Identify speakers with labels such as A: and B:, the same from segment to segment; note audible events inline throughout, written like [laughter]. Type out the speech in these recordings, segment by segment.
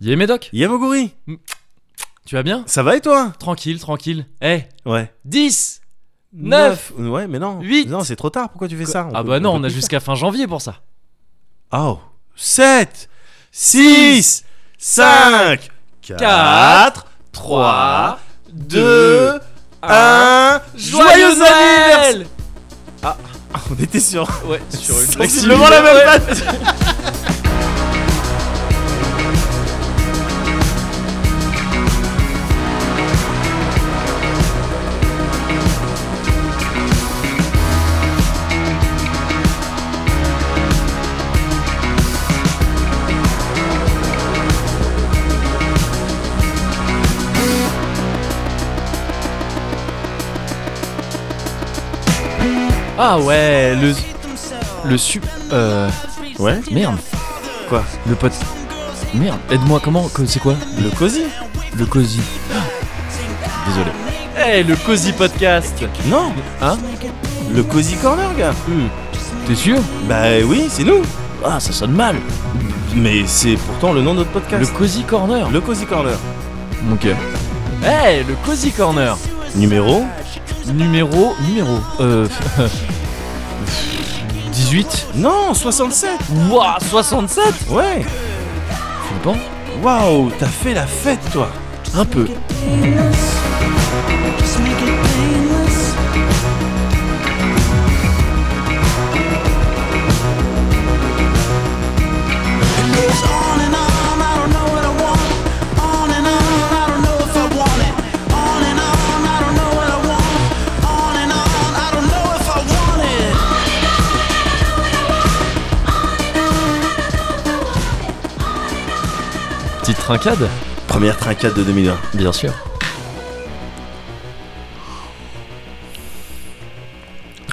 A: Yé Médoc,
B: Yamoguri,
A: tu vas bien
B: ça va et toi
A: Tranquille, tranquille. Eh,
B: Ouais.
A: 10 Neuf.
B: Neuf. Ouais, mais non.
A: Huit.
B: Non, c'est trop tard. Pourquoi tu fais ça
A: Ah
B: peut-
A: bah non, on
B: peut
A: a
B: plus
A: jusqu'à fin janvier pour ça.
B: faire. Oh. 7, 6, 5, 4, 3, 2, 1. Joyeux anniversaire On était sur.
A: Ouais, [laughs] sur
B: [laughs]
A: une
B: Sensiblement la même page.
A: Ah ouais, le. Le sup. Euh.
B: Ouais.
A: Merde,
B: Quoi
A: le pote. Merde, aide-moi, comment que- C'est quoi
B: Le cosy
A: Le cosy.
B: Désolé.
A: Eh, le cosy podcast
B: Non.
A: Hein
B: Le cosy corner, gars.
A: Hmm. T'es sûr
B: Bah oui, c'est nous.
A: Ah, ça sonne mal
B: Mais c'est pourtant le nom de notre
A: Le
B: podcast.
A: cosy corner
B: Le cosy corner.
A: Ok. Eh, le cosy corner
B: Numéro
A: Numéro. Numéro. Euh. 18
B: Non, 67
A: Wouah, 67
B: Ouais
A: Bon,
B: Waouh, t'as fait la fête toi
A: un peu.
C: Just make it painless. It goes on and on, I don't know what I want. On and on, I don't know if I want it. On and on, I don't know what I want. On and on, I don't know if I want it.
A: Petite trincade
B: Première trincade de 2001.
A: Bien sûr.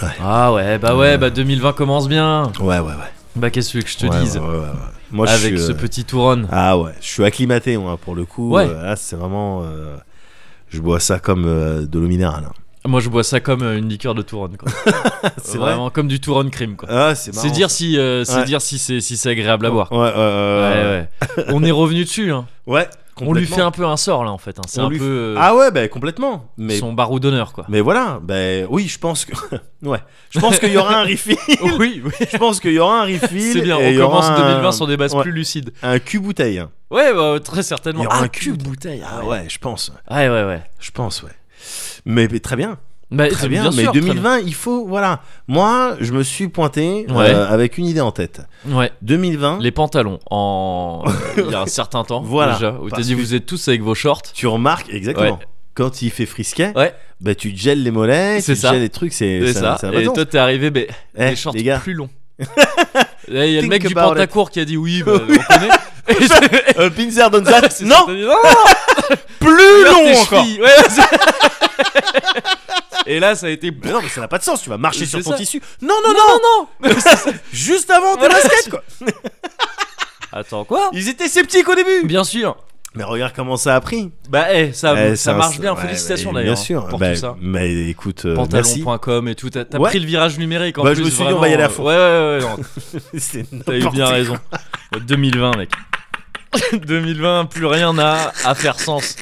B: Ouais.
A: Ah ouais, bah ouais, bah 2020 commence bien.
B: Ouais, ouais, ouais.
A: Bah qu'est-ce que tu veux que je te
B: Ouais,
A: dise
B: ouais, ouais, ouais, ouais. Moi, je
A: avec
B: suis,
A: ce
B: euh,
A: petit touron
B: Ah ouais, je suis acclimaté moi pour le coup.
A: Ouais.
B: Euh, là, c'est vraiment... euh, Je bois ça comme euh, de l'eau minérale. hein.
A: Moi je bois ça comme euh, une liqueur de touron quoi.
B: [laughs] C'est vrai
A: vraiment comme du touron crime quoi.
B: Ah, c'est marrant.
A: c'est dire si euh, c'est
B: Ouais.
A: dire si c'est si c'est agréable à boire.
B: Ouais, ouais, ouais.
A: Ouais, ouais. On est revenu dessus hein.
B: ouais. Ouais,
A: On lui
B: complètement.
A: fait un peu un sort là en fait, hein. c'est
B: On
A: un
B: lui
A: peu euh,
B: Ah ouais, bah complètement. Mais...
A: son barreau d'honneur quoi.
B: Mais voilà, ben oui, je pense que [laughs] ouais, je pense qu'il y aura un refill.
A: [laughs]
B: [laughs]
A: oui, oui.
B: Je pense qu'il y aura un refill.
A: C'est bien,
B: et il
A: on
B: y aura
A: commence
B: un-
A: 2020 sur des bases
B: ouais.
A: plus lucides.
B: un cul bouteille.
A: Ouais, bah, très certainement.
B: Il y aura
A: Ah,
B: un cube.
A: bouteille.
B: Ah ouais, je pense.
A: Ouais, ouais, ouais.
B: Je pense, ouais. Mais, mais très bien,
A: Bah,
B: très bien. mais
A: sûr, très
B: 2020, il faut, voilà. Moi, je me suis pointé euh,
A: Ouais.
B: avec une idée en tête.
A: bien. Ouais.
B: 2020,
A: Les pantalons, en. euh, Il y a un certain temps.
B: Voilà.
A: Déjà, où t'as
B: Parce
A: dit,
B: que-
A: vous êtes tous avec vos shorts.
B: tu remarques exactement.
A: Ouais.
B: Quand il fait frisquet,
A: Ouais.
B: bah tu te gèles les mollets,
A: C'est
B: tu te
A: ça.
B: gèles les trucs, c'est
A: C'est
B: ça.
A: ça.
B: ça va
A: Et
B: donc.
A: toi, t'es arrivé, mais.
B: Eh,
A: les shorts
B: les gars. [laughs]
A: plus longs. Là, il y a le
B: Think
A: mec du
B: about
A: pantacourt qui a dit,
B: [laughs]
A: oui, bah, on connaît. Et c'est-
B: Euh, Pinzer donne [laughs] ça.
A: c'est ça,
B: non,
A: t'as dit, non, non,
B: plus
A: regarde tes
B: long encore.
A: chevilles. Ouais, c'est- [laughs] Et là, ça a été.
B: Mais non, mais ça n'a pas de sens. Tu vas marcher
A: C'est
B: sur ton
A: ça.
B: tissu. Non, non, Ah non, juste avant tes
A: Voilà.
B: baskets, quoi.
A: Attends, quoi
B: Ils étaient sceptiques au début.
A: Bien sûr.
B: Mais regarde comment ça a pris.
A: Bah, eh, ça,
B: Eh, c'est
A: ça
B: un-
A: marche bien.
B: ouais,
A: Félicitations
B: mais
A: d'ailleurs.
B: Bien sûr.
A: Pour
B: Bah,
A: tout ça.
B: Mais écoute, euh, merci.
A: Pantalon.com et tout. T'as t'as
B: Ouais.
A: pris le virage numérique en
B: Bah, je
A: plus.
B: me suis dit,
A: vraiment,
B: on va y aller à
A: euh,
B: fond.
A: Ouais, ouais, ouais. non,
B: [laughs] C'est
A: T'as eu
B: n'importe
A: bien
B: quoi.
A: raison. 2020, mec. [laughs] 2020, plus rien n'a à faire sens.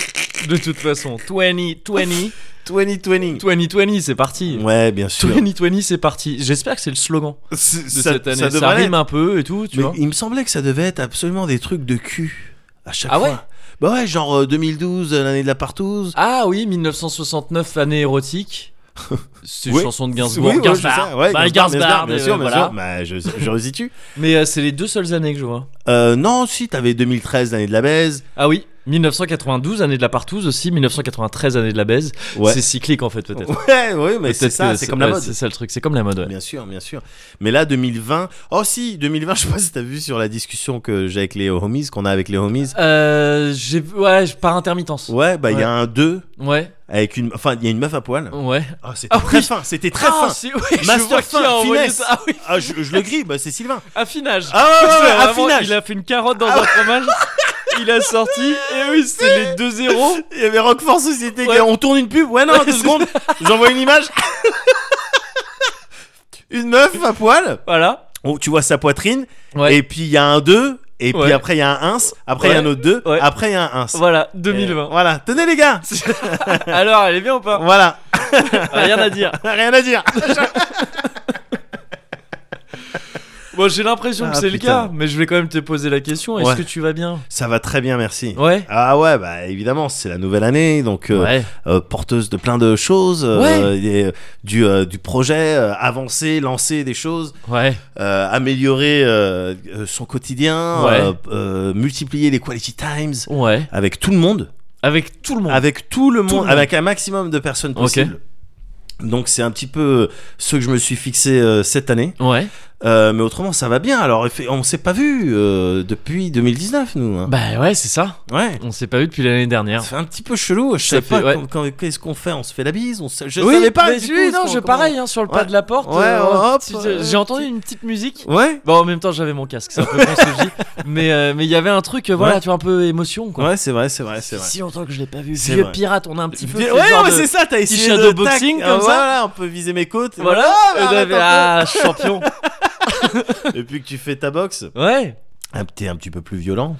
A: De toute façon, 2020,
B: 2020.
A: 2020, c'est parti.
B: Ouais, bien sûr.
A: 2020, c'est parti. J'espère que c'est le slogan
B: C'est-
A: de cette année. Ça,
B: devrait
A: rime
B: l'être.
A: un peu et tout, tu
B: Mais
A: vois.
B: il me semblait que ça devait être absolument des trucs de cul à chaque
A: Ah
B: fois.
A: ouais
B: Bah ouais, genre euh, 2012, euh, l'année de la partouze.
A: Ah oui, 1969, année
B: [laughs]
A: érotique. C'est une
B: Oui.
A: chanson de Gainsbourg.
B: ouais,
A: Gainsbourg.
B: c'est ça, ouais,
A: Bah,
B: Gainsbourg,
A: Gainsbourg,
B: bien
A: mais
B: sûr, bien
A: voilà.
B: sûr. Bah, je, je resitue.
A: Mais euh, c'est les deux seules années que je vois.
B: Euh, non, si, t'avais 2013, l'année de la baise.
A: Ah oui, 1992, année de la partouze aussi, 1993, année de la baise.
B: Ouais.
A: C'est cyclique en fait peut-être.
B: [laughs] Ouais, ouais, mais c'est
A: Peut-être
B: ça,
A: que
B: c'est comme la
A: ouais,
B: mode.
A: C'est ça le truc, c'est comme la mode. ouais.
B: Bien sûr, bien sûr. Mais là, 2020. Oh, si, 2020, [laughs] je sais pas si t'as vu sur la discussion que j'ai avec les homies, qu'on a avec les homies.
A: Euh, j'ai ouais, je- par intermittence. Ouais,
B: Ouais, bah, il y
A: Ouais.
B: a un 2
A: ouais.
B: avec une. Enfin, il y a une meuf à poil. Ah, c'était
A: Ah
B: très
A: oui.
B: fin, c'était très
A: Ah,
B: fin.
A: c'est- ouais, je
B: Master
A: vois qui
B: fin,
A: a envoyé
B: finesse.
A: ça. Ah oui,
B: Ah, je, je le grille, bah, c'est Sylvain.
A: affinage.
B: Ah, ouais, ouais,
A: C'est
B: ouais,
A: vraiment-
B: affinage. Ah
A: Il a fait une carotte dans un fromage. Il a sorti et oui, c'est les deux zéros.
B: Oh. Il y avait Roquefort Société. qui-
A: Ouais.
B: On tourne une pub. Ouais, non,
A: Ouais,
B: deux
A: c'est
B: secondes. J'envoie
A: [laughs]
B: une image. une meuf à poil.
A: Voilà.
B: Oh, tu vois sa poitrine.
A: Ouais.
B: Et puis il y a un 2 et puis
A: Ouais.
B: après il y a un 1, après il y a un autre 2,
A: Ouais.
B: après il y a un 1.
A: Voilà, 2020.
B: Voilà, tenez les gars
A: [laughs] Alors, elle est bien ou pas
B: Voilà,
A: Ah. [laughs] Rien à dire.
B: rien à dire
A: Bon, j'ai l'impression que
B: Ah,
A: c'est le
B: putain.
A: cas, mais je vais quand même te poser la question. Est-ce
B: Ouais.
A: que tu vas bien
B: Ça va très bien, merci.
A: Ouais.
B: Ah ouais, bah évidemment, c'est la nouvelle année, donc euh,
A: ouais.
B: euh, porteuse de plein de choses, euh, et, euh, du, euh, du projet, euh, avancer, lancer des choses,
A: Ouais.
B: euh, améliorer euh, euh, son quotidien,
A: Ouais.
B: euh, euh, multiplier les quality times
A: Ouais.
B: avec tout le monde,
A: Avec tout le monde.
B: avec tout le monde,
A: Tout le monde.
B: avec un maximum de personnes
A: Ok.
B: possible. Donc c'est un petit peu euh, ce que je me suis fixé euh, cette année,
A: Ouais.
B: Euh, mais autrement ça va bien. Alors effe- on s'est pas vu euh, depuis 2019 nous. hein.
A: Bah ouais, c'est ça.
B: Ouais.
A: On s'est pas vu depuis l'année dernière.
B: C'est un petit peu chelou, je
A: Ça
B: sais pas
A: fait- ouais.
B: quand- quand- qu'est-ce qu'on fait, on se fait la bise, on se... je
A: oui,
B: savais pas.
A: mais
B: du
A: oui,
B: coup,
A: non,
B: ce
A: je
B: qu'on-
A: pareil hein, sur le pas
B: Ouais.
A: de la porte.
B: Ouais, hop,
A: petit-
B: euh,
A: j'ai entendu
B: petit-
A: une petite musique.
B: comment- Ouais.
A: Bon, en même temps, j'avais mon casque, c'est un peu con ce que [laughs] je dis. Mais euh, mais il y avait un truc, euh, voilà,
B: Ouais.
A: tu vois, un peu émotion quoi.
B: Ouais, c'est vrai, c'est vrai, c'est
A: C'est
B: vrai.
A: si longtemps que je l'ai pas vu.
B: C'est
A: Vieux
B: vrai.
A: pirate, on a un petit peu.
B: Ouais,
A: fait genre
B: non, mais
A: de-
B: c'est ça, t'as essayé
A: shadow
B: de tac,
A: boxing
B: ah,
A: comme ça.
B: Voilà, on peut viser mes côtes. et
A: Voilà.
B: voilà,
A: Et
B: arrête
A: d'avait-
B: un
A: ah, champion.
B: peu. Depuis que tu fais ta boxe,
A: [laughs] Ouais.
B: [laughs] ah, t'es un petit peu plus violent.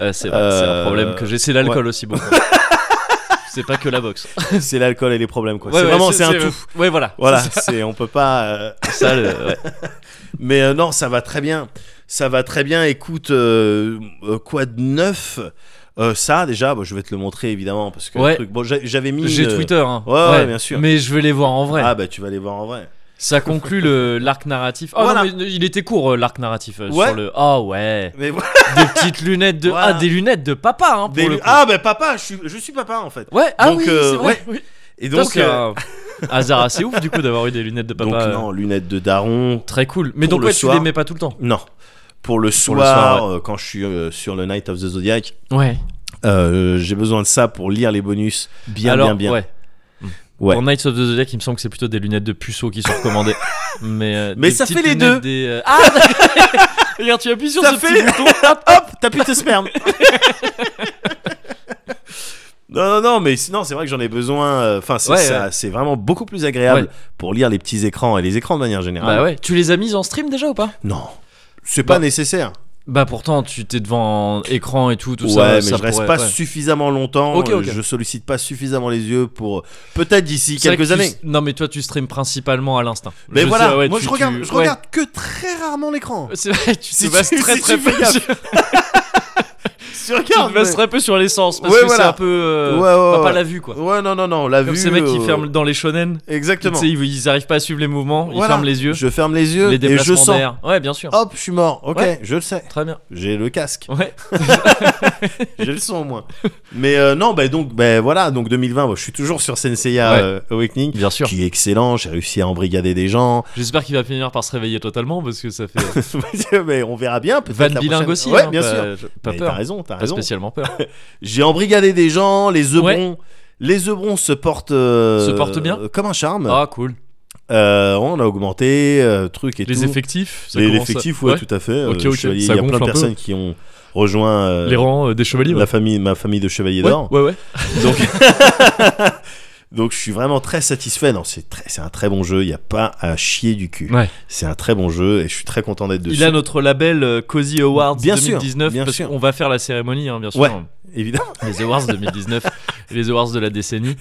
A: Euh, c'est vrai, c'est un
B: Euh,
A: problème que j'ai. C'est l'alcool aussi beaucoup. c'est pas que la boxe.
B: [laughs] c'est l'alcool et les problèmes, quoi.
A: Ouais,
B: c'est
A: ouais,
B: vraiment, c'est un tout.
A: Ouais, voilà.
B: [laughs] Voilà,
A: C'est
B: c'est on peut pas. euh,
A: ça le-
B: [laughs]
A: ouais.
B: Mais euh, non, ça va très bien. Ça va très bien. Écoute, euh, euh, quoi de neuf Euh, Ça, déjà, bon, je vais te le montrer évidemment parce que le
A: Ouais.
B: truc- bon, j'a- j'avais mis.
A: J'ai
B: euh,
A: Twitter. hein.
B: ouais, ouais, bien sûr.
A: Mais je vais les voir en vrai.
B: Ah bah tu vas les voir en vrai.
A: Ça conclut le l'arc narratif. Ah
B: Voilà.
A: non, mais il était court euh, l'arc narratif euh,
B: Ouais.
A: sur le. Ah ouais.
B: Mais voilà,
A: Des petites lunettes de.
B: Voilà.
A: Ah des lunettes de papa hein, pour
B: des
A: le
B: lu-
A: coup.
B: ah bah papa, je suis, je suis papa en fait.
A: ouais. Ah
B: donc,
A: oui,
B: euh,
A: c'est vrai.
B: ouais.
A: oui.
B: Et
A: Ça,
B: donc,
A: c'est
B: euh,
A: un hasard assez ouf du coup d'avoir eu des lunettes de papa.
B: [laughs] donc
A: euh,
B: non, lunettes de daron.
A: Très cool. Mais
B: Pour
A: donc
B: le
A: ouais, tu les
B: soir.
A: mets pas tout le temps.
B: Non. Pour le soir,
A: le soir,
B: euh, quand je suis euh, sur le Night of the Zodiac,
A: Ouais.
B: euh, j'ai besoin de ça pour lire les bonus bien,
A: Alors,
B: bien, bien. Mm.
A: Ouais.
B: Ouais.
A: Pour Knights of the Zodiac, il me semble que c'est plutôt des lunettes de puceau qui sont recommandées.
B: [laughs]
A: Mais, euh,
B: Mais
A: des
B: ça
A: petites
B: fait les
A: lunettes
B: deux.
A: des,
B: [laughs]
A: euh, Ah [laughs] Regarde, tu appuies sur
B: Ça
A: ce
B: fait- [laughs]
A: petit bouton. Hop, hop.
B: Hop, t'as plus
A: [laughs]
B: de sperme. Non, non, non, mais sinon, c'est vrai que j'en ai besoin. euh, Enfin, c'est
A: Ouais,
B: ça-
A: ouais.
B: c'est vraiment beaucoup plus agréable
A: Ouais.
B: pour lire les petits écrans et les écrans de manière générale.
A: Bah ouais. Tu les as mises en stream déjà ou pas
B: Non, c'est
A: Bah,
B: pas nécessaire.
A: Bah pourtant, tu t'es devant un écran et tout, tout
B: ouais,
A: ça.
B: mais
A: ça
B: je reste
A: pourrait-
B: pas
A: ouais.
B: suffisamment longtemps.
A: Ok, ok.
B: euh, Je sollicite pas suffisamment les yeux pour. Peut-être d'ici
A: C'est vrai
B: quelques
A: que tu-
B: années.
A: Non, mais toi, tu streams principalement à l'instinct.
B: Mais
A: Je
B: voilà,
A: sais, ouais,
B: moi
A: tu-
B: je regarde,
A: tu-
B: je
A: ouais.
B: regarde que très rarement l'écran.
A: [laughs] C'est vrai, tu
B: Si
A: te bases
B: tu-
A: très
B: si
A: très
B: tu
A: peu. [laughs]
B: fais gaffe.
A: sur-
B: Tu
A: Tu
B: regardes.
A: te bases très peu sur l'essence parce
B: Ouais,
A: que c'est
B: voilà.
A: un peu. euh,
B: Ouais, ouais,
A: t'as pas
B: ouais.
A: la vue quoi.
B: Ouais, non, non, non, la
A: Comme
B: vue.
A: ces mecs qui
B: euh,
A: ferment dans les shonen. Tu
B: Exactement.
A: sais, ils, ils arrivent pas à suivre les mouvements, ils
B: Voilà.
A: ferment les yeux,
B: Je ferme les yeux
A: les
B: et je
A: déplacements
B: sens. Oh.
A: d'air. Ouais, bien sûr.
B: Hop, je suis mort. Ok,
A: Ouais.
B: je le sais.
A: Très
B: [laughs]
A: bien.
B: J'ai le casque.
A: Ouais.
B: J'ai le son
A: [laughs]
B: au moins. Mais euh, non, bah donc, bah voilà, donc 2020, moi, je suis toujours sur Senseiya
A: Ouais.
B: euh, Awakening,
A: Bien sûr.
B: qui est excellent. J'ai réussi à embrigader des gens. [laughs]
A: J'espère qu'il va finir par se réveiller totalement parce que ça fait
B: mais on verra bien. Peut-être
A: van
B: la
A: bilingue
B: prochaine-
A: aussi.
B: Ouais,
A: hein,
B: bien
A: pas-
B: sûr.
A: je- Pas
B: Mais T'as
A: peur.
B: raison, t'as
A: Pas
B: raison.
A: spécialement
B: [laughs]
A: peur.
B: J'ai embrigadé des gens, les œufs
A: Ouais.
B: bons. Les œufs bons se portent, euh,
A: Se portent bien.
B: euh, comme un charme.
A: Ah, cool.
B: Euh, on a augmenté, euh, truc et tout.
A: Les effectifs. ça
B: Les
A: commence à-
B: effectifs, ouais, tout à fait. Euh,
A: Ok, ok,
B: chevalier,
A: ça
B: Il y a
A: gonfle
B: plein de
A: un peu.
B: personnes qui ont rejoint euh,
A: Les rangs euh, des chevaliers.
B: la famille, ma famille de chevaliers
A: Ouais,
B: d'or.
A: ouais, ouais.
B: Donc, donc je suis vraiment très satisfait. Non, c'est très, c'est un très bon jeu. Il n'y a pas à chier du cul.
A: Ouais.
B: C'est un très bon jeu et je suis très content d'être dessus.
A: Il a notre label euh, Cozy Awards
B: Bien sûr,
A: 2019
B: bien
A: parce
B: sûr.
A: qu'on va faire la cérémonie, hein, bien sûr.
B: Ouais. Évidemment. [laughs]
A: Les Awards 2019, les Awards de la décennie.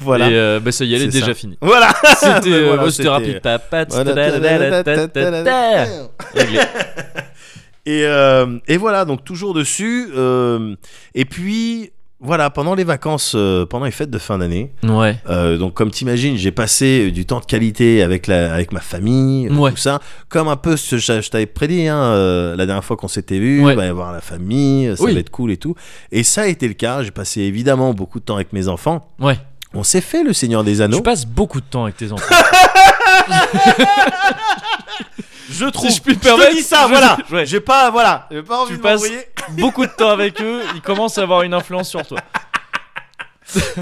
B: Voilà.
A: Et euh, bah, ça y est, elle est
B: C'est
A: déjà
B: ça. [laughs]
A: finie.
B: Voilà.
A: C'était
B: Ben
A: euh,
B: voilà,
A: bah, c'était
B: c'était-
A: rapide. Ta patte,
B: Voilà.
A: ta- ta- ta- ta- ta- Réglé.
B: Et, euh, et voilà, donc toujours dessus. euh, et puis, voilà, pendant les vacances, euh, pendant les fêtes de fin d'année,
A: Ouais.
B: euh, donc comme t'imagines, j'ai passé euh, du temps de qualité avec, la, avec ma famille, euh,
A: Ouais.
B: tout ça. Comme un peu, ce, je, je t'avais prédit, hein, euh, la dernière fois qu'on s'était vu,
A: Ouais.
B: il va y avoir la famille, euh, ça
A: Oui.
B: va être cool et tout. Et ça a été le cas, j'ai passé évidemment beaucoup de temps avec mes enfants.
A: Ouais.
B: On s'est fait le Seigneur des
A: Tu
B: Anneaux.
A: passes beaucoup de temps avec tes
B: [laughs]
A: enfants.
B: Je
A: trouve. je puis me permettre,
B: dis ça,
A: je-
B: voilà.
A: ouais.
B: J'ai pas, voilà. J'ai pas envie
A: Tu
B: de
A: passes-
B: m'embrouiller.
A: beaucoup de temps avec eux, ils commencent à avoir une influence sur toi.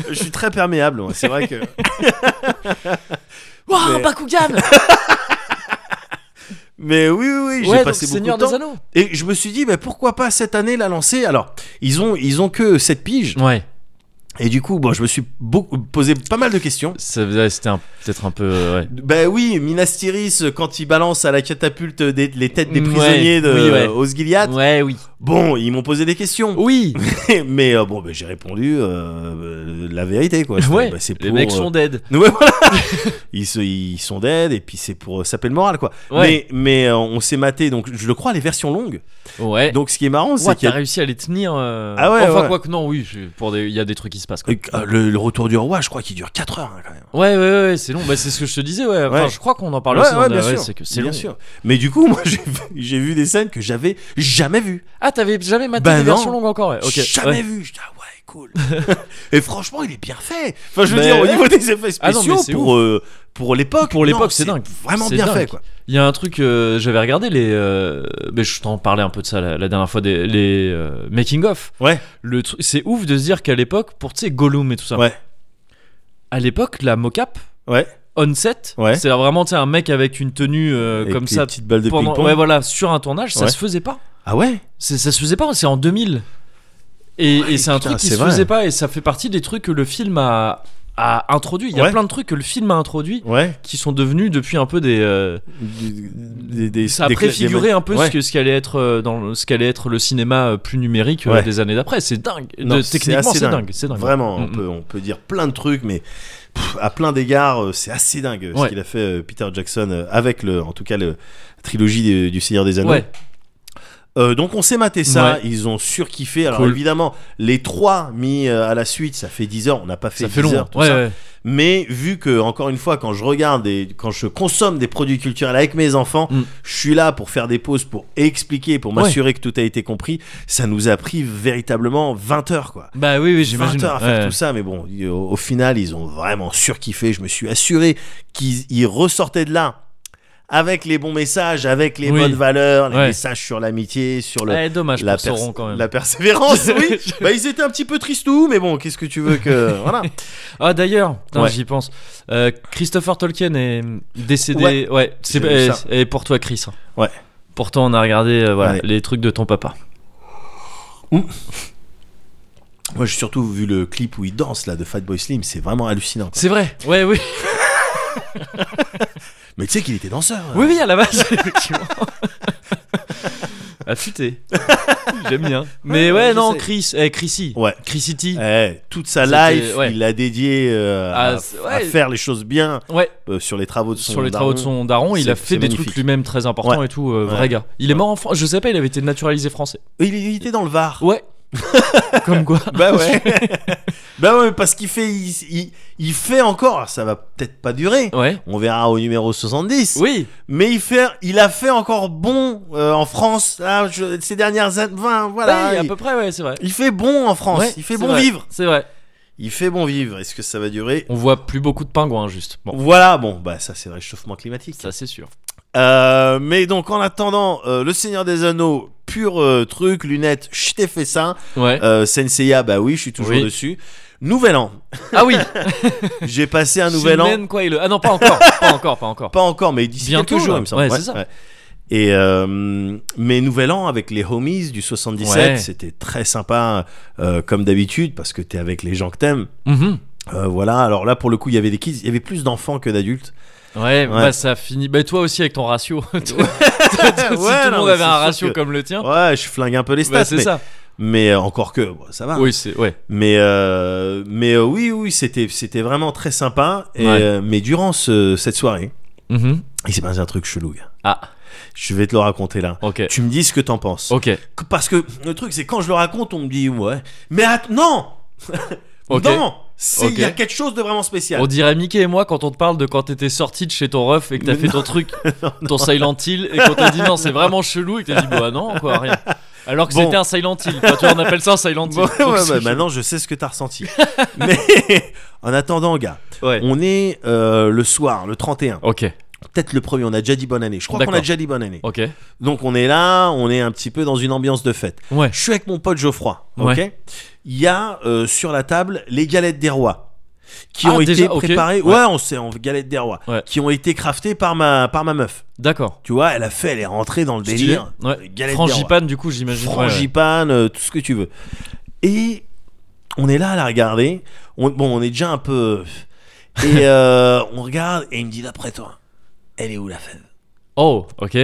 B: Je suis très perméable, moi, c'est
A: [laughs]
B: vrai que.
A: Waouh,
B: Mais-
A: Bakugan
B: Mais oui, oui, oui, [laughs] j'ai
A: Ouais, donc
B: passé beaucoup
A: Seigneur
B: de temps.
A: des Anneaux.
B: Et je me suis dit, mais pourquoi pas cette année la lancer Alors, ils ont, ils ont que 7 piges.
A: Ouais.
B: Et du coup, bon, je me suis beaucoup, posé pas mal de questions.
A: Ça faisait- C'était un- peut-être un peu. euh, ouais.
B: Ben oui, Minas Tirith, quand il balance à la catapulte des- les têtes des
A: Mm, Ouais,
B: prisonniers de
A: oui, ouais.
B: Osgiliath,
A: Ouais, Oh. oui.
B: bon, ils m'ont posé des questions.
A: Oui.
B: [laughs] Mais euh, bon, ben, j'ai répondu euh, euh, la vérité, quoi.
A: ouais.
B: Ben, c'est
A: Les
B: pour,
A: mecs
B: euh,
A: sont dead.
B: Ouais, voilà. ils, se- ils sont dead et puis c'est pour euh, saper le moral quoi.
A: Ouais.
B: Mais, mais euh, on s'est maté donc je le crois les versions longues.
A: Ouais.
B: Donc ce qui est marrant
A: Ouah,
B: c'est qu'il
A: t'as
B: y a
A: réussi à les tenir. euh,
B: Ah ouais,
A: Enfin
B: ouais.
A: quoi que non, oui. je- Pour des, il y a des trucs qui se passent. Quoi.
B: Euh, le, le retour du roi je crois qu'il dure 4 heures hein, quand même.
A: Ouais, ouais, ouais, c'est long. Bah, c'est ce que je te disais. Ouais. Enfin,
B: Ouais.
A: je crois qu'on en parle
B: Ouais,
A: aussi. dans
B: ouais,
A: la-
B: bien sûr.
A: Oh, c'est que c'est
B: bien
A: long.
B: sûr. Mais du coup [laughs] moi j'ai vu, j'ai vu des scènes que j'avais jamais vues.
A: Ah, t'avais jamais maté
B: Bah
A: des
B: non.
A: versions longues encore. Ouais. Ok.
B: Jamais
A: ouais.
B: vues. Je dis, ah ouais [laughs] cool. et franchement il est bien fait. Enfin je veux
A: Mais
B: dire
A: [laughs]
B: au
A: ouais.
B: niveau des effets
A: Ah non, mais
B: spéciaux
A: c'est
B: pour euh, pour l'époque.
A: Pour l'époque,
B: non,
A: c'est dingue.
B: Vraiment
A: C'est
B: bien
A: dingue.
B: fait quoi.
A: Il y a un truc, euh, j'avais regardé les. euh, mais je t'en parlais un peu de ça la, la dernière fois, des, les making-of.
B: Ouais.
A: Le tru- C'est ouf de se dire qu'à l'époque, pour tu sais, Gollum et tout ça,
B: Ouais.
A: à l'époque, la mocap,
B: Ouais.
A: on-set,
B: Ouais.
A: c'est vraiment tu sais, un mec avec une tenue euh,
B: Avec
A: comme
B: les
A: ça.
B: petites balles de
A: pendant-
B: ping-pong.
A: ouais, voilà, sur un tournage, ça
B: Ouais.
A: se faisait pas.
B: Ah ouais.
A: C'est- Ça se faisait pas, c'est en 2000. Et,
B: Ouais,
A: et c'est un
B: putain,
A: truc qui
B: c'est
A: se
B: vrai.
A: faisait pas, et ça fait partie des trucs que le film a, a introduit. Il y a
B: Ouais.
A: plein de trucs que le film a introduit
B: Ouais.
A: qui sont devenus depuis un peu des. euh,
B: Des, des-
A: ça a
B: des- des-
A: préfiguré un peu
B: Ouais.
A: ce que- ce qu'allait être euh, dans le- ce qu'allait être le cinéma euh, plus numérique euh,
B: Ouais.
A: des années d'après c'est dingue
B: Non,
A: De-
B: c'est
A: techniquement
B: assez
A: c'est dingue,
B: dingue.
A: c'est dingue
B: Vraiment, on,
A: Mm,
B: peut, on peut dire plein de trucs, mais pff, à plein d'égards, euh, c'est assez dingue ce
A: Ouais.
B: qu'il a fait euh, Peter Jackson euh, avec le, en tout cas, le la trilogie du, du Seigneur des Anneaux.
A: ouais
B: Euh, donc on s'est maté ça,
A: Ouais.
B: ils ont surkiffé. Alors
A: Cool.
B: évidemment, les trois mis euh, à la suite, ça fait 10 heures. On n'a pas fait
A: ça fait
B: 10
A: long hein.
B: heures, tout
A: ouais,
B: ça.
A: ouais.
B: Mais vu que encore une fois, quand je regarde et quand je consomme des produits culturels avec mes enfants,
A: Mm.
B: je suis là pour faire des pauses, pour expliquer, pour
A: Ouais.
B: m'assurer que tout a été compris. Ça nous a pris véritablement 20 heures, quoi.
A: bah oui oui
B: 20
A: j'imagine
B: heures à faire
A: ouais.
B: tout ça, mais bon, y- au, au final, ils ont vraiment surkiffé. Je me suis assuré qu'ils ils ressortaient de là avec les bons messages, avec les
A: Oui.
B: bonnes valeurs, les
A: Ouais.
B: messages sur l'amitié, sur le.
A: Eh, dommage
B: la,
A: pour Sauron
B: pers-
A: quand même
B: la persévérance,
A: [laughs]
B: oui. Bah, ils étaient un petit peu tristous, mais bon, qu'est-ce que tu veux que. Voilà.
A: ah d'ailleurs putain,
B: Ouais.
A: j'y pense Euh, Christopher Tolkien est décédé ouais,
B: Ouais.
A: c'est
B: J'ai
A: eh,
B: vu ça.
A: et pour toi Chris hein.
B: Ouais.
A: pourtant on a regardé euh, voilà,
B: Ouais.
A: les trucs de ton papa
B: Moi, j'ai surtout vu le clip où il danse là de Fatboy Slim, c'est vraiment hallucinant. quoi.
A: c'est vrai ouais oui
B: Mais tu sais qu'il était danseur. hein.
A: oui [laughs] oui à la base effectivement affûté j'aime bien mais ouais,
B: ouais, je
A: non
B: sais.
A: Chris eh, Chrissy
B: Ouais.
A: Chrisity.
B: Eh, toute sa
A: C'était-
B: life,
A: ouais.
B: il l'a dédié euh,
A: Ah,
B: à,
A: c'est-
B: à
A: ouais.
B: faire les choses bien
A: Ouais,
B: euh, sur les travaux de son
A: sur les travaux de
B: daron.
A: son daron, il a
B: C'est-
A: fait
B: c'est
A: des trucs
B: magnifique.
A: lui-même très importants et tout, euh, vrai
B: Ouais.
A: gars. Il est mort en France, je sais pas, il avait été naturalisé français.
B: Il, il était dans le Var.
A: Ouais. [laughs] Comme quoi.
B: [laughs] Bah ouais. bah ouais, parce qu'il fait, il, il- il fait encore. Ça va peut-être pas durer.
A: [laughs] Ouais.
B: On verra au numéro 70.
A: Oui.
B: Mais il fait, il a fait encore bon euh, en France là, je- ces dernières années. Enfin, voilà.
A: Ouais, à
B: il,
A: peu près, ouais, c'est vrai.
B: il fait bon en France.
A: Ouais,
B: il fait
A: c'est
B: bon
A: vrai.
B: vivre.
A: C'est vrai.
B: Il fait bon vivre. Est-ce que ça va durer
A: On voit plus beaucoup de pingouins, juste. Bon,
B: Voilà. Bon, bah ça c'est le réchauffement climatique.
A: ça c'est sûr.
B: Euh, mais donc en attendant, euh, le Seigneur des Anneaux, pur euh, truc, lunettes, je t'ai fait ça.
A: Ouais.
B: Euh, Senseiya, bah oui, je suis toujours
A: Oui.
B: dessus. Nouvel an.
A: Ah
B: [laughs]
A: oui.
B: J'ai
A: [laughs]
B: passé un nouvel an.
A: Shinmen, quoi, il- Ah non, pas encore. [laughs] Pas encore, pas encore.
B: Pas encore, mais d'ici
A: Bientôt,
B: quelques jours,
A: là.
B: il me semble.
A: Ouais, c'est ça.
B: Et euh, mais nouvel an avec les homies du 77,
A: Ouais.
B: c'était très sympa euh, comme d'habitude parce que t'es avec les gens que t'aimes.
A: Mhm.
B: Euh, voilà. Alors là, pour le coup, il y avait des kids, il y avait plus d'enfants que d'adultes.
A: [laughs] Ouais, bah ça finit. Bah toi aussi avec ton ratio. [laughs] Toi- toi- si tout le
B: non,
A: monde
B: mais
A: avait
B: c'est
A: un
B: sûr
A: ratio
B: que-
A: comme le tien,
B: Ouais, je flingue un peu les stats,
A: bah c'est
B: mais,
A: ça.
B: mais, euh, encore que bon, ça va.
A: Oui, c'est. Ouais.
B: Mais euh, mais euh, oui, oui, c'était c'était vraiment très sympa. Et,
A: Ouais.
B: euh, mais durant ce- cette soirée,
A: Mhm.
B: il s'est passé un truc chelou. gars.
A: Ah,
B: Je vais te le raconter là.
A: ok.
B: Tu me dis ce que t'en penses.
A: Ok.
B: Que- Parce que le truc, c'est quand je le raconte, on me dit ouais. Mais att- non
A: Ok.
B: Non C'est- Il y a
A: Ok.
B: quelque chose de vraiment
A: [laughs]
B: spécial.
A: On dirait Mickey et moi quand on te parle de quand t'étais sorti de chez ton ref et que t'as
B: Mais
A: fait ton truc,
B: [laughs]
A: ton Silent Hill, et qu'on t'a dit non, c'est vraiment chelou, et que t'as dit bah non, quoi, rien. Alors que
B: Bon.
A: c'était un Silent Hill. Enfin, tu vois, on appelle ça un Silent [laughs] Hill.
B: Bon, [laughs] ouais,
A: Donc,
B: ouais,
A: c'est
B: bah,
A: chelou.
B: maintenant, je sais ce que
A: [laughs]
B: t'as ressenti. mais [laughs] en attendant, gars,
A: Ouais.
B: on est euh, le soir, le 31.
A: Ok,
B: Peut-être le premier, on a déjà dit bonne année. Je crois qu'on
A: D'accord.
B: a déjà dit bonne année.
A: ok.
B: Donc on est là, on est un petit peu dans une ambiance de fête.
A: Ouais.
B: Je suis avec mon pote Geoffroy, ok
A: Ouais.
B: Il y a euh, sur la table les galettes des rois qui
A: Ah,
B: ont
A: déjà,
B: été
A: ok.
B: préparées.
A: Ouais.
B: Ouais, on sait, en galettes des rois,
A: Ouais.
B: qui ont été craftées par ma par ma meuf.
A: D'accord.
B: Tu vois, elle a fait, elle est rentrée dans le
A: Stylé.
B: délire.
A: Ouais.
B: Galettes des rois.
A: Frangipane, du coup, j'imagine. ouais, ouais.
B: frangipane, euh, tout ce que tu veux. Et on est là à la regarder. On, bon, on est déjà un peu. euh, Et euh, on regarde et il me dit d'après toi, elle est où la fève
A: Oh, ok.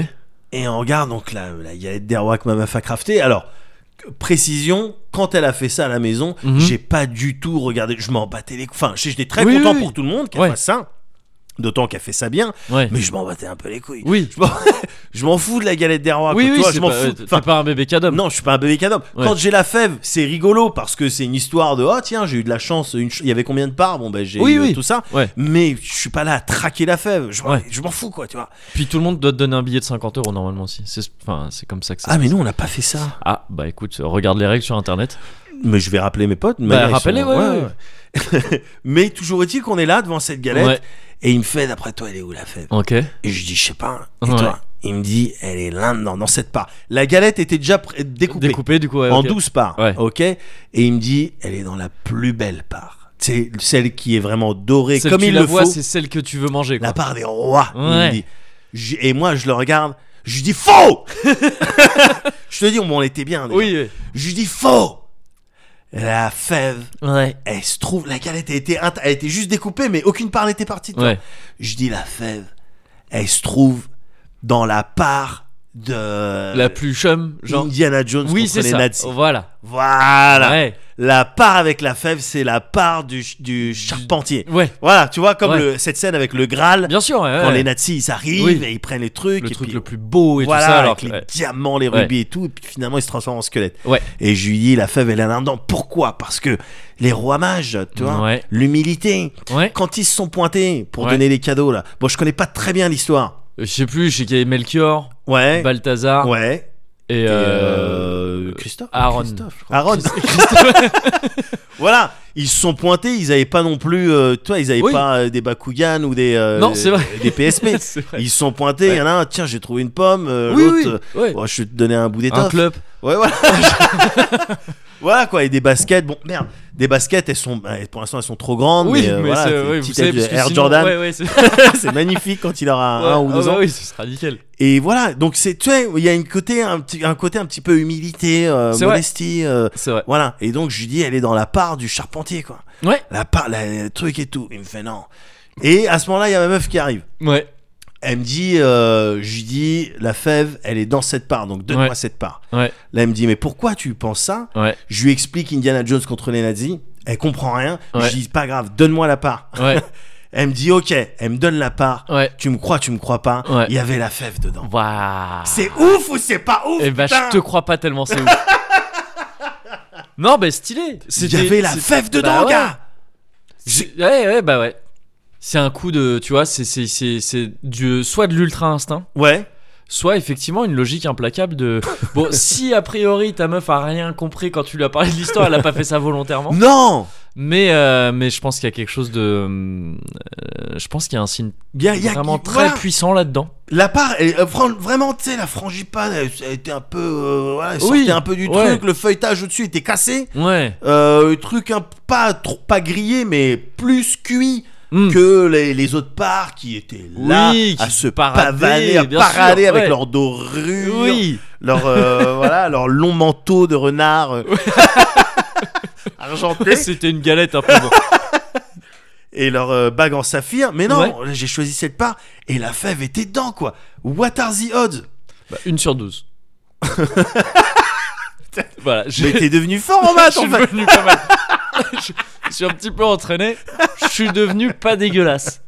B: Et on regarde donc là, là, il y a Derwak ma meuf a crafté. Alors, précision, quand elle a fait ça à la maison,
A: Mhm.
B: j'ai pas du tout regardé. Je m'en battais les couilles. Enfin, j'étais très
A: Oui,
B: content
A: oui, oui.
B: pour tout le monde qu'elle
A: Ouais.
B: fasse ça. D'autant qu'elle fait ça bien,
A: Ouais.
B: mais je m'en battais un peu les couilles.
A: Oui.
B: Je m'en- Je m'en fous de la galette d'Erwak.
A: Oui,
B: tu
A: oui,
B: vois,
A: c'est
B: je m'en
A: pas- euh,
B: fous.
A: t'es
B: Enfin,
A: pas un bébé cadom.
B: non, je suis pas un bébé cadom.
A: Ouais.
B: Quand j'ai la fève, c'est rigolo parce que c'est une histoire de oh tiens, j'ai eu de la chance, une ch- il y avait combien de parts Bon ben j'ai
A: Oui,
B: eu euh,
A: oui.
B: tout ça.
A: Ouais.
B: Mais je suis pas là à traquer la fève. Je m'en
A: Ouais.
B: je m'en fous quoi, tu vois.
A: Puis tout le monde doit te donner un billet de 50 euros normalement aussi. C'est enfin, c'est comme ça que ça.
B: Ah mais nous on n'a pas fait ça.
A: Ah, bah écoute, regarde les règles sur internet.
B: Mais je vais rappeler mes potes. mais
A: Bah,
B: là, ils
A: rappelez,
B: sont-
A: ouais,
B: ouais. mais toujours est-il qu'on est là devant cette galette
A: Ouais.
B: et il me fait d'après toi elle est où la fève
A: Ok.
B: Et je dis je sais pas. Et
A: Ouais.
B: toi Il me dit elle est là dedans dans cette part. La galette était déjà pr- découpée,
A: Découpé du coup. ouais,
B: en
A: ok.
B: 12 parts,
A: Ouais.
B: ok Et il me dit elle est dans la plus belle part. C'est celle qui est vraiment dorée
A: Celle
B: comme
A: que tu
B: il
A: la
B: le
A: vois,
B: faut.
A: c'est celle que tu veux manger. Quoi.
B: La part des rois. il me
A: Ouais.
B: dit. J- Et moi je le regarde. Je lui
A: [laughs]
B: dis faux. je te dis on on était bien. déjà.
A: Oui.
B: Je lui dis faux. La fève
A: Ouais.
B: elle se trouve, la galette a été, int- elle était juste découpée, mais aucune part n'était partie. toi.
A: Ouais.
B: Je dis la fève, elle se trouve dans la part de
A: La plus chum, genre.
B: Indiana euh, Jones
A: Oui,
B: contre
A: c'est
B: les
A: ça.
B: nazis.
A: Voilà.
B: Voilà,
A: Ouais.
B: la part avec la fève, c'est la part du, ch- du charpentier.
A: Ouais.
B: Voilà, tu vois comme
A: Ouais.
B: le- cette scène avec le Graal
A: Bien sûr. Ouais.
B: quand
A: ouais.
B: les nazis ils arrivent
A: Oui.
B: et ils prennent les trucs,
A: le
B: et
A: truc
B: puis
A: le plus beau et
B: voilà,
A: tout ça. Alors
B: avec
A: que-
B: les
A: ouais.
B: diamants, les
A: Ouais.
B: rubis et tout, et puis finalement il se transforme en squelette.
A: Ouais.
B: Et je lui dis la fève elle est là-dedans. Pourquoi Parce que les rois mages, tu vois,
A: Ouais.
B: l'humilité.
A: Ouais.
B: Quand ils se sont pointés pour
A: Ouais.
B: donner les cadeaux là. Bon, je connais pas très bien l'histoire.
A: Euh, Je sais plus. Je sais qu'il y avait Melchior,
B: Ouais.
A: Balthazar
B: ouais.
A: et.
B: Et,
A: euh,
B: euh, Christophe.
A: Aaron.
B: Christophe, je crois. Aaron. [laughs]
A: Christophe-
B: voilà. Ils se sont pointés. Ils avaient pas non plus. euh, toi, ils avaient
A: Oui.
B: pas euh, des Bakugan ou des. euh,
A: Non, c'est vrai.
B: [laughs] Des PSP.
A: [laughs] C'est vrai.
B: ils se sont pointés. Il y en a un. Tiens, j'ai trouvé une pomme. euh,
A: Oui,
B: L'autre.
A: oui.
B: euh,
A: Ouais.
B: bon, je vais te donner un bout d'étoffe.
A: Un club.
B: Ouais, voilà. voilà [laughs] quoi, et des baskets. Bon, merde, des baskets, elles sont, euh, pour l'instant, elles sont trop grandes.
A: Oui,
B: mais, euh,
A: mais
B: voilà,
A: c'est-
B: des
A: ouais, vous
B: petites
A: savez,
B: ailes de
A: parce que
B: Air
A: sinon-
B: Jordan,
A: Ouais, ouais, c'est
B: [laughs] c'est magnifique quand il aura un
A: Ouais,
B: ou
A: ah
B: deux
A: bah
B: ans.
A: oui, ce sera nickel.
B: Et voilà, donc c'est, tu sais, il y a une côté, un, petit, un côté un petit peu humilité, euh,
A: C'est vrai.
B: modestie. euh,
A: C'est vrai.
B: voilà, et donc je lui dis, elle est dans la part du charpentier, quoi.
A: Ouais.
B: La part, la- le truc et tout. Il me fait non. Et à ce moment-là, il y a ma meuf qui arrive.
A: Ouais.
B: Elle me dit, euh, je lui dis, la fève, elle est dans cette part, donc donne-moi
A: Ouais.
B: cette part.
A: Ouais.
B: Là, elle me dit, mais pourquoi tu penses ça
A: Ouais.
B: Je lui explique Indiana Jones contre les nazis. Elle comprend rien.
A: Ouais.
B: Je dis pas grave, donne-moi la part.
A: Ouais.
B: Elle me dit ok, elle me donne la part.
A: Ouais.
B: Tu me crois, tu me crois pas.
A: Ouais.
B: Il y avait la fève dedans.
A: Waouh.
B: C'est ouf ou c'est pas ouf
A: Eh bah,
B: putain
A: je te crois pas tellement, c'est ouf. Non, bah, stylé.
B: Il y
A: C'était-
B: avait la
A: c'était-
B: fève
A: bah
B: dedans,
A: ouais.
B: gars.
A: C'est- Ouais, ouais, bah ouais. C'est un coup de. Tu vois, c'est, c'est, c'est, c'est du, soit de l'ultra instinct,
B: Ouais.
A: soit effectivement une logique implacable
B: [laughs]
A: de. Bon, si a priori ta meuf a rien compris quand tu lui as parlé de l'histoire, elle a pas fait ça volontairement.
B: Non.
A: Mais, euh, mais je pense qu'il y a quelque chose de. euh, je pense qu'il y a un signe
B: Il y a, il y a-
A: vraiment très
B: voilà.
A: puissant là-dedans.
B: La part, elle- euh, fran- vraiment, tu sais, la frangipane, elle, elle était un peu, euh, voilà, elle
A: Oui.
B: sortait un peu du
A: Ouais.
B: truc. Le feuilletage au-dessus était cassé.
A: Ouais.
B: Euh, le truc un, pas trop, pas grillé, mais plus cuit.
A: Mm.
B: que les, les autres parts qui étaient là
A: Oui,
B: à
A: qui
B: se
A: paradaient,
B: pavaner, à
A: bien
B: parader
A: sûr,
B: avec
A: ouais.
B: leur dorure,
A: Oui. [laughs]
B: leur euh, voilà, leur long manteau de renard euh,
A: [laughs]
B: argenté
A: C'était une galette un peu. bon.
B: et leur euh, bague en saphir. Mais non, j'ai choisi cette part et la fève était dedans quoi. What are the odds
A: Bah, une sur
B: [laughs]
A: douze. voilà. [laughs] je-
B: Mais t'es devenu fort en match
A: je
B: en
A: suis
B: fait.
A: devenu pas mal. [laughs] je, je suis un petit peu entraîné. Je suis devenu pas dégueulasse.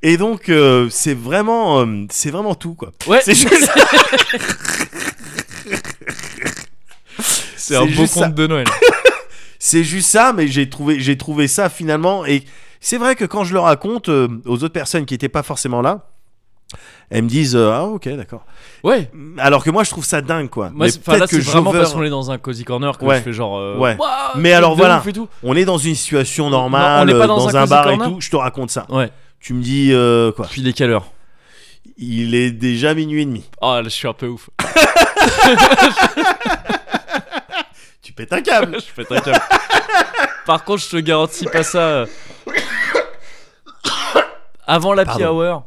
B: Et donc euh, c'est vraiment, euh, c'est vraiment tout quoi.
A: Ouais.
B: C'est juste ça.
A: [laughs] C'est un beau
B: juste ça.
A: conte de Noël.
B: [laughs] C'est juste ça, mais j'ai trouvé, j'ai trouvé ça finalement. Et c'est vrai que quand je le raconte euh, aux autres personnes qui n'étaient pas forcément là, elles me disent euh, Ah, ok, d'accord.
A: Ouais.
B: Alors que moi, je trouve ça dingue, quoi.
A: Moi,
B: mais
A: c'est- enfin, là,
B: peut-être que
A: c'est vraiment
B: j'over-
A: parce qu'on est dans un cozy corner que
B: Ouais.
A: je fais genre. euh,
B: Ouais.
A: Ouah,
B: Mais
A: truc
B: alors,
A: de
B: voilà.
A: ouf et tout.
B: on est dans une situation
A: Non, on
B: normale,
A: n'est pas
B: euh,
A: dans
B: dans,
A: un
B: un
A: cozy
B: bar et
A: corner.
B: tout. Je te raconte ça.
A: Ouais.
B: Tu me dis euh, quoi
A: Puis il est quelle heure
B: Il est déjà minuit et demi.
A: Oh, là, je suis un peu ouf. [laughs]
B: Tu pètes
A: [laughs]
B: un câble.
A: je fais un câble. Par contre, je te garantis pas ça. euh, [coughs] Avant la happy
B: Pardon.
A: hour.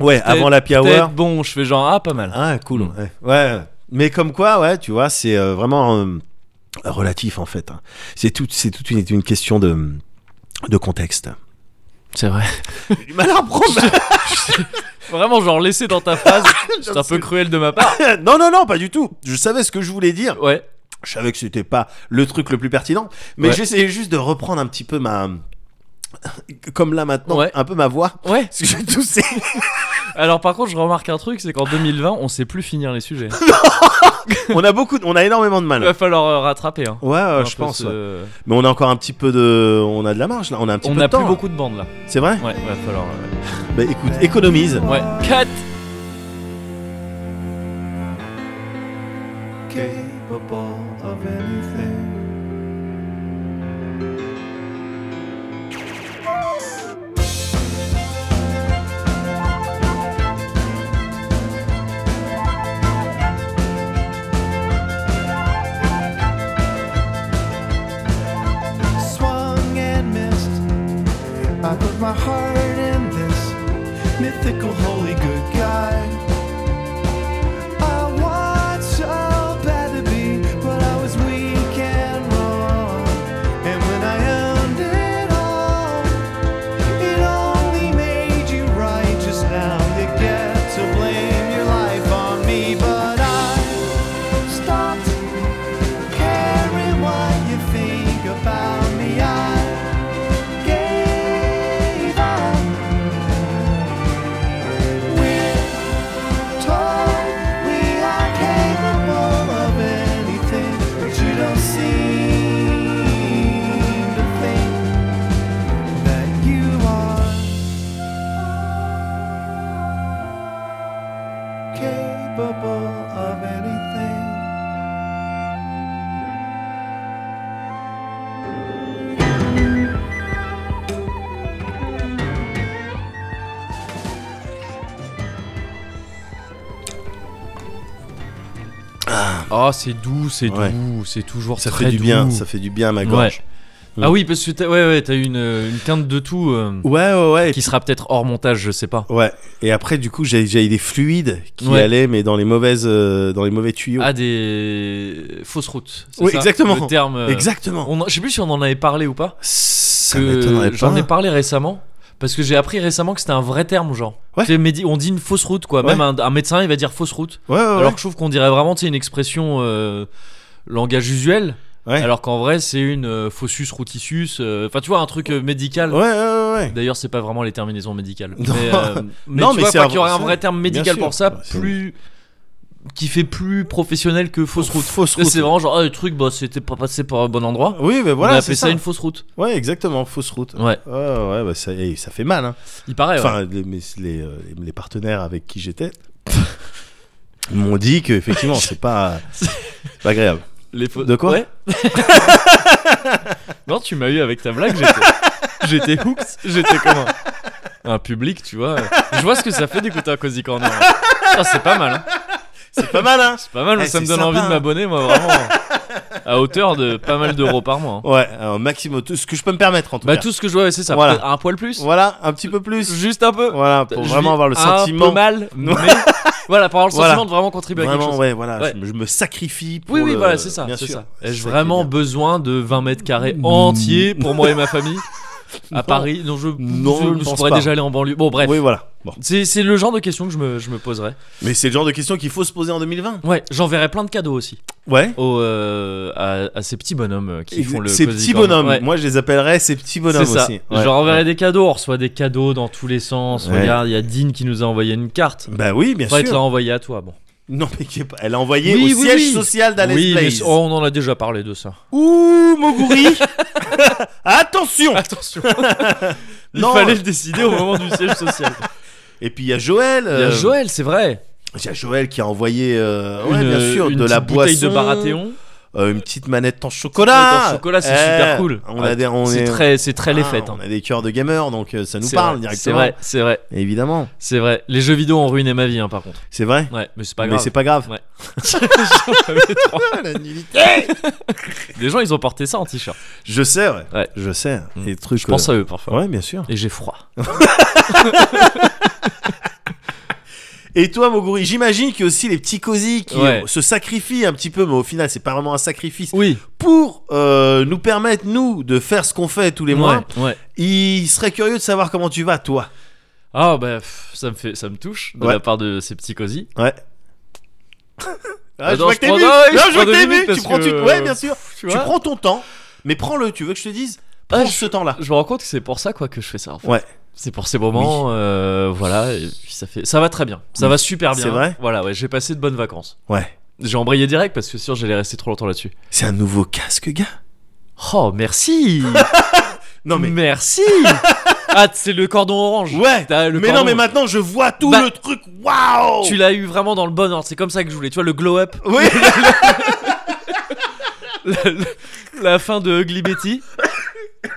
B: ouais, avant la
A: Peut-être
B: hour.
A: bon, je fais genre ah pas mal.
B: Mm. Ah, cool. Ouais. Ouais. Mais comme quoi, ouais, tu vois, c'est euh, vraiment. euh, relatif en fait. hein. C'est tout, c'est toute une, une question de, de contexte.
A: C'est vrai.
B: J'ai du mal à reprendre.
A: Vraiment, genre, laisser dans ta
B: [laughs]
A: phrase, c'est un peu cruel de ma part.
B: non, non, non, pas du tout. Je savais ce que je voulais dire.
A: Ouais.
B: Je savais que c'était pas le truc le plus pertinent, mais
A: Ouais.
B: j'essayais juste de reprendre un petit peu ma, comme là maintenant,
A: Ouais.
B: un peu ma voix.
A: Ouais.
B: Parce que je [laughs] toussais.
A: Alors, par contre, je remarque un truc, c'est qu'en 2020, on sait plus finir les
B: [laughs]
A: sujets.
B: on a beaucoup, de- on a énormément de
A: Il
B: mal.
A: va falloir euh, rattraper. Hein.
B: Ouais, ouais,
A: Un
B: Ah, je
A: peu
B: pense. ouais.
A: ce-
B: Mais on a encore un petit peu de, on a de la marge là. On a un petit
A: On
B: peu
A: n'a
B: de temps.
A: plus
B: là.
A: beaucoup de bandes là.
B: C'est vrai.
A: Ouais, va falloir. euh,
B: Bah écoute, économise.
A: Ouais. 4
D: capable of anything. Swung and missed. I put my heart in this mythical holy good guy. I want so bad to be, but I was weak and wrong. And when I owned it all, it only made you righteous. Now you get to blame your life on me, but I stopped caring what you think about me. I gave up. We're told we are capable of anything, but you don't seem to think that you are capable of anything.
A: Oh, c'est doux, c'est
B: Ouais.
A: doux, c'est toujours
B: Ça
A: très
B: fait du
A: doux.
B: bien. Ça fait du bien à ma
A: Ouais.
B: gorge.
A: Ah oui, parce que t'as ouais, ouais, t'as eu une, une teinte de tout euh,
B: Ouais, ouais, ouais.
A: qui sera peut-être hors montage, je sais pas.
B: Ouais. Et après, du coup, j'ai j'ai eu des fluides qui
A: Ouais.
B: allaient, mais dans les mauvaises, euh, dans les mauvais tuyaux.
A: Ah, des fausses routes. c'est
B: Oui,
A: ça,
B: exactement.
A: Le terme. euh,
B: Exactement.
A: on en- Je sais plus si on en avait parlé ou pas.
B: Ça m'étonnerait
A: que
B: pas.
A: J'en ai parlé récemment. Parce que j'ai appris récemment que c'était un vrai terme, genre.
B: Ouais.
A: Tu sais, médi- On dit une fausse route, quoi. Même
B: Ouais.
A: un, un médecin, il va dire fausse route.
B: Ouais, ouais, ouais.
A: Alors que je trouve qu'on dirait vraiment, tu sais, une expression euh, langage usuel.
B: Ouais.
A: Alors qu'en vrai, c'est une euh, fausus routissus. euh, Enfin, tu vois, un truc euh, médical.
B: Ouais, ouais, ouais, ouais.
A: D'ailleurs, c'est pas vraiment les terminaisons médicales.
B: Non.
A: Mais,
B: [laughs]
A: euh, mais
B: Non,
A: tu
B: mais
A: vois,
B: c'est
A: quoi
B: un-
A: qu'il y aurait un
B: c'est-
A: vrai terme médical
B: sûr.
A: pour ça,
B: Ouais, c'est-
A: plus qui fait plus professionnel que fausse route.
B: Fausse
A: Là,
B: route.
A: C'est vraiment genre ah, le truc, bah, c'était pas passé par un bon endroit.
B: Oui, mais
A: On a
B: voilà, c'est
A: appelé ça,
B: ça.
A: une fausse route.
B: Ouais, exactement, fausse route.
A: Ouais,
B: Ouais, ouais, bah ça, et ça fait mal. Hein.
A: il paraît. ouais.
B: Enfin, les, mes- les, euh, les partenaires avec qui j'étais [laughs] m'ont dit que effectivement,
A: [laughs]
B: c'est pas, c'est pas agréable.
A: Les faux-
B: de quoi [laughs]
A: Ouais. Non, tu m'as eu avec ta blague. J'étais, j'étais hooked. J'étais comment Un public, tu vois. Je vois ce que ça fait d'écouter un Cozy Corner. Ah, c'est pas mal. hein.
B: C'est pas mal, hein
A: C'est pas mal.
B: Eh,
A: ça me
B: c'est
A: donne
B: sympa,
A: envie de
B: hein.
A: m'abonner, moi, vraiment. À hauteur de pas mal d'euros par mois. hein.
B: Ouais, alors, maximum, tout ce que je peux me permettre en tout
A: Bah
B: cas.
A: tout ce que je vois, ouais, c'est ça.
B: Voilà.
A: Peut-être Un poil plus.
B: Voilà, un petit peu plus.
A: Juste un peu.
B: Voilà, pour
A: Je
B: vraiment
A: vis
B: avoir le
A: Un
B: sentiment.
A: peu mal, mais voilà, pour avoir le
B: Voilà.
A: sentiment de vraiment contribuer à quelque
B: Vraiment,
A: chose.
B: ouais, voilà,
A: Ouais.
B: Je, me- je me sacrifie pour
A: Oui, oui,
B: le-
A: voilà, c'est ça.
B: Bien
A: c'est
B: sûr.
A: ça. Ai-je
B: ça qui est
A: vraiment
B: bien.
A: besoin de 20 mètres carrés entiers pour moi et ma
B: [laughs]
A: famille à Paris Non, je,
B: Non,
A: je,
B: je pense
A: pourrais
B: pas.
A: déjà aller en banlieue. Bon, bref.
B: Oui, voilà. Bon.
A: C'est c'est le genre de question que je me, je me poserais.
B: Mais c'est le genre de question qu'il faut se poser en 2020.
A: Ouais, j'enverrai plein de cadeaux aussi
B: Ouais.
A: aux, euh, à, à ces petits bonhommes euh, qui font le.
B: ces
A: Cozy
B: petits
A: Corner.
B: bonhommes,
A: Ouais.
B: moi je les appellerais ces petits bonhommes
A: C'est ça.
B: aussi.
A: Je
B: Ouais.
A: leur enverrai des cadeaux. On reçoit des cadeaux dans tous les sens.
B: Ouais.
A: Regarde, il y a Dean qui nous a envoyé une carte.
B: Bah oui, bien
A: Enfin, elle te l'a
B: sûr.
A: envoyé à toi. Bon.
B: Non, mais qui est pas- elle a envoyé
A: Oui,
B: au
A: oui,
B: siège
A: oui.
B: social d'Alex
A: oui, mais
B: Blaze.
A: c- oh, on en a déjà parlé de
B: [laughs]
A: ça.
B: Ouh, Moguri [laughs] Attention
A: Attention. Il
B: Non.
A: fallait le décider au moment du siège
B: [laughs]
A: social.
B: Et puis il y a Joël.
A: Il y a
B: euh,
A: Joël, c'est vrai.
B: il y a Joël qui a envoyé, euh, ouais,
A: Une-
B: bien sûr,
A: une
B: de la
A: petite bouteille
B: boisson,
A: de Baratheon.
B: euh, une petite manette en chocolat.
A: Manette en chocolat, c'est
B: Eh,
A: super cool.
B: On
A: Ouais,
B: a des, on
A: C'est
B: est,
A: très, c'est très les
B: Ah,
A: fêtes. hein.
B: On a des cœurs de gamers, donc euh, ça nous
A: C'est
B: parle
A: vrai,
B: directement.
A: C'est vrai,
B: Évidemment,
A: c'est vrai, c'est vrai. Les jeux vidéo ont ruiné ma vie, hein, par contre.
B: c'est vrai.
A: Ouais, mais c'est pas
B: Mais
A: grave.
B: c'est pas grave. [laughs]
A: [laughs]
B: Ah,
A: Les gens, ils ont porté ça en t-shirt.
B: Je sais, ouais.
A: Ouais.
B: Je sais.
A: Mm.
B: Les trucs. euh,
A: Je pense à eux parfois.
B: Ouais, bien sûr.
A: Et j'ai froid.
B: Et toi, Moguri, j'imagine qu'il y a aussi les petits cosy qui
A: Ouais.
B: euh, se sacrifient un petit peu, mais au final, c'est pas vraiment un sacrifice.
A: Oui,
B: Pour euh, nous permettre, nous, de faire ce qu'on fait tous les mois,
A: ouais, ouais.
B: il serait curieux de savoir comment tu vas, toi.
A: Ah bah pff, ça me fait ça me touche de
B: Ouais.
A: la part de ces petits cosy.
B: Ouais. [laughs] Ah,
A: Attends,
B: vois
A: je
B: que t'es
A: prends-
B: ému.
A: non,
B: Non,
A: je
B: je vois
A: prends
B: que
A: deux
B: t'es ému.
A: minutes parce
B: Tu prends, tu...
A: que-
B: ouais, bien sûr.
A: Tu
B: Tu prends ton temps, mais prends-le. Tu veux que je te dise Prends
A: Ah, je-
B: ce temps-là.
A: Je me rends compte que c'est pour ça quoi que je fais ça. en fait.
B: Ouais.
A: C'est pour ces moments, euh, voilà. Et puis ça fait, ça va très bien, ça
B: Oui.
A: va super bien.
B: C'est vrai
A: Voilà, ouais, j'ai passé de bonnes vacances.
B: Ouais.
A: J'ai embrayé direct parce que sinon j'allais rester trop longtemps là-dessus.
B: C'est un nouveau casque, gars.
A: Oh [laughs] merci,
B: Non
A: [laughs]
B: mais.
A: merci. ah c'est le cordon orange.
B: Ouais.
A: Mmh. T'as le
B: mais non,
A: cordon.
B: mais maintenant je vois tout
A: Bah,
B: le truc. Waouh.
A: Tu l'as eu vraiment dans le bon ordre. C'est comme ça que je voulais. Tu vois le glow up, [laughs]
B: Oui. [laughs]
A: la, la fin de Ugly Betty.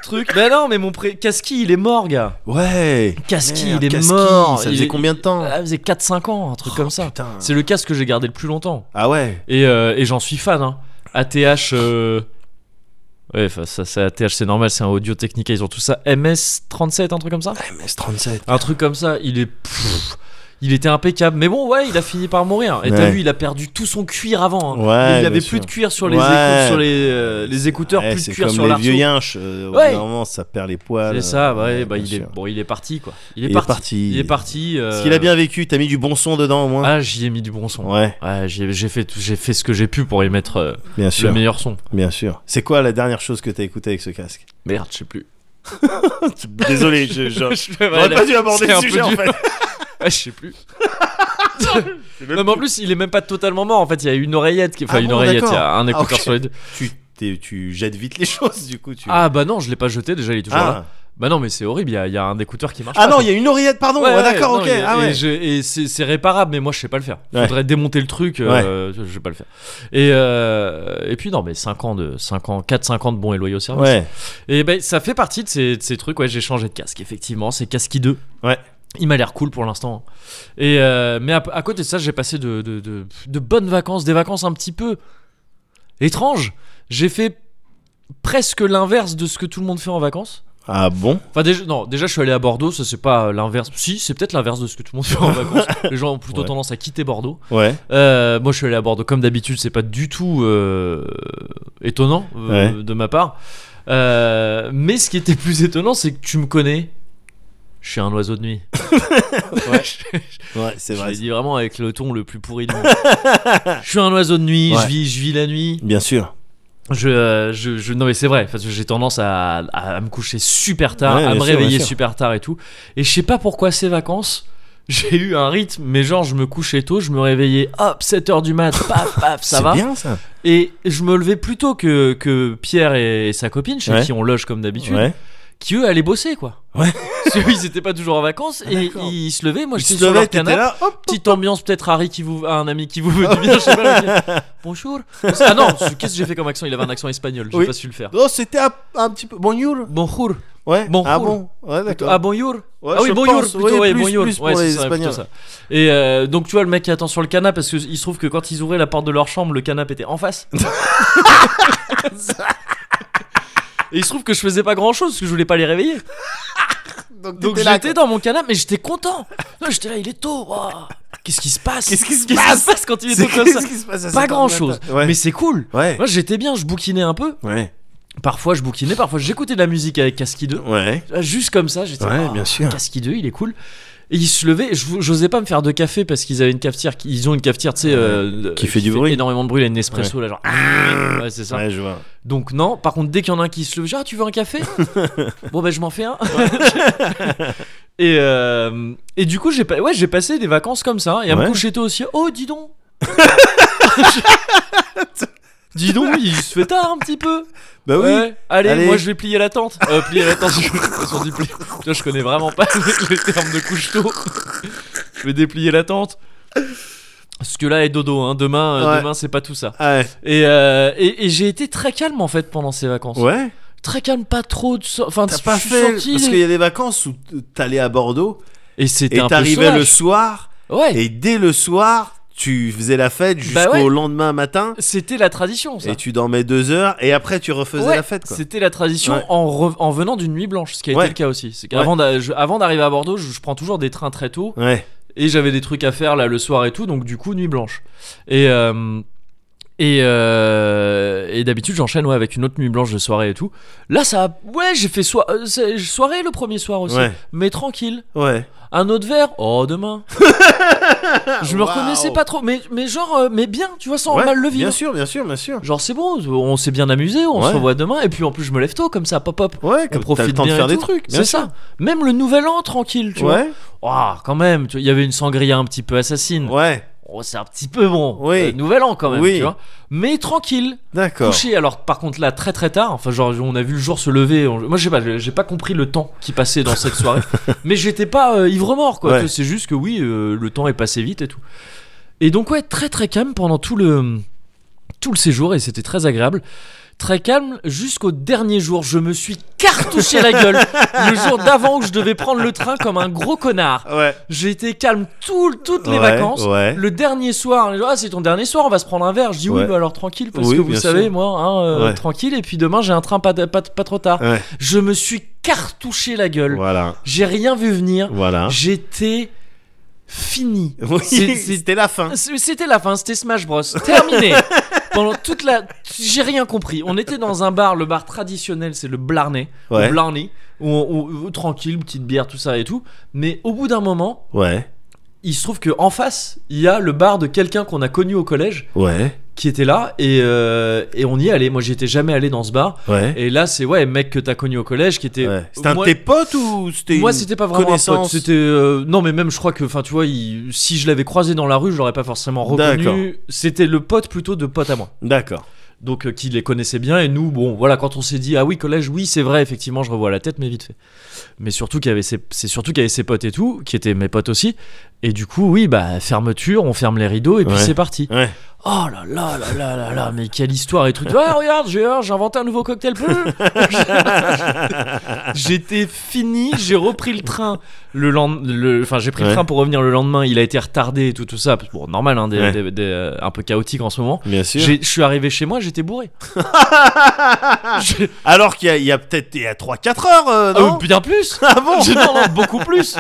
A: Truc. Bah non, mais mon pré... Kaski, il est mort, gars.
B: ouais.
A: Kaski,
B: Merde,
A: il est
B: Kaski,
A: mort.
B: Ça
A: Il
B: faisait
A: est-
B: combien de temps
A: Ah, il faisait 4-5 ans, un truc comme ça.
B: Putain.
A: C'est le casque que j'ai gardé le plus longtemps.
B: Ah ouais.
A: Et, euh, et j'en suis fan. Hein. ATH. euh, Ouais, enfin, ça, c'est ATH, c'est normal, c'est un Audio Technica, ils ont tout ça. MS37, un truc comme ça
B: MS37.
A: Un truc comme ça, il est. pfff, il était impeccable. Mais bon, ouais, il a fini par mourir. Et t'as
B: Ouais.
A: vu, il a perdu tout son cuir avant. hein.
B: Ouais,
A: il
B: bien
A: avait plus
B: sûr.
A: de cuir sur les,
B: Ouais.
A: écou- sur les, euh, les écouteurs,
B: Ouais,
A: plus de
B: c'est
A: cuir
B: comme
A: sur
B: les
A: l'arceau.
B: vieux yinches. euh, au bout
A: Ouais.
B: d'un moment, ça perd les poils.
A: C'est ça, ouais,
B: Ouais,
A: bah,
B: bien
A: il, est,
B: sûr.
A: bon, il est parti, quoi. Il est,
B: Il est
A: parti.
B: parti.
A: Il est parti. euh,
B: Est-ce qu'il a bien vécu T'as mis du bon son dedans au moins.
A: Ah, j'y ai mis du bon son.
B: Ouais.
A: Ouais, j'ai j'ai fait, tout- j'ai fait ce que j'ai pu pour y mettre euh,
B: Bien
A: le
B: sûr.
A: meilleur son.
B: Bien sûr. C'est quoi la dernière chose que t'as écouté avec ce casque
A: Merde, je sais plus.
B: Désolé, [laughs] je, je-
A: [laughs]
B: j'aurais
A: Je- ouais, là,
B: pas dû aborder
A: c'est
B: le
A: un
B: sujet
A: peu
B: en
A: dur.
B: fait.
A: ouais, je sais
B: [laughs]
A: plus. non, mais en plus, il est même pas totalement mort. En fait, il y a une oreillette qui. Enfin,
B: Ah
A: une
B: bon,
A: oreillette, il y a
B: d'accord.
A: un écouteur
B: Ah, ok.
A: sur les deux.
B: Tu, t'es- tu jettes vite les choses du coup. Tu...
A: Ah, bah non, je l'ai pas jeté. Déjà, il est toujours là.
B: ah.
A: Bah non, mais c'est horrible. Il y, a- il y a un écouteur qui marche.
B: Ah
A: pas,
B: non,
A: quoi.
B: il y a une oreillette, pardon.
A: Ouais,
B: Ouais,
A: ouais,
B: d'accord,
A: non,
B: ok.
A: et-
B: Ah
A: et
B: ouais.
A: je- et c'est c'est réparable, mais moi je sais pas le faire.
B: Ouais.
A: Je voudrais démonter le truc, euh, je je vais pas le faire. Et, euh, et puis non, mais 5 ans de 5 ans, 4 5 ans de bons et loyaux services.
B: Ouais.
A: Et ben ça fait partie de ces, de ces trucs, ouais, j'ai changé de casque effectivement, c'est casque 2.
B: Ouais.
A: Il m'a l'air cool pour l'instant. Et euh, mais à, à côté de ça, j'ai passé de, de, de- de bonnes vacances, des vacances un petit peu étranges. J'ai fait presque l'inverse de ce que tout le monde fait en vacances.
B: Ah bon
A: Enfin, déjà, non, déjà, je suis allé à Bordeaux, ça c'est pas euh, l'inverse. Si, c'est peut-être l'inverse de ce que tout le monde fait en
B: [laughs]
A: vacances. Les gens ont plutôt
B: Ouais.
A: tendance à quitter Bordeaux.
B: Ouais.
A: Euh, moi, je suis allé à Bordeaux comme d'habitude, c'est pas du tout euh, étonnant euh, de ma part. Euh, mais ce qui était plus étonnant, c'est que tu me connais. Je suis un oiseau de nuit. [laughs] ouais, je,
B: [laughs] Ouais, c'est
A: je
B: vrai.
A: l'ai dit vraiment avec le ton le plus pourri
B: [laughs]
A: du monde. je suis un oiseau de nuit,
B: Ouais.
A: je, vis, je vis la nuit.
B: Bien sûr.
A: Je, euh, je, je- non mais c'est vrai, parce que j'ai tendance à, à, à me coucher super tard,
B: Ouais,
A: à me
B: bien sûr, bien
A: réveiller
B: sûr.
A: super tard et tout. Et je sais pas pourquoi ces vacances, [laughs] j'ai eu un rythme, mais genre je me couchais tôt, je me réveillais, hop, 7h du mat, paf, paf, ça
B: [laughs] c'est
A: va.
B: bien ça.
A: Et je me levais plus tôt que, que Pierre et, sa copine, chez
B: Ouais.
A: qui on loge comme d'habitude,
B: Ouais.
A: qui eux allaient bosser quoi.
B: Ouais.
A: [laughs] Parce qu'ils étaient pas toujours en vacances
B: Ah,
A: et
B: d'accord.
A: ils se levaient, moi
B: Il
A: j'étais
B: se
A: sur
B: levait,
A: leur
B: t'étais
A: canapé.
B: là. Hop.
A: Petite ambiance peut-être Harry qui vous à un ami qui vous veut du bien, je sais pas. mais-
B: [laughs]
A: Bonjour. Ah non, ce- qu'est-ce que j'ai fait comme accent Il avait un accent espagnol, j'ai
B: Oui.
A: pas su le faire.
B: Oh, c'était un, un petit peu. Bonjour.
A: Bonjour.
B: Ouais.
A: Bonjour.
B: Ah bon Ouais,
A: Ah
B: d'accord.
A: bonjour.
B: Ouais,
A: ah oui
B: je
A: bonjour
B: pense,
A: plutôt.
B: ouais,
A: ouais,
B: plus-
A: bonjour.
B: plus pour
A: Ouais, c'est
B: les
A: ça, plutôt
B: Espagnols.
A: ça. Et euh, donc tu vois le mec qui attend sur le canapé parce que il se trouve que quand ils ouvraient la porte de leur chambre, le canapé était en
B: [laughs]
A: face. Et il se trouve que je faisais pas grand chose parce que je voulais pas les réveiller. Donc
B: t'étais là,
A: j'étais
B: quoi.
A: dans mon canapé mais j'étais content. Non, J'étais là, il est tôt. Ouah. Qu'est-ce qui se passe
B: Qu'est-ce qui se
A: Qu'est-ce
B: passe
A: qui se passe quand il est
B: C'est-
A: tôt comme ça
B: qu'est-ce qui se passe à cette heure
A: Pas
B: du
A: grand
B: matin
A: chose.
B: Ouais.
A: Mais c'est cool.
B: Ouais.
A: Moi j'étais bien, je bouquinais un peu.
B: Ouais.
A: Parfois je bouquinais, parfois j'écoutais de la musique avec Casqui 2.
B: Ouais.
A: Ah, Juste comme ça, j'étais
B: Ouais,
A: oh,
B: bien sûr.
A: Casqui 2, il est cool. Et ils se levaient, je- j'osais pas me faire de café parce qu'ils avaient une cafetière, qui- ils ont une cafetière, tu sais, euh,
B: Qui fait du bruit.
A: énormément de bruit, là, une Nespresso, là, genre. ah, Ouais, c'est ça.
B: Ouais, je vois.
A: Donc, non, par contre, dès qu'il y en a un qui se lève, je dis, ah, tu veux un
B: [laughs]
A: café Bon, ben, je m'en fais un. [laughs] et, euh, et du coup, j'ai pas- ouais, j'ai passé des vacances comme ça, et à me
B: Ouais.
A: coucher tôt aussi. Oh, dis
B: [laughs]
A: donc Dis donc, il se fait tard un petit peu.
B: Bah oui.
A: Ouais, allez,
B: Allez.
A: moi je vais plier la tente. Euh, plier la tente, je- sur du pli- Tu vois, je connais vraiment pas les termes de couche tôt. Je vais déplier la tente. Parce que là est dodo, hein. demain, euh,
B: Ouais.
A: demain c'est pas tout ça.
B: Ah ouais.
A: Et, euh, et, et j'ai été très calme en fait pendant ces vacances.
B: Ouais.
A: Très calme, pas trop de. so- Enfin,
B: T'as
A: je
B: pas
A: suis
B: fait
A: sorti,
B: parce
A: les-
B: qu'il y a des vacances où t'allais à Bordeaux
A: Et c'était
B: et
A: un peu.
B: t'arrivais le
A: sauvage.
B: soir
A: Ouais,
B: et dès le soir tu faisais la fête jusqu'au
A: Bah ouais.
B: lendemain matin
A: c'était la tradition ça.
B: et tu dormais deux heures et après tu refaisais
A: Ouais,
B: la fête quoi.
A: C'était la tradition
B: Ouais.
A: en, re- en venant d'une nuit blanche, ce qui a
B: Ouais.
A: été le cas aussi. C'est qu'avant d'a- je- avant d'arriver à Bordeaux, je, je prends toujours des trains très tôt.
B: Ouais.
A: Et j'avais des trucs à faire là le soir et tout, donc du coup, nuit blanche. Et. euh, et, euh, et d'habitude j'enchaîne ouais, avec une autre nuit blanche de soirée et tout. Là ça a- ouais j'ai fait soi- euh, c'est- soirée le premier soir aussi.
B: Ouais.
A: Mais tranquille.
B: Ouais.
A: Un autre verre Oh
B: [laughs]
A: demain. je me
B: Waouh.
A: reconnaissais pas trop mais, mais genre euh, mais bien tu vois sans
B: Ouais,
A: mal le
B: Bien
A: vivre.
B: sûr, bien sûr, bien sûr.
A: Genre c'est bon on s'est bien amusé on
B: Ouais.
A: se revoit demain et puis en plus je me lève tôt comme ça pop pop.
B: Ouais,
A: On
B: comme t'as
A: profite
B: le temps de
A: bien et
B: faire des
A: tout.
B: trucs. bien
A: C'est
B: sûr.
A: ça. Même le nouvel an tranquille tu vois.
B: Ouais.
A: Ouah, quand même tu- il y avait une sangria un petit peu assassine.
B: Ouais.
A: Oh, c'est un petit peu bon.
B: Oui.
A: Euh, nouvel an quand même
B: Oui.
A: tu vois. Mais tranquille.
B: D'accord.
A: Couché alors par contre là très très tard, enfin genre on a vu le jour se lever, on- moi je sais pas, j'ai j'ai pas compris le temps qui passait dans cette
B: [laughs]
A: soirée, mais j'étais pas euh, ivre mort quoi,
B: Ouais.
A: Tu sais, c'est juste que oui euh, le temps est passé vite et tout. Et donc ouais très très calme pendant tout le tout le séjour et c'était très agréable. Très calme jusqu'au dernier jour, je me suis cartouché la
B: [laughs]
A: gueule le jour d'avant où je devais prendre le train comme un gros connard.
B: Ouais.
A: J'ai été calme tout, toutes les
B: Ouais,
A: vacances.
B: Ouais.
A: Le dernier soir, on dit, ah, c'est ton dernier soir, on va se prendre un verre. Je dis oui,
B: Eh. Ouais.
A: bah alors tranquille, parce
B: Oui,
A: que vous
B: bien
A: savez,
B: sûr.
A: moi, hein, euh,
B: Ouais.
A: tranquille, et puis demain j'ai un train pas, pas, pas trop tard.
B: Ouais.
A: Je me suis cartouché la gueule,
B: Voilà.
A: j'ai rien vu venir,
B: Voilà.
A: j'étais fini.
B: [laughs] Oui,
A: C'est- c'est-
B: c'était la fin.
A: C- C'était la fin, c'était Smash Bros.
B: [laughs]
A: Terminé. Pendant toute la. J'ai rien compris. On était dans un bar, le bar traditionnel, c'est le Blarney. ou
B: Ouais.
A: Blarney. Où on- où- où- tranquille, petite bière, tout ça et tout. Mais au bout d'un moment,
B: Ouais.
A: il se trouve que en face, il y a le bar de quelqu'un qu'on a connu au collège
B: Ouais.
A: qui était là et, euh, et on y est allé. Moi, j'y étais jamais allé dans ce bar.
B: Ouais.
A: Et là, c'est ouais, mec que t'as connu au collège qui était.
B: Ouais. C'était un de
A: Moi-
B: tes potes ou c'était
A: moi,
B: une
A: c'était pas vraiment un pote.
B: connaissance
A: C'était euh, non, mais même je crois que, enfin, tu vois, il- si je l'avais croisé dans la rue, je l'aurais pas forcément
B: D'accord.
A: reconnu. C'était le pote plutôt de pote à moi,
B: D'accord.
A: donc euh, qui les connaissait bien. Et nous, bon, voilà, quand on s'est dit ah oui collège, oui c'est vrai, effectivement, je revois la tête, mais vite fait. Mais surtout qu'il y avait ses, c'est surtout qu'il y avait ses potes et tout, qui étaient mes potes aussi. Et du coup, oui, bah fermeture, on ferme les rideaux et puis
B: Ouais.
A: c'est parti.
B: Ouais.
A: Oh là là là là là là, mais quelle histoire et truc. Ah regarde, j'ai j'ai inventé un nouveau cocktail. [laughs] J'étais fini, j'ai repris le train le lend- le- enfin j'ai pris le
B: Ouais.
A: train pour revenir le lendemain, il a été retardé et tout tout ça. Bon, normal hein, des-
B: Ouais.
A: des- des, euh, un peu chaotique en ce moment.
B: Bien sûr.
A: J'ai- Je suis arrivé chez moi, j'étais [laughs] bourré. Je-
B: Alors qu'il y a- il y a, peut-être il y a 3-4 heures, euh, non
A: Euh, bien plus.
B: Ah bon
A: J'ai- non, non, beaucoup plus.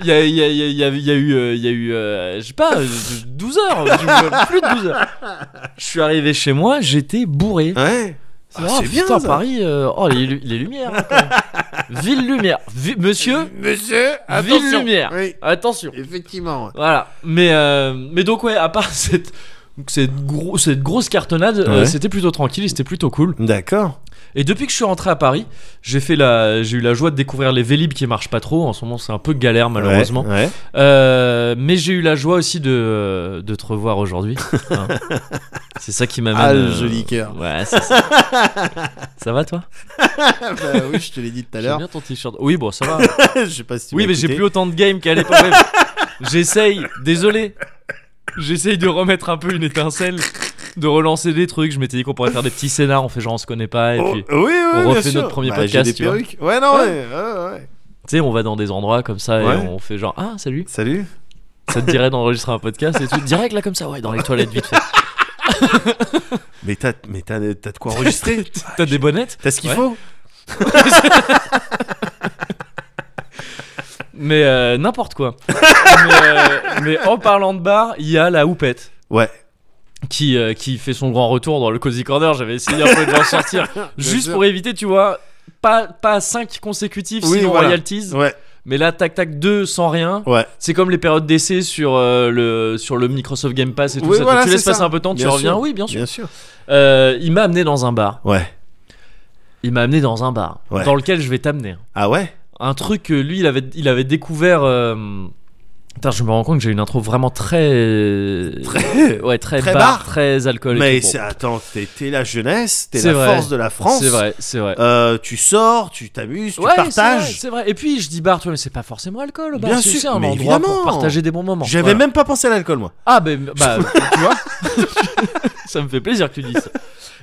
A: Il y a, il y a- il y a- il y a- il y a eu, euh, il y a eu euh, je sais pas, euh, 12 [laughs] heures, je- plus de 12 heures. Je suis arrivé chez moi, j'étais bourré.
B: Ouais. Ah,
A: Oh,
B: c'est bien,
A: putain,
B: ça.
A: Paris, euh, oh, les, lu- les lumières. hein, quand même. Ville lumière. Vi- monsieur,
B: Monsieur,
A: Ville lumière.
B: Oui,
A: attention.
B: effectivement. ouais.
A: Voilà. Mais, euh, mais donc, ouais, à part [laughs] cette, cette, gro- cette grosse cartonnade, euh,
B: Ouais.
A: c'était plutôt tranquille et c'était plutôt cool.
B: D'accord.
A: Et depuis que je suis rentré à Paris, j'ai fait la, j'ai eu la joie de découvrir les Vélib qui marchent pas trop. En ce moment, c'est un peu galère malheureusement.
B: Ouais. ouais.
A: Euh, mais j'ai eu la joie aussi de, de te revoir aujourd'hui.
B: [laughs]
A: Hein. c'est ça qui m'amène. euh,
B: Ah, le joli cœur.
A: Ouais, c'est ça. ça va toi
B: [laughs] Ah bah oui, je te l'ai dit tout à
A: J'aime
B: l'heure.
A: bien ton t-shirt. Oui, bon, ça va.
B: [laughs] je sais pas si [laughs] tu
A: oui,
B: l'as
A: mais j'ai
B: écouté.
A: plus autant de game qu'à l'époque. Ouais, J'essaye. Désolé. J'essaye de remettre un peu une étincelle, de relancer des trucs. Je m'étais dit qu'on pourrait faire des petits scénars. On fait genre on se connaît pas et
B: Oh,
A: puis.
B: oui, oui,
A: on
B: bien
A: refait
B: sûr.
A: notre premier
B: Bah,
A: podcast,
B: J'ai des
A: tu vois.
B: perruques. Ouais, non,
A: Ouais.
B: ouais. ouais, ouais.
A: Tu sais, on va dans des endroits comme ça et
B: Ouais.
A: on fait genre Ah, salut,
B: Salut.
A: ça te dirait d'enregistrer un podcast et tout. Direct là, comme ça, ouais, dans les toilettes, vite fait.
B: Mais t'as, mais t'as, t'as de [laughs] quoi enregistrer
A: T'as des bonnettes
B: T'as ce qu'il
A: Ouais.
B: faut
A: Mais euh, n'importe [laughs] quoi. mais, euh, mais en parlant de bar, il y a la Houpette.
B: Ouais.
A: Qui, euh, qui fait son grand retour dans le Cozy Corner. J'avais essayé un peu de l'en sortir. [laughs] juste
B: sûr.
A: pour éviter, tu vois, pas, pas 5 consécutifs,
B: Oui,
A: sinon
B: voilà.
A: royalties.
B: Ouais.
A: Mais là, tac tac 2 sans rien.
B: Ouais.
A: C'est comme les périodes d'essai sur, euh, le, sur le Microsoft Game Pass et tout
B: Oui,
A: ça.
B: voilà,
A: tu laisses
B: c'est ça.
A: passer un peu de temps, tu
B: Bien
A: reviens.
B: sûr.
A: Oui, bien sûr.
B: Bien sûr.
A: Euh, il m'a amené dans un bar.
B: Ouais.
A: Il m'a amené dans un bar
B: Ouais.
A: dans lequel je vais t'amener.
B: Ah ouais
A: Un truc que lui, il avait, il avait découvert. euh, Putain, je me rends compte que j'ai une intro vraiment très.
B: Très.
A: [laughs] Ouais, très,
B: très
A: bar,
B: bar.
A: très alcool. et
B: Mais
A: tout. Bon,
B: c'est- attends, t'es, t'es la jeunesse, t'es
A: C'est
B: la
A: vrai.
B: force de la France.
A: C'est vrai, c'est vrai.
B: Euh, tu sors, tu t'amuses, tu
A: ouais, c'est vrai,
B: partages.
A: c'est vrai. Et puis je dis bar, tu vois, mais c'est pas forcément alcool, le bar.
B: Bien
A: c'est
B: sûr,
A: aussi un
B: mais
A: endroit pour
B: évidemment.
A: partager des bons moments.
B: J'avais
A: Voilà.
B: même pas pensé à l'alcool, moi.
A: Ah, ben, bah, [laughs] tu vois. ça me fait plaisir que tu dises ça.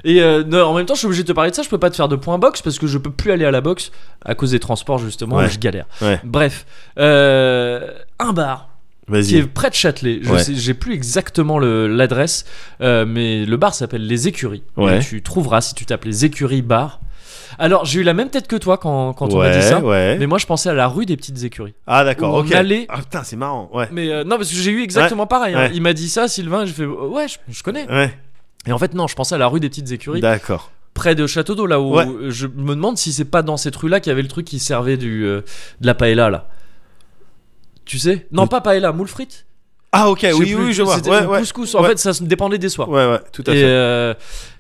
A: Et euh, non, en même temps, je suis obligé de te parler de ça. Je peux pas te faire de point boxe parce que je peux plus aller à la boxe à cause des transports, justement.
B: Ouais.
A: Je galère.
B: Ouais.
A: Bref, euh, un bar qui est
B: Vas-y.
A: près de Châtelet. Je
B: Ouais.
A: sais- j'ai plus exactement le- l'adresse, euh, mais le bar s'appelle Les Écuries.
B: Ouais.
A: Et tu trouveras si tu tapes Les Écuries Bar. Alors, j'ai eu la même tête que toi quand, quand on m'a dit
B: Ouais,
A: ça.
B: ouais.
A: Mais moi, je pensais à la rue des petites écuries.
B: Ah d'accord,
A: où on
B: ok.
A: allait-
B: Ah putain, c'est marrant, ouais.
A: Mais euh, non, parce que j'ai eu exactement pareil. hein.
B: ouais.
A: Il m'a dit ça, Sylvain. Je fais oh, ouais, je, je connais.
B: Ouais,
A: Et en fait, non, je pensais à la rue des petites écuries,
B: d'accord.
A: près de Château d'eau, là où euh,
B: Ouais.
A: je me demande si c'est pas dans cette rue-là qu'il y avait le truc qui servait du euh, de la paella là. Tu sais Non,
B: Le-
A: pas paella, moule frites.
B: Ah ok,
A: Je sais
B: oui,
A: plus,
B: oui, je vois.
A: c'était-
B: Ouais,
A: ou
B: ouais.
A: couscous. En
B: Ouais.
A: fait, ça se- dépendait des soirs.
B: Ouais, ouais, tout à
A: et,
B: fait.
A: euh,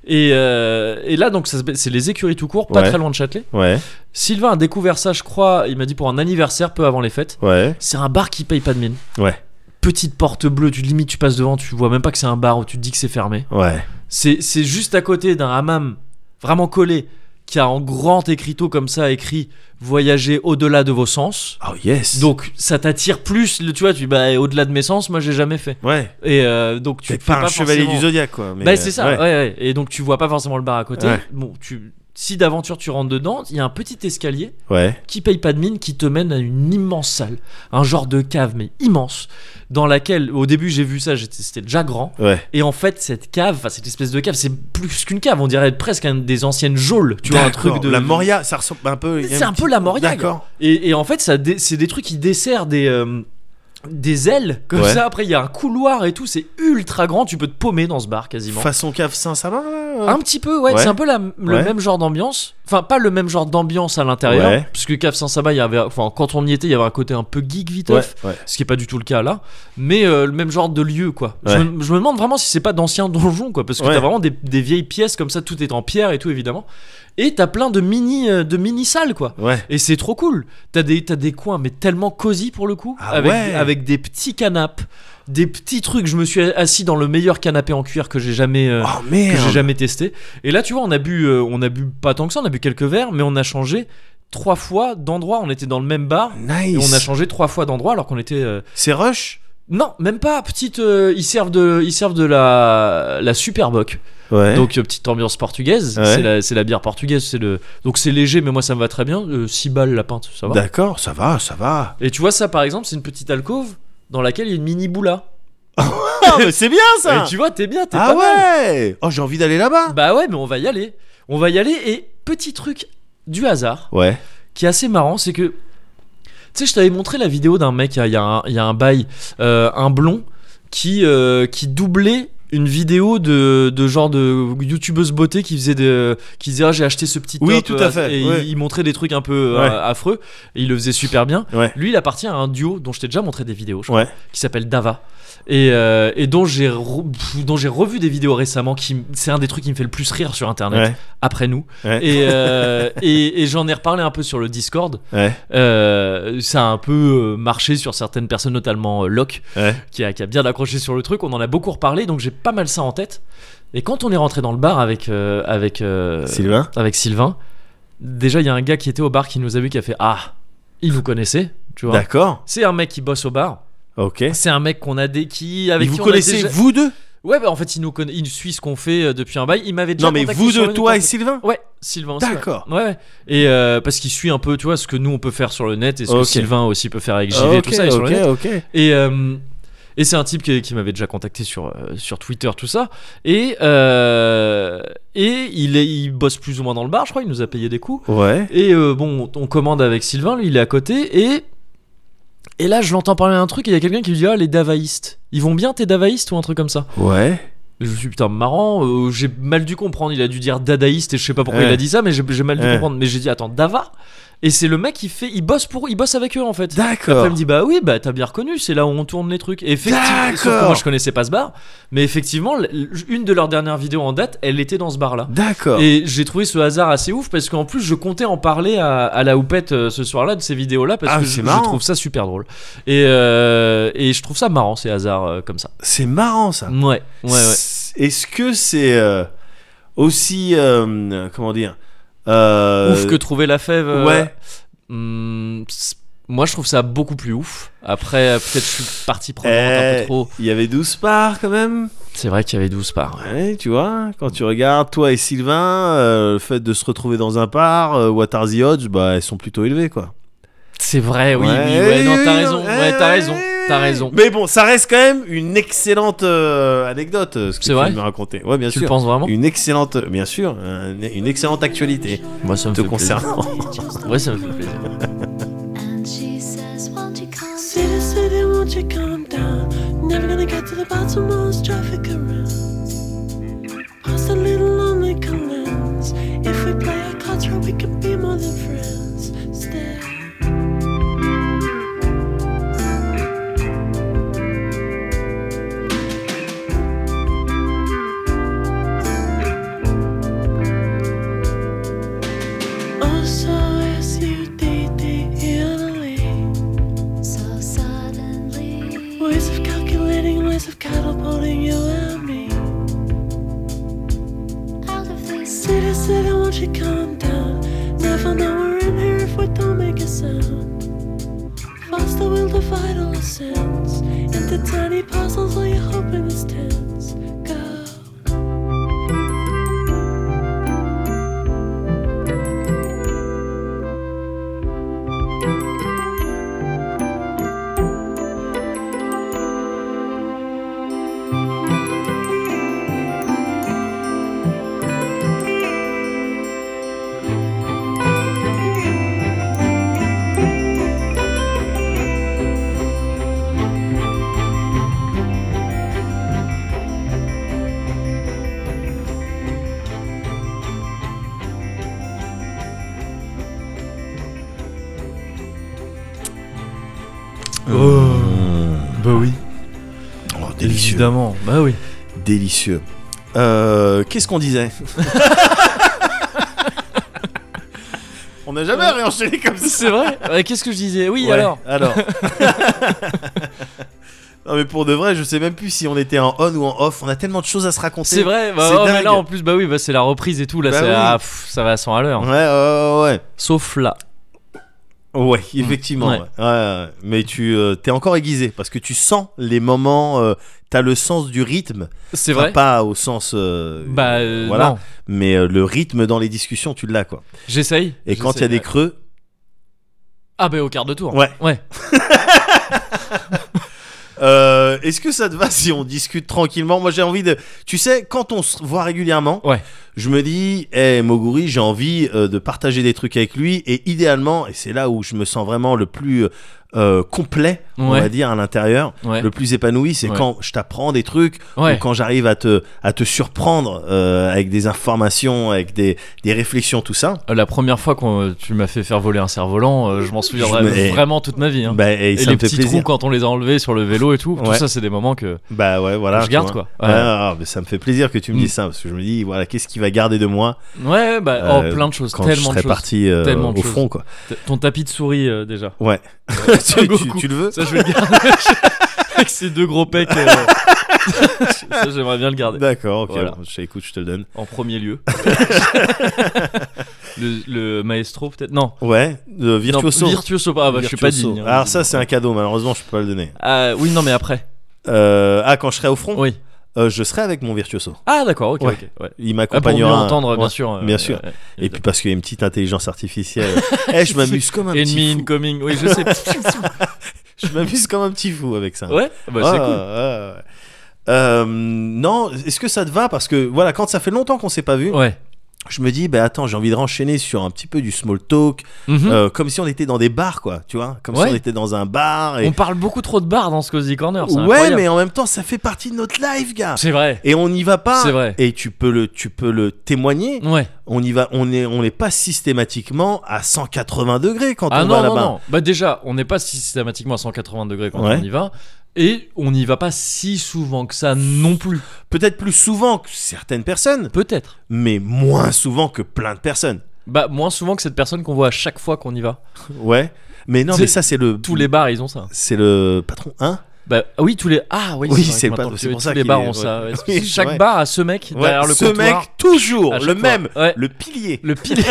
A: et, euh, et là, donc, ça se- c'est les écuries tout court, pas
B: Ouais.
A: très loin de Châtelet.
B: Ouais,
A: Sylvain a découvert ça, je crois, il m'a dit pour un anniversaire peu avant les fêtes.
B: ouais.
A: C'est un bar qui paye pas de mine.
B: Ouais.
A: Petite porte bleue, tu limite, tu passes devant, tu vois même pas que c'est un bar où tu te dis que c'est fermé.
B: Ouais.
A: C'est c'est juste à côté d'un hammam vraiment collé qui a en grand écriteau comme ça écrit Voyager au-delà de vos sens.
B: Oh yes.
A: Donc ça t'attire plus, le- tu vois, tu dis, bah au-delà de mes sens, moi j'ai jamais fait.
B: ouais,
A: Et euh, donc tu
B: t'es
A: fais
B: pas un chevalier
A: forcément-
B: du zodiaque quoi. mais,
A: bah,
B: euh,
A: c'est ça,
B: ouais.
A: ouais, ouais. Et donc tu vois pas forcément le bar à côté.
B: Ouais.
A: Bon, tu, si d'aventure tu rentres dedans, il y a un petit escalier
B: Ouais.
A: qui paye pas de mine qui te mène à une immense salle, un genre de cave mais immense, dans laquelle au début j'ai vu ça, j'étais- c'était déjà grand.
B: Ouais.
A: Et en fait cette cave, enfin cette espèce de cave, c'est plus qu'une cave, on dirait presque un des anciennes geôles, tu vois un truc
B: D'accord,
A: de
B: la Moria, ça ressemble un peu. il y a
A: C'est un peu la Moria,
B: D'accord.
A: Et, et en fait, ça dé- c'est des trucs qui desserrent des. euh, des ailes comme
B: Ouais.
A: ça après il y a un couloir et tout c'est ultra grand tu peux te paumer dans ce bar quasiment
B: Façon cave Saint-Salin là. euh.
A: Un petit peu, ouais.
B: Ouais.
A: C'est un peu la- le
B: Ouais.
A: même genre d'ambiance. Enfin, pas le même genre d'ambiance à l'intérieur.
B: Ouais.
A: Parce que Cave Sans Saba, il y avait, enfin, quand on y était, il y avait un côté un peu geek
B: Ouais,
A: viteuf.
B: ouais.
A: Ce qui est pas du tout le cas là. Mais euh, le même genre de lieu, quoi. Je,
B: Ouais.
A: me, je me demande vraiment si c'est pas d'anciens donjons, quoi. Parce que
B: Ouais.
A: t'as vraiment des, des vieilles pièces comme ça, tout est en pierre et tout, évidemment. Et t'as plein de mini, euh, de mini salles, quoi.
B: Ouais.
A: Et c'est trop cool. T'as des, t'as des coins, mais tellement cosy pour le coup.
B: Ah
A: avec,
B: ouais.
A: avec des petits canapes, des petits trucs. Je me suis assis dans le meilleur canapé en cuir que j'ai jamais. euh,
B: Oh
A: que j'ai
B: merde.
A: jamais testé. Et là, tu vois, on a bu, euh, on a bu pas tant que ça, on a bu quelques verres, mais on a changé trois fois d'endroit. On était dans le même bar et on a
B: Nice.
A: changé trois fois d'endroit alors qu'on était. euh,
B: C'est Rush.
A: Non, même pas. Petite, euh, ils servent de, ils servent de la la Superboc.
B: Ouais.
A: Donc euh, petite ambiance portugaise.
B: Ouais.
A: C'est la, c'est la bière portugaise. C'est le, donc c'est léger, mais moi ça me va très bien. 6 balles la pinte, ça va.
B: D'accord, ça va, ça va. [laughs]
A: Et tu vois ça par exemple, c'est une petite alcôve dans laquelle il y a une mini boula.
B: c'est bien ça.
A: Et tu vois, t'es bien, t'es
B: Ah
A: pas mal.
B: ouais. Oh, j'ai envie d'aller là-bas.
A: Bah ouais, mais on va y aller. On va y aller. Et petit truc du hasard.
B: Ouais.
A: qui est assez marrant, c'est que. Tu sais, je t'avais montré la vidéo d'un mec, il y a, il y a un- il y a un bail, euh, un blond, qui, euh, qui doublait une vidéo de, de genre de youtubeuse beauté qui faisait de qui disait ah j'ai acheté ce petit
B: Oui,
A: top,
B: tout à
A: euh,
B: fait,
A: et
B: ouais.
A: il, il montrait des trucs un peu euh,
B: Ouais.
A: affreux et il le faisait super bien
B: Ouais.
A: lui il appartient à un duo dont je t'ai déjà montré des vidéos je crois,
B: Ouais.
A: qui s'appelle Dava et, euh, et dont j'ai re- pff, dont j'ai revu des vidéos récemment qui m- c'est un des trucs qui me fait le plus rire sur internet
B: Ouais.
A: après nous
B: Ouais.
A: et, euh, et, et j'en ai reparlé un peu sur le Discord.
B: Ouais.
A: Euh, ça a un peu euh, marché sur certaines personnes, notamment euh, Locke,
B: Ouais.
A: qui a, qui a bien accroché sur le truc. On en a beaucoup reparlé, donc j'ai pas mal ça en tête. Et quand on est rentré dans le bar avec, euh, avec, euh,
B: Sylvain.
A: avec Sylvain, déjà il y a un gars qui était au bar qui nous a vu qui a fait Ah, il nous connaissait, tu vois.
B: D'accord.
A: C'est un mec qui bosse au bar.
B: Ok.
A: C'est un mec qu'on a des qui avec
B: Et
A: qui
B: vous
A: on a
B: connaissez
A: déjà-
B: vous deux
A: Ouais, bah en fait il nous connaît, il suit ce qu'on fait euh, depuis un bail. Il m'avait déjà
B: Non mais
A: contacté
B: vous
A: sur
B: deux,
A: le
B: toi et
A: contact.
B: Sylvain.
A: Ouais, Sylvain aussi. ouais.
B: D'accord.
A: Ouais, ouais. Et euh, parce qu'il suit un peu, tu vois, ce que nous on peut faire sur le net et ce
B: Ok. Ah,
A: que Sylvain aussi peut faire avec JV
B: ok,
A: tout ça et sur le
B: ok,
A: net.
B: ok.
A: Et, euh, et c'est un type qui, qui m'avait déjà contacté sur, euh, sur Twitter, tout ça. Et, euh, et il, est, il bosse plus ou moins dans le bar, je crois, il nous a payé des coups.
B: Ouais.
A: Et euh, bon, on commande avec Sylvain, lui il est à côté. Et, et là, je l'entends parler d'un truc et il y a quelqu'un qui lui dit Ah, les davaïstes, ils vont bien tes davaïstes ou un truc comme ça
B: Ouais.
A: et Je me suis dit, putain marrant, euh, j'ai mal dû comprendre, il a dû dire dadaïste et je sais pas pourquoi
B: Ouais.
A: il a dit ça mais j'ai j'ai mal dû
B: Ouais.
A: comprendre mais j'ai dit attends Dava et c'est le mec qui fait il bosse pour il bosse avec eux en fait. Après, il
B: D'accord.
A: me dit bah oui bah t'as bien reconnu c'est là où on tourne les trucs. Et effectivement sauf que
B: D'accord.
A: moi je connaissais pas ce bar mais effectivement l- l- une de leurs dernières vidéos en date elle était dans ce bar là.
B: D'accord.
A: Et j'ai trouvé ce hasard assez ouf parce qu'en plus je comptais en parler à, à la houppette euh, ce soir-là de ces vidéos-là parce
B: Ah,
A: que
B: c'est
A: je, je
B: marrant.
A: trouve ça super drôle. Et, euh, et je trouve ça marrant ces hasards euh, comme ça.
B: C'est marrant ça.
A: Ouais, ouais, ouais.
B: S- Est-ce que c'est euh, aussi euh, comment dire euh,
A: ouf que trouver la fève. euh,
B: Ouais.
A: hum, c- moi, je trouve ça beaucoup plus ouf. Après, euh, peut-être je suis parti prendre un
B: Eh,
A: peu trop.
B: Il y avait 12 parts quand même.
A: C'est vrai qu'il y avait 12 parts.
B: Ouais, tu vois, quand tu regardes toi et Sylvain, euh, le fait de se retrouver dans un par, euh, what are the odds, bah elles sont plutôt élevées quoi.
A: C'est vrai, oui,
B: Ouais,
A: Eh oui, ouais, non,
B: oui,
A: t'as
B: oui,
A: raison,
B: non,
A: ouais,
B: eh,
A: t'as raison.
B: oui,
A: T'as raison.
B: Mais bon, ça reste quand même une excellente euh, anecdote euh, ce que
A: C'est
B: tu
A: vrai
B: me racontais. Ouais, bien
A: Tu le
B: sûr.
A: penses vraiment
B: Une excellente, euh, bien sûr, un- une excellente actualité
A: Moi, ça me
B: te
A: fait plaisir.
E: [laughs]
B: concernant.
A: Ouais, ça me fait plaisir.
F: And she says, Won't you come?
E: City, city, won't you calm down? Never gonna get to the bottom of this traffic around. Past the little lonely columns. If we play our cards right, we can be more than friends. Stay. Oh, so S U D D E N L E.
F: So suddenly,
E: Ways of calculating, ways of catapulting you and me.
F: out of this,
E: City, city, won't you calm down? Never know we're in here if we don't make a sound. Faster will divide all the sins into tiny puzzles while you're hoping this tense. Go.
A: Oh. Bah oui,
B: Oh,
A: évidemment. Bah oui.
B: délicieux. Euh, Qu'est-ce
A: [laughs]
B: qu'on disait On n'a jamais réenchaîné comme ça.
A: Euh, C'est vrai Ouais, Qu'est-ce que je disais Oui,
B: Ouais,
A: alors. [laughs]
B: Alors. [laughs] non mais pour de vrai, je sais même plus si on était en on ou en off. On a tellement de choses à se raconter.
A: C'est vrai, bah,
B: c'est
A: oh, mais
B: dingue.
A: là en plus, bah oui, bah, c'est la reprise et tout, là
B: Bah
A: c'est-
B: oui.
A: ah, pff, ça va à 100 à l'heure.
B: Ouais, ouais,
A: Sauf là.
B: ouais, ouais. Ouais, effectivement.
A: Mmh. Ouais.
B: ouais. Ouais, ouais. Mais tu euh, t'es encore aiguisé parce que tu sens les moments. euh, T'as le sens du rythme.
A: C'est
B: Enfin,
A: vrai
B: Pas au sens. euh,
A: Bah euh,
B: voilà.
A: non,
B: Mais euh, le rythme dans les discussions, tu l'as quoi.
A: j'essaye.
B: Et quand il y a
A: J'essaye.
B: des creux,
A: Ah bah au quart de tour.
B: Ouais.
A: Ouais.
B: [laughs] Euh, Est-ce que ça te va [laughs] si on discute tranquillement Moi, j'ai envie de. Tu sais, quand on se voit régulièrement,
A: Ouais.
B: je me dis, hé, Moguri, j'ai envie euh, de partager des trucs avec lui. Et idéalement, et c'est là où je me sens vraiment le plus euh, complet, on
A: Ouais.
B: va dire, à l'intérieur,
A: Ouais.
B: le plus épanoui, c'est
A: Ouais.
B: quand je t'apprends des trucs ou
A: Ouais.
B: quand j'arrive à te, à te surprendre euh, avec des informations, avec des, des réflexions, tout ça.
A: La première fois que tu m'as fait faire voler un cerf-volant, euh, je m'en souviendrai
B: Je me-
A: vraiment toute ma vie. hein.
B: Bah, et,
A: et
B: ça
A: les
B: me fait
A: petits
B: plaisir.
A: trous quand on les a enlevés sur le vélo et tout, tout
B: Ouais.
A: ça c'est des moments que
B: Bah ouais, voilà.
A: je
B: tu
A: garde
B: vois.
A: quoi.
B: Ouais,
A: Ouais,
B: ah, mais ça me fait plaisir que tu me
A: Mm.
B: dises ça parce que je me dis voilà qu'est-ce qu'il va garder de moi
A: Ouais, bah oh,
B: Euh,
A: plein de choses,
B: quand je
A: tellement de
B: serai
A: choses.
B: parti euh,
A: Tellement de
B: au
A: choses. [laughs]
B: front quoi.
A: T- Ton tapis de souris euh, déjà.
B: Ouais. tu, tu-
A: Goku.
B: tu le veux
A: Ça je vais le garder
B: [laughs]
A: avec ces deux gros pecs. euh, ça j'aimerais bien le garder.
B: D'accord, ok.
A: Voilà.
B: bon, je, écoute, je te le donne.
A: En premier
B: [laughs]
A: lieu. le, le maestro peut-être Non.
B: Ouais, de Euh, virtuoso.
A: Non, virtuoso. Ah bah je suis pas
B: Virtuoso.
A: digne. hein.
B: Alors ça c'est un cadeau malheureusement je peux pas le donner.
A: Ah, oui non mais
B: [laughs]
A: après.
B: Euh, ah quand je serai au front,
A: Oui.
B: euh, je serai avec mon virtuoso.
A: Ah d'accord ok
B: Ouais.
A: ok. Ouais. Ah,
B: Il
A: pour mieux
B: m'accompagnera.
A: entendre bien
B: Ouais.
A: sûr. euh,
B: bien sûr.
A: ouais, ouais.
B: Et puis parce qu'il y a une petite
A: [laughs]
B: intelligence artificielle. Eh je m'amuse comme un
A: Enemy
B: petit fou.
A: incoming. Oui je sais.
B: Je m'amuse comme un petit fou avec ça.
A: ouais. Bah
B: [laughs] Ah,
A: c'est cool.
B: ouais, ouais. Euh, non, est-ce que ça te va Parce que voilà, quand ça fait longtemps qu'on s'est pas vu,
A: Ouais.
B: je me dis, bah attends, j'ai envie de renchaîner sur un petit peu du small talk,
A: Mhm.
B: euh, comme si on était dans des bars, quoi, tu vois, comme
A: Ouais.
B: si on était dans un bar. Et...
A: On parle beaucoup trop de bars dans ce cozy corner. c'est
B: ouais,
A: incroyable.
B: mais en même temps, ça fait partie de notre life, gars.
A: C'est vrai.
B: Et on n'y va pas.
A: C'est vrai.
B: Et tu peux le, tu peux le témoigner.
A: Ouais.
B: On y va, on est, on n'est pas systématiquement à 180 degrés quand
A: Ah
B: on
A: non,
B: va
A: non,
B: là-bas.
A: non. Bah déjà, on n'est pas systématiquement à 180 degrés quand
B: Ouais.
A: on y va. Et on n'y va pas si souvent que ça non plus.
B: Peut-être plus souvent que certaines personnes,
A: Peut-être.
B: mais moins souvent que plein de personnes.
A: Bah moins souvent que cette personne qu'on voit à chaque fois qu'on y va.
B: Ouais. Mais non,
A: C'est-
B: mais ça c'est le
A: Tous les bars, ils ont ça.
B: c'est le patron, hein
A: Bah ah oui, tous les ah oui, vrai
B: Oui,
A: que
B: c'est pas-
A: maintenant que
B: c'est
A: tu-
B: pour
A: tous
B: ça
A: les
B: qu'il
A: bars
B: est-
A: ont ça.
B: ouais.
A: ouais.
B: Oui,
A: chaque
B: ouais.
A: bar a ce mec
B: Ouais,
A: derrière le
B: ce
A: comptoir.
B: mec toujours
A: à chaque
B: le
A: fois.
B: même,
A: Ouais.
B: le pilier.
A: Le pilier.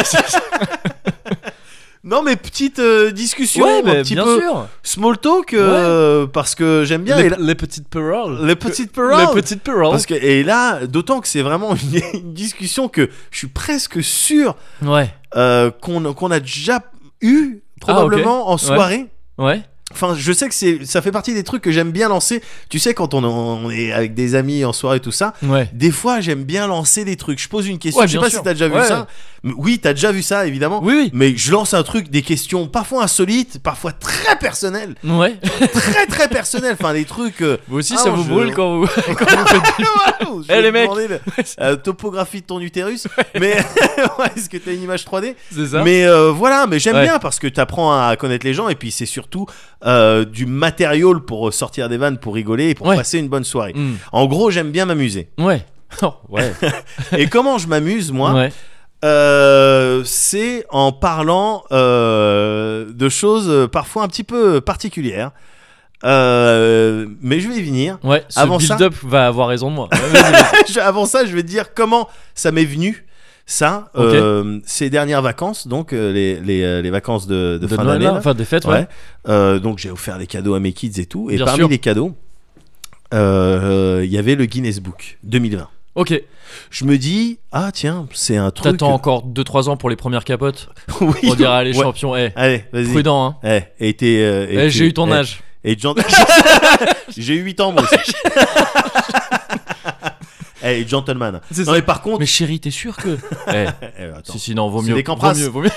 B: Non mais petite euh, discussion,
A: ouais,
B: un
A: bah,
B: petit
A: bien
B: peu
A: sûr.
B: small talk euh, parce que j'aime bien
A: les,
B: et là-
A: les petites paroles.
B: les petites
A: Les
B: paroles.
A: petites paroles.
B: Parce que et là d'autant que c'est vraiment une, [laughs] une discussion que je suis presque sûr
A: Ouais. Ah,
B: euh, qu'on qu'on a déjà eu probablement en soirée.
A: Ouais.
B: Enfin, je sais que c'est, ça fait partie des trucs que j'aime bien lancer. Tu sais, quand on, on est avec des amis en soirée et tout ça,
A: Ouais.
B: des fois j'aime bien lancer des trucs. Je pose une question.
A: Ouais,
B: je sais
A: bien
B: pas
A: sûr.
B: si t'as déjà vu
A: Ouais.
B: ça. Mais Oui, t'as déjà vu ça, évidemment.
A: Oui,
B: Mais je lance un truc, des questions parfois insolites, parfois très
A: [laughs]
B: personnelles,
A: oui. Ouais.
B: très très personnelles. Enfin, des
A: [laughs]
B: trucs. euh,
A: Vous aussi,
B: Ah
A: ça
B: non,
A: vous
B: je-
A: brûle quand vous. [laughs]
B: [laughs] Waouh,
A: Eh,
B: je vais
A: les
B: te
A: mecs.
B: demander le- la topographie de ton utérus. [laughs] Mais ouais, est-ce que t'as une image 3D
A: C'est ça.
B: Mais euh, voilà, mais j'aime
A: Ouais.
B: bien parce que t'apprends à connaître les gens et puis c'est surtout euh, du matériel pour sortir des vannes, pour rigoler et pour
A: Ouais.
B: passer une bonne soirée.
A: Hmm.
B: En gros, j'aime bien m'amuser.
A: Ouais. [laughs] Oh,
B: [laughs]
A: ouais.
B: et comment je m'amuse, moi
A: ouais.
B: Euh, C'est en parlant euh, de choses euh, parfois un petit peu particulières. Euh, mais je vais y venir. [laughs]
A: Ouais, ce
B: Avant ça-
A: build-up va avoir raison de
B: [laughs]
A: moi. Ouais, vas-y, vas-y.
B: Je- Avant ça, je vais te dire comment ça m'est venu. Ça,
A: Ok.
B: euh, ces dernières vacances, donc euh, les, les, euh, les vacances de, de
A: de
B: fin
A: Noël,
B: d'année.
A: là,
B: là.
A: enfin des fêtes,
B: Ouais.
A: ouais.
B: Euh, donc j'ai offert des cadeaux à mes kids et tout. Et
A: Bien
B: parmi
A: sûr.
B: les cadeaux, euh, euh, il y avait le Guinness Book 2020.
A: Ok,
B: Je me dis, ah tiens, c'est un truc. [laughs]
A: t'attends encore 2-3 ans pour les premières capotes.
B: oui.
A: On dira les
B: [laughs] Ouais.
A: champions, eh,
B: Allez, vas-y.
A: prudent, hein.
B: Eh, et t'es, euh, et
A: Eh, j'ai
B: t'es-
A: eu ton
B: eh, [laughs]
A: âge.
B: Et Jean- j'ai eu 8 ans, moi aussi.
A: [laughs]
B: Eh, et gentleman.
A: C'est
B: Non,
A: ça.
B: mais par contre.
A: Mais chérie, t'es sûr
B: [laughs]
A: que. eh,
B: Eh, attends.
A: si, si, non, vaut
B: C'est
A: mieux.
B: des
A: vaut
B: Campras.
A: mieux, vaut mieux.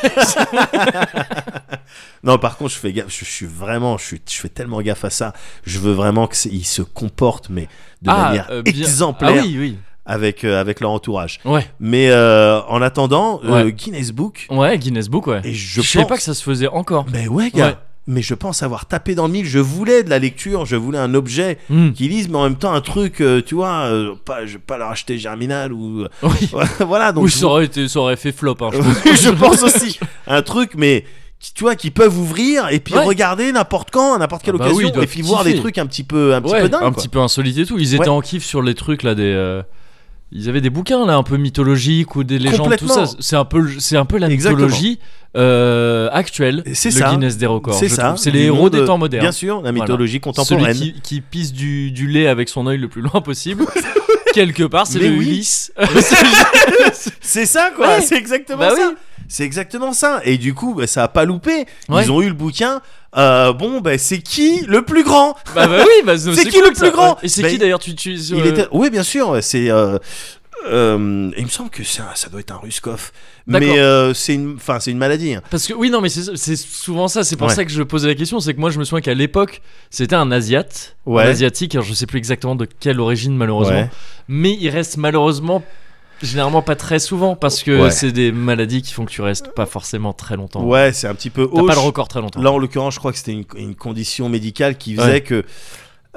B: Non, par contre, je fais gaffe. Je, je suis vraiment, je, suis- je fais tellement gaffe à ça. Je veux vraiment que c'est- ils se comportent, mais de
A: Ah,
B: manière
A: euh, bien-
B: exemplaire
A: Ah oui, oui.
B: avec euh, avec leur entourage.
A: Ouais,
B: Mais euh, en attendant, euh,
A: Ouais.
B: Guinness Book.
A: ouais, Guinness Book, ouais.
B: Et je,
A: savais
B: pense-
A: pas que ça se faisait encore.
B: Mais ouais, gars.
A: Ouais.
B: Mais je pense avoir tapé dans le mille. Je voulais de la lecture. Je voulais un objet
A: Hmm. [laughs]
B: qui lise, mais en même temps un truc, euh, tu vois, euh, pas, je vais pas leur acheter Germinal ou euh,
A: Oui.
B: [laughs] voilà. Donc
A: Oui,
B: je-
A: ça aurait, été, ça aurait fait flop, hein, [laughs] je pense.
B: [laughs] je pense aussi un truc, mais qui, tu vois, qui peuvent ouvrir et puis
A: Ouais.
B: regarder n'importe quand, à n'importe quelle
A: Ah bah oui,
B: occasion,
A: ils doivent
B: et puis voir
A: kiffer.
B: des trucs un petit peu, un petit
A: ouais,
B: peu dingue.
A: un
B: quoi.
A: petit peu insolite et tout. Ils étaient
B: Ouais.
A: en kiff sur les trucs là des. euh, Ils avaient des bouquins là un peu mythologiques ou des légendes, tout ça.
B: Complètement.
A: C'est un peu, c'est un peu la
B: Exactement.
A: mythologie euh, actuelle.
B: Et c'est
A: le
B: ça.
A: Guinness des records.
B: C'est
A: je
B: ça.
A: trouve. C'est
B: du
A: les héros
B: monde,
A: des temps
B: Bien
A: modernes.
B: sûr, la mythologie
A: Celui
B: contemporaine.
A: qui, qui pisse du, du lait avec son œil le plus loin
B: [laughs]
A: possible. Quelque part, c'est
B: Mais
A: le
B: oui.
A: Ulysse. [laughs]
B: C'est ça, quoi.
A: Ouais.
B: C'est exactement
A: Bah
B: ça.
A: oui.
B: C'est exactement ça. Et du coup, bah, ça a pas loupé.
A: Ouais.
B: Ils ont eu le bouquin. Euh, bon, bah, c'est qui le plus grand
A: bah, bah oui, bah, c'est
B: qui le
A: cool,
B: plus
A: ça.
B: grand
A: Et c'est
B: Mais
A: qui d'ailleurs tu, euh, tu
B: Il était. Oui, bien sûr. C'est. euh, euh, il me semble que ça, ça doit être un Ruskov.
A: D'accord.
B: Mais euh, c'est une, enfin, c'est une maladie. hein.
A: Parce que oui, non, mais c'est c'est souvent ça. C'est pour
B: Ouais.
A: ça que je posais la question. C'est que moi, je me souviens qu'à l'époque, c'était un Asiate,
B: Ouais.
A: un asiatique. Alors, je sais plus exactement de quelle origine, malheureusement.
B: Ouais.
A: Mais il reste malheureusement généralement pas très souvent parce que
B: Ouais.
A: c'est des maladies qui font que tu restes pas forcément très longtemps.
B: Ouais, c'est un petit peu
A: T'as
B: hauche.
A: pas le record très longtemps.
B: Là, en l'occurrence, je crois que c'était une, une condition médicale qui faisait
A: Ouais.
B: que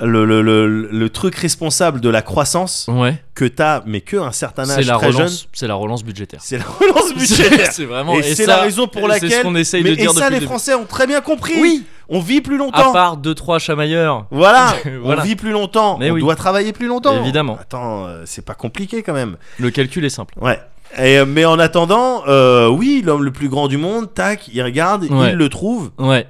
B: le, le, le, le truc responsable de la croissance
A: Ouais.
B: que t'as, mais que un certain
A: C'est
B: âge
A: la
B: très jeune,
A: relance. C'est la relance budgétaire.
B: c'est la relance budgétaire.
A: [laughs] c'est vraiment.
B: Et, c'est la
A: ça,
B: raison pour
A: C'est ce
B: laquelle.
A: qu'on essaye
B: mais-
A: de dire
B: et ça,
A: depuis
B: les
A: le début.
B: Français ont très bien compris.
A: Oui.
B: On vit plus
A: À
B: longtemps.
A: part deux trois chamailleurs.
B: Voilà,
A: [laughs] Voilà.
B: on vit plus longtemps,
A: Mais
B: on
A: oui.
B: doit travailler plus longtemps.
A: Évidemment.
B: Attends, euh, c'est pas compliqué quand même.
A: Le calcul est simple.
B: Ouais. Et, euh, mais en attendant, euh, oui, l'homme le plus grand du monde, tac, il regarde,
A: Ouais.
B: il le trouve.
A: Ouais.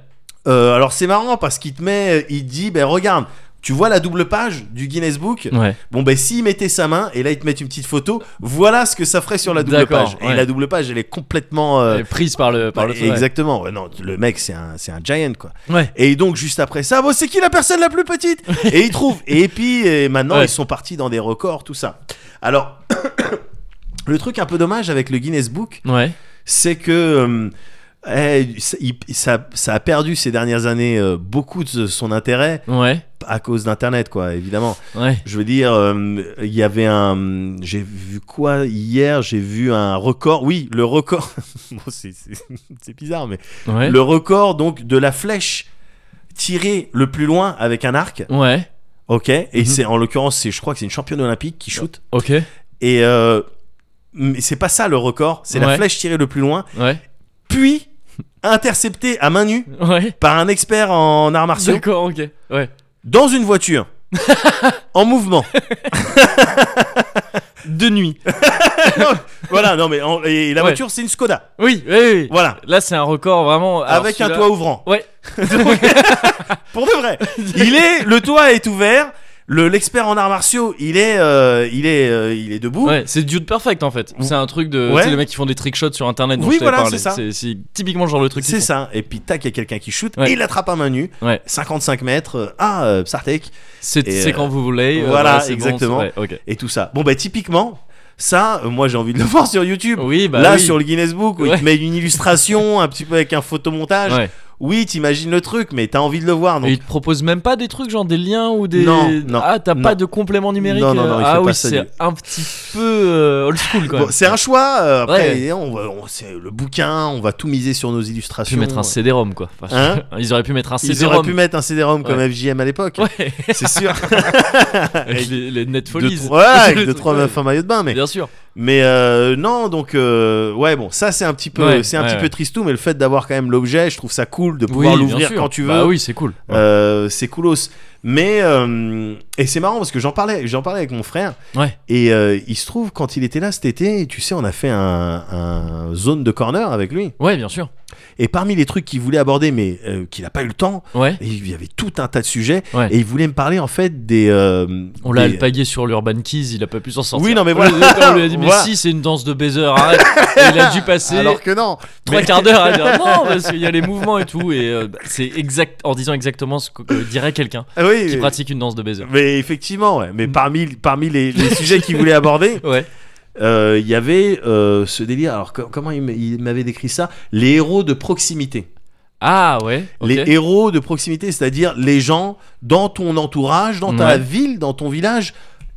B: Euh, alors c'est marrant parce qu'il te met, il te dit, ben regarde, tu vois la double page du Guinness Book.
A: Ouais.
B: Bon ben s'il mettait sa main et là il te met une petite photo, voilà ce que ça ferait sur la double
A: D'accord,
B: page.
A: ouais.
B: Et la double page, elle est complètement. euh,
A: Et prise par le par le
B: bah,
A: feu, ouais.
B: exactement. Ouais, non, le mec c'est un, c'est un giant quoi.
A: Ouais.
B: Et donc juste après ça, bon c'est qui la personne la plus petite Et ils trouvent. Et puis et maintenant
A: Ouais.
B: ils sont partis dans des records tout ça. Alors [coughs] le truc un peu dommage avec le Guinness Book,
A: Ouais.
B: c'est que euh, eh, ça, il- ça- ça a perdu ces dernières années euh, beaucoup de son intérêt
A: Ouais.
B: à cause d'internet quoi évidemment
A: Ouais.
B: je veux dire euh, il y avait un j'ai vu quoi hier j'ai vu un record oui le record [laughs] bon, c'est- c'est c'est bizarre mais
A: Ouais.
B: le record donc de la flèche tirée le plus loin avec un arc
A: Ouais.
B: ok et
A: Mhm.
B: c'est en l'occurrence c'est je crois que c'est une championne olympique qui shoot
A: Ok.
B: et euh, mais c'est pas ça le record c'est
A: Ouais.
B: la flèche tirée le plus loin
A: Ouais.
B: puis intercepté à main nue [laughs]
A: Ouais.
B: par un expert en arts martiaux
A: D'accord, ok. Ouais.
B: dans
A: [laughs]
B: une voiture. en mouvement.
A: De
B: [laughs]
A: nuit.
B: Voilà, non mais en- et la
A: Ouais.
B: voiture c'est une Skoda.
A: Oui, oui, oui.
B: Voilà,
A: Là, c'est un record vraiment. alors
B: avec un [laughs]
A: celui-là-
B: toit ouvrant.
A: Ouais.
B: Pour de vrai. Il est le toit est ouvert. Le l'expert en arts martiaux, il est, euh, il est, euh, il est debout.
A: Ouais, c'est Dude Perfect en fait. C'est un truc de.
B: Ouais.
A: Tu sais, les mecs qui font des trick shots sur internet dont
B: Oui,
A: je t'avais
B: voilà,
A: parlé.
B: c'est ça.
A: c'est typiquement le genre de truc. qu'ils
B: C'est ça. Et puis tac, il y a quelqu'un qui shoot,
A: Ouais.
B: il attrape à main nue,
A: font. Ouais.
B: 55 mètres. euh, ah, euh, Psartek.
A: C'est
B: Et,
A: c'est
B: euh,
A: quand vous voulez. euh,
B: voilà,
A: c'est bon,
B: exactement.
A: c'est- ouais, ok.
B: et tout ça. Bon bah typiquement, ça, euh, moi j'ai envie de le [laughs] voir sur YouTube.
A: Oui, bah.
B: Là
A: oui.
B: sur le Guinness Book, où il
A: Ouais.
B: te met une illustration, un petit peu avec un photomontage.
A: Ouais.
B: Oui, t'imagines le truc, mais t'as envie de le voir.
A: Et
B: Donc
A: il te propose même pas des trucs genre des liens ou des.
B: Non, non,
A: ah, t'as
B: non.
A: pas de complément numérique
B: Non, non, non,
A: euh,
B: il fait
A: Ah
B: pas
A: oui,
B: ça,
A: c'est
B: lui.
A: un petit peu euh, old school quand
B: Bon,
A: même.
B: c'est un choix. euh, après,
A: Ouais.
B: on, va- on- c'est le bouquin, on va tout miser sur nos
A: Ils auraient
B: illustrations.
A: pu mettre un CD-ROM quoi. Enfin,
B: Hein
A: [laughs] ils auraient pu mettre un
B: Ils auraient
A: CD-ROM.
B: pu mettre un CD-ROM comme FJM à l'époque, [laughs]
A: Ouais, [laughs]
B: c'est sûr.
A: avec les, les
B: Deux,
A: Netfolies. [laughs]
B: trois- ouais, avec
A: Le
B: deux
A: truc,
B: trois
A: ouais.
B: meufs en maillot de bain, mais
A: Bien sûr.
B: mais euh, non, donc euh, ouais, bon, ça c'est un petit peu,
A: Ouais,
B: c'est un
A: ouais,
B: petit peu
A: ouais.
B: tristou, mais le fait d'avoir quand même l'objet, je trouve ça cool de pouvoir
A: oui, bien
B: l'ouvrir
A: sûr.
B: quand tu veux.
A: Bah oui, c'est cool.
B: Euh, c'est coolos. Mais euh, et c'est marrant parce que j'en parlais, j'en parlais avec mon frère.
A: Ouais.
B: Et euh, il se trouve quand il était là cet été, tu sais, on a fait un, un zone de corner avec lui.
A: Ouais, bien sûr.
B: Et parmi les trucs qu'il voulait aborder, mais euh, qu'il n'a pas eu le temps,
A: Ouais.
B: et il y avait tout un tas de sujets.
A: Ouais.
B: Et il voulait me parler en fait des. euh,
A: On l'a
B: des-
A: alpagué sur l'Urban Keys, il a pas pu s'en sortir.
B: Oui, non, mais
A: On lui-
B: voilà.
A: on lui a
B: [laughs]
A: dit, mais
B: Voilà.
A: si, c'est une danse de baiser,
B: [laughs]
A: arrête. Et il a dû passer
B: Alors que non.
A: trois
B: Mais-
A: quarts d'heure à
B: [laughs]
A: dire non, parce qu'il y a les mouvements et tout. Et euh, bah, c'est exact, en disant exactement ce que que dirait quelqu'un
B: Ah Oui.
A: qui
B: mais-
A: pratique Mm. une danse de baiser.
B: Mais effectivement, ouais. mais parmi, parmi les,
A: [laughs]
B: les sujets qu'il voulait aborder,
A: Ouais.
B: euh, il y avait euh, ce délire. Alors, co- comment il m- il m'avait décrit ça Les héros de proximité.
A: Ah ouais. ok.
B: Les héros de proximité, c'est-à-dire les gens dans ton entourage, dans ta
A: Ouais.
B: ville, dans ton village,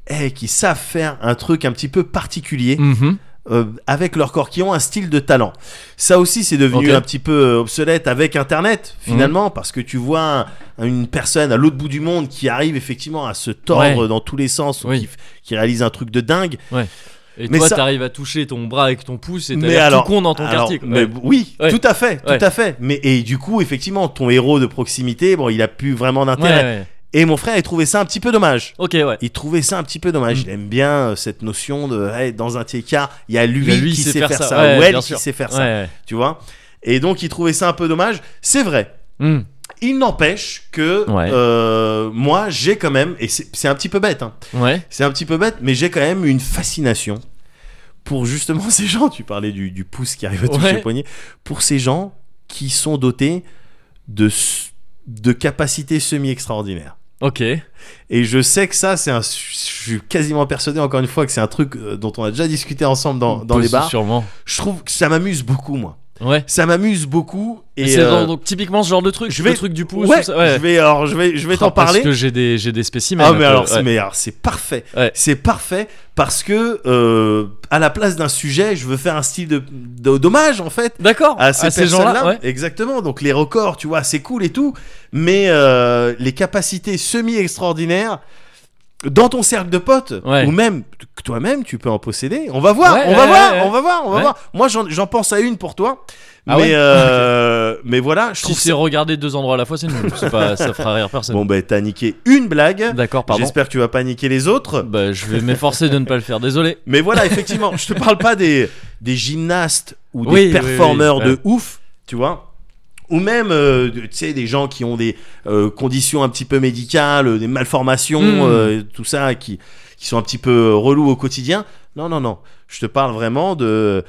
B: eh, qui savent faire un truc un petit peu particulier
A: Mhm.
B: euh, avec leur corps, qui ont un style de talent. Ça aussi, c'est devenu
A: Ok.
B: un petit peu obsolète avec Internet, finalement, parce que tu vois un- une personne à l'autre bout du monde qui arrive effectivement à se tordre dans tous les sens, ou
A: Oui.
B: qui, f- qui réalise un truc de dingue.
A: Et
B: Mais
A: toi,
B: ça-
A: t'arrives à toucher ton bras avec ton pouce et t'as
B: Mais
A: l'air
B: alors-
A: tout con dans ton
B: Alors,
A: quartier. quoi.
B: mais
A: Ouais.
B: oui,
A: Ouais.
B: tout à fait, tout
A: Ouais.
B: à fait. Mais et du coup, effectivement, ton héros de proximité, bon, il a plus vraiment
A: Ouais,
B: d'intérêt.
A: ouais.
B: Et mon frère, il trouvait ça un petit peu dommage.
A: Ok, ouais.
B: Il trouvait ça un petit peu dommage.
A: Mm.
B: Il aime bien euh, cette notion de hey, dans un TK, il y a lui,
A: Il y a lui
B: qui sait faire ça,
A: ouais,
B: ou elle
A: bien
B: qui
A: sûr.
B: sait faire
A: Ouais,
B: ça.
A: ouais.
B: Tu vois Et donc, il trouvait ça un peu dommage. C'est vrai.
A: Mhm.
B: Il n'empêche que
A: Ouais.
B: euh, moi, j'ai quand même, et c'est c'est un petit peu bête, hein.
A: Ouais.
B: c'est un petit peu bête, mais j'ai quand même une fascination pour justement [laughs] ces gens. Tu parlais du, du pouce qui arrive à toucher
A: Ouais.
B: le poignet. Pour ces gens qui sont dotés de, s- de capacités semi-extraordinaires.
A: Ok.
B: Et je sais que ça, c'est un. Je suis quasiment persuadé, encore une fois, que c'est un truc euh, dont on a déjà discuté ensemble dans, dans les
A: Pousse,
B: bars.
A: Sûrement.
B: Je trouve que ça m'amuse beaucoup, moi.
A: Ouais.
B: Ça m'amuse beaucoup.
A: Et
B: Et.
A: c'est
B: euh,
A: donc, donc typiquement ce genre de truc,
B: je
A: je
B: vais-
A: le truc du pouce.
B: ouais,
A: tout ça, ouais.
B: je vais, alors, je vais, je vais t'en
A: Ah, parce
B: parler.
A: que j'ai des, j'ai des spécimens.
B: Ah,
A: un peu,
B: mais alors, c'est-
A: euh, ouais.
B: mais alors, c'est parfait.
A: Ouais.
B: C'est parfait parce que, euh, à la place d'un sujet, je veux faire un style de, de dommage, en fait.
A: D'accord.
B: à ces,
A: Ah, gens-là,
B: personnes-là.
A: ouais.
B: Exactement. Donc les records, tu vois, c'est cool et tout, mais euh, les capacités semi-extraordinaires dans ton cercle de potes
A: Ouais.
B: ou même t- que toi-même tu peux en posséder. On va voir,
A: Ouais,
B: on, va
A: ouais,
B: voir
A: ouais,
B: on va voir, on va
A: Ouais.
B: voir. Moi j'en- j'en pense à une pour toi.
A: Ah
B: mais
A: ouais [laughs]
B: euh, mais voilà, je
A: Si
B: trouve
A: c'est
B: ça-
A: regarder deux endroits à la fois, c'est nul. C'est pas, ça fera rire personne.
B: Bon ben t'as niqué une blague.
A: D'accord, pardon.
B: J'espère que tu vas pas niquer les autres.
A: Bah, je vais m'efforcer de ne pas le faire.
B: [laughs]
A: Désolé.
B: Mais voilà, effectivement, je te parle pas des, des gymnastes ou des
A: Oui, oui,
B: performeurs
A: oui,
B: de
A: ouais.
B: ouf, tu vois. Ou même, euh, de- tu sais, des gens qui ont des euh, conditions un petit peu médicales, euh, des malformations,
A: Mm.
B: euh, tout ça, qui, qui sont un petit peu relous au quotidien. Non, non, non. Je te parle vraiment de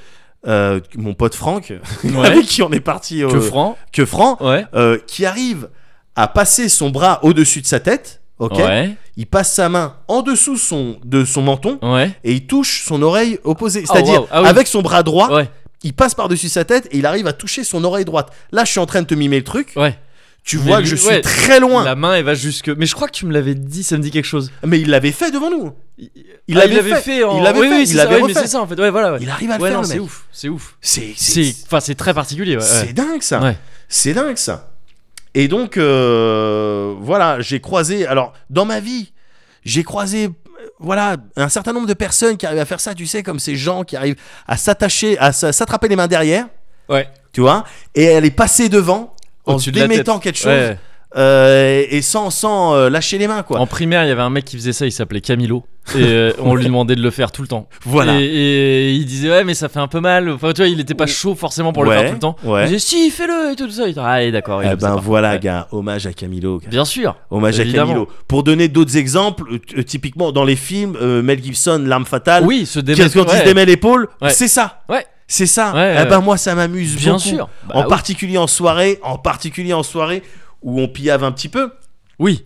B: euh, mon pote Franck, [laughs]
A: Ouais.
B: avec qui on est parti, euh,
A: Que franc.
B: que Franck,
A: Ouais.
B: euh, qui arrive à passer son bras au-dessus de sa tête. Ok,
A: Ouais.
B: il passe sa main en dessous son, de son menton
A: Ouais.
B: et il touche son oreille opposée.
A: Oh,
B: C'est-à-dire,
A: wow. Ah oui.
B: avec son bras droit,
A: Ouais.
B: il passe par-dessus sa tête et il arrive à toucher son oreille droite. Là, je suis en train de te mimer le truc.
A: Ouais.
B: Tu
A: Mais
B: vois
A: lui-
B: que je suis
A: ouais.
B: très loin.
A: La main, elle va jusque. Mais je crois que tu me l'avais dit. Ça me dit quelque chose.
B: Mais il l'avait fait devant nous.
A: Il
B: Il
A: Ah,
B: l'avait
A: l'avait
B: fait.
A: fait. en-
B: Il l'avait
A: oui,
B: fait.
A: oui,
B: Il
A: c'est
B: l'avait
A: ça, ouais, mais
B: refait.
A: c'est ça en fait. Ouais, voilà. ouais.
B: Il arrive à le
A: Ouais,
B: faire,
A: non,
B: le
A: c'est
B: mec.
A: ouf. C'est ouf.
B: C'est,
A: C'est,
B: c'est,
A: enfin, c'est très particulier. ouais,
B: c'est
A: ouais.
B: dingue ça.
A: Ouais.
B: C'est dingue ça. Et donc, euh, voilà, j'ai croisé. Alors, dans ma vie, j'ai croisé. euh, Voilà, un certain nombre de personnes qui arrivent à faire ça, tu sais, comme ces gens qui arrivent à s'attacher, à s- s'attraper les mains derrière,
A: Ouais.
B: tu vois, et à les passer devant en se
A: Au-dessus de la tête.
B: démettant quelque chose.
A: Ouais.
B: euh, et sans, sans euh, lâcher les mains, quoi.
A: En primaire, il y avait un mec qui faisait ça, il s'appelait Camilo. Et euh, on lui demandait de le faire tout le temps.
B: Voilà.
A: Et, et euh, il disait, ouais, mais ça fait un peu mal. Enfin, tu vois, il était pas chaud forcément pour le
B: Ouais,
A: faire tout le temps.
B: ouais.
A: Il disait, si, fais-le et tout ça. Il dit, allez, d'accord. il
B: Eh
A: aime ça,
B: ben
A: par
B: voilà,
A: contre.
B: gars, hommage à Camilo. gars.
A: Bien sûr.
B: Hommage
A: Évidemment.
B: à Camilo. Pour donner d'autres exemples, euh, t- euh, typiquement dans les films, euh, Mel Gibson, L'arme fatale,
A: Oui, ce débat.
B: qu'est-ce quand il se démet l'épaule,
A: Ouais.
B: c'est ça.
A: Ouais.
B: C'est ça.
A: Ouais,
B: eh
A: ouais.
B: ben moi, ça m'amuse
A: Bien
B: beaucoup.
A: sûr. Bah
B: en
A: oui.
B: particulier en soirée, en particulier en soirée où on piave un petit peu.
A: Oui.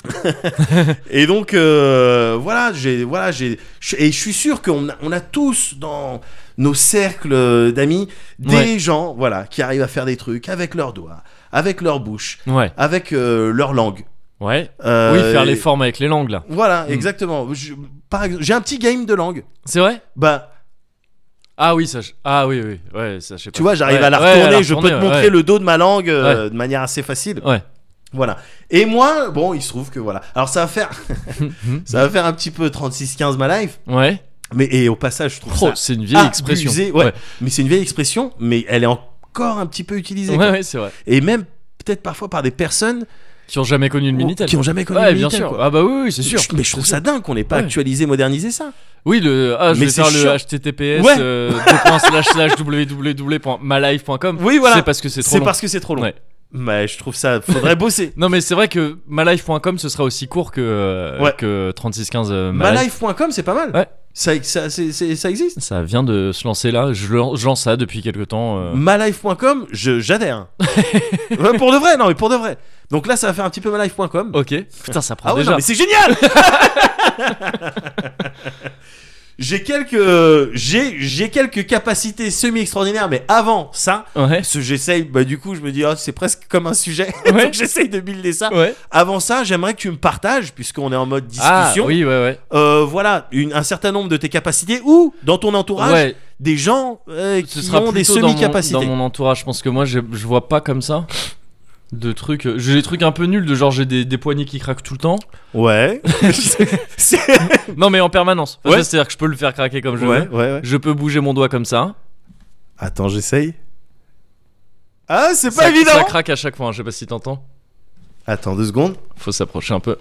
B: Et donc euh, voilà, j'ai voilà, j'ai je- et je suis sûr qu'on a, on a tous dans nos cercles d'amis des
A: Ouais.
B: gens voilà qui arrivent à faire des trucs avec leurs doigts, avec leur bouche,
A: Ouais.
B: avec euh, leur langue.
A: Ouais.
B: Euh,
A: oui, faire
B: et-
A: les formes avec les langues, là.
B: Voilà,
A: Mm.
B: exactement. Je- par exemple, j'ai un petit game de langue.
A: C'est vrai
B: Bah,
A: Ah oui, ça. je- Ah oui, oui. Ouais, ça, je sais pas.
B: tu vois, j'arrive
A: Ouais,
B: à la
A: ouais,
B: retourner, je peux te
A: ouais, Oh.
B: montrer
A: ouais.
B: le dos de ma langue euh, de manière assez facile.
A: Ouais. [laughs]
B: Voilà. Et moi, bon, il se trouve que voilà. Alors ça va faire ça va faire un petit peu 36-15 ma life,
A: Ouais.
B: mais et au passage, je trouve
A: Pro,
B: ça
A: Oh, c'est une vieille expression.
B: abusé, ouais. Mais c'est une vieille expression, mais elle est encore un petit peu utilisée.
A: Ouais,
B: quoi.
A: ouais, c'est vrai.
B: Et même peut-être parfois par des personnes
A: Qui ont jamais connu une minitel.
B: qui ont jamais connu
A: Ouais,
B: le
A: bien
B: Minitel,
A: sûr.
B: quoi.
A: Ah bah oui, oui, c'est sûr.
B: Je- mais je trouve
A: C'est
B: ça dingue qu'on n'ait pas
A: Ouais.
B: actualisé, modernisé ça.
A: Oui, le ah, je
B: Mais
A: vais
B: c'est
A: faire
B: chiant.
A: le https
B: Ouais.
A: euh, deux points slash slash E www.malife.com.
B: Oui, voilà.
A: C'est parce que c'est trop
B: C'est
A: long.
B: parce que c'est trop long.
A: Ouais.
B: Mais je trouve ça faudrait
A: [laughs]
B: bosser.
A: Non, mais c'est vrai que malife.com ce sera aussi court que euh,
B: Ouais.
A: que 3615 euh, malife.
B: Malife.com, c'est pas mal.
A: Ouais.
B: Ça, ça, c'est- c'est- ça existe.
A: Ça vient de se lancer là. Je, le- je lance ça depuis quelque temps. euh.
B: Malife.com,
A: [laughs]
B: je- j'adhère. Ouais, pour de vrai, non, mais pour de vrai. Donc là, ça va faire un petit peu malife.com.
A: Ok. Putain, ça prend
B: ah ouais,
A: déjà.
B: non, mais c'est génial [laughs] J'ai quelques, j'ai j'ai quelques capacités semi-extraordinaires, mais avant ça,
A: Ouais.
B: parce que j'essaye, bah, du coup, je me dis, Ah, c'est presque comme un sujet, [laughs]
A: Ouais.
B: donc j'essaye de builder ça.
A: Ouais.
B: Avant ça, j'aimerais que tu me partages, puisqu'on est en mode
A: Ah
B: discussion,
A: oui, ouais, ouais.
B: euh, voilà, une- un certain nombre de tes capacités ou dans ton entourage,
A: ouais.
B: des gens euh,
A: Ce
B: qui
A: sera
B: ont des
A: plutôt dans mon-
B: semi-capacités.
A: Dans mon entourage, je pense que moi, je, je vois pas comme ça. De trucs, euh, j'ai des trucs un peu nuls, de genre j'ai des, des poignées qui craquent tout le temps. [laughs]
B: Ouais. C'est-
A: Non, mais en permanence. Enfin,
B: Ouais.
A: C'est-à-dire que je peux le faire craquer comme je veux.
B: ouais.
A: Je peux bouger mon doigt comme ça.
B: Attends, j'essaye. Ah, c'est pas
A: ça,
B: évident.
A: ça craque à chaque fois, hein, je sais pas si t'entends.
B: Attends deux secondes.
A: Faut s'approcher un peu.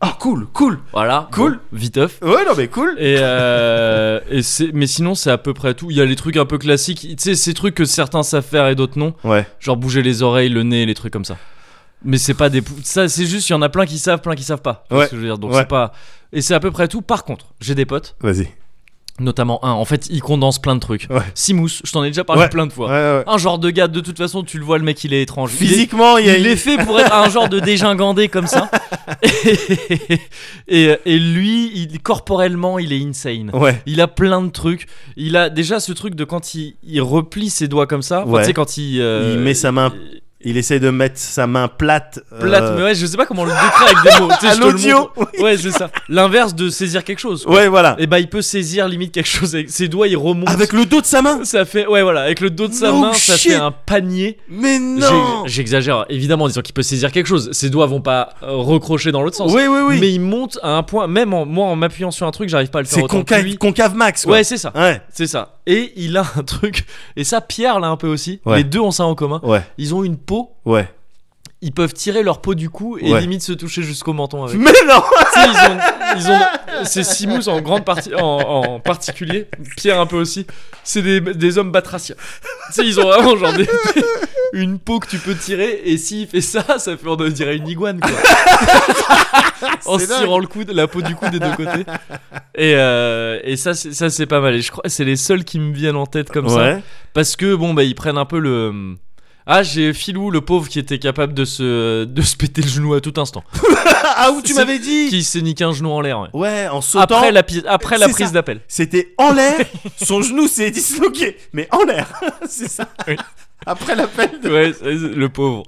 B: Ah, cool, cool.
A: Voilà.
B: Cool.
A: Bon, viteuf.
B: Ouais, non, mais cool.
A: Et, euh, et c'est- mais sinon, c'est à peu près tout. Il y a les trucs un peu classiques. Tu sais, ces trucs que certains savent faire et d'autres non.
B: Ouais.
A: Genre bouger les oreilles, le nez, les trucs comme ça. Mais c'est pas des. pou- Ça, c'est juste, il y en a plein qui savent, plein qui savent pas. Tu vois
B: Ouais.
A: ce que je veux dire. Donc
B: Ouais.
A: c'est pas. Et c'est à peu près tout. Par contre, j'ai des potes,
B: Vas-y.
A: notamment un. En fait, ils condensent plein de trucs.
B: Ouais.
A: Simous, je t'en ai déjà parlé
B: Ouais.
A: plein de
B: Ouais,
A: fois.
B: ouais.
A: Un genre de gars, de toute façon, tu le vois, le mec, Ah, il est étrange. Il est-
B: Physiquement, il y a
A: il est fait pour être un genre de dégingandé comme ça. Et, et- et lui, il, corporellement, il est insane.
B: Ouais.
A: Il a plein de trucs. Il a déjà ce truc de quand il, il replie ses doigts comme ça. Enfin,
B: Ouais.
A: tu sais, quand il. euh,
B: Il met sa main Il essaye de mettre sa main plate. euh,
A: Plate, mais ouais, je sais pas comment on le décrire avec des mots. Tu sais,
B: à
A: je te le
B: l'audio. [laughs]
A: montre. Ouais, c'est ça. L'inverse de saisir quelque chose.
B: Ouais, voilà.
A: Et bah, il peut saisir limite quelque chose. Avec ses doigts, il remonte.
B: Avec le dos de sa main.
A: Ça fait. Ouais, voilà. Avec le dos de sa
B: No
A: main, ça
B: shit.
A: fait un panier.
B: Mais non.
A: J'ex- J'exagère évidemment en disant qu'il peut saisir quelque chose. Ses doigts vont pas euh, recrocher dans l'autre sens.
B: Oui, oui, oui.
A: Mais il monte à un point. Même en, moi, en m'appuyant sur un truc, j'arrive pas à le faire
B: C'est
A: autant que
B: concave,
A: lui.
B: concave max. quoi.
A: Ouais, c'est ça.
B: Ouais.
A: C'est ça. Et il a un truc. Et ça, Pierre l'a un peu aussi.
B: Ouais.
A: Les deux ont ça en commun.
B: Ouais.
A: Ils ont une peau.
B: Ouais.
A: Ils peuvent tirer leur peau du cou et
B: Ouais.
A: limite se toucher jusqu'au menton avec.
B: Mais non.
A: Tu sais, ils ont, ils ont- c'est Simous en grande partie, en, en particulier, Pierre un peu aussi. C'est des, des hommes batraciens. Tu sais, ils ont vraiment genre des- des- une peau que tu peux tirer et s'il fait ça, ça fait on dirait une iguane
B: [laughs]
A: quoi. en se
B: dingue.
A: tirant le coude, la peau du cou des deux côtés. Et, euh, et ça, c'est, ça c'est pas mal. Et je crois que c'est les seuls qui me viennent en tête comme ça, [laughs]
B: Ouais.
A: parce que bon bah ils prennent un peu le. Ah j'ai Filou le pauvre qui était capable de se de se péter le genou à tout instant,
B: Ah, où tu
A: C'est-
B: m'avais dit.
A: qui s'est niqué un genou en l'air. ouais.
B: Ouais, en sautant.
A: Après la, pi- après la
B: C'est
A: prise
B: ça. [laughs]
A: d'appel.
B: C'était en l'air, son genou s'est disloqué, mais en l'air, [laughs] c'est ça.
A: Oui.
B: Après l'appel de.
A: Ouais, c'est- le pauvre.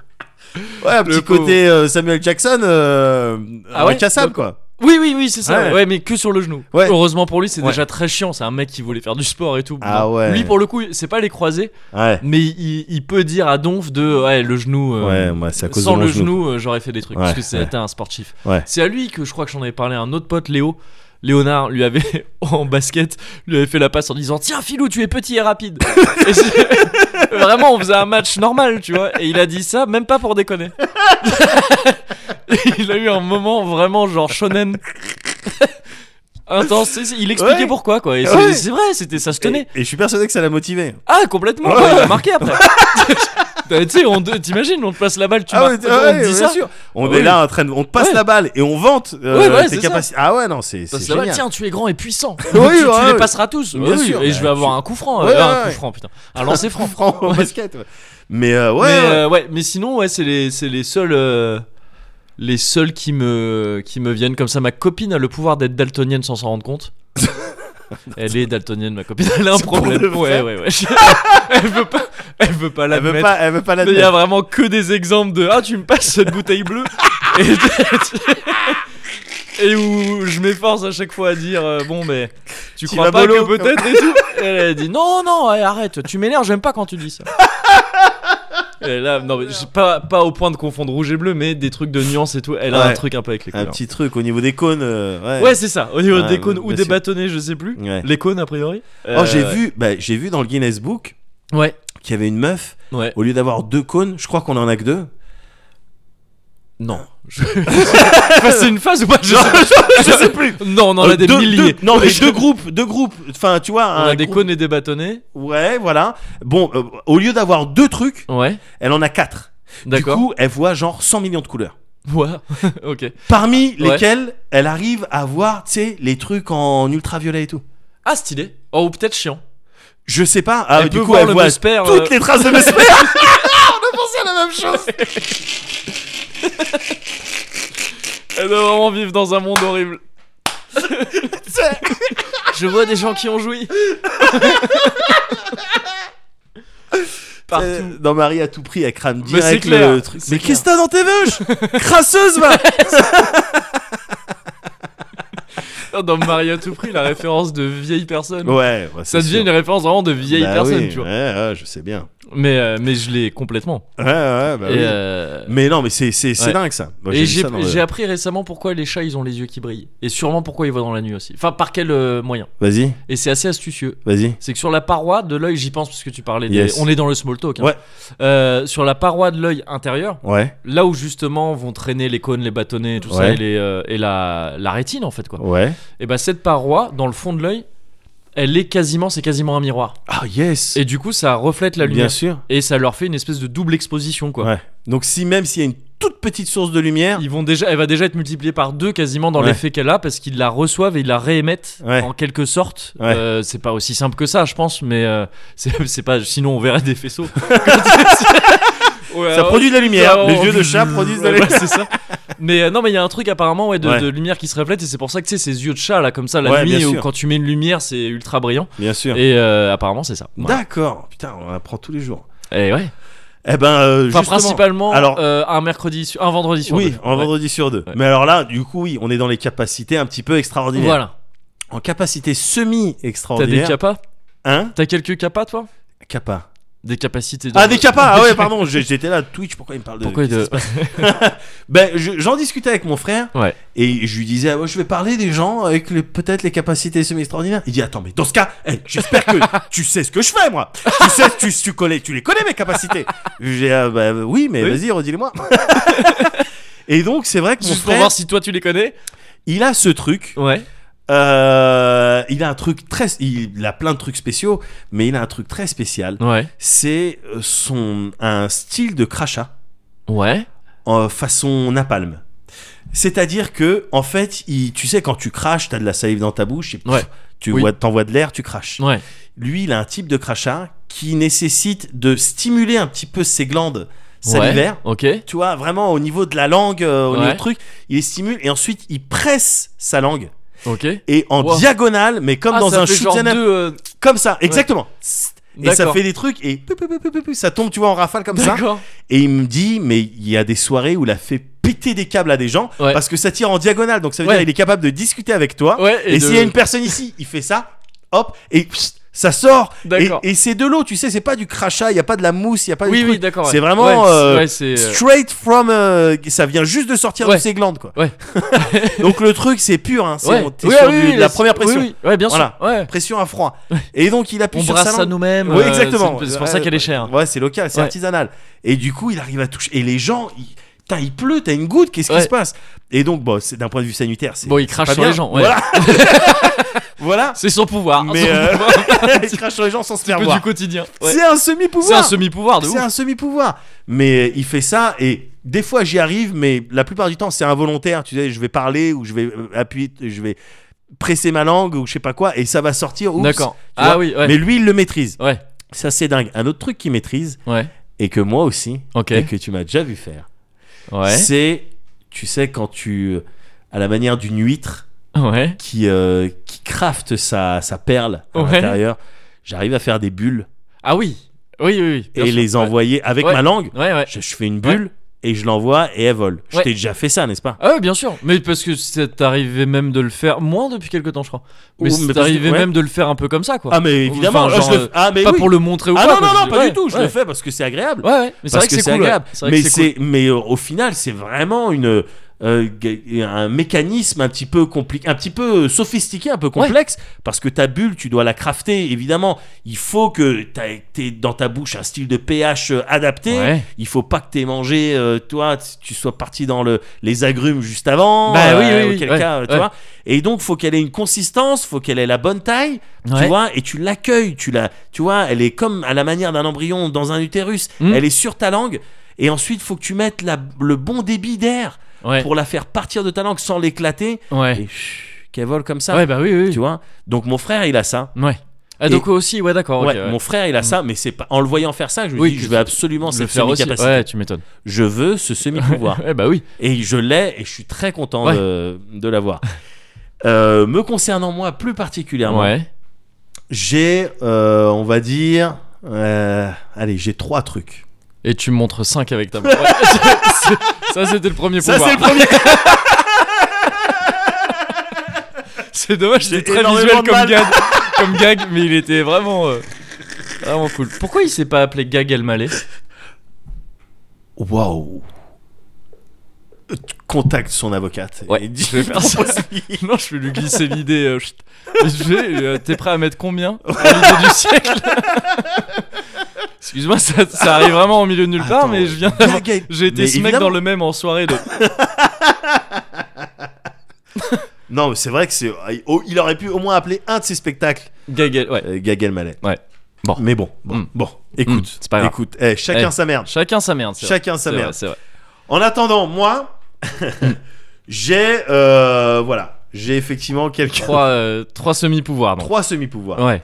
B: Ouais, un petit
A: pauvre.
B: côté euh, Samuel Jackson, euh,
A: Ah ouais
B: incassable, quoi.
A: Oui, oui, oui, c'est ça.
B: Ouais.
A: Ouais. mais que sur le genou.
B: Ouais.
A: Heureusement pour lui, c'est
B: Ouais.
A: déjà très chiant. C'est un mec qui voulait faire du sport et tout.
B: Ah
A: Bon.
B: ouais.
A: Lui, pour le coup, c'est pas les croisés,
B: Ouais,
A: mais il, il peut dire à Donf de ouais, le genou. euh,
B: ouais, moi, c'est à cause
A: Sans
B: de mon
A: le genou, euh, j'aurais fait des trucs
B: Ouais,
A: parce que c'était
B: ouais.
A: un sportif.
B: Ouais.
A: C'est à lui que je crois que j'en avais parlé à un autre pote, Léo. Léonard lui avait, [laughs] en basket, lui avait fait la passe en disant Tiens, Filou, tu es petit et
B: [laughs]
A: rapide. Et c'est- [laughs] Vraiment, on faisait un match normal, tu vois. Et il a dit ça, même pas pour déconner. [laughs] il a eu un moment vraiment genre
B: [laughs]
A: shonen. Intense. C'est- c'est- Il expliquait
B: Ouais.
A: pourquoi, quoi. Et c'est
B: Ouais.
A: c'est vrai, c'était ça se tenait.
B: Et, et je suis persuadé que ça l'a motivé.
A: Ah, complètement,
B: Ouais.
A: bah, il a marqué après.
B: [laughs]
A: [laughs] Bah, tu sais, on te- t'imagines, on te passe la balle, tu marques,
B: Ah ouais,
A: on
B: ouais,
A: te dit
B: bien
A: ça.
B: sûr. On
A: Ouais.
B: est là en train de, on te passe
A: Ouais.
B: la balle et on vante euh,
A: Ouais, ouais,
B: tes
A: c'est ça.
B: capacités. Ah ouais non c'est
A: Passe
B: c'est
A: la balle,
B: génial.
A: Bah, tiens, tu es grand et puissant.
B: Oui,
A: tu, tu
B: ouais,
A: les
B: ouais.
A: passeras tous.
B: Bien
A: Oui,
B: sûr,
A: et
B: bah,
A: je vais avoir
B: tu-
A: un coup franc,
B: Ouais,
A: euh, un
B: ouais,
A: coup
B: ouais.
A: franc, putain. Un lancer franc.
B: [laughs] Franc au
A: Ouais.
B: basket. ouais. Mais euh, ouais.
A: mais,
B: ouais.
A: euh, ouais, mais sinon, ouais, c'est les, c'est les seuls. euh, Les seuls qui me, qui me viennent comme ça, ma copine a le pouvoir d'être daltonienne sans s'en rendre
B: [laughs]
A: compte. elle est daltonienne, ma copine. Elle a un
B: C'est pour
A: problème.
B: de vrai
A: Ouais, ouais, ouais. [laughs] elle veut pas, elle veut pas
B: elle veut
A: l'admettre.
B: pas, elle veut pas
A: Mais il y
B: l'admettre.
A: a vraiment que des exemples de Ah, tu me passes cette bouteille bleue Et, [laughs] et où je m'efforce à chaque fois à dire euh, Bon, mais tu
B: Tu
A: crois
B: vas
A: pas
B: mollo,
A: que peut-être et tout Et [laughs] Elle a dit Non, non, eh, arrête, tu m'énerves, j'aime pas quand tu dis ça. [laughs] Et là, non, mais j'ai pas, pas au point de confondre rouge et bleu, mais des trucs de nuance et tout. Elle a un
B: Ouais.
A: truc un peu avec les
B: Un
A: couleurs.
B: petit truc au niveau des cônes. euh,
A: Ouais, bah c'est ça, au niveau
B: Ouais,
A: des cônes ou
B: bien
A: des
B: sûr.
A: bâtonnets, je sais plus.
B: Ouais.
A: Les cônes, a priori.
B: Oh, j'ai
A: Euh,
B: vu, bah, j'ai vu dans le Guinness Book
A: Ouais,
B: qu'il y avait une meuf.
A: ouais.
B: Au lieu d'avoir deux cônes, je crois qu'on en a que deux.
A: [laughs] Non. Je... Enfin, c'est une phase ou pas Je sais pas.
B: je sais plus.
A: Non, on en
B: Euh,
A: a des
B: deux-
A: milliers.
B: deux- non, mais deux groupes, deux groupes. Enfin, tu vois,
A: On
B: un
A: a des
B: groupe-
A: cônes et des bâtonnets.
B: Ouais, voilà. Bon, euh, au lieu d'avoir deux trucs,
A: Ouais,
B: elle en a quatre.
A: d'accord.
B: Du coup, elle voit genre 100 millions de couleurs.
A: Ouais, [laughs] ok.
B: Parmi
A: Ouais.
B: lesquelles elle arrive à voir, tu sais, les trucs en ultraviolet et tout.
A: Ah, stylé. Oh, ou peut-être chiant.
B: Je sais pas. Ah,
A: Elle
B: du
A: peut
B: coup,
A: voir
B: elle
A: le
B: voit
A: Mesper, euh.
B: toutes les traces de Mesper. On a pensé à la même chose.
A: Elle doit vraiment ben, vivre dans un monde horrible. [laughs] Je vois des gens qui ont [laughs] joui. [laughs] Partout.
B: Euh, Non, Marie, à tout prix, elle crame
A: Mais c'est
B: direct
A: clair,
B: le truc.
A: c'est
B: Mais
A: clair.
B: qu'est-ce que t'as dans tes vaches Crasseuse,
A: [laughs]
B: va
A: Oh, Dans Marie à tout prix, la référence de vieille personne.
B: Ouais,
A: Ça
B: bah, c'est
A: devient
B: sûr.
A: une référence vraiment de vieille
B: Bah
A: personne,
B: oui,
A: tu vois.
B: Ouais, ouais, je sais bien.
A: Mais, euh, mais je l'ai complètement.
B: Ouais, ouais, bah
A: et
B: oui.
A: euh,
B: Mais non, mais c'est c'est- c'est
A: Ouais.
B: dingue ça. Moi,
A: et
B: vu
A: j'ai
B: ça dans le-
A: j'ai appris récemment pourquoi les chats ils ont les yeux qui brillent. Et sûrement pourquoi ils voient dans la nuit aussi. Enfin, par quel euh, moyen.
B: [laughs] Vas-y,
A: Et c'est assez astucieux.
B: vas-y.
A: C'est que sur la paroi de l'œil, j'y pense parce que tu parlais. des-
B: Yes.
A: On est dans le small talk. hein.
B: Ouais.
A: Euh, sur la paroi de l'œil intérieur,
B: Ouais,
A: là où justement vont traîner les cônes, les bâtonnets, tout ça,
B: Ouais.
A: et, les, euh, et la, la rétine en fait quoi.
B: ouais.
A: Et bah cette paroi, dans le fond de l'œil, elle est quasiment, c'est quasiment un miroir.
B: Ah, yes
A: Et du coup, ça reflète la lumière.
B: Bien sûr.
A: Et ça leur fait une espèce de double exposition quoi.
B: Ouais. Donc, si même s'il y a une toute petite source de lumière,
A: Ils vont déjà, elle va déjà être multipliée par deux quasiment dans
B: Ouais.
A: l'effet qu'elle a parce qu'ils la reçoivent et ils la réémettent
B: Ouais.
A: en quelque sorte.
B: Ouais.
A: Euh, c'est pas aussi simple que ça, je pense, mais euh, [laughs] c'est c'est pas. Sinon, on verrait des
B: [laughs]
A: faisceaux. Ouais,
B: ça
A: ouais.
B: produit de la lumière.
A: Ah,
B: Les
A: on-
B: yeux de chat produisent de la
A: Ouais,
B: lumière.
A: [laughs] bah, c'est ça. Mais euh, non, mais il y a un truc apparemment ouais, de,
B: Ouais.
A: de lumière qui se reflète et c'est pour ça que tu sais, ces yeux de chat là, comme ça, la
B: Ouais,
A: nuit,
B: bien
A: où
B: sûr.
A: quand tu mets une lumière, c'est ultra brillant.
B: Bien sûr.
A: Et euh, apparemment, c'est ça. Voilà.
B: D'accord. Putain, on apprend tous les jours.
A: Et ouais.
B: Eh ben, euh,
A: Enfin,
B: justement.
A: principalement
B: Alors-
A: euh, un mercredi, sur- un vendredi sur
B: Oui,
A: deux.
B: en
A: Ouais.
B: vendredi sur deux.
A: Ouais.
B: Mais alors là, du coup, oui, on est dans les capacités un petit peu extraordinaires.
A: Voilà.
B: En capacité
A: T'as des
B: semi-extraordinaire.
A: capas
B: Hein
A: T'as quelques capas toi
B: Kappa.
A: Des capacités. de-
B: Ah, des Kappa Ah
A: [laughs]
B: ouais, pardon, j'ai- j'étais là, Twitch, pourquoi il me parle de.
A: Pourquoi
B: qu'est-ce
A: de...
B: qui se
A: [laughs]
B: passe [laughs] Ben, je- j'en discutais avec mon frère.
A: Ouais.
B: Et je lui disais, ah, ouais, je vais parler des gens avec les- peut-être les capacités semi-extraordinaires. Il dit, attends, mais dans ce cas, hey,
A: [laughs]
B: j'espère que tu sais ce que je fais, moi. Tu sais, tu, tu connais, tu les connais, mes capacités. J'ai, ah, bah, oui, mais
A: Oui.
B: vas-y, redis-les-moi. [laughs] et donc, c'est vrai que mon
A: Juste pour
B: frère,
A: voir si toi tu les connais
B: il a ce truc.
A: Ouais.
B: Euh, il a un truc très, il a plein de trucs spéciaux, mais il a un truc très spécial.
A: Ouais.
B: C'est euh, son un style de crachat
A: Ouais.
B: en façon napalm. C'est-à-dire que en fait, il, tu sais quand tu craches, t'as de la salive dans ta bouche, et pff,
A: Ouais.
B: tu
A: Oui.
B: vois, t'envoies de l'air, tu craches.
A: Ouais.
B: Lui, il a un type de crachat qui nécessite de stimuler un petit peu ses glandes salivaires.
A: Ouais. Ok.
B: Tu vois, vraiment au niveau de la langue, euh, au
A: Ouais.
B: niveau du truc, il les stimule et ensuite il presse sa langue
A: Ok.
B: et en
A: Wow.
B: diagonale, mais comme
A: Ah,
B: dans
A: ça
B: un
A: fait
B: shoot
A: genre
B: them up.
A: deux, euh,
B: comme ça, exactement. Tss. Et ça
A: D'accord.
B: fait des trucs et pou, pou, pou, pou, pou, pou, ça tombe, tu vois, en rafale comme ça.
A: D'accord.
B: Et il me dit, mais il y a des soirées où il a fait péter des câbles à des gens
A: Ouais.
B: parce que ça tire en diagonale, donc ça veut
A: Ouais.
B: dire il est capable de discuter avec toi.
A: Ouais.
B: et
A: de-
B: s'il y a une personne ici, il fait ça, hop, et pssst, ça sort. Et,
A: D'accord.
B: et c'est de l'eau, tu sais, c'est pas du crachat, il y a pas de la mousse, il y a pas
A: Oui,
B: du
A: oui,
B: truc.
A: d'accord. ouais.
B: C'est vraiment,
A: Ouais,
B: euh,
A: ouais, c'est, euh,
B: Straight from, euh, ça vient juste de sortir
A: Ouais.
B: de ses glandes, quoi.
A: Ouais.
B: [laughs] Donc le truc, c'est pur, hein. C'est
A: ouais.
B: on- t'es
A: Oui, ah
B: sur
A: oui,
B: du-
A: oui,
B: de la
A: c'est-
B: première pression,
A: Oui, oui. Ouais, bien sûr.
B: Voilà.
A: Ouais.
B: pression à froid. Et donc il appuie
A: On
B: sur
A: brasse
B: sa
A: ça
B: langue.
A: nous-mêmes.
B: Oui,
A: euh,
B: exactement.
A: c'est- C'est pour ça
B: Ouais,
A: qu'elle est chère.
B: Ouais, c'est local, c'est
A: Ouais.
B: artisanal. Et du coup, il arrive à toucher. Et les gens, ils... Putain, il pleut, t'as une goutte, qu'est-ce
A: Ouais.
B: qui se passe Et donc, bon, c'est d'un point de vue sanitaire, c'est.
A: Bon, il
B: c'est
A: crache
B: pas
A: sur
B: bien.
A: les gens, ouais.
B: Voilà. voilà.
A: [laughs] C'est son pouvoir.
B: Mais,
A: son
B: euh, [laughs]
A: pouvoir
B: il crache sur les gens sans se faire
A: que du
B: voir.
A: quotidien. Ouais.
B: C'est un
A: C'est
B: semi-pouvoir.
A: un semi-pouvoir de ouf.
B: C'est un semi-pouvoir. Mais il fait ça et des fois j'y arrive, mais la plupart du temps c'est involontaire. Tu sais, je vais parler ou je vais euh, appuyer, je vais presser ma langue ou je sais pas quoi et ça va sortir. Oups.
A: D'accord.
B: Tu
A: Ah
B: vois
A: oui, ouais.
B: Mais lui, il le maîtrise.
A: Ouais,
B: Ça, c'est dingue. Un autre truc qu'il maîtrise
A: ouais.
B: et que moi aussi,
A: Ok.
B: et que tu m'as déjà vu faire,
A: Ouais.
B: c'est, tu sais, quand tu, à la manière d'une huître
A: Ouais.
B: qui, euh, qui crafte sa, sa perle à
A: Ouais.
B: l'intérieur, j'arrive à faire des bulles
A: Ah oui. Oui, oui, oui. bien
B: et
A: sûr.
B: les
A: Ouais.
B: envoyer avec
A: Ouais.
B: ma langue.
A: Ouais, ouais.
B: Je, je fais une bulle et je l'envoie et elle vole. Je
A: Ouais.
B: t'ai déjà fait ça, n'est-ce pas
A: Ah ouais, bien sûr. Mais parce que c'est arrivé même de le faire, moins depuis quelques temps, je crois. Mais
B: Ou- mais
A: c'est
B: parce que-
A: arrivé
B: ouais.
A: même de le faire un peu comme ça, quoi.
B: Ah mais évidemment,
A: Enfin,
B: là,
A: genre,
B: je le...
A: euh,
B: ah mais
A: pas
B: oui.
A: pour le montrer ou
B: ah
A: quoi.
B: non non
A: quoi,
B: non,
A: je-
B: pas
A: ouais,
B: du tout. Je
A: ouais.
B: le fais parce que c'est agréable.
A: Ouais, ouais. Mais c'est
B: Parce
A: vrai que c'est cool. ouais.
B: agréable.
A: C'est vrai
B: mais
A: que c'est cool.
B: c'est mais euh, au final, c'est vraiment une euh, g- un mécanisme un petit peu compliqué, un petit peu euh, sophistiqué, un peu complexe, parce que ta bulle, tu dois la crafter. Évidemment, il faut que t'aies t'aies dans ta bouche un style de pH euh, adapté.
A: Ouais.
B: Il faut pas que t'aies mangé, euh, toi, t- tu sois parti dans le, les agrumes juste avant.
A: Bah
B: euh,
A: oui, oui, oui,
B: auquel
A: ouais,
B: cas, euh, tu
A: ouais.
B: vois. Et donc, faut qu'elle ait une consistance, faut qu'elle ait la bonne taille,
A: Ouais.
B: tu vois, et tu l'accueilles, tu la, tu vois, elle est comme à la manière d'un embryon dans un utérus,
A: Mm.
B: elle est sur ta langue, et ensuite, faut que tu mettes la, le bon débit d'air
A: Ouais.
B: pour la faire partir de ta langue sans l'éclater,
A: Ouais.
B: et chut, qu'elle vole comme ça,
A: Ouais, bah oui, oui.
B: tu vois. Donc, mon frère, il a ça.
A: Ouais. Ah, donc aussi, ouais, d'accord. ok,
B: Ouais, mon frère il a ça, mais c'est pas en le voyant faire ça, je me
A: Oui,
B: dis
A: que
B: je
A: tu-
B: veux absolument
A: le
B: cette
A: faire aussi.
B: semi-capacité.
A: Ouais, tu m'étonnes.
B: Je veux ce
A: [laughs]
B: semi-pouvoir.
A: Ouais, bah oui.
B: Et je l'ai et je suis très content
A: Ouais.
B: de, de l'avoir. Euh, me concernant moi plus particulièrement,
A: Ouais.
B: j'ai, euh, on va dire, euh, allez, j'ai trois trucs.
A: Et tu me montres 5 avec ta main. Ouais. [laughs] C'est- c'est- ça, c'était le premier pouvoir.
B: premier.
A: C'est dommage,
B: J'ai
A: c'était très
B: énormément
A: visuel
B: de
A: comme
B: mal.
A: gag, [laughs] comme gag, mais il était vraiment, euh, vraiment cool. Pourquoi il s'est pas appelé Gag Elmaleh
B: [laughs] Waouh. Contacte son avocate.
A: Ouais,
B: et dis-
A: je vais faire [laughs] ça.
B: [laughs]
A: Non, je vais lui glisser l'idée. euh, chut. Je vais, euh, T'es prêt à mettre combien pour l'idée du siècle [laughs] Excuse-moi, ça, ça arrive vraiment au milieu de nulle part,
B: Attends,
A: mais je viens d'avoir-
B: Gaga-
A: J'ai été
B: Mais
A: ce mec
B: évidemment.
A: dans le même en soirée de.
B: Non, mais c'est vrai que c'est. oh, Il aurait pu au moins appeler un de ses spectacles
A: Gag El- ouais.
B: euh, Gagel Mallet.
A: Ouais. Bon.
B: Mais bon, bon,
A: Mm.
B: bon. Écoute,
A: Mm, c'est pas grave.
B: écoute. Eh, chacun
A: Eh.
B: sa merde.
A: Chacun sa merde. c'est vrai.
B: Chacun sa
A: C'est vrai,
B: merde.
A: c'est vrai.
B: En attendant, moi, [laughs] j'ai euh, voilà, j'ai effectivement quelques trois,
A: Trois, euh, trois semi-pouvoirs. donc.
B: semi-pouvoirs,
A: Ouais.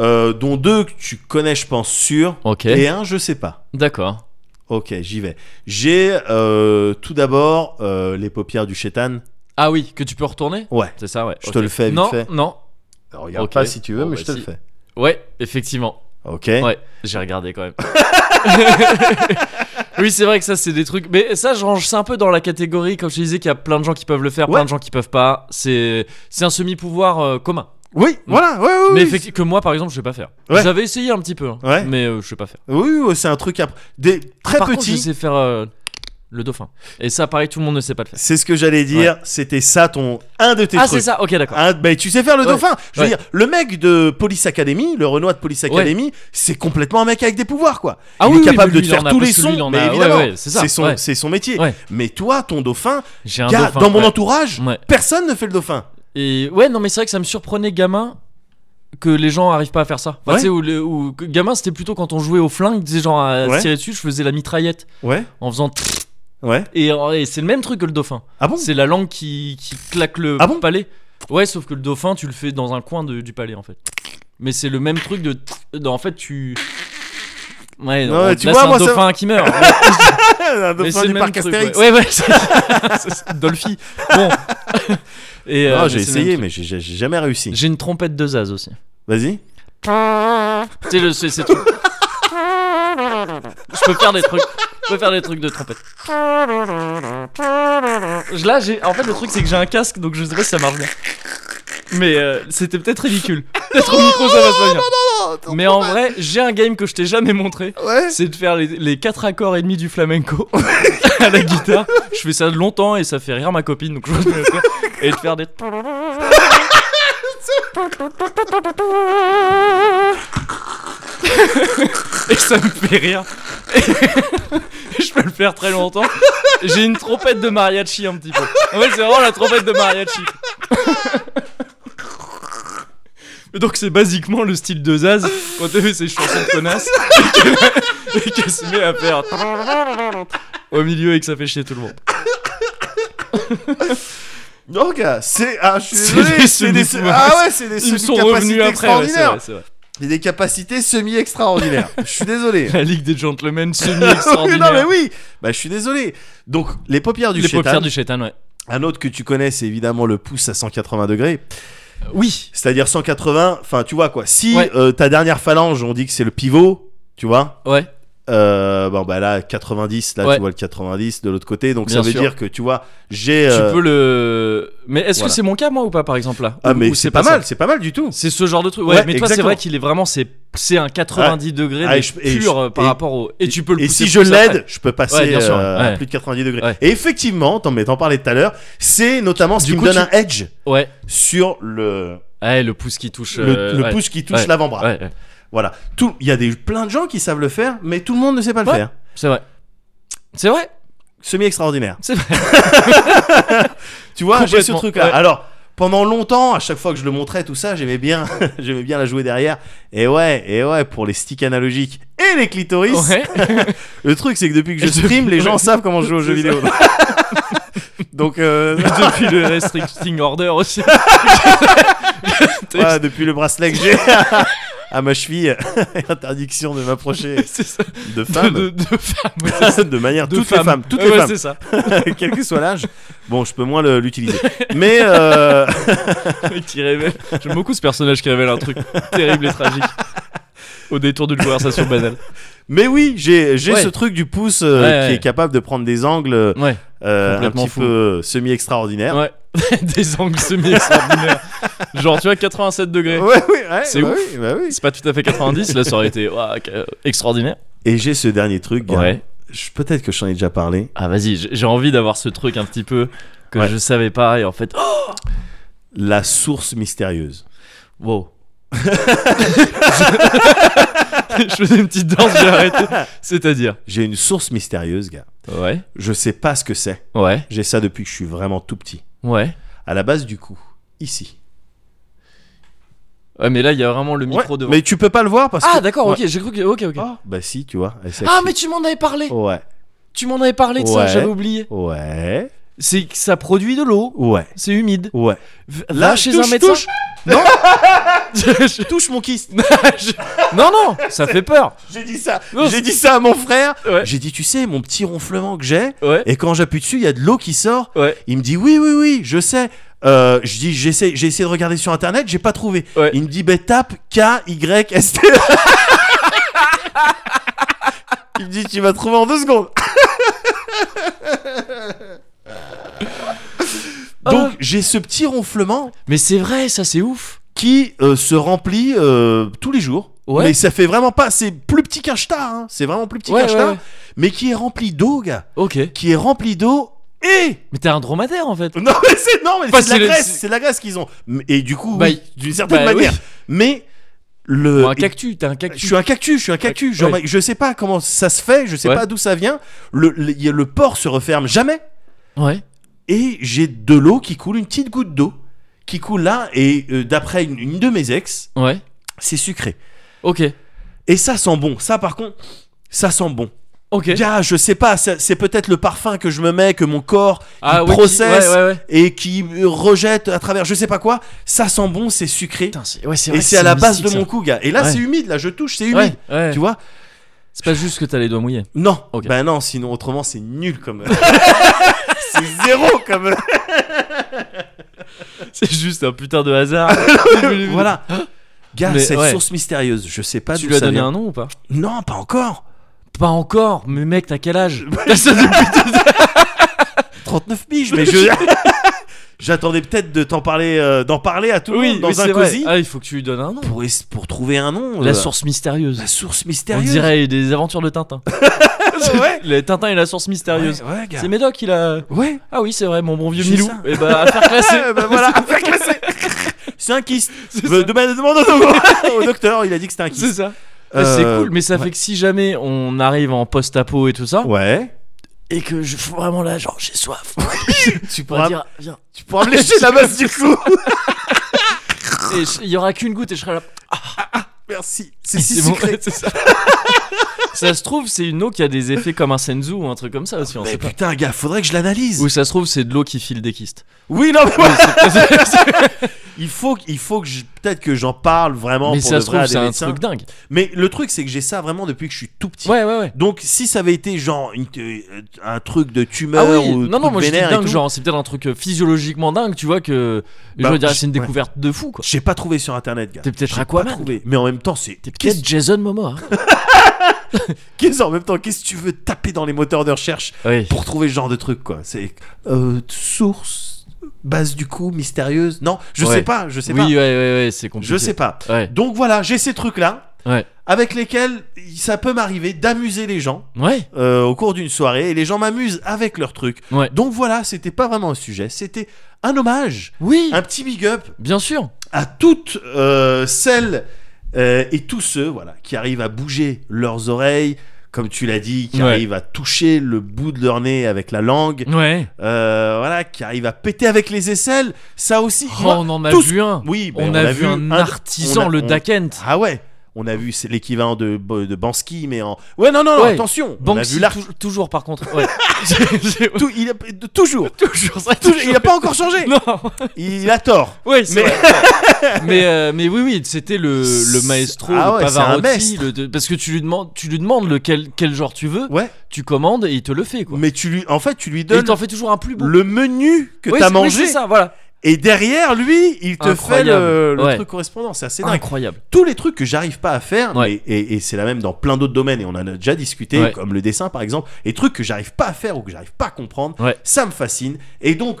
B: Euh, dont deux que tu connais, je pense, sûr,
A: Ok.
B: et un je sais pas.
A: D'accord.
B: Ok, j'y vais. J'ai euh, tout d'abord euh, les paupières du chétan.
A: Ah oui, que tu peux retourner.
B: Ouais,
A: C'est ça, ouais.
B: Je
A: ok.
B: te le fais vite
A: non,
B: fait.
A: Non,
B: Alors, regarde
A: Ok.
B: pas si tu veux,
A: Bon,
B: mais
A: bah,
B: je te
A: si.
B: le fais.
A: Ouais, effectivement.
B: Ok.
A: Ouais, j'ai regardé quand même. [laughs] oui, c'est vrai que ça, c'est des trucs. Mais ça, je range ça un peu dans la catégorie, comme je te disais, qu'il y a plein de gens qui peuvent le faire,
B: Ouais.
A: plein de gens qui peuvent pas. C'est c'est un semi-pouvoir euh, commun.
B: Oui, voilà. Ouais, ouais,
A: mais
B: oui,
A: effectivement, que moi, par exemple, je vais pas faire.
B: Ouais.
A: J'avais essayé un petit peu, hein,
B: Ouais.
A: mais euh, je vais pas faire.
B: c'est- oui, oui, c'est un truc après. Des très
A: Par
B: petits.
A: contre, je sais faire euh, le dauphin. Et ça, pareil, tout le monde ne sait pas le faire.
B: C'est ce que j'allais dire. C'était ça ton un de tes
A: Ah,
B: trucs.
A: c'est ça, ok, d'accord.
B: Ah, ben, tu sais faire le
A: Ouais.
B: dauphin. Je veux
A: Ouais.
B: dire, le mec de Police Academy, le Renoir de Police Academy, c'est complètement un mec avec des pouvoirs, quoi.
A: Ah
B: il
A: oui,
B: est
A: oui,
B: capable
A: mais lui,
B: de te
A: il en
B: faire
A: a,
B: tous les
A: parce que lui,
B: sons,
A: il en
B: mais
A: a- ouais,
B: évidemment,
A: ouais, c'est ça,
B: son,
A: ouais.
B: c'est son métier.
A: Ouais.
B: Mais toi, ton dauphin,
A: J'ai un
B: gars,
A: dauphin.
B: dans mon
A: ouais. Mm.
B: entourage,
A: Ouais.
B: personne ne fait le dauphin.
A: Et ouais, non, mais c'est vrai que ça me surprenait, gamin, que les gens arrivent pas à faire ça. Enfin,
B: Ouais.
A: tu sais, où le- où- que- gamin, c'était plutôt quand on jouait au flingue, des gens à se
B: Ouais.
A: tirer dessus, je faisais la mitraillette
B: Ouais,
A: en faisant. tss
B: ouais.
A: Et, et c'est le même truc que le dauphin.
B: Ah bon
A: C'est la langue qui, qui claque le
B: Ah bon
A: palais. Ouais, sauf que le dauphin, tu le fais dans un coin de- du palais en fait. Mais c'est le même truc de. de- en fait, tu. Ouais,
B: Non,
A: on-
B: mais
A: là,
B: tu
A: c'est
B: vois,
A: un
B: moi, ça-
A: dauphin qui
B: [laughs]
A: meurt. hein.
B: Un
A: Mais
B: dauphin
A: c'est le
B: du
A: même
B: parc
A: truc.
B: Astérix.
A: Ouais, ouais, ouais, c'est- c'est- [laughs] c'est- Dolphy. Bon. Et, euh, [laughs]
B: Non,
A: mais
B: Ah, j'ai
A: c'est le même
B: essayé,
A: truc.
B: mais j'ai- j'ai j'ai jamais réussi.
A: J'ai une trompette de Zaz aussi.
B: Vas-y.
A: Tu sais, le- c'est c'est tout. Je peux faire des trucs. Je peux faire des trucs de trompette. Je- Là, j'ai. En fait, le truc, c'est que j'ai un casque, donc je sais pas si ça marche bien. Mais euh, c'était peut-être ridicule. Peut-être au micro, ça va se venir.
B: non, non,
A: Mais en vrai, j'ai un game que je t'ai jamais montré.
B: Ouais.
A: C'est de faire les, les quatre accords et demi du flamenco [laughs] à la guitare. Je fais ça longtemps et ça fait rire ma copine. Donc je vais le faire. Et de faire des. et ça me fait rire. Et [laughs] je peux le faire très longtemps. J'ai une trompette de mariachi un petit peu. En fait, c'est vraiment la trompette de mariachi. [laughs] Mais Donc c'est basiquement le style de Zaz quand elle fait ses chansons de connasse et qu'elle- [laughs] et qu'elle se met à faire au milieu et que ça fait chier tout le monde.
B: Non, gars, c'est. Ah, je
A: [laughs]
B: suis
A: C'est
B: désolé,
A: des
B: c'est des.
A: semi-pouvoirs.
B: Ah ouais, c'est des
A: Ils me sont revenus
B: semi-capacités
A: après, ouais, c'est
B: extraordinaires.
A: vrai, c'est vrai.
B: C'est des
A: [laughs]
B: capacités semi-extraordinaires. Je suis désolé.
A: La Ligue des
B: [laughs]
A: Gentlemen
B: Oui, non, mais
A: semi-extraordinaire.
B: oui. Bah, je suis désolé. Donc, les paupières du
A: Les
B: chétan.
A: paupières du chétan, ouais.
B: Un autre que tu connais, c'est évidemment le pouce à 180 degrés.
A: Oui,
B: C'est-à-dire 180. Enfin, tu vois quoi. Si
A: Ouais.
B: euh, ta dernière phalange, on dit que c'est le pivot, tu vois.
A: ouais.
B: euh, bon, bah là, 90. Là,
A: Ouais.
B: tu vois le 90 de l'autre côté. Donc, ça
A: Bien
B: veut
A: sûr.
B: dire que tu vois, j'ai. euh,
A: Tu peux le. Mais est-ce
B: voilà.
A: que c'est mon cas, moi, ou pas, par exemple, là
B: Ah,
A: Ou-
B: mais
A: ou
B: c'est pas,
A: ça
B: mal. C'est pas mal du tout.
A: C'est ce genre de truc. Ouais,
B: Ouais,
A: mais toi, c'est
B: exactement.
A: vrai qu'il est vraiment. C'est c'est un 90 degrés
B: Ah, et
A: mais
B: je- et
A: pur
B: je-
A: euh, par
B: et-
A: rapport au. Et tu peux le
B: Et
A: pousser
B: si je
A: plus après.
B: l'aide, je peux passer
A: Ouais, bien sûr,
B: euh, à
A: ouais.
B: plus de 90 degrés.
A: Ouais.
B: Et effectivement, t'en mais t'en parlais tout à l'heure, c'est notamment ce
A: Du
B: qui
A: coup,
B: me donne
A: tu-
B: un edge
A: Ouais.
B: sur le,
A: Ouais, le pouce qui touche.
B: le,
A: euh,
B: le
A: ouais.
B: pouce ah. qui touche
A: Ouais.
B: l'avant-bras.
A: Ouais, ouais.
B: Voilà. Tout, il y a des plein de gens qui savent le faire, mais tout le monde ne sait pas le
A: Ouais.
B: faire.
A: C'est vrai. C'est vrai,
B: Semi extraordinaire.
A: c'est vrai.
B: [laughs] Tu vois, j'ai ce
A: Complètement,
B: truc là.
A: ouais.
B: Alors, pendant longtemps, à chaque fois que je le montrais tout ça, j'aimais bien, [laughs] j'aimais bien la jouer derrière. Et ouais, et ouais, pour les sticks analogiques et les clitoris. [laughs]
A: Ouais.
B: Le truc, c'est que depuis que je
A: Et depuis-
B: stream, les gens
A: ouais.
B: savent comment je joue aux jeux
A: [laughs] C'est ça.
B: vidéo. [laughs] Donc,
A: [laughs]
B: euh,
A: Depuis le restricting order aussi.
B: [laughs] Ouais, depuis le bracelet que j'ai [laughs] à, à ma cheville, [laughs] interdiction de m'approcher
A: [laughs] C'est ça.
B: de
A: De,
B: femmes.
A: de,
B: [laughs] De,
A: de femmes. ouais, c'est ça.
B: manière,
A: De
B: toutes les femmes, toutes les
A: Ouais, ouais,
B: femmes,
A: c'est ça.
B: [laughs] quel que soit l'âge. Bon, je peux moins le-
A: [laughs]
B: l'utiliser. Mais euh,
A: Et qui révèle. J'aime beaucoup ce personnage qui révèle un truc terrible et tragique. Au détour d'une conversation banale.
B: mais oui, j'ai j'ai
A: Ouais.
B: ce truc du pouce euh,
A: Ouais,
B: qui
A: ouais.
B: est capable de prendre des angles
A: Ouais.
B: euh, un
A: Complètement
B: petit
A: fou.
B: peu semi-extraordinaires.
A: Ouais. [laughs] Des angles semi-extraordinaires. Genre, tu vois, 87 degrés.
B: [laughs] Ouais, oui, ouais,
A: C'est
B: bah
A: ouf.
B: oui, bah oui.
A: C'est pas tout à fait 90, là ça aurait été ouah, que- extraordinaire.
B: Et j'ai ce dernier truc, gars.
A: Ouais.
B: Je- peut-être que je t'en ai déjà parlé.
A: Ah vas-y, j'ai j'ai envie d'avoir ce truc un petit peu que
B: Ouais.
A: je savais pas et en fait. Oh
B: La source mystérieuse. [laughs]
A: wow. je... je faisais une petite danse, j'ai arrêté. C'est-à-dire.
B: J'ai une source mystérieuse, gars.
A: Ouais.
B: Je sais pas ce que c'est.
A: Ouais.
B: J'ai ça depuis que je suis vraiment tout petit.
A: Ouais.
B: à la base du cou, ici.
A: Ouais, mais là il y a vraiment le micro
B: Ouais,
A: devant.
B: Mais tu peux pas le voir parce que.
A: Ah d'accord,
B: Ouais.
A: ok, j'ai cru que. Ok, ok.
B: Ah, bah si, tu vois. elle s'est
A: ah,
B: activée.
A: mais tu m'en avais parlé
B: Ouais,
A: Tu m'en avais parlé de ça,
B: Ouais.
A: j'avais oublié.
B: ouais,
A: C'est que ça produit de l'eau,
B: ouais,
A: c'est humide. [laughs]
B: ouais.
A: V-
B: Là,
A: va chez
B: touche,
A: un médecin.
B: touche. Non.
A: Je-
B: Touche mon kiss.
A: je- Non, non, ça fait peur.
B: J'ai dit ça.
A: Non,
B: J'ai dit ça à mon frère.
A: Ouais.
B: J'ai dit, tu sais, mon petit ronflement que j'ai.
A: Ouais.
B: Et quand j'appuie dessus, il y a de l'eau qui sort.
A: Ouais.
B: Il me dit, oui, oui, oui, je sais. Euh, je dis, j'essaie, j'ai essayé de regarder sur internet, j'ai pas trouvé.
A: Ouais.
B: Il me dit, ben tape K Y
A: [laughs]
B: S T. E. Il me dit, tu vas trouver en deux secondes. Donc
A: Ah.
B: j'ai ce petit ronflement
A: Mais c'est vrai, ça c'est ouf.
B: qui euh, se remplit euh, tous les jours.
A: Ouais.
B: Mais ça fait vraiment pas, c'est plus petit qu'un ch'tard, hein. c'est vraiment plus petit
A: Ouais,
B: qu'un
A: ouais,
B: ch'tard,
A: ouais.
B: mais qui est rempli d'eau, gars,
A: Ok.
B: qui est rempli d'eau et [laughs]
A: Mais t'es un dromadaire en fait.
B: Non mais c'est non mais
A: Enfin,
B: c'est de
A: c'est
B: la
A: le-
B: Grèce,
A: c'est-
B: c'est de la Grèce qu'ils ont. Mais- Et du coup,
A: Bah,
B: oui, d'une certaine
A: bah oui.
B: manière. Mais le
A: Ou un cactus, t'es un
B: je
A: cactus.
B: suis un cactus, je suis un cactus. Genre,
A: Ouais.
B: Je sais pas comment ça se fait, je sais
A: Ouais.
B: pas d'où ça vient. Le, le, il y a- le port se referme jamais
A: Ouais.
B: et j'ai de l'eau qui coule, une petite goutte d'eau qui coule là. Et euh, d'après une, une de mes ex,
A: Ouais.
B: c'est sucré.
A: Ok.
B: Et ça sent bon. Ça par contre, ça sent bon.
A: Ok.
B: Gars, je sais pas, ça- c'est peut-être le parfum que je me mets, que mon corps il
A: Ah, ouais, qui-
B: processe
A: Ouais, ouais, ouais.
B: et qui me rejette à travers je sais pas quoi, ça sent bon, c'est sucré.
A: Putain, c'est ouais, c'est vrai
B: Et
A: que
B: c'est à la base
A: mystique,
B: de
A: ça.
B: mon cou, gars. Et là,
A: Ouais.
B: c'est humide, là, je touche, c'est humide.
A: Ouais, ouais.
B: Tu vois
A: C'est pas juste que t'as les doigts mouillés.
B: Non.
A: Ok.
B: Bah non, sinon, autrement, c'est nul comme. [laughs] c'est zéro comme.
A: [laughs] C'est juste un putain de [laughs] hasard.
B: voilà. Gars,
A: Mais
B: cette
A: ouais.
B: source mystérieuse, je sais pas
A: Tu
B: d'où
A: lui as
B: ça
A: donné
B: vient.
A: un nom ou pas
B: Non, pas encore.
A: Pas encore. Mais mec, [laughs] t'as quel âge T'as ça depuis-
B: 39 piges, mais je. [laughs] J'attendais peut-être de t'en parler, euh, d'en parler à tout le
A: oui,
B: monde dans
A: oui,
B: un
A: c'est vrai.
B: cosy
A: Ah, il faut que tu lui donnes un nom.
B: pour, es- pour trouver un nom. euh,
A: La source mystérieuse.
B: la source
A: On
B: mystérieuse.
A: dirait des aventures de Tintin.
B: ouais.
A: Les Tintin et la source mystérieuse.
B: Ouais, ouais, gars.
A: C'est Médoc, il a.
B: Ouais.
A: Ah oui, c'est vrai, mon bon vieux
B: C'est
A: Milou.
B: ça.
A: Et bah, affaire [laughs] classée.
B: Eh ben voilà, affaire classée. [laughs] C'est un kyste. Ve- Demande, demande [laughs] au, au docteur, il a dit que c'était un
A: C'est
B: kyste.
A: ça. Ah, C'est
B: Euh,
A: cool, mais ça fait que si jamais on arrive en post-apo et tout ça,
B: Ouais.
A: [laughs] et que je faut vraiment là, genre j'ai soif,
B: Tu
A: on va
B: pourras,
A: dire, viens.
B: tu pourras me lécher la base du cou.
A: Et je- il y aura qu'une goutte et je serai là.
B: [laughs] Merci.
A: Et
B: C'est si
A: bon.
B: sucré.
A: [laughs] C'est ça. Ça se trouve, c'est une eau qui a des effets comme un senzu ou un truc comme ça aussi, on
B: Mais
A: sait pas.
B: putain, gars, faudrait que je l'analyse.
A: Ou ça se trouve, c'est de l'eau qui file des kystes.
B: Oui, non, mais [laughs] il faut, qu- il faut que je- peut-être que j'en parle vraiment
A: mais
B: pour
A: ça
B: de
A: se
B: vrai
A: trouve,
B: à des
A: c'est un
B: médecins.
A: truc dingue.
B: Mais le truc, c'est que j'ai ça vraiment depuis que je suis tout petit.
A: Ouais, ouais, ouais.
B: Donc, si ça avait été genre une- euh, un truc de
A: Ah
B: tumeur
A: oui,
B: ou
A: non,
B: truc
A: non, moi je dis
B: vénère et
A: dingue,
B: tout,
A: genre c'est peut-être un truc euh, physiologiquement dingue, tu vois, que
B: Bah,
A: je veux dire,
B: je-
A: c'est une
B: ouais.
A: découverte de fou quoi.
B: j'ai pas trouvé sur internet, gars.
A: T'es peut-être
B: J'ai
A: Aquaman.
B: pas trouvé. Mais en même temps, c'est.
A: T'es peut-être Jason Momoa. hein.
B: Qu'est-ce en même temps Qu'est-ce que tu veux taper dans les moteurs de recherche
A: oui.
B: pour trouver ce genre de truc, quoi C'est euh, source, base du coup, mystérieuse. Non, je
A: Ouais.
B: sais pas, je sais
A: oui, euh,
B: pas.
A: ouais, ouais, ouais, c'est compliqué.
B: Je sais pas.
A: Ouais,
B: Donc voilà, j'ai ces trucs-là
A: ouais,
B: avec lesquels ça peut m'arriver d'amuser les gens.
A: ouais.
B: euh, au cours d'une soirée et les gens m'amusent avec leurs trucs.
A: Ouais.
B: Donc voilà, c'était pas vraiment un sujet, c'était un hommage,
A: Oui,
B: un petit big up
A: Ah, bien sûr.
B: à toutes euh, celles euh, et tous ceux voilà, qui arrivent à bouger leurs oreilles, comme tu l'as dit, qui
A: Ouais.
B: arrivent à toucher le bout de leur nez avec la langue,
A: Ouais.
B: euh, voilà, qui arrivent à péter avec les aisselles. Ça aussi,
A: Oh,
B: moi-
A: on en a
B: tous-
A: vu un.
B: Oui, ben,
A: on, a, vu un artisan,
B: on a-
A: le
B: on-
A: Dakent.
B: Ah ouais, on a vu c'est l'équivalent de, de Bansky, mais en. Ouais, non, non, non,
A: Ouais.
B: attention, on a
A: Banksy,
B: vu l'art.
A: tou- toujours par
B: [laughs]
A: contre. Ouais. J'ai- j'ai-
B: Tout- il a- de-
A: [laughs]
B: toujours.
A: toujours ça.
B: Toujours- Il n'a pas encore changé.
A: Non.
B: Il a tort.
A: Oui, c'est
B: Mais-
A: vrai. [laughs] mais euh, mais oui oui, c'était le, le maestro
B: Ah ouais,
A: le
B: c'est un
A: Pavarotti
B: maître.
A: le- de- parce que tu lui demandes tu lui demandes lequel quel genre tu veux,
B: Ouais.
A: tu commandes et il te le fait quoi.
B: Mais tu lui, en fait, tu lui
A: Et il
B: donnes
A: t'en fait toujours un plus beau.
B: le menu que
A: Oui,
B: t'as
A: c'est- oui,
B: mangé
A: c'est ça, voilà.
B: et derrière lui, il te fait
A: Incroyable.
B: le, le
A: Ouais.
B: truc correspondant. C'est assez dingue.
A: Incroyable.
B: Tous les trucs que j'arrive pas à faire,
A: Ouais.
B: mais- et, et c'est la même dans plein d'autres domaines et on en a déjà discuté,
A: Ouais.
B: comme le dessin par exemple, et trucs que j'arrive pas à faire ou que j'arrive pas à comprendre,
A: Ouais.
B: ça me fascine. Et donc.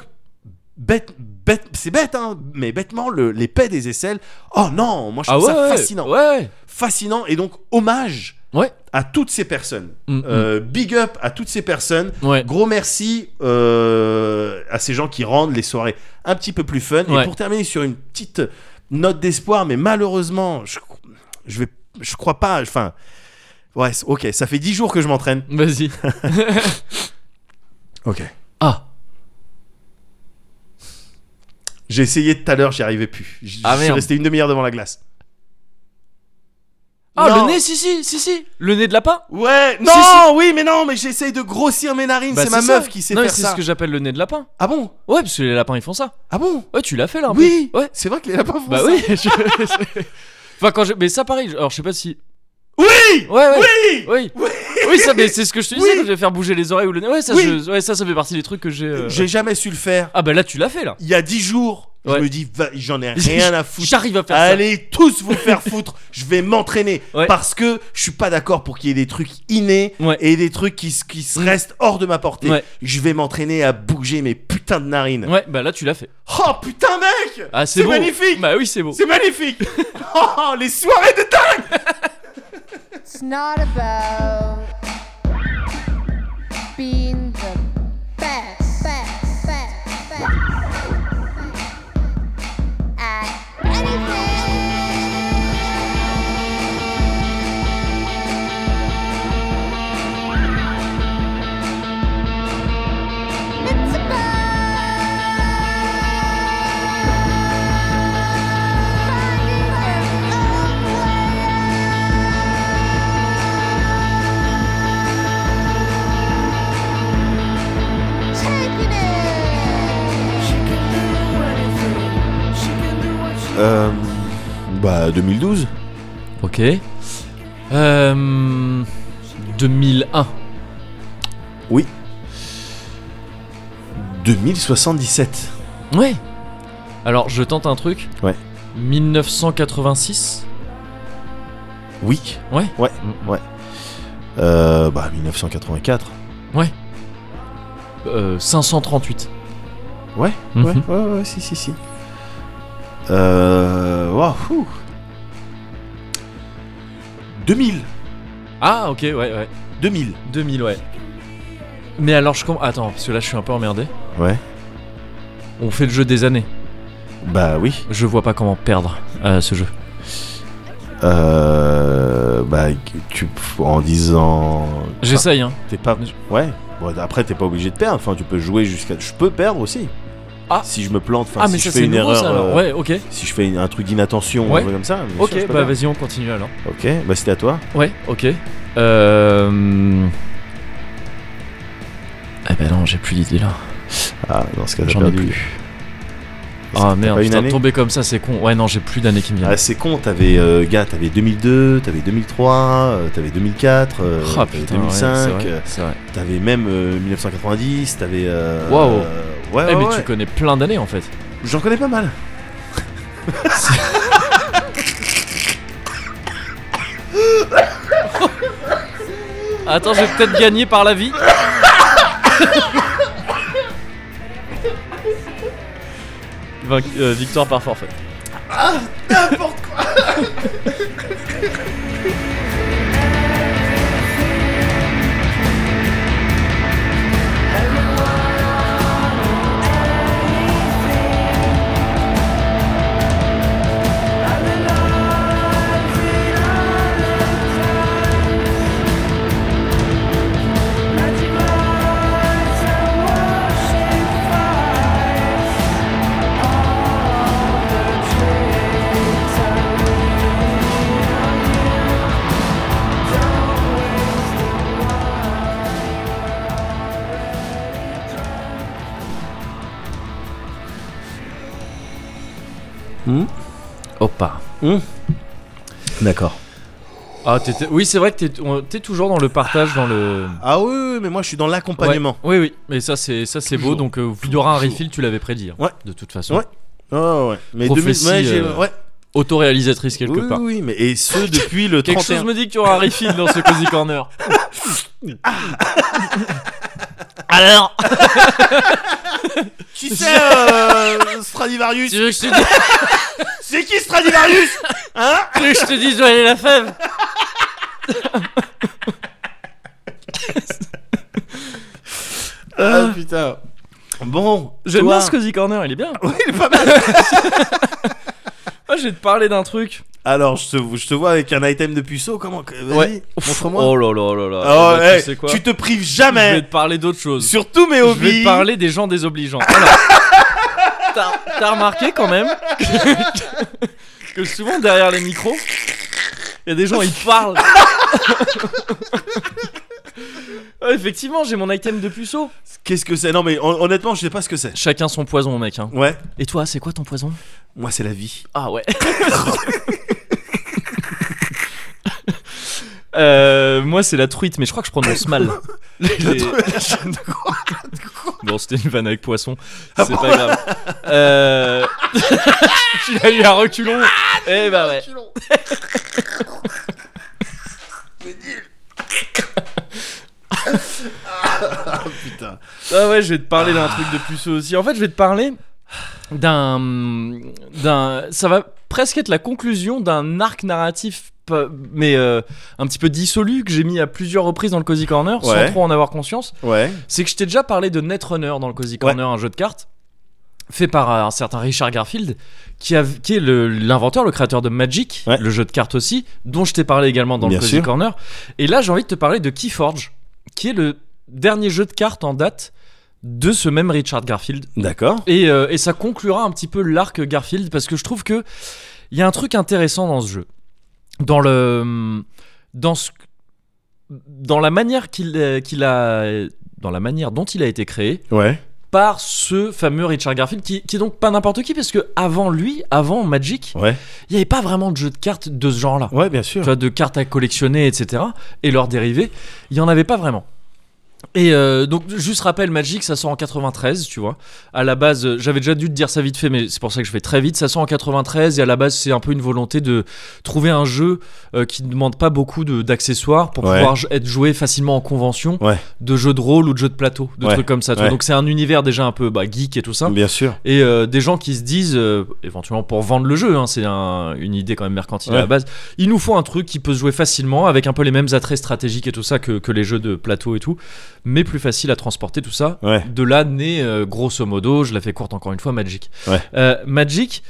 B: Bête, bête, c'est bête, hein, mais bêtement, le, les paix des aisselles. Oh non, moi je
A: Ah
B: trouve
A: ouais.
B: ça
A: ouais,
B: fascinant.
A: Ouais.
B: fascinant et donc hommage
A: Ouais.
B: à toutes ces personnes.
A: Mm, mm.
B: Euh, big up à toutes ces personnes.
A: Ouais.
B: Gros merci euh, à ces gens qui rendent les soirées un petit peu plus fun. Et
A: Ouais.
B: pour terminer sur une petite note d'espoir, mais malheureusement, je, je vais, je crois pas. Enfin, ouais, c'est- ok, ça fait 10 jours que je m'entraîne. [laughs]
A: Vas-y.
B: Ok.
A: Ah.
B: J'ai essayé tout à l'heure, j'y arrivais plus. J-
A: Ah,
B: je suis
A: merde.
B: resté une demi-heure devant la glace.
A: Ah
B: Non.
A: le nez si si si si. Le nez de lapin.
B: Ouais, non,
A: si.
B: oui, mais non, mais j'essaye de grossir mes narines.
A: Bah,
B: c'est ma
A: ça.
B: meuf qui sait
A: Non, mais
B: faire
A: c'est
B: ça.
A: ce que j'appelle le nez de lapin.
B: Ah bon
A: Ouais, parce que les lapins ils font ça.
B: Ah bon
A: Ouais, tu l'as fait là un
B: Oui,
A: peu. Ouais.
B: c'est vrai que les lapins font
A: Bah
B: ça.
A: oui. je- [laughs] enfin quand je mais ça pareil, alors je sais pas si
B: Oui,
A: Ouais, ouais.
B: oui,
A: [laughs] Oui. Oui, ça, mais c'est ce que je te disais,
B: Oui.
A: quand je vais faire bouger les oreilles ou le nez. Ouais, ça,
B: Oui.
A: je- ouais, ça, ça fait partie des trucs que j'ai. euh,
B: J'ai jamais su le faire.
A: Ah, bah là, tu l'as fait, là.
B: Il y a dix jours,
A: Ouais.
B: je me dis, va-
A: [laughs]
B: j'en ai rien à foutre.
A: J'arrive à faire
B: Allez tous
A: [laughs]
B: vous faire foutre. Je vais m'entraîner
A: Ouais.
B: parce que je suis pas d'accord pour qu'il y ait des trucs innés
A: Ouais. Mm.
B: et des trucs qui, s- qui se restent hors de ma portée.
A: Ouais.
B: Je vais m'entraîner à bouger mes putains de narines.
A: ça. Ouais, bah là, tu l'as fait.
B: Oh putain mec,
A: Ah, c'est beau.
B: magnifique.
A: Bah oui, c'est beau.
B: C'est magnifique. [laughs] oh, les soirées de dingue.
G: It's not about being the best, best, best, best at anything. It's about finding your own way. taking it.
B: bah 2012.
A: Ok. Euh. 2001.
B: Oui. 2077.
A: Ouais. Alors, je tente un truc.
B: Ouais.
A: 1986.
B: Oui.
A: Ouais.
B: Ouais.
A: Mm.
B: Ouais. Euh, bah 1984.
A: Euh, 538.
B: Ouais,
A: Mhm.
B: ouais, ouais, ouais, si, si, si. Euh. Waouh, fou. 2000,
A: Ah, ok, ouais, ouais.
B: 2000.
A: 2000, ouais. Mais alors, je comprends. Attends, parce que là, je suis un peu emmerdé.
B: Ouais.
A: On fait le jeu des années.
B: Bah oui.
A: Je vois pas comment perdre euh, ce jeu.
B: Euh. Bah, tu. En disant.
A: J'essaye, hein.
B: T'es pas. Ouais. Bon, après, t'es pas obligé de perdre. Enfin, tu peux jouer jusqu'à. Je peux perdre aussi.
A: Ah.
B: Si je me plante, enfin,
A: ah,
B: si
A: mais
B: je
A: ça,
B: fais
A: c'est
B: une
A: nouveau,
B: erreur.
A: ça, alors.
B: euh,
A: Ouais, ok.
B: Si je fais une- un truc d'inattention,
A: Ouais.
B: un truc comme ça. bien sûr, je
A: Ok,
B: peux
A: bah
B: perdre.
A: vas-y, on continue alors.
B: Ok, bah c'était à toi.
A: Ouais, ok. Euh. Ah, bah non, j'ai plus d'idée là.
B: Ah, dans ce cas, t'as
A: J'en ai
B: perdu.
A: plus. Ah merde,
B: pas une
A: putain,
B: année
A: tomber comme ça, c'est con. Ouais, non, j'ai plus d'années qui me viennent.
B: Ah, c'est con, t'avais, euh, gars, t'avais 2002, t'avais 2003, euh, t'avais 2004, euh,
A: Ah,
B: t'avais
A: putain,
B: 2005,
A: ouais, c'est
B: euh,
A: vrai, c'est vrai.
B: t'avais même euh, 1990, t'avais. euh,
A: Waouh.
B: euh, Ouais,
A: Eh,
B: ouais,
A: mais
B: ouais.
A: tu connais plein d'années en fait.
B: J'en connais pas mal.
A: Attends, j'ai peut-être gagné par la vie. Vainc- euh, victoire par forfait. Opa.
B: D'accord.
A: Ah, t'étais- Oui, c'est vrai que t'es on- t'es toujours dans le partage, dans le.
B: Ah oui, oui, mais moi je suis dans l'accompagnement.
A: Ouais. Oui, oui. Mais ça, c'est ça, c'est beau.
B: Toujours.
A: Donc, euh, il y aura un
B: Toujours.
A: refill. Tu l'avais prédit. hein,
B: Ouais.
A: De toute façon.
B: Ouais. Oh, ouais. Mais
A: Prophétie,
B: 2000, ouais, j'ai-
A: euh,
B: ouais.
A: Autoréalisatrice quelque
B: oui,
A: part.
B: oui, oui, mais et ce depuis le
A: Quelque
B: 31.
A: chose me dit qu'il y aura un refill dans [laughs] ce cozy corner. Alors,
B: Tu sais, euh, Stradivarius,
A: tu [laughs] veux que je te dise,
B: c'est qui
A: [laughs]
B: Stradivarius
A: tu veux que je te dise où elle est la fève
B: Ah putain. Bon,
A: J'aime
B: toi-
A: bien ce cozy corner, [laughs] il est bien.
B: Oui, il est pas mal.
A: Moi, Ah, je vais te parler d'un truc.
B: Alors, je te, je te vois avec un item de puceau, comment que- Vas-y, montre-moi.
A: Oh là là là là.
B: Oh,
A: Eh ben,
B: hey,
A: tu hein. sais quoi
B: te prives
A: Je vais
B: jamais.
A: te parler d'autre chose.
B: Surtout mes
A: Je vais
B: hobbies.
A: te parler des gens désobligeants. Alors, t'as, t'as remarqué quand même que, que souvent derrière les micros, il y a des gens ils parlent. Ouais, Effectivement, j'ai mon item de puceau.
B: Qu'est-ce que c'est Non mais hon- honnêtement, je sais pas ce que c'est.
A: Chacun son poison, mec. hein.
B: Ouais.
A: Et toi, c'est quoi ton poison
B: Moi, c'est la vie.
A: Ah ouais. Euh, moi, c'est la truite, mais je crois que je prononce mal. Les- [laughs] Bon, c'était une vanne avec poisson. C'est pas grave. Euh... [laughs] tu l'as eu à reculons. Eh bah ouais. [laughs]
B: Putain.
A: Ah ouais, je vais te parler d'un truc de puceau aussi. En fait, je vais te parler d'un d'un ça va presque être la conclusion d'un arc narratif pas- mais euh, un petit peu dissolu que j'ai mis à plusieurs reprises dans le Cozy Corner
B: Ouais.
A: sans trop en avoir conscience.
B: Ouais.
A: C'est que je t'ai déjà parlé de Netrunner dans le Cozy Corner, un jeu de cartes fait par euh, un certain Richard Garfield, qui, a- qui est le- l'inventeur, le, créateur de Magic,
B: Ouais.
A: le jeu de cartes aussi, dont je t'ai parlé également dans
B: Bien
A: le Cozy
B: sûr.
A: Corner. Et là, j'ai envie de te parler de Keyforge, qui est le dernier jeu de cartes en date de ce même Richard Garfield.
B: D'accord.
A: Et, euh, et ça conclura un petit peu l'arc Garfield parce que je trouve que il y a un truc intéressant dans ce jeu, dans le hum, dans ce dans la manière qu'il euh, qu'il a dans la manière dont il a été créé
B: Ouais.
A: par ce fameux Richard Garfield qui, qui est donc pas n'importe qui parce que avant lui, avant Magic,
B: Ouais.
A: il n'y avait pas vraiment de jeu de cartes de ce genre-là
B: Ouais, bien
A: tu
B: sûr.
A: vois, de cartes à collectionner, etc. Et leurs dérivés, il n'y en avait pas vraiment. Et euh, donc, juste rappel, Magic, ça sort en 93, tu vois. À la base, euh, j'avais déjà dû te dire ça vite fait, mais c'est pour ça que je fais très vite. Ça sort en 93, et à la base, c'est un peu une volonté de trouver un jeu euh, qui ne demande pas beaucoup de- d'accessoires pour
B: Ouais.
A: pouvoir j- être joué facilement en convention
B: Ouais.
A: de jeux de rôle ou de jeux de plateau, de
B: Ouais.
A: trucs comme ça. tu vois.
B: Ouais.
A: Donc, c'est un univers déjà un peu bah, geek et tout ça.
B: Bien sûr.
A: Et euh, des gens qui se disent, euh, éventuellement pour vendre le jeu, hein, c'est un- une idée quand même mercantile à
B: Ouais.
A: la base, il nous faut un truc qui peut se jouer facilement, avec un peu les mêmes attraits stratégiques et tout ça que, que les jeux de plateau et tout, mais plus facile à transporter tout ça.
B: Ouais.
A: De là naît, euh, grosso modo, je la fais courte encore une fois, Magic.
B: Ouais.
A: Euh, Magic.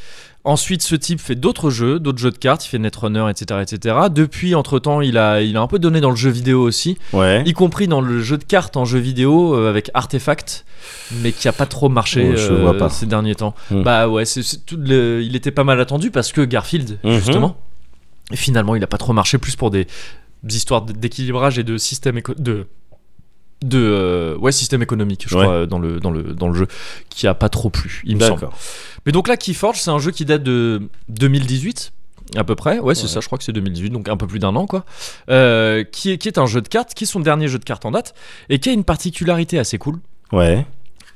A: Ensuite, ce type fait d'autres jeux, d'autres jeux de cartes, il fait Netrunner, etc. etc. Depuis, entre-temps, il a, il a un peu donné dans le jeu vidéo aussi,
B: Ouais.
A: y compris dans le jeu de cartes en jeu vidéo euh, avec Artefact, mais qui a pas trop marché
B: Oh, je
A: euh,
B: vois pas.
A: ces derniers temps.
B: Hmm.
A: Bah ouais, c'est- c'est tout le- il était pas mal attendu parce que Garfield,
B: Mhm.
A: justement, et finalement, il a pas trop marché plus pour des, des histoires d- d'équilibrage et de système éco- de de euh, ouais système économique je
B: Ouais.
A: crois euh, dans le dans le dans le jeu qui a pas trop plu il me semble
B: D'accord.
A: mais donc là Keyforge c'est un jeu qui date de 2018 à peu près, ouais, c'est ça, je crois que c'est 2018, donc un peu plus d'un an, quoi. Euh, qui, est, qui est un jeu de cartes, qui est son dernier jeu de cartes en date, et qui a une particularité assez cool.
B: Ouais.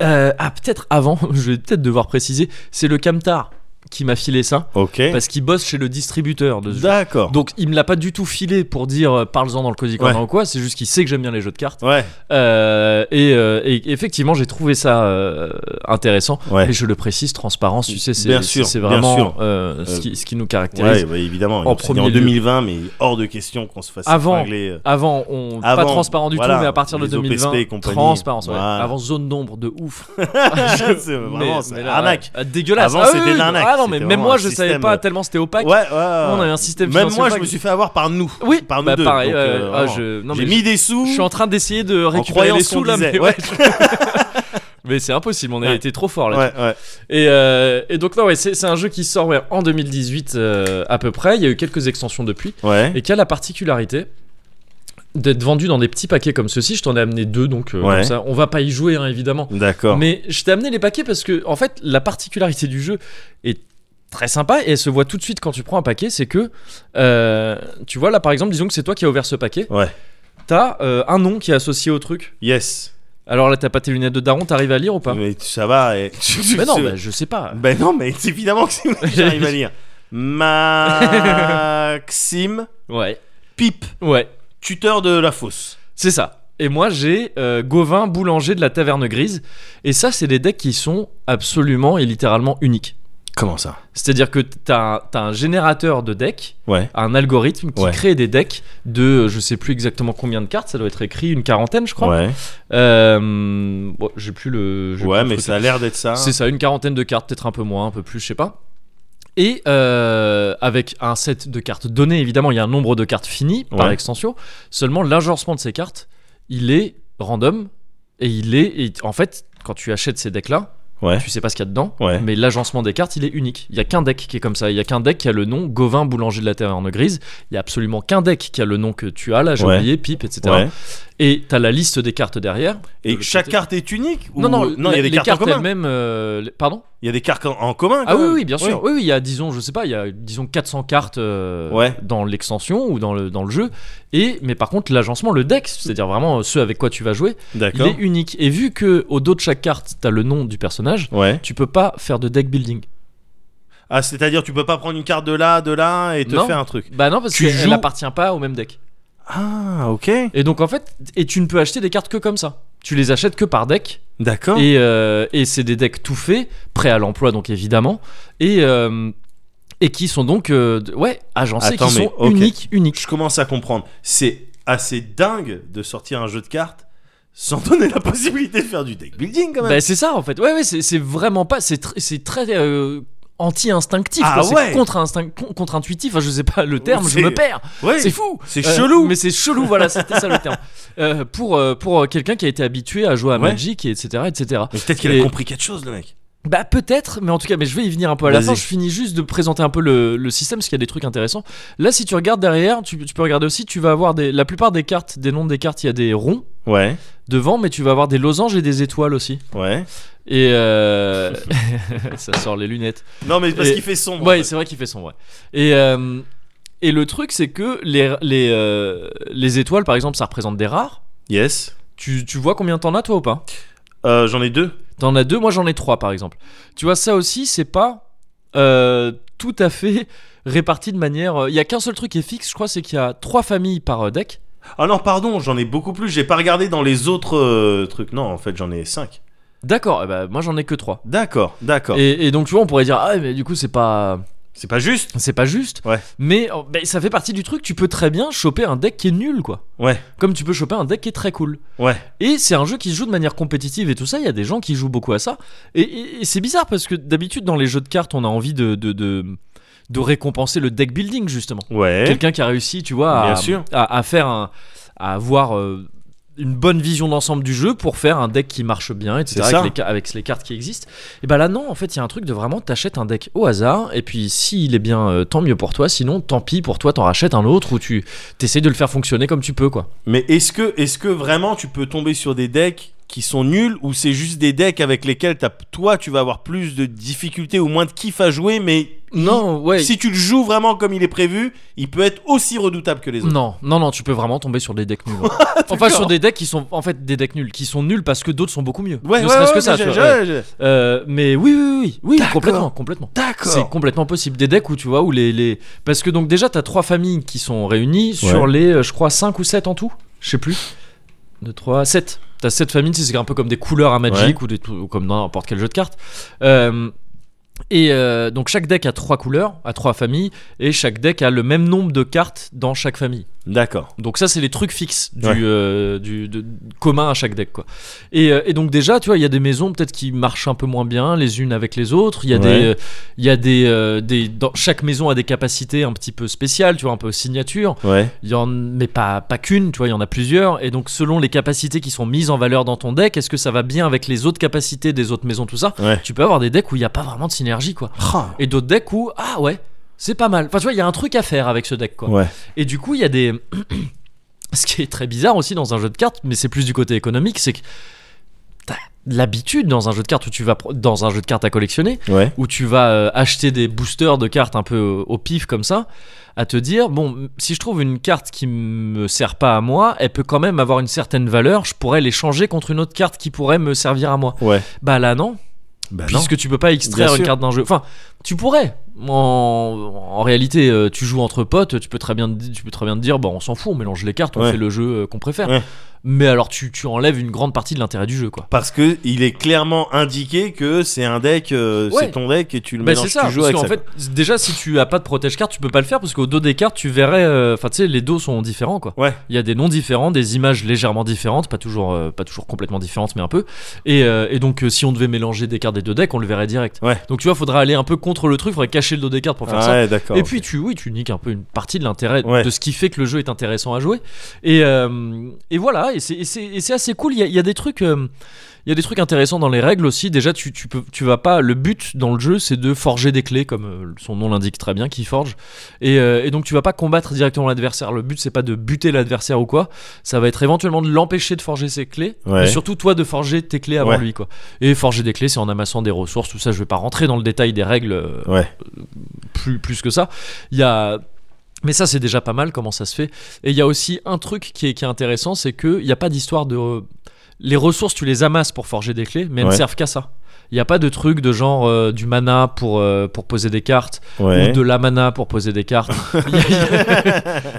A: Euh, ah, peut-être avant, [laughs] je vais peut-être devoir préciser, c'est le Camtar qui m'a filé ça,
B: Ok.
A: parce qu'il bosse chez le distributeur de ce jeu.
B: D'accord.
A: Donc il me l'a pas du tout filé pour dire euh, parle-en dans le Cozy Corner ou quoi, c'est juste qu'il sait que j'aime bien les jeux de cartes.
B: Ouais.
A: Euh, et, euh, et effectivement, j'ai trouvé ça euh, intéressant.
B: Ouais.
A: Et je le précise, transparence, tu sais, c'est
B: Bien sûr,
A: c'est
B: bien
A: vraiment
B: sûr.
A: euh, ce,
B: Euh,
A: qui, ce qui nous caractérise.
B: Ouais, bah, évidemment.
A: En
B: On s'est dit
A: premier
B: en
A: lieu.
B: 2020, mais hors de question qu'on se fasse
A: Avant.
B: fringler, euh,
A: Avant, on, pas
B: Avant,
A: transparent du
B: voilà,
A: tout, mais à partir de
B: les OPSP
A: 2020,
B: et compagnie.
A: transparence. ouais.
B: Voilà.
A: Avant, zone d'ombre de
B: [laughs]
A: ouf.
B: c'est vraiment
A: Mais-
B: c'est
A: mais là,
B: arnaque.
A: ouais, dégueulasse.
B: Avant,
A: Ah
B: c'était
A: oui,
B: de l'arnaque.
A: Ah non, mais
B: C'était
A: même
B: vraiment
A: moi,
B: un
A: je savais
B: système,
A: pas
B: euh,
A: tellement c'était opaque.
B: Ouais, ouais. On
A: avait un système
B: Même
A: financier
B: moi, je
A: opaque.
B: me suis fait avoir par nous.
A: Oui,
B: par nous
A: bah,
B: deux.
A: pareil.
B: Donc,
A: ouais,
B: euh,
A: ah,
B: vraiment.
A: je, non,
B: J'ai
A: mais
B: mis des sous.
A: je suis en train d'essayer de
B: en
A: récupérer
B: croyant
A: les
B: ce qu'on
A: sous là, mais
B: disait.
A: ouais,
B: Ouais,
A: [laughs] mais c'est impossible. On a
B: Ouais.
A: été trop fort là.
B: ouais, ouais.
A: Et, euh, et donc là, ouais, c'est c'est un jeu qui sort ouais, en 2018 euh, à peu près. Il y a eu quelques extensions depuis.
B: Ouais.
A: Et qui a la particularité d'être vendu dans des petits paquets comme ceci. Je t'en ai amené deux, donc euh,
B: Ouais.
A: comme ça. on va pas y jouer, hein, évidemment.
B: D'accord.
A: Mais je t'ai amené les paquets parce que, en fait, la particularité du jeu est très sympa et elle se voit tout de suite quand tu prends un paquet. C'est que, euh, tu vois, là par exemple, disons que c'est toi qui as ouvert ce paquet.
B: Ouais.
A: T'as euh, un nom qui est associé au truc.
B: Yes.
A: Alors là, t'as pas tes lunettes de daron, t'arrives à lire ou pas
B: Mais ça va. Et... [laughs]
A: Mais non, bah, je sais pas.
B: Ben non, mais c'est évidemment que c'est- j'arrive
A: [laughs]
B: à lire. Maxime
A: Ouais.
B: Pipe,
A: Ouais.
B: tuteur de la fosse.
A: C'est ça. Et moi, j'ai euh, Gauvin, boulanger de la taverne grise. Et ça, c'est des decks qui sont absolument et littéralement uniques.
B: Comment ça
A: C'est-à-dire que t'as un- t'as un générateur de decks,
B: Ouais.
A: un algorithme qui
B: Ouais.
A: crée des decks de euh, je sais plus exactement combien de cartes, ça doit être écrit une quarantaine, je crois.
B: Ouais.
A: Euh, bon, j'ai plus le. j'ai
B: Ouais,
A: plus le
B: mais
A: truc.
B: ça a l'air d'être ça.
A: C'est ça, une quarantaine de cartes, peut-être un peu moins, un peu plus, je sais pas. Et euh, avec un set de cartes données, évidemment, il y a un nombre de cartes finies par
B: Ouais.
A: extension. Seulement, l'agencement de ces cartes, il est random et il est. et en fait, quand tu achètes ces decks-là,
B: Ouais.
A: tu sais pas ce qu'il y a dedans,
B: Ouais.
A: mais l'agencement des cartes, il est unique. Il y a qu'un deck qui est comme ça. Il y a qu'un deck qui a le nom Gauvin Boulanger de la Taverne Grise. Il y a absolument qu'un deck qui a le nom que tu as là, j'ai
B: Ouais.
A: oublié, Pipe, etc.
B: Ouais.
A: Et t'as la liste des cartes derrière.
B: Et
A: De-
B: chaque
A: de-
B: carte est unique ou-
A: Non, non,
B: il y a
A: la-
B: des
A: les
B: cartes, en commun.
A: elles-mêmes. euh, les- Pardon
B: Il y a des cartes en en commun.
A: Ah
B: quand
A: oui,
B: même.
A: oui, bien sûr. Oui, oui, il y a, disons, je sais pas, il y a, disons, 400 cartes euh,
B: Ouais.
A: dans l'extension ou dans le, dans le jeu. Et, mais par contre, l'agencement, le deck, c'est-à-dire vraiment euh, ce avec quoi tu vas jouer, il
B: D'accord.
A: est unique. Et vu que au dos de chaque carte, t'as le nom du personnage,
B: Ouais.
A: tu peux pas faire de deck building.
B: Ah, c'est-à-dire tu peux pas prendre une carte de là, de là et te
A: Non.
B: faire un truc.
A: Bah non, parce
B: Tu
A: qu'elle
B: joues-
A: appartient pas au même deck.
B: Ah, ok.
A: Et donc, en fait, et tu ne peux acheter des cartes que comme ça. Tu les achètes que par deck.
B: D'accord.
A: Et, euh, et c'est des decks tout faits, prêts à l'emploi, donc évidemment. Et. euh, et qui sont donc euh, d- ouais agencés
B: Attends,
A: qui
B: mais,
A: sont
B: ok.
A: uniques uniques
B: Je commence à comprendre. C'est assez dingue de sortir un jeu de cartes sans [laughs] donner la possibilité de faire du deck building quand même.
A: Bah, c'est ça en fait. Ouais, ouais, c'est c'est vraiment pas. C'est tr- c'est très. euh, anti-instinctif,
B: Ah
A: quoi. C'est
B: ouais.
A: contre-instinct- con- contre-intuitif, Enfin, je sais pas le terme, je
B: C'est-
A: me perds,
B: Ouais.
A: c'est fou
B: [laughs] C'est
A: Euh,
B: chelou.
A: Mais c'est chelou, voilà, c'était ça le
B: [laughs]
A: terme. Euh, pour euh, pour euh, quelqu'un qui a été habitué à jouer à
B: Ouais.
A: Magic, et etc., etc.
B: Mais peut-être qu'il a
A: Et-
B: compris quelque chose, le mec.
A: Bah peut-être, mais en tout cas, mais je vais y venir un peu à la
B: Vas-y.
A: fin. Je finis juste de présenter un peu le, le système parce qu'il y a des trucs intéressants. Là, si tu regardes derrière, tu, tu peux regarder aussi, tu vas avoir des, la plupart des cartes, des noms des cartes, il y a des ronds
B: Ouais,
A: devant, mais tu vas avoir des losanges et des étoiles aussi.
B: ouais.
A: Et euh, [laughs] ça sort les lunettes.
B: Non, mais parce
A: Et-
B: qu'il fait sombre.
A: Ouais, c'est vrai qu'il fait son ouais. Et euh, et le truc c'est que les les euh, les étoiles par exemple ça représente des rares.
B: Yes.
A: Tu- Tu, tu vois combien t'en as toi ou pas
B: Euh, J'en ai deux.
A: T'en as deux, moi j'en ai trois par exemple. Tu vois, ça aussi, c'est pas euh, tout à fait [laughs] réparti de manière. euh, Il y a qu'un seul truc qui est fixe, je crois, c'est qu'il y a trois familles par euh, deck.
B: Ah non, pardon, j'en ai beaucoup plus. J'ai pas regardé dans les autres euh, trucs. Non, en fait, j'en ai cinq.
A: D'accord, eh ben, moi j'en ai que trois.
B: D'accord, d'accord.
A: Et, et donc tu vois, on pourrait dire ah mais du coup c'est pas
B: C'est pas juste
A: c'est pas juste.
B: Ouais.
A: Mais oh, ben, ça fait partie du truc. Tu peux très bien choper un deck qui est nul quoi.
B: Ouais,
A: Comme tu peux choper un deck qui est très cool.
B: ouais.
A: Et c'est un jeu qui se joue de manière compétitive et tout ça. Il y a des gens qui jouent beaucoup à ça. Et, et- et c'est bizarre parce que d'habitude, dans les jeux de cartes, on a envie de, de, de, de récompenser le deck building, justement.
B: Ouais.
A: Quelqu'un qui a réussi, tu vois, à,
B: Bien sûr.
A: à, à faire un- à avoir. euh, une bonne vision d'ensemble du jeu pour faire un deck qui marche bien, etc.
B: C'est ça.
A: Avec les, ca- avec les cartes qui existent. Et ben là non, en fait il y a un truc de vraiment t'achètes un deck au hasard et puis s'il est bien, euh, tant mieux pour toi. Sinon tant pis pour toi, t'en rachètes un autre ou tu t'essayes de le faire fonctionner comme tu peux quoi.
B: Mais est-ce que, est que vraiment tu peux tomber sur des decks qui sont nuls ou c'est juste des decks avec lesquels t'as- toi tu vas avoir plus de difficultés ou moins de kiff à jouer, mais
A: Non ouais.
B: si tu le joues vraiment comme il est prévu, il peut être aussi redoutable que les autres.
A: Non, non, non, tu peux vraiment tomber sur des
B: [laughs]
A: decks nuls. ouais.
B: Ah,
A: enfin, sur des decks qui sont en fait des decks nuls, qui sont nuls parce que d'autres sont beaucoup mieux.
B: Ouais,
A: ne
B: ouais,
A: serait-ce
B: ouais,
A: que ça.
B: j'ai-
A: tu vois, ouais.
B: j'ai- j'ai-
A: Euh, mais oui, oui, oui, oui, oui
B: D'accord.
A: complètement, complètement. C'est
B: D'accord.
A: complètement possible des decks où tu vois où les, les... parce que donc déjà t'as trois familles qui sont réunies sur
B: Ouais.
A: les euh, je crois 5 ou 7 en tout, je sais plus. 2 3 7. T'as 7 familles, c'est un peu comme des couleurs à Magic ou, des, trucs- ou comme dans n'importe quel jeu de cartes. Euh, et euh, donc chaque deck a trois couleurs, a trois familles et chaque deck a le même nombre de cartes dans chaque famille.
B: D'accord.
A: Donc ça, c'est les trucs fixes du,
B: Ouais.
A: euh, du de- commun à chaque deck, quoi. Et, euh, et donc déjà, tu vois, il y a des maisons peut-être qui marchent un peu moins bien les unes avec les autres. Il y a
B: Ouais.
A: des, euh, il y a des, euh, des dans, chaque maison a des capacités un petit peu spéciales, tu vois, un peu signature.
B: Ouais.
A: Il y en, mais pas pas qu'une, tu vois, il y en a plusieurs. Et donc selon les capacités qui sont mises en valeur dans ton deck, est-ce que ça va bien avec les autres capacités des autres maisons, tout ça
B: Ouais.
A: Tu peux avoir des decks où il n'y a pas vraiment de synergie, quoi. Et d'autres decks où ah ouais, c'est pas mal. Enfin, tu vois, il y a un truc à faire avec ce deck, quoi.
B: Ouais.
A: Et du coup, il y a des. [clears throat] Ce qui est très bizarre aussi dans un jeu de cartes, mais c'est plus du côté économique, c'est que t'as l'habitude dans un jeu de cartes où tu vas pro- dans un jeu de cartes à collectionner,
B: Ouais.
A: où tu vas euh, acheter des boosters de cartes un peu au- au pif comme ça, à te dire bon, si je trouve une carte qui me sert pas à moi, elle peut quand même avoir une certaine valeur. Je pourrais l'échanger contre une autre carte qui pourrait me servir à moi.
B: Ouais.
A: Bah là non,
B: Bah non.
A: puisque tu peux pas extraire
B: Bien
A: une
B: sûr.
A: carte d'un jeu. Enfin, tu pourrais. En, en réalité, euh, tu joues entre potes, tu peux très bien, te- tu peux très bien te dire, bon, on s'en fout, on mélange les cartes, on
B: Ouais.
A: fait le jeu euh, qu'on préfère.
B: Ouais.
A: Mais alors, tu, tu enlèves une grande partie de l'intérêt du jeu, quoi.
B: Parce que il est clairement indiqué que c'est un deck, euh,
A: Ouais.
B: c'est ton deck et tu le
A: Bah,
B: mélanges,
A: c'est ça,
B: tu joues
A: parce
B: avec
A: qu'en
B: ça.
A: fait, déjà, si tu as pas de protège-carte, tu peux pas le faire, parce qu'au dos des cartes, tu verrais. euh, Enfin, tu sais, les dos sont différents, quoi.
B: Ouais.
A: Il y a des noms différents, des images légèrement différentes, pas toujours, euh, pas toujours complètement différentes, mais un peu. Et, euh, et donc, euh, si on devait mélanger des cartes des deux decks, on le verrait direct.
B: Ouais.
A: Donc, tu vois, faudra aller un peu contre le truc, faudrait cacher le dos des cartes pour faire
B: Ah
A: ça.
B: ouais, d'accord.
A: Et puis tu, oui, tu niques un peu une partie de l'intérêt
B: Ouais.
A: de ce qui fait que le jeu est intéressant à jouer. Et, euh, et voilà, et c'est- et c'est et c'est assez cool. Il y a, il y a des trucs. euh, il y a des trucs intéressants dans les règles aussi. Déjà, tu, tu, peux, tu vas pas. Le but dans le jeu, c'est de forger des clés, comme euh, son nom l'indique très bien, qui forge. Et, euh, et donc, tu vas pas combattre directement l'adversaire. Le but, c'est pas de buter l'adversaire ou quoi. Ça va être éventuellement de l'empêcher de forger ses clés.
B: Ouais.
A: Mais surtout, toi, de forger tes clés avant
B: Ouais.
A: lui, quoi. Et forger des clés, c'est en amassant des ressources. Tout ça, je vais pas rentrer dans le détail des règles euh,
B: Ouais.
A: plus, plus que ça. Il y a. Mais ça, c'est déjà pas mal comment ça se fait. Et il y a aussi un truc qui est, qui est intéressant c'est qu'il n'y a pas d'histoire de. Les ressources, tu les amasses pour forger des clés, mais elles ne
B: Ouais.
A: servent qu'à ça. Il n'y a pas de truc de genre euh, du mana pour, euh, pour poser des cartes ou
B: Ouais.
A: de la mana pour poser des cartes.
B: [laughs]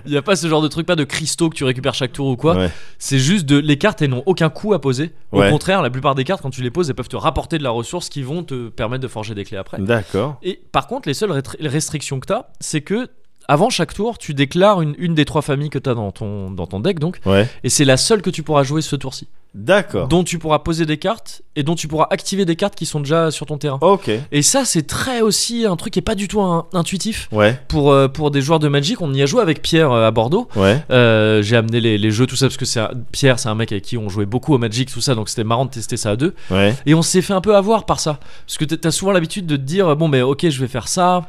A: Il n'y a, [laughs] pas ce genre de truc, pas de cristaux que tu récupères chaque tour ou quoi.
B: Ouais.
A: C'est juste de les cartes, elles n'ont aucun coût à poser. Au
B: Ouais.
A: contraire, la plupart des cartes, quand tu les poses, elles peuvent te rapporter de la ressource qui vont te permettre de forger des clés après.
B: D'accord.
A: Et par contre, les seules rétri- restrictions que tu as, c'est que avant chaque tour, tu déclares une, une des trois familles que tu as dans ton, dans ton deck, donc,
B: Ouais.
A: et c'est la seule que tu pourras jouer ce tour-ci,
B: D'accord.
A: dont tu pourras poser des cartes et dont tu pourras activer des cartes qui sont déjà sur ton terrain.
B: Ok.
A: Et ça, c'est très aussi un truc qui est pas du tout un- intuitif
B: Ouais.
A: pour, euh, pour des joueurs de Magic. On y a joué avec Pierre euh, à Bordeaux.
B: Ouais.
A: Euh, j'ai amené les, les jeux, tout ça, parce que c'est un- Pierre, c'est un mec avec qui on jouait beaucoup au Magic, tout ça, donc c'était marrant de tester ça à deux.
B: Ouais.
A: Et on s'est fait un peu avoir par ça. Parce que t'as- t'as souvent l'habitude de te dire, bon, mais ok, je vais faire ça,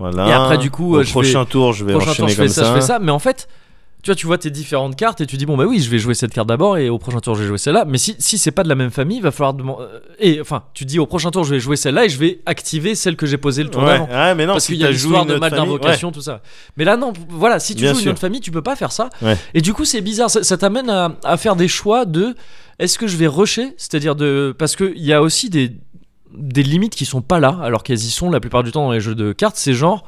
B: Voilà.
A: Et après, du coup,
B: au
A: euh, je
B: prochain tour, je vais
A: prochain tour
B: enchaîner
A: je
B: comme
A: fais ça, je fais ça mais en fait tu Tu vois, tu vois tes différentes cartes et tu dis bon bah oui, je vais jouer cette carte d'abord et au prochain tour je vais jouer celle-là. Mais si si c'est pas de la même famille, il va falloir demander. Et enfin, tu dis au prochain tour je vais jouer celle-là et je vais activer celle que j'ai posée le tour
B: Ouais,
A: d'avant.
B: ouais, mais non,
A: Parce
B: si
A: qu'il y a
B: t'as
A: l'histoire
B: joué
A: de
B: une
A: mal
B: autre famille,
A: d'invocation, tout ça. Mais là, non, voilà, si tu
B: Bien
A: joues une
B: sûr.
A: autre famille, tu peux pas faire ça.
B: Ouais.
A: Et du coup, c'est bizarre. Ça, ça t'amène à, à faire des choix de est-ce que je vais rusher C'est-à-dire de. Parce qu'il y a aussi des, des limites qui sont pas là, alors qu'elles y sont la plupart du temps dans les jeux de cartes. C'est genre,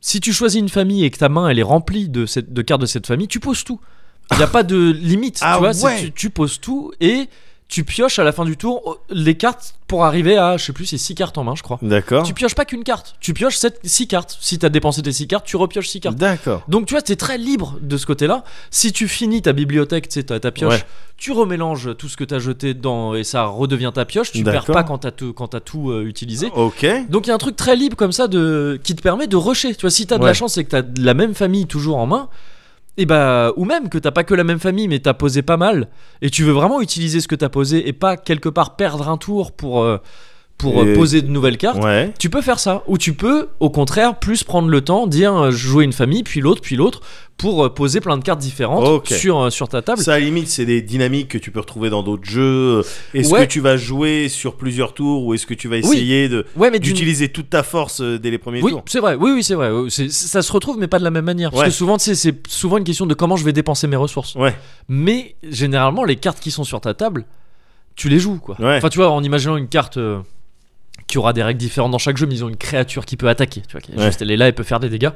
A: si tu choisis une famille et que ta main elle est remplie de, cette, de cartes de cette famille, tu poses tout. Il n'y a pas de limite,
B: Ah
A: tu vois. c'est-
B: ouais.
A: Tu, tu poses tout et tu pioches à la fin du tour oh, les cartes pour arriver à, je sais plus, c'est 6 cartes en main, je crois.
B: ouais. D'accord.
A: Tu pioches pas qu'une carte, tu pioches 6 cartes. Si t'as dépensé tes 6 cartes, tu repioches 6 cartes.
B: D'accord.
A: Donc tu vois, t'es très libre de ce côté-là. Si tu finis ta bibliothèque, tu sais, ta, ta pioche,
B: Ouais.
A: tu remélanges tout ce que t'as jeté dedans et ça redevient ta pioche. Tu perds
B: D'accord.
A: pas quand t'as tout, quand t'as tout euh, utilisé.
B: Ok.
A: Donc il y a un truc très libre comme ça de qui te permet de rusher. Tu vois, si t'as de
B: Ouais.
A: la chance et que t'as de la même famille toujours en main. Et bah, ou même que t'as pas que la même famille, mais t'as posé pas mal, et tu veux vraiment utiliser ce que t'as posé et pas quelque part perdre un tour pour, euh, pour euh,
B: Et-
A: poser de nouvelles cartes.
B: Ouais.
A: Tu peux faire ça, ou tu peux, au contraire, plus prendre le temps, dire euh, jouer une famille, puis l'autre, puis l'autre, pour euh, poser plein de cartes différentes
B: Ok.
A: sur, euh, sur ta table.
B: Ça, à la limite, c'est des dynamiques que tu peux retrouver dans d'autres jeux. Est-ce
A: Ouais.
B: que tu vas jouer sur plusieurs tours ou est-ce que tu vas
A: Oui.
B: essayer de
A: ouais, mais d'une-
B: d'utiliser toute ta force euh, dès les premiers
A: Oui,
B: tours
A: c'est vrai. Oui, oui, c'est vrai. C'est- ça se retrouve, mais pas de la même manière. Parce
B: Ouais.
A: que souvent, tu sais, c'est souvent une question de comment je vais dépenser mes ressources.
B: Ouais.
A: Mais généralement, les cartes qui sont sur ta table, tu les joues, quoi.
B: Ouais.
A: Enfin, tu vois, en imaginant une carte. euh, qui aura des règles différentes dans chaque jeu, mais ils ont une créature qui peut attaquer. Tu vois, qui est
B: Ouais.
A: juste, elle est là, elle peut faire des dégâts.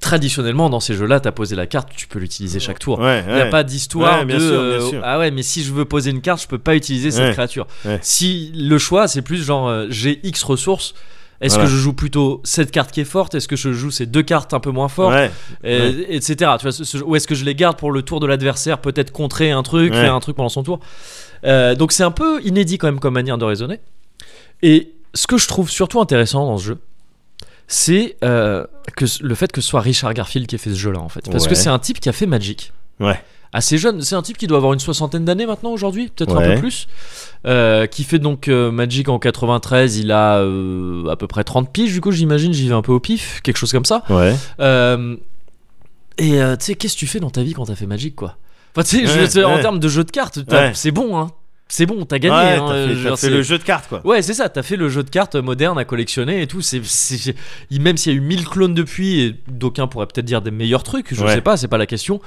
A: Traditionnellement, dans ces jeux-là, t'as posé la carte, tu peux l'utiliser chaque tour.
B: Ouais,
A: Il n'y a
B: ouais.
A: pas d'histoire
B: Ouais, bien
A: de
B: sûr, bien
A: euh,
B: sûr.
A: ah ouais mais si je veux poser une carte je peux pas utiliser cette
B: Ouais,
A: créature.
B: ouais.
A: Si le choix c'est plus genre euh, j'ai X ressources est-ce
B: Voilà.
A: que je joue plutôt cette carte qui est forte Est-ce que je joue ces deux cartes un peu moins fortes
B: Ouais.
A: Et- Etc. Tu vois, ce- ce- ou est-ce que je les garde pour le tour de l'adversaire Peut-être contrer un truc,
B: Ouais.
A: faire un truc pendant son tour. Euh, donc c'est un peu inédit quand même comme manière de raisonner. Et ce que je trouve surtout intéressant dans ce jeu, c'est euh, que ce- le fait que ce soit Richard Garfield qui ait fait ce jeu-là en fait. Parce que
B: Ouais.
A: c'est un type qui a fait Magic
B: Ouais.
A: assez jeune. C'est un type qui doit avoir une soixantaine d'années maintenant aujourd'hui, peut-être un
B: Ouais.
A: peu plus. Euh, qui fait donc euh, Magic en 93. Il a euh, à peu près 30 piges, du coup, j'imagine. J'y vais un peu au pif, quelque chose comme ça.
B: Ouais.
A: Euh, et euh, tu sais, qu'est-ce que tu fais dans ta vie quand t'as fait Magic, quoi Enfin, tu sais, je-
B: Ouais,
A: tu sais, en
B: ouais.
A: termes de jeu de cartes, t'as-
B: Ouais.
A: c'est bon, hein. C'est bon, t'as gagné.
B: Ouais,
A: hein,
B: t'as
A: euh,
B: fait,
A: je veux
B: t'as
A: dire,
B: fait
A: c'est-
B: le jeu de cartes, quoi.
A: Ouais, c'est ça, t'as fait le jeu de cartes moderne à collectionner et tout. C'est, c'est- il- Même s'il y a eu 1000 clones depuis, et d'aucuns pourraient peut-être dire des meilleurs trucs, je
B: Ouais.
A: sais pas, c'est pas la question.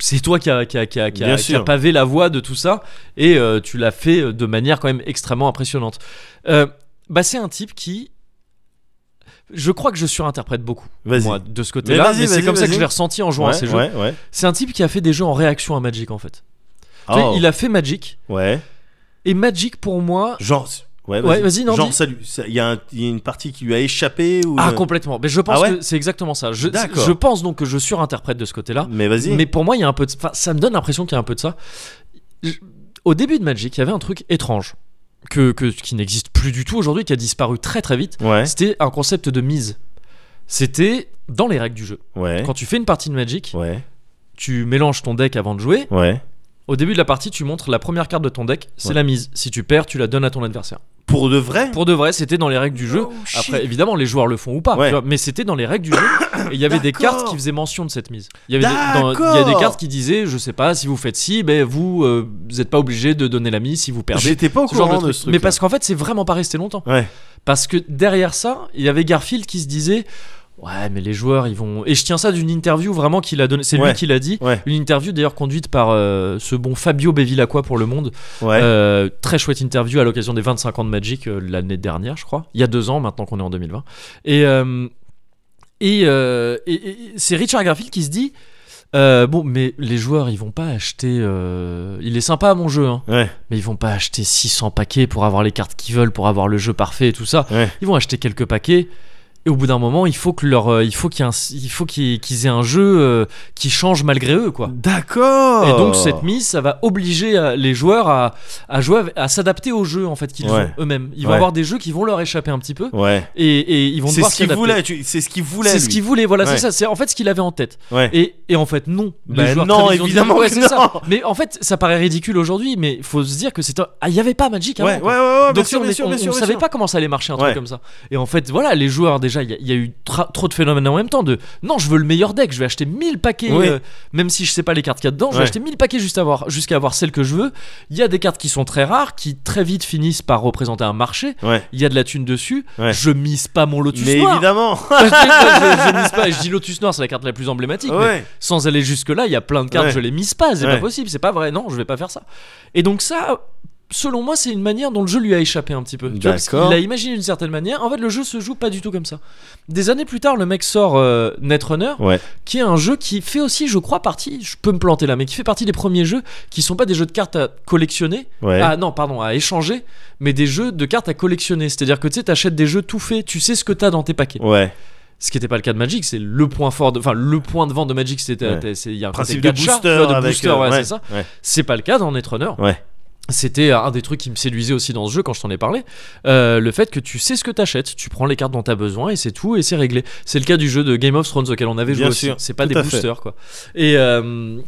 A: C'est toi qui a, qui a- qui a- qui a-
B: Bien
A: qui a
B: sûr.
A: pavé la voie de tout ça, et euh, tu l'as fait de manière quand même extrêmement impressionnante. Euh, bah, c'est un type qui. Je crois que je surinterprète beaucoup,
B: Vas-y.
A: moi, de ce
B: Mais
A: côté-là,
B: vas-y,
A: mais, c'est
B: vas-y,
A: comme ça que
B: vas-y.
A: je l'ai ressenti en jouant à
B: ouais,
A: ces jeux.
B: ouais, ouais.
A: C'est un type qui a fait des jeux en réaction à Magic, en fait. Tu sais,
B: Oh.
A: il a fait Magic,
B: Ouais.
A: et Magic pour moi,
B: Genre. Ouais,
A: Ouais, vas-y, non,
B: Genre,
A: dis.
B: salut. ça- Il y, a un- il y a une partie qui lui a échappé ou.
A: Ah complètement. Mais je pense
B: Ah ouais
A: que c'est exactement ça. Je,
B: D'accord.
A: je pense donc que je surinterprète de ce côté-là.
B: Mais vas-y.
A: Mais pour moi, il y a un peu. De... enfin, ça me donne l'impression qu'il y a un peu de ça. Je- Au début de Magic, il y avait un truc étrange que, que- qui n'existe plus du tout aujourd'hui, qui a disparu très très vite.
B: Ouais.
A: C'était un concept de mise. C'était dans les règles du jeu.
B: Ouais.
A: Quand tu fais une partie de Magic,
B: Ouais.
A: tu mélanges ton deck avant de jouer.
B: Ouais.
A: Au début de la partie, tu montres la première carte de ton deck, c'est
B: Ouais.
A: la mise. Si tu perds, tu la donnes à ton adversaire.
B: Pour de vrai.
A: Pour de vrai, c'était dans les règles du jeu.
B: Oh,
A: Après,
B: shit.
A: évidemment, les joueurs le font ou pas,
B: Ouais.
A: tu vois, mais c'était dans les règles du jeu. Et il y avait des
B: D'accord.
A: cartes qui faisaient mention de cette mise. Il y avait des, dans- il y a des
B: D'accord.
A: cartes qui disaient, je sais pas, si vous faites ci, ben vous n'êtes pas obligé de donner la mise si vous perdez.
B: J'étais pas au
A: Ce genre hein, de
B: courant de,
A: truc.
B: ce truc.
A: Mais parce qu'en fait, c'est vraiment pas resté longtemps.
B: Ouais.
A: Parce que derrière ça, il y avait Garfield qui se disait. Ouais, mais les joueurs, ils vont. Et je tiens ça d'une interview vraiment qu'il a donnée. C'est lui
B: Ouais.
A: qui l'a dit.
B: Ouais.
A: Une interview d'ailleurs conduite par euh, ce bon Fabio Bevilacqua pour Le Monde.
B: Ouais.
A: Euh, très chouette interview à l'occasion des 25 ans de Magic euh, l'année dernière, je crois. Il y a deux ans maintenant qu'on est en 2020. Et, euh, et, euh, et- et- et c'est Richard Garfield qui se dit euh, Bon, mais les joueurs, ils vont pas acheter. euh, Il est sympa mon jeu, hein,
B: Ouais.
A: mais ils vont pas acheter 600 paquets pour avoir les cartes qu'ils veulent, pour avoir le jeu parfait et tout ça.
B: Ouais.
A: Ils vont acheter quelques paquets. Et au bout d'un moment, il faut que leur, euh, il faut qu'il y ait un- il faut qu'ils qu'ils aient un jeu euh, qui change malgré eux, quoi.
B: D'accord.
A: Et donc cette mise, ça va obliger euh, les joueurs à, à jouer, avec- à s'adapter au jeu en fait qu'ils
B: Ouais.
A: ont eux-mêmes. Ils vont
B: Ouais.
A: avoir des jeux qui vont leur échapper un petit peu
B: Ouais.
A: et, et ils vont
B: C'est
A: devoir
B: ce qu'il
A: s'adapter.
B: voulait. tu- C'est ce qu'il voulait.
A: C'est ce
B: lui.
A: qu'il voulait, voilà,
B: Ouais.
A: c'est ça, c'est en fait ce qu'il avait en tête.
B: Ouais.
A: Et, et en fait, non. Les
B: Ben
A: joueurs
B: non,
A: très vite ont dit,
B: évidemment
A: ouais,
B: que
A: c'est
B: non.
A: ça. Mais en fait, ça paraît ridicule aujourd'hui, mais faut se dire que c'est un. Ah, il n'y avait pas Magic avant.
B: Ouais, ouais, ouais,
A: quoi.
B: ouais, Oh, bien
A: Donc
B: sûr,
A: on,
B: bien
A: est-
B: sûr,
A: on-
B: bien
A: on
B: sûr, bien
A: savait
B: sûr.
A: pas comment ça allait marcher un truc
B: Ouais.
A: comme ça. Et en fait, voilà, les joueurs déjà déjà, il y, a- il y a eu tra- trop de phénomènes en même temps de non, je veux le meilleur deck, je vais acheter 1000 paquets,
B: Oui.
A: euh, même si je sais pas les cartes qu'il y a dedans, je vais
B: Ouais.
A: acheter 1000 paquets juste à avoir- jusqu'à avoir celle que je veux. Il y a des cartes qui sont très rares, qui très vite finissent par représenter un marché.
B: Ouais.
A: Il y a de la thune dessus.
B: Ouais.
A: Je mise pas mon Lotus
B: Mais
A: noir.
B: évidemment.
A: je, [laughs] je- je mise pas, je dis Lotus noir, c'est la carte la plus emblématique. mais
B: ouais.
A: sans aller jusque là, il y a plein de cartes,
B: Ouais.
A: je les mise pas, c'est pas
B: Ouais.
A: possible, c'est pas vrai, non, je vais pas faire ça. Et donc ça, selon moi, c'est une manière dont le jeu lui a échappé un petit peu. Tu vois, parce qu'il
B: D'accord.
A: l'a imaginé d'une certaine manière. En fait, le jeu se joue pas du tout comme ça. Des années plus tard, le mec sort euh, Netrunner,
B: Ouais.
A: qui est un jeu qui fait aussi, je crois, partie, je peux me planter là, mais qui fait partie des premiers jeux qui sont pas des jeux de cartes à collectionner,
B: Ouais.
A: ah non, pardon, à échanger, mais des jeux de cartes à collectionner. C'est-à-dire que tu sais, t'achètes des jeux tout faits, tu sais ce que t'as dans tes paquets.
B: Ouais.
A: Ce qui n'était pas le cas de Magic, c'est le point fort, de- enfin le point de vente de Magic, c'était
B: Ouais.
A: c'est- il y a un côté
B: Principe de
A: gacha,
B: booster
A: tu vois, de
B: avec.
A: booster,
B: euh,
A: ouais,
B: ouais,
A: c'est ça.
B: ouais.
A: C'est pas le cas dans Netrunner.
B: Ouais.
A: C'était euh, un des trucs qui me séduisait aussi dans ce jeu quand je t'en ai parlé, Euh, le fait que tu sais ce que t'achètes, tu prends les cartes dont t'as besoin et c'est tout et c'est réglé. C'est le cas du jeu de Game of Thrones auquel on avait joué
B: Bien
A: aussi.
B: sûr,
A: C'est pas
B: tout
A: des
B: à fait.
A: boosters quoi. Et euh,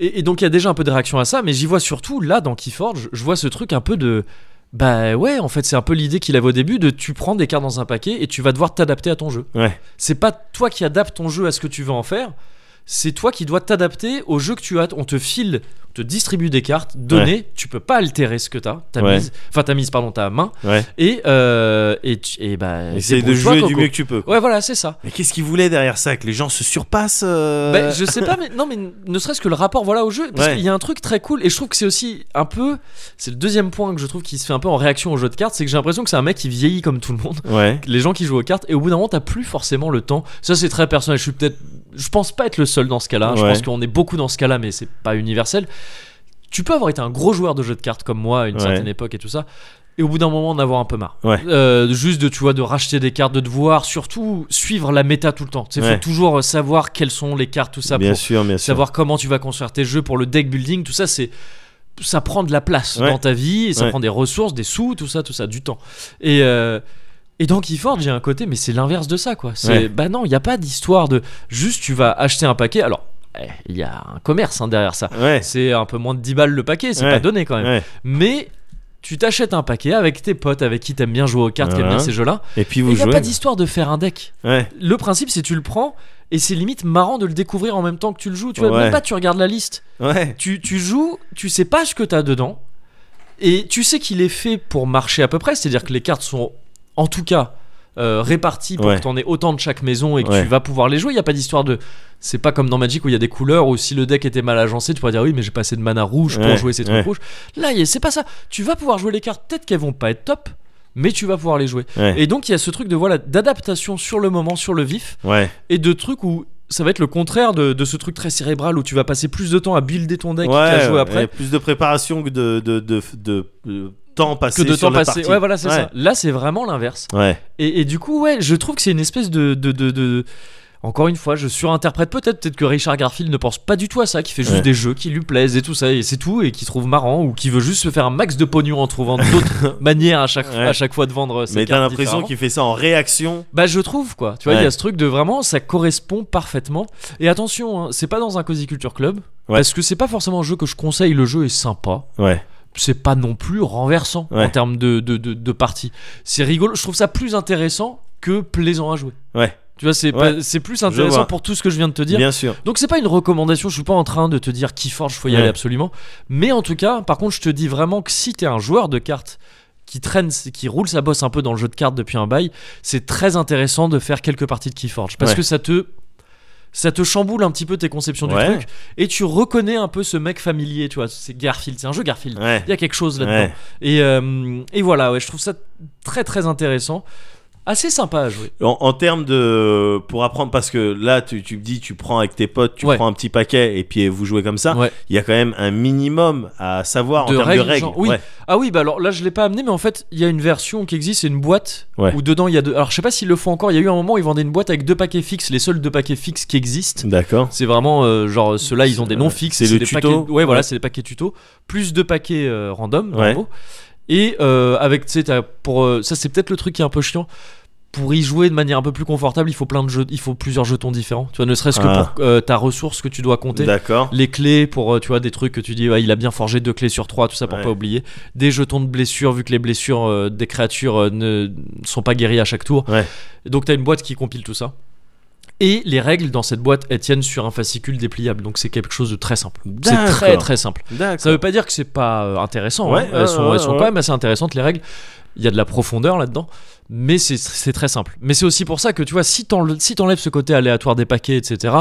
A: et, et donc il y a déjà un peu de réaction à ça, mais j'y vois surtout là dans Keyforge, je vois ce truc un peu de bah ouais, en fait c'est un peu l'idée qu'il avait au début de tu prends des cartes dans un paquet et tu vas devoir t'adapter à ton jeu.
B: Ouais.
A: C'est pas toi qui adaptes ton jeu à ce que tu veux en faire, c'est toi qui dois t'adapter au jeu que tu as. On te file, on te distribue des cartes données, tu peux pas altérer ce que t'as, ta
B: Ouais.
A: mise, enfin ta mise, pardon, ta main,
B: Ouais.
A: et, euh, et, tu- et bah.
B: Essaye de
A: débrouille-toi,
B: jouer du
A: Coco.
B: mieux que tu peux. quoi.
A: Ouais, voilà, c'est ça.
B: Mais qu'est-ce qu'il voulait derrière ça Que les gens se surpassent euh,
A: Ben, je sais pas, mais non, mais n- ne serait-ce que le rapport voilà au jeu, parce
B: Ouais.
A: qu'il y a un truc très cool, et je trouve que c'est aussi un peu, c'est le deuxième point que je trouve qui se fait un peu en réaction au jeu de cartes, c'est que j'ai l'impression que c'est un mec qui vieillit comme tout le monde.
B: Ouais.
A: Les gens qui jouent aux cartes, et au bout d'un moment, t'as plus forcément le temps. Ça, c'est très personnel. Je suis peut-être, je pense pas être le seul dans ce cas-là. Je
B: Ouais.
A: pense qu'on est beaucoup dans ce cas-là, mais c'est pas universel. Tu peux avoir été un gros joueur de jeux de cartes comme moi à une
B: Ouais.
A: certaine époque et tout ça, et au bout d'un moment, en avoir un peu marre.
B: Ouais.
A: Euh, juste de tu vois de racheter des cartes de devoir surtout suivre la méta tout le temps il faut
B: Ouais.
A: toujours euh, savoir quelles sont les cartes tout ça
B: bien
A: pour
B: sûr, bien sûr.
A: savoir comment tu vas construire tes jeux pour le deck building tout ça c'est ça prend de la place
B: Ouais.
A: dans ta vie et ça
B: Ouais.
A: prend des ressources des sous tout ça tout ça du temps et euh, et dans Keyforge, j'ai un côté, mais c'est l'inverse de ça, quoi. C'est,
B: Ouais.
A: bah non, il n'y a pas d'histoire de juste tu vas acheter un paquet. Alors, eh, il y a un commerce hein, derrière ça.
B: Ouais.
A: C'est un peu moins de 10 balles le paquet, c'est
B: Ouais.
A: pas donné quand même.
B: ouais.
A: Mais tu t'achètes un paquet avec tes potes avec qui t'aimes bien jouer aux cartes, qui aiment
B: Voilà.
A: bien ces jeux-là.
B: Et puis
A: Il
B: vous
A: n'y a
B: jouez.
A: pas d'histoire de faire un deck.
B: Ouais.
A: Le principe, c'est tu le prends et c'est limite marrant de le découvrir en même temps que tu le joues. Tu vois,
B: Ouais.
A: même pas tu regardes la liste.
B: Ouais.
A: Tu, tu joues, tu sais pas ce que t'as dedans et tu sais qu'il est fait pour marcher à peu près, c'est-à-dire que les cartes sont en tout cas euh, réparties pour
B: Ouais.
A: que t'en aies autant de chaque maison et que
B: Ouais.
A: tu vas pouvoir les jouer. Il n'y a pas d'histoire de. C'est pas comme dans Magic où il y a des couleurs ou si le deck était mal agencé, tu pourrais dire oui, mais j'ai pas assez de mana rouge pour
B: Ouais,
A: jouer ces trucs
B: ouais.
A: rouges. Là, y a- c'est pas ça. Tu vas pouvoir jouer les cartes, peut-être qu'elles vont pas être top. Mais tu vas pouvoir les jouer.
B: Ouais.
A: Et donc il y a ce truc de voilà d'adaptation sur le moment, sur le vif,
B: Ouais.
A: et de trucs où ça va être le contraire de, de ce truc très cérébral où tu vas passer plus de temps à builder ton deck qu'à jouer
B: ouais,
A: après
B: et plus de préparation que de, de, de, de- de temps passé
A: que de
B: sur
A: temps
B: la
A: passé.
B: partie.
A: Ouais, voilà, c'est ça. Là, c'est vraiment l'inverse.
B: Ouais,
A: Et, et du coup, ouais, je trouve que c'est une espèce de, de, de, de- Encore une fois, je surinterprète peut-être. Peut-être que Richard Garfield ne pense pas du tout à ça, qui fait juste
B: Ouais.
A: des jeux qui lui plaisent et tout ça, et c'est tout, et qui trouve marrant, ou qui veut juste se faire un max de pognon en trouvant
B: [laughs]
A: d'autres manières à chaque,
B: Ouais.
A: à chaque fois de vendre ses
B: mais t'as
A: cartes
B: l'impression
A: différemment.
B: qu'il fait ça en réaction.
A: Bah je trouve quoi, tu vois, il
B: Ouais.
A: y a ce truc de vraiment, ça correspond parfaitement. Et attention, hein, c'est pas dans un Cozy Culture Club,
B: Ouais.
A: parce que c'est pas forcément un jeu que je conseille, le jeu est sympa,
B: Ouais,
A: c'est pas non plus renversant
B: Ouais.
A: en termes de, de, de, de partie. C'est rigolo, je trouve ça plus intéressant que plaisant à jouer.
B: ouais,
A: Tu vois, c'est
B: Ouais.
A: pas- c'est plus intéressant
B: vois.
A: pour tout ce que je viens de te dire.
B: bien sûr.
A: Donc c'est pas une recommandation, je suis pas en train de te dire qui forge, faut y
B: Ouais.
A: aller absolument. Mais en tout cas, par contre, je te dis vraiment que si t'es un joueur de cartes qui traîne, qui roule sa bosse un peu dans le jeu de cartes depuis un bail, c'est très intéressant de faire quelques parties de Keyforge parce
B: Ouais.
A: que ça te ça te chamboule un petit peu tes conceptions du
B: Ouais.
A: truc et tu reconnais un peu ce mec familier, tu vois, c'est Garfield, c'est un jeu Garfield.
B: Ouais.
A: Il y a quelque chose là-dedans.
B: Ouais.
A: Et, euh, et voilà, ouais, je trouve ça très très intéressant. Assez sympa à jouer.
B: En, en termes de. Pour apprendre, parce que là, tu, tu me dis, tu prends avec tes potes, tu
A: Ouais.
B: prends un petit paquet et puis vous jouez comme ça.
A: Ouais.
B: Il y a quand même un minimum à savoir
A: De
B: en termes
A: règles,
B: de règles.
A: genre- oui.
B: Ouais.
A: Ah oui, bah alors là je l'ai pas amené, mais en fait il y a une version qui existe, c'est une boîte
B: Ouais.
A: où dedans il y a deux. Alors je sais pas s'ils le font encore, il y a eu un moment où ils vendaient une boîte avec deux paquets fixes, les seuls deux paquets fixes qui existent.
B: D'accord.
A: C'est vraiment euh, genre ceux-là ils ont des noms
B: Ouais.
A: fixes.
B: C'est le
A: des
B: tuto.
A: paquets- Ouais, voilà,
B: Ouais.
A: c'est des paquets tuto. Plus deux paquets euh, random,
B: Ouais.
A: normaux. Et euh, avec, tu sais, t'as pour. euh, ça c'est peut-être le truc qui est un peu chiant. pour y jouer de manière un peu plus confortable, il faut plein de jeux, il faut plusieurs jetons différents. Tu vois, ne serait-ce que
B: Ah.
A: pour euh, ta ressource que tu dois compter,
B: D'accord.
A: les clés pour euh, tu vois des trucs que tu dis ouais, il a bien forgé deux clés sur trois tout ça pour
B: Ouais.
A: pas oublier des jetons de blessures vu que les blessures euh, des créatures euh, ne sont pas guéries à chaque tour
B: Ouais.
A: donc t'as une boîte qui compile tout ça et les règles dans cette boîte elles tiennent sur un fascicule dépliable donc c'est quelque chose de très simple c'est
B: D'accord.
A: très très simple
B: D'accord.
A: ça veut pas dire que c'est pas euh, intéressant
B: Ouais,
A: hein. elles sont,
B: ouais,
A: elles sont
B: ouais.
A: quand même assez intéressantes les règles il y a de la profondeur là-dedans mais c'est- c'est très simple mais c'est aussi pour ça que tu vois si t'enle- si t'enlèves ce côté aléatoire des paquets etc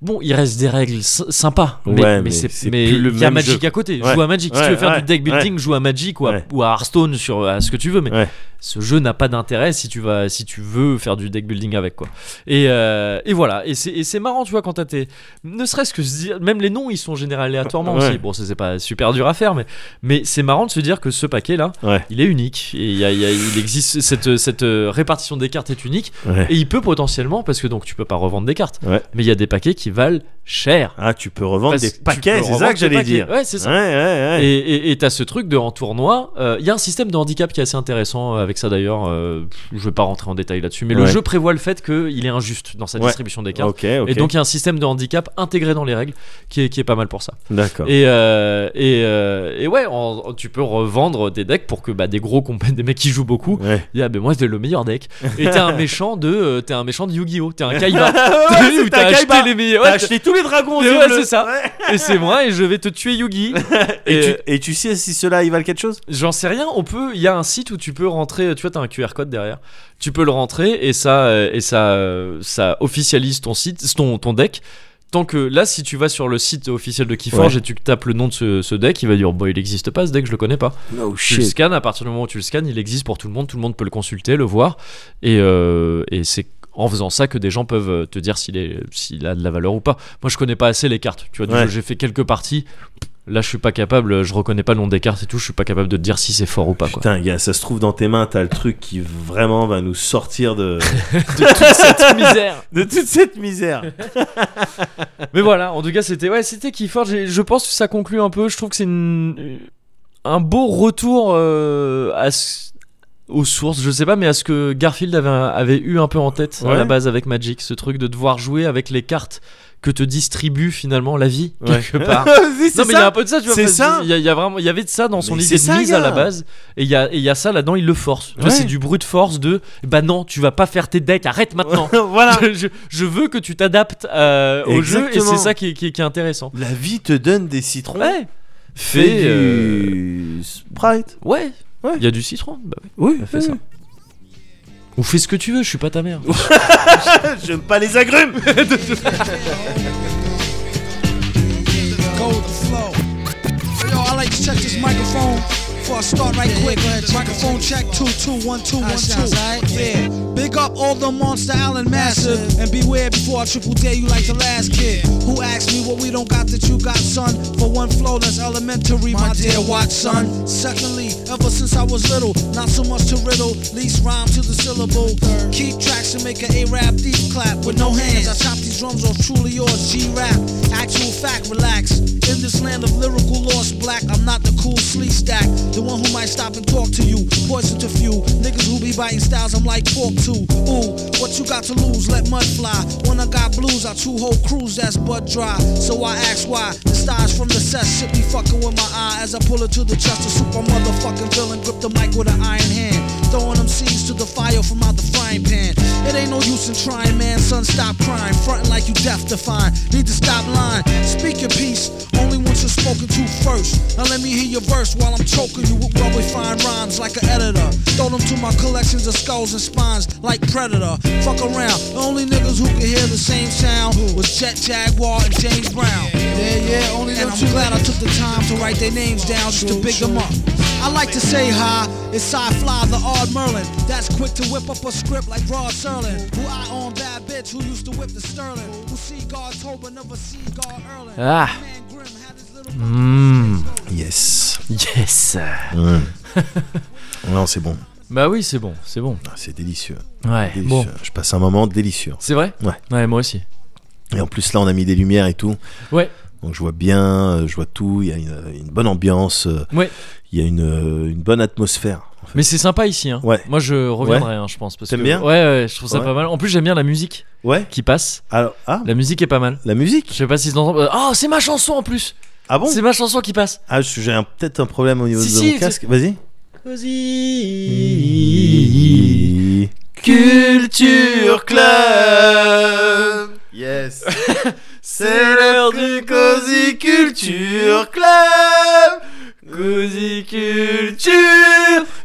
A: bon il reste des règles sy- sympas mais,
B: Ouais, mais
A: mais c'est
B: c'est
A: mais
B: plus le
A: il y a
B: même
A: Magic
B: jeu.
A: à côté
B: Ouais,
A: joue à Magic si
B: ouais,
A: tu veux faire
B: ouais,
A: du deck building joue à Magic ou à,
B: Ouais.
A: ou à Hearthstone sur, euh, à ce que tu veux mais
B: Ouais.
A: ce jeu n'a pas d'intérêt si tu vas si tu veux faire du deck building avec quoi et, euh, et voilà et c'est et c'est marrant tu vois quand t'as tes ne serait-ce que se dire- même les noms ils sont générés aléatoirement
B: Ouais.
A: aussi bon ça, c'est pas super dur à faire mais mais c'est marrant de se dire que ce paquet là
B: Ouais.
A: il est unique et il y a- il y a- il existe cette cette euh, répartition des cartes est unique
B: Ouais.
A: et il peut potentiellement parce que donc tu peux pas revendre des cartes
B: Ouais.
A: mais il y a des paquets qui valent cher
B: Ah, tu peux revendre
A: Parce-
B: des
A: tu peux
B: paquets, c'est
A: revendre
B: ça que
A: tes
B: j'allais
A: paquets.
B: dire.
A: ouais c'est ça
B: Ouais, ouais, ouais.
A: et- Et et t'as ce truc de en tournoi. euh, Il y a un système de handicap qui est assez intéressant avec ça d'ailleurs. euh, pff, je vais pas rentrer en détail là-dessus, mais le
B: Ouais.
A: jeu prévoit le fait qu'il est injuste dans sa
B: Ouais.
A: distribution des cartes.
B: Ok, ok.
A: Et donc il y a un système de handicap intégré dans les règles qui est, qui est pas mal pour ça.
B: D'accord.
A: Et, euh, et, euh, et ouais, en- en- tu peux revendre des decks pour que bah, des gros compagnes, des mecs qui jouent beaucoup, [laughs]
B: Ouais.
A: disent ah ben moi j'ai le meilleur deck. Et t'es un méchant de, euh, t'es un méchant de Yu-Gi-Oh,
B: [laughs]
A: t'es un Kaiba.
B: Ouais, c'est
A: Où
B: un
A: Ah, t'as acheté
B: Kaiba.
A: les meilleurs.
B: T'as
A: ouais,
B: acheté tous les dragons.
A: Mais
B: yeux
A: ouais,
B: bleus.
A: c'est ça.
B: Ouais.
A: t'as- Et c'est moi et je vais te tuer Yugi.
B: [laughs] Et,
A: Et,
B: tu, et tu sais si cela ils valent quelque chose
A: J'en sais rien, on peut il y a un site où tu peux rentrer, tu vois, t'as un QR code derrière. Tu peux le rentrer et ça euh, et ça euh, ça officialise ton site, ton ton deck. Tant que là, si tu vas sur le site officiel de Keyforge et tu tapes le nom de ce, ce deck, il va dire Bon, il n'existe pas ce deck, je le connais pas.
B: No
A: Tu le scannes, à partir du moment où tu le scannes, il existe pour tout le monde, tout le monde peut le consulter, le voir. Et, euh, et c'est en faisant ça que des gens peuvent euh, te dire s'il est- s'il a de la valeur ou pas. Moi, je connais pas assez les cartes. Tu vois, du
B: Ouais.
A: jeu, j'ai fait quelques parties. Là, je suis pas capable, je reconnais pas le nom des cartes et tout, je suis pas capable de te dire si c'est fort ou pas. Quoi.
B: Putain, gars, ça se trouve dans tes mains, t'as le truc qui vraiment va nous sortir de,
A: Cette misère
B: de toute cette misère.
A: Mais voilà, en tout cas, c'était ouais, c'était Keyforge. et Je pense que ça conclut un peu. Je trouve que c'est une- euh, un beau retour euh, à ce- aux sources, je sais pas, mais à ce que Garfield avait, avait eu un peu en tête à
B: Ouais.
A: la base avec Magic, ce truc de devoir jouer avec les cartes que te distribue finalement la vie [laughs]
B: Ouais.
A: quelque
B: [laughs]
A: part.
B: Si, c'est
A: Non mais il y a
B: ça.
A: un peu de ça, tu vois.
B: C'est
A: parce que
B: ça.
A: Il y, a- il y a vraiment, il y avait de ça dans son
B: Mais
A: idée
B: c'est
A: de
B: ça,
A: mise à
B: gars.
A: la base. Et il y a, et il y a ça là-dedans, il le force. Tu vois,
B: Ouais.
A: c'est du brut force de, bah non, tu vas pas faire tes decks, arrête
B: [laughs]
A: maintenant.
B: voilà.
A: je, je veux que tu t'adaptes euh, au jeu et
B: Exactement.
A: c'est ça qui est, qui est- qui est intéressant.
B: La vie te donne des citrons.
A: Ouais.
B: Fais
A: Fais, euh,
B: du Sprite.
A: Ouais. Il
B: Ouais.
A: y a du citron. Bah oui.
B: Oui,
A: Fais ça. Ou fais ce que tu veux, je suis pas ta
B: [laughs]
A: mère.
B: J'aime pas les agrumes.
D: go with the flow. Yo, I like to check this microphone before I start right quick. Microphone check two two one two one two. Yeah. Big up all the Monster Allen massive, and beware before I triple dare you like the last kid who asked me what we don't got that you got, son. For one flow that's elementary, my dear Watts, son. Secondly, ever since I was little, not so much to riddle, least rhyme to the syllable. Keep tracks and make an A-rap deep clap with no hands. I chop these drums off truly yours, G-rap. Actual fact, relax. In this land of lyrical lost black, I'm not the cool sleep stack. The one who might stop and talk to you, poison to few. Niggas who be biting styles, I'm like pork too. Ooh, what you got to lose? Let mud fly. When I got blues, I true whole crews, that's bud dry. So I ask why the stars from the set should be fucking with my eye as I pull it to the chest. A super motherfucking villain, grip the mic with an iron hand. Throwing them seeds to the fire from out the frying pan. It ain't no use in trying, man. Son, stop crying. Frontin' like you deaf to fine. Need to stop lying. Speak your piece only once you're spoken to first. Now let me hear your verse while I'm choking you with well refined rhymes like an editor. Throw them to my collections of skulls and spines like Predator. Fuck around. The only niggas who could hear the same sound was Jet Jaguar and James Brown. Yeah, yeah, only And I'm glad I took the time to write their names down just to big them up. I like to say hi, it's Cy Fly, the odd Merlin. That's quick to whip up a script like Rod Serling. Who I own bad bitch who used to whip the Sterling. Who see God told but never see God Erling.
A: Ah.
D: Man Grimm had his
B: [laughs]
D: little
B: Hmm. Yes.
A: Yes. [laughs]
B: Non, c'est bon.
A: Bah oui, c'est bon, c'est bon.
B: Ah, C'est délicieux.
A: Ouais.
B: délicieux.
A: Eh, Bon.
B: Je passe un moment délicieux.
A: C'est vrai
B: Ouais.
A: Ouais, moi aussi.
B: Et en plus là, on a mis des lumières et tout.
A: Ouais.
B: Donc je vois bien, euh, je vois tout, il y a une, une bonne ambiance, euh,
A: Ouais.
B: il y a une, euh, une bonne atmosphère. en fait.
A: Mais c'est sympa ici. Hein.
B: Ouais.
A: Moi, je reviendrai, hein, je pense. parce
B: T'aimes
A: que-
B: bien
A: ouais, ouais, je trouve ça
B: Ouais.
A: pas mal. En plus, j'aime bien la musique
B: Ouais.
A: qui passe.
B: Alors, ah,
A: La musique est pas mal.
B: la
A: Je
B: musique
A: sais pas si dans. Ah, c'est ma chanson en plus.
B: Ah bon
A: C'est ma chanson qui passe.
B: Ah, je- j'ai un- peut-être un problème au niveau
A: Si,
B: de
A: si,
B: mon
A: c'est-
B: casque. Vas-y.
A: Cosy.
B: Culture Club.
A: [laughs]
B: Yes.
A: C'est l'heure du Cozy Culture
B: Club.
A: Cozy Culture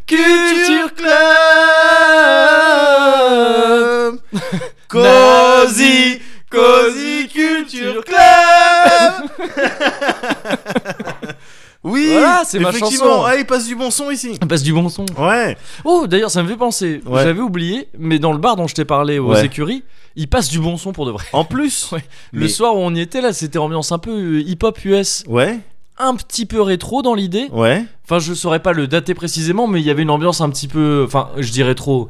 A: Culture [laughs] Club Cozy, [laughs] Cozy Culture
B: Club. [laughs] oui.
A: Voilà, c'est ma
B: effectivement.
A: chanson.
B: Ouais, il passe du bon son ici.
A: On passe du bon son.
B: Ouais.
A: Oh, d'ailleurs, ça me fait penser.
B: Ouais.
A: J'avais oublié, mais dans le bar dont je t'ai parlé aux
B: Ouais.
A: écuries, ils passent du bon son pour de vrai.
B: En plus.
A: Ouais.
B: mais-
A: Le soir où on y était, là, c'était ambiance un peu euh, hip-hop US,
B: Ouais.
A: un petit peu rétro dans l'idée.
B: Ouais.
A: Enfin, je saurais pas le dater précisément, mais il y avait une ambiance un petit peu. Enfin, je dirais trop.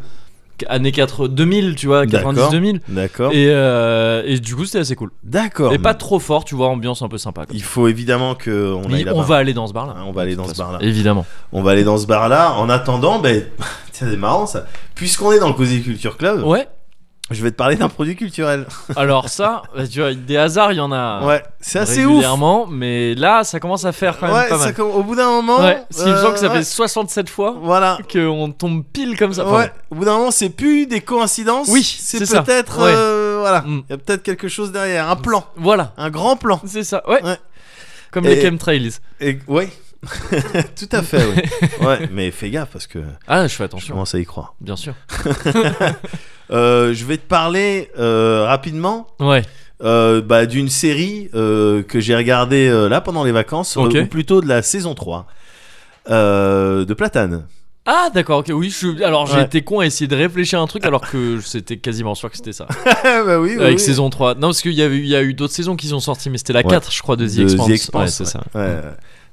A: Années 4, 2000, tu vois,
B: D'accord.
A: 90-2000.
B: D'accord.
A: Et, euh, et du coup, c'était assez cool.
B: D'accord.
A: Et pas trop fort, tu vois, ambiance un peu sympa. quoi.
B: Il faut évidemment que on aille
A: Mais on
B: là-bas.
A: va aller dans ce bar-là.
B: Hein, on va aller dans
A: De
B: ce
A: toute façon,
B: bar-là.
A: Évidemment.
B: On va aller dans ce bar-là. En attendant, ben, [laughs] tiens, c'est marrant ça. Puisqu'on est dans le Cozy Culture Club,
A: Ouais.
B: je vais te parler d'un produit culturel.
A: Alors ça, bah, tu vois, des hasards, il y en a.
B: ouais, c'est assez ouf.
A: Ah. régulièrement, mais là, ça commence à faire quand même
B: Ouais,
A: pas
B: ça
A: mal.
B: comme- au bout d'un moment.
A: Ouais, parce qu'il me
B: euh,
A: semble que ça
B: ouais,
A: fait 67 fois
B: Voilà.
A: qu'on tombe pile comme ça. Enfin,
B: Ouais, au bout d'un moment, c'est plus des coïncidences.
A: Oui,
B: c'est
A: c'est ça.
B: peut-être.
A: Ouais.
B: euh, voilà. Il
A: Mm.
B: y a peut-être quelque chose derrière. Un plan.
A: Voilà,
B: Un grand plan.
A: c'est ça. Ouais.
B: Ouais.
A: Comme
B: Et-
A: les chemtrails.
B: Et, ouais. [laughs] Tout à fait,
A: [laughs]
B: oui. ouais, mais fais gaffe parce que
A: Ah, je fais
B: je
A: attention,
B: commence à y croire.
A: bien sûr.
B: Euh, je vais te parler euh, rapidement
A: Ouais.
B: euh, bah, d'une série euh, que j'ai regardée euh, là pendant les vacances, euh,
A: Ok.
B: ou plutôt de la saison 3 euh,
A: [laughs]
B: de Platane.
A: Ah, d'accord, ok. Oui, je suis- alors j'ai
B: Ouais.
A: été con à essayer de réfléchir à un truc alors que c'était quasiment sûr que c'était ça.
B: bah [laughs] oui, oui,
A: Avec
B: oui.
A: saison 3. Non, parce qu'il y, a eu- il y a eu d'autres saisons qui sont sorties, mais c'était la
B: Ouais.
A: 4, je crois, de The
B: De
A: Expanse.
B: The Expanse,
A: Ouais, c'est ça.
B: Ouais, ouais.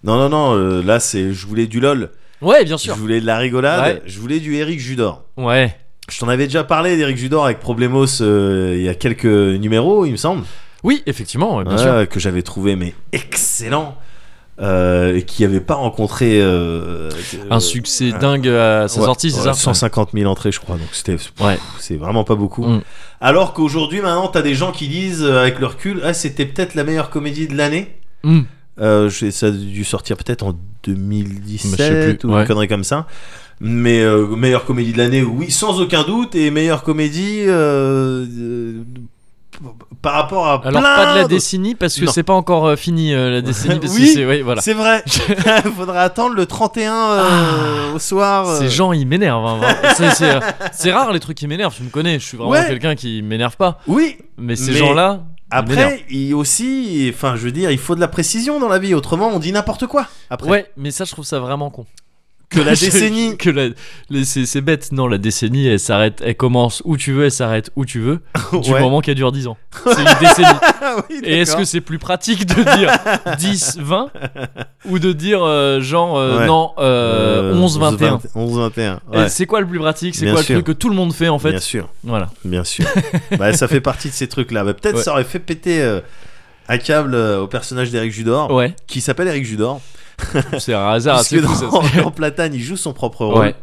B: Non, non, non, euh, là, c'est, je voulais du LOL,
A: Ouais, bien
B: je
A: sûr.
B: voulais de la rigolade,
A: Ouais.
B: je voulais du Eric Judor.
A: Ouais.
B: Je t'en avais déjà parlé d'Eric Judor avec Problemos euh, il y a quelques numéros, il me semble.
A: Oui, effectivement, ouais, bien
B: Ouais,
A: sûr.
B: que j'avais trouvé mais excellent euh, et qui n'avait pas rencontré euh,
A: Un
B: euh,
A: succès dingue à sa
B: ouais,
A: sortie, c'est
B: ouais,
A: ça
B: 150 000 entrées je crois donc c'était pff,
A: Ouais.
B: c'est vraiment pas beaucoup
A: Mm.
B: alors qu'aujourd'hui maintenant t'as des gens qui disent euh, avec le recul ah c'était peut-être la meilleure comédie de l'année
A: Hmm.
B: Euh, je- ça a dû sortir peut-être en
A: Mais
B: 2017
A: je sais plus,
B: ou
A: ouais.
B: une connerie comme ça mais euh, meilleure comédie de l'année oui sans aucun doute et meilleure comédie euh, euh, p- par rapport à
A: Alors
B: plein
A: pas de la
B: d'autres-
A: décennie parce que
B: Non.
A: c'est pas encore euh, fini euh, la décennie
B: [laughs]
A: parce
B: Oui.
A: que c'est ouais, voilà.
B: C'est vrai.
A: [laughs]
B: [laughs] Faudra attendre le 31 euh,
A: Ah,
B: au soir. euh.
A: Ces gens ils m'énervent. hein, vraiment. C'est- c'est, euh, c'est rare les trucs qui m'énervent. Tu me connais, je suis vraiment
B: Ouais.
A: quelqu'un qui m'énerve pas.
B: Oui.
A: Mais ces
B: Mais
A: gens là,
B: Après, il aussi, enfin, je veux dire, il faut de la précision dans la vie. Autrement, on dit n'importe quoi. Après,
A: ouais, mais ça je trouve ça vraiment con.
B: que
A: [laughs]
B: la
A: Je-
B: décennie.
A: que la, les- c'est, c'est bête. Non, la décennie elle s'arrête, elle commence où tu veux, elle s'arrête où tu veux. Du
B: [laughs] Ouais.
A: moment qu'elle dure 10 ans, c'est une décennie.
B: Ah oui,
A: Et est-ce
B: d'accord.
A: que c'est plus pratique de dire
B: [laughs]
A: 10, 20 ou de dire euh, genre euh,
B: Ouais.
A: non euh, 11, 21
B: 11, 21.
A: Et
B: Ouais.
A: C'est quoi le plus pratique C'est
B: Bien
A: quoi
B: sûr.
A: le truc que tout le monde fait en fait
B: Bien sûr,
A: Voilà. [laughs]
B: bien sûr. bah, ça fait partie de ces trucs-là. Bah, Peut-être
A: Ouais.
B: ça aurait fait péter euh, un câble euh, au personnage d'Eric Judor,
A: Ouais,
B: qui s'appelle Eric Judor.
A: c'est un hasard.
B: puisque
A: C'est fou, ça. [laughs]
B: dans, [laughs] dans Platane, il joue son propre rôle.
A: Ouais.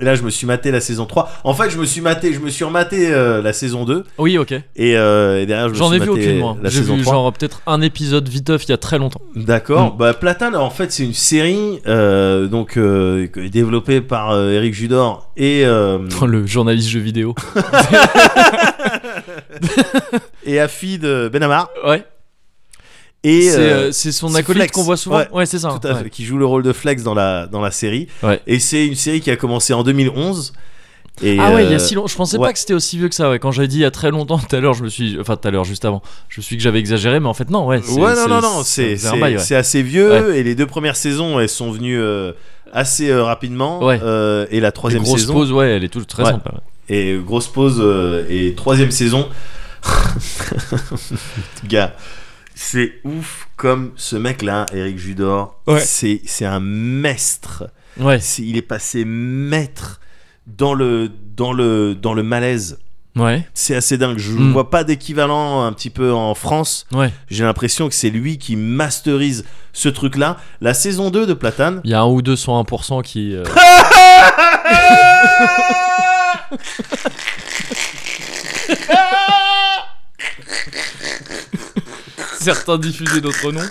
B: Et là, je me suis maté la saison 3. En fait, je me suis maté, je me suis rematé euh, la saison 2.
A: Oui, ok.
B: Et, euh, et derrière, je me
A: J'en
B: suis
A: ai vu
B: maté
A: aucune, moi.
B: la
A: J'ai
B: saison
A: vu
B: 3.
A: genre peut-être un épisode viteuf il y a très longtemps. Mm.
B: D'accord. Bah, Platane, en fait, c'est une série euh, donc euh, développée par euh, Eric Judor et, euh,
A: Le journaliste jeu vidéo.
B: et Afi de Benamar.
A: Ouais.
B: Et
A: C'est
B: euh,
A: euh, c'est son
B: c'est
A: acolyte
B: Flex.
A: qu'on voit souvent.
B: Ouais,
A: Ouais, c'est ça.
B: tout à
A: Ouais.
B: fait, qui joue le rôle de Flex dans la, dans la série.
A: Ouais.
B: Et c'est une série qui a commencé en 2011. Et,
A: Ah ouais, il y
B: euh,
A: a si longtemps. Je pensais
B: ouais.
A: pas que c'était aussi vieux que ça. Ouais. Quand j'ai dit il y a très longtemps tout à l'heure, je me suis. Enfin, tout à l'heure, juste avant. Je me suis dit que j'avais exagéré, mais en fait, non, ouais. c'est-
B: Ouais, non,
A: c'est-
B: non, non, c'est
A: un bail,
B: c'est-
A: ouais.
B: c'est assez vieux et les deux premières saisons, elles sont venues euh, assez euh, rapidement.
A: Ouais.
B: euh, et la
A: Une
B: troisième
A: grosse
B: saison,
A: pause, ouais, elle est toute très
B: Ouais.
A: sympa. ouais.
B: et grosse pause, euh, et troisième saison. [laughs] Gars, c'est ouf comme ce mec-là, Eric Judor.
A: Ouais.
B: C'est c'est un maître.
A: Ouais.
B: C'est- il est passé maître dans le, dans le, dans le malaise.
A: Ouais,
B: C'est assez dingue. Je
A: Mm.
B: vois pas d'équivalent un petit peu en France.
A: ouais.
B: J'ai l'impression que c'est lui qui masterise ce truc-là. La saison 2 de Platane.
A: Il y a un ou deux 101% qui. euh, Certains diffusaient d'autres noms.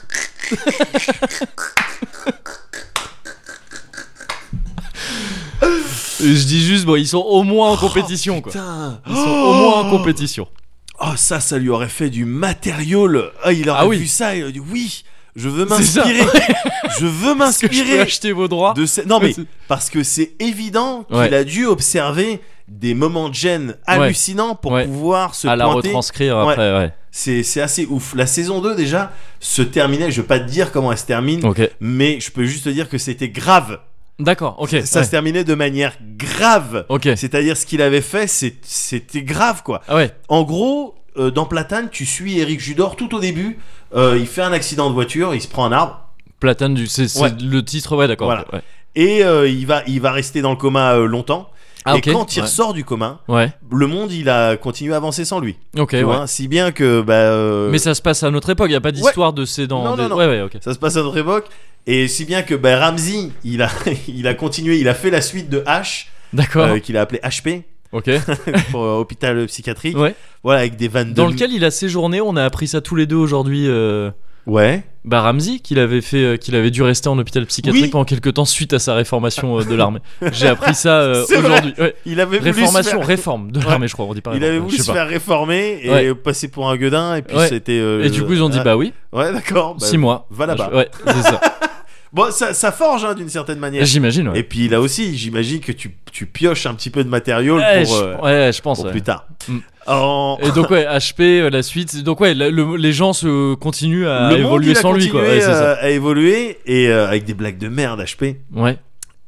A: Et Je dis juste, bon, ils sont au moins en compétition, quoi.
B: Putain.
A: Ils sont au moins en compétition.
B: Oh, ça, ça lui aurait fait du matériau. le- Ah, il aurait
A: Ah oui.
B: vu ça. Il aurait dit oui, je veux
A: C'est ça.
B: m'inspirer.
A: [laughs]
B: je
A: Que
B: veux
A: je peux
B: m'inspirer.
A: acheter vos droits.
B: De ce- Non mais
A: Ouais,
B: parce que c'est évident qu'il
A: Ouais.
B: a dû observer des moments de gêne hallucinants pour
A: Ouais.
B: pouvoir se
A: à la
B: pointer.
A: retranscrire
B: Ouais.
A: après, ouais.
B: C'est c'est assez ouf. La saison 2 déjà se terminait, je veux pas te dire comment elle se termine,
A: Ok.
B: mais je peux juste te dire que c'était grave.
A: D'accord, ok.
B: Ça
A: ouais.
B: se terminait de manière grave.
A: Ok.
B: C'est-à-dire ce qu'il avait fait, c'est- c'était grave quoi.
A: Ah ouais,
B: En gros, euh, dans Platane, tu suis Eric Judor tout au début. Euh, il fait un accident de voiture, il se prend un arbre.
A: Platane, du... c'est c'est
B: Ouais.
A: le titre, ouais, d'accord.
B: Voilà.
A: ok, ouais.
B: Et euh, il, va, il va rester dans le coma euh, longtemps.
A: Ah,
B: et
A: ok.
B: quand il
A: ouais.
B: ressort du coma,
A: Ouais,
B: le monde il a continué à avancer sans lui
A: ok,
B: tu
A: Eh ouais.
B: vois, si bien que bah, euh,
A: Mais ça se passe à notre époque, il a pas d'histoire de c'est dans.
B: Non, non,
A: des-
B: non.
A: Ouais, ouais, ok.
B: ça se passe à notre époque et si bien que bah, Ramsey il a [laughs] il a continué il a fait la suite de H
A: D'accord,
B: euh, qu'il a appelé HP
A: ok.
B: pour euh, hôpital psychiatrique
A: Ouais.
B: voilà avec des vannes de
A: Dans lequel il a séjourné, on a appris ça tous les deux aujourd'hui. euh,
B: ouais
A: Bah Ramsey, qu'il avait fait, euh, qu'il avait dû rester en hôpital psychiatrique
B: Oui.
A: pendant quelques temps suite à sa réformation euh, de
B: [laughs]
A: l'armée. J'ai appris ça euh,
B: C'est vrai.
A: aujourd'hui. Ouais.
B: il avait voulu se
A: Réformation,
B: faire-
A: réforme de l'armée, je crois, on dit pas.
B: il avait
A: réforme,
B: voulu
A: je
B: se
A: sais pas.
B: faire réformer et
A: Ouais.
B: passer pour un gueudin et puis
A: Ouais.
B: c'était euh,
A: Et du coup, ils ont dit
B: ah,
A: bah oui,
B: ouais d'accord bah,
A: 6 mois.
B: va là-bas.
A: Ouais, c'est ça.
B: bon ça, ça forge hein, d'une certaine manière
A: J'imagine. Ouais.
B: [laughs] et puis là aussi j'imagine que tu, tu pioches un petit peu de matériaux
A: Ouais,
B: pour
A: Eh, je,
B: euh,
A: ouais, je pense.
B: pour
A: ouais.
B: plus tard.
A: Mm.
B: En-
A: Et donc ouais, HP, euh, la suite. Donc ouais, le- le- les gens se continuent à
B: le monde,
A: évoluer
B: il a
A: sans lui, quoi.
B: continué,
A: Ouais, c'est ça.
B: euh, à évoluer et euh, avec des blagues de merde HP.
A: Ouais.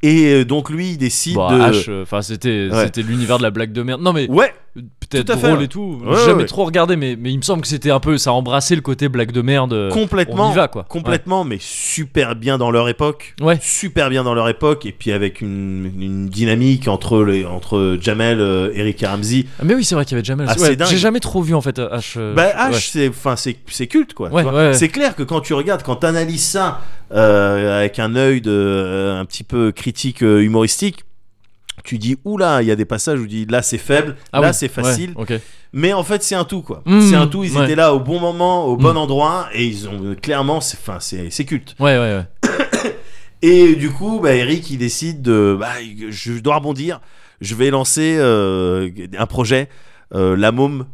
B: Et euh, donc lui, il décide
A: Bon,
B: de.
A: H, euh, enfin c'était
B: Ouais.
A: c'était l'univers de la blague de merde. Non mais
B: Ouais,
A: peut-être
B: tout à fait,
A: drôle
B: ouais.
A: et tout.
B: Ouais,
A: J'ai jamais
B: ouais.
A: trop regardé, mais mais il me semble que c'était un peu ça embrassait le côté blague de merde. euh,
B: complètement.
A: On y va quoi.
B: Complètement, mais super bien dans leur époque.
A: Ouais.
B: [laughs] Super bien dans leur époque et puis avec une, une dynamique entre les entre Jamel, euh, Eric et Ramsey.
A: Ouais. Mais oui, c'est vrai qu'il y avait jamais.
B: Ah,
A: ouais,
B: c'est dingue.
A: J'ai jamais trop vu en fait H. euh,
B: bah
A: ouais.
B: H, c'est enfin c'est c'est culte quoi. tu
A: Ouais,
B: vois.
A: ouais, ouais.
B: C'est clair que quand tu regardes, quand t'analyses ça euh, avec un œil de euh, un petit peu critique euh, humoristique. Tu dis, oula, il y a des passages où tu dis, là c'est faible,
A: Ah
B: là
A: oui,
B: c'est
A: ouais,
B: facile,
A: ok.
B: Mais en fait, c'est un tout, quoi.
A: Mmh,
B: c'est un tout. Ils
A: ouais. Mmh.
B: étaient là au bon moment, au bon endroit, et ils ont euh, clairement, c'est, enfin, c'est, c'est culte.
A: Ouais, ouais, ouais. [laughs]
B: Et du coup, bah, Eric, il décide de, bah, je dois rebondir. Je vais lancer euh, un projet, euh, la môme,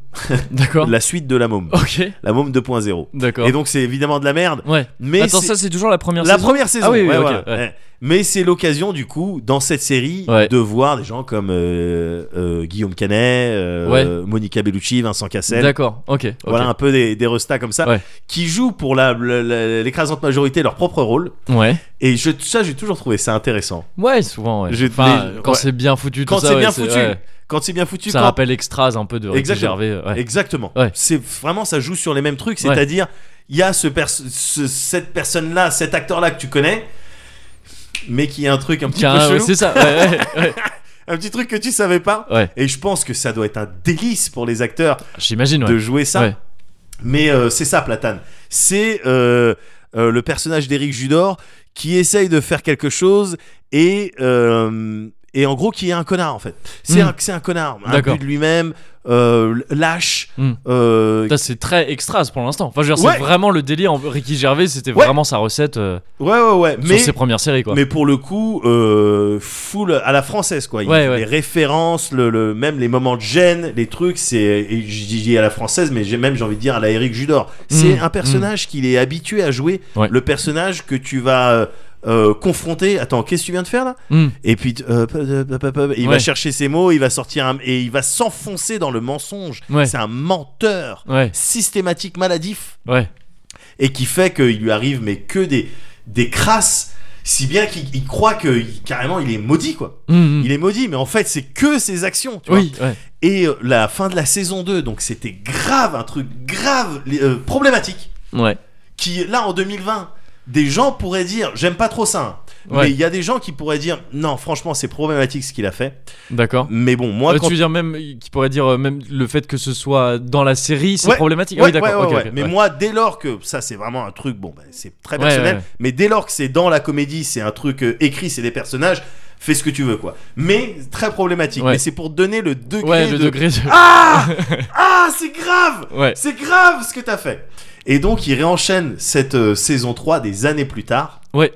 A: D'accord.
B: la suite de la môme,
A: Ok.
B: la môme 2.0.
A: D'accord.
B: Et donc, c'est évidemment de la merde.
A: Ouais.
B: Mais
A: Attends,
B: c'est-
A: ça c'est toujours la première.
B: la
A: saison Ah
B: première saison.
A: oui, oui,
B: ouais,
A: ok,
B: voilà,
A: ouais.
B: ouais. Mais c'est l'occasion, du coup, dans cette série,
A: Ouais.
B: de voir des gens comme euh, euh, Guillaume Canet, euh,
A: Ouais.
B: Monica Bellucci, Vincent Cassel.
A: D'accord. Ok. ok.
B: Voilà un peu des, des restas comme ça,
A: Ouais.
B: qui jouent pour la- la- la- l'écrasante majorité leur propre rôle.
A: Ouais.
B: Et je, ça, j'ai toujours trouvé ça intéressant.
A: Ouais, souvent. Ouais.
B: J'ai-
A: Enfin,
B: mais-
A: quand
B: ouais.
A: c'est bien foutu. tout
B: Quand
A: ça,
B: c'est
A: ouais,
B: bien foutu.
A: ouais.
B: Quand c'est bien foutu,
A: Ça
B: quand-
A: rappelle extras un peu de Ricky
B: Exactement.
A: Gervais. ouais.
B: Exactement.
A: Ouais.
B: C'est vraiment, ça joue sur les mêmes trucs.
A: Ouais.
B: C'est-à-dire, il y a ce pers- ce- cette personne-là, cet acteur-là que tu connais, mais qui a un truc un petit
A: Tiens,
B: peu
A: ouais,
B: chelou,
A: c'est ça.
B: [laughs]
A: Ouais, ouais, ouais.
B: un petit truc que tu savais pas.
A: Ouais.
B: Et je pense que ça doit être un délice pour les acteurs
A: J'imagine.
B: de
A: Ouais.
B: jouer ça.
A: Ouais.
B: Mais euh, c'est ça, Platane. C'est euh, euh, le personnage d'Éric Judor qui essaye de faire quelque chose et, euh, et en gros qui est un connard en fait. C'est
A: Mm.
B: un, c'est un connard, un
A: D'accord.
B: but de lui-même, euh, lâche.
A: Mm.
B: euh,
A: Putain, c'est très extras pour l'instant. Enfin, je veux dire,
B: Ouais.
A: c'est vraiment le délire. en- Ricky Gervais, c'était
B: Ouais.
A: vraiment sa recette euh,
B: ouais, ouais, ouais. Mais,
A: sur ses premières séries, quoi.
B: mais pour le coup, euh, full à la française quoi. Il
A: Ouais,
B: fait
A: ouais.
B: Les références, le, le- même les moments de gêne, les trucs, c'est. et Je dis je dis à la française, mais j'ai même j'ai envie de dire à la Éric Judor. C'est
A: Mm.
B: un personnage qu'il est habitué à jouer.
A: Ouais.
B: Le personnage que tu vas. euh, euh, confronter attends qu'est-ce que tu viens de faire là
A: Hmm.
B: Et puis, euh, pop, pop, pop, pop, il
A: Ouais.
B: va chercher ses mots, il va sortir un- et il va s'enfoncer dans le mensonge.
A: Ouais.
B: C'est un menteur
A: Ouais,
B: systématique, maladif,
A: ouais.
B: et qui fait qu'il lui arrive mais que des des crasses, si bien qu'il il croit que il- carrément il est maudit quoi.
A: Mm, mm.
B: Il est maudit, mais en fait c'est que ses actions. Tu vois
A: Oui, ouais.
B: et euh, la fin de la saison 2, donc c'était grave, un truc grave, les- euh, problématique,
A: Ouais.
B: qui là en 2020 des gens pourraient dire j'aime pas trop ça. hein.
A: Ouais.
B: Mais il y a des gens qui pourraient dire non, franchement, c'est problématique ce qu'il a fait.
A: D'accord.
B: Mais bon, moi
A: Euh,
B: quand
A: Tu veux dire même qui pourrait dire euh, même le fait que ce soit dans la série, c'est
B: Ouais,
A: problématique. Ah
B: Ouais,
A: oui, d'accord.
B: ouais,
A: ok,
B: ouais,
A: ok,
B: ouais. Mais
A: ouais.
B: moi, dès lors que ça, c'est vraiment un truc, bon, ben, c'est très
A: Ouais,
B: personnel,
A: ouais, ouais.
B: mais dès lors que c'est dans la comédie, c'est un truc euh, écrit, c'est des personnages, fais ce que tu veux, quoi. Mais très problématique.
A: Ouais.
B: Mais c'est pour donner le degré
A: ouais,
B: de.
A: le degré. de-
B: Ah Ah, c'est grave
A: ouais.
B: C'est grave ce que t'as fait Et donc, il réenchaîne cette euh, saison 3 des années plus tard.
A: Ouais.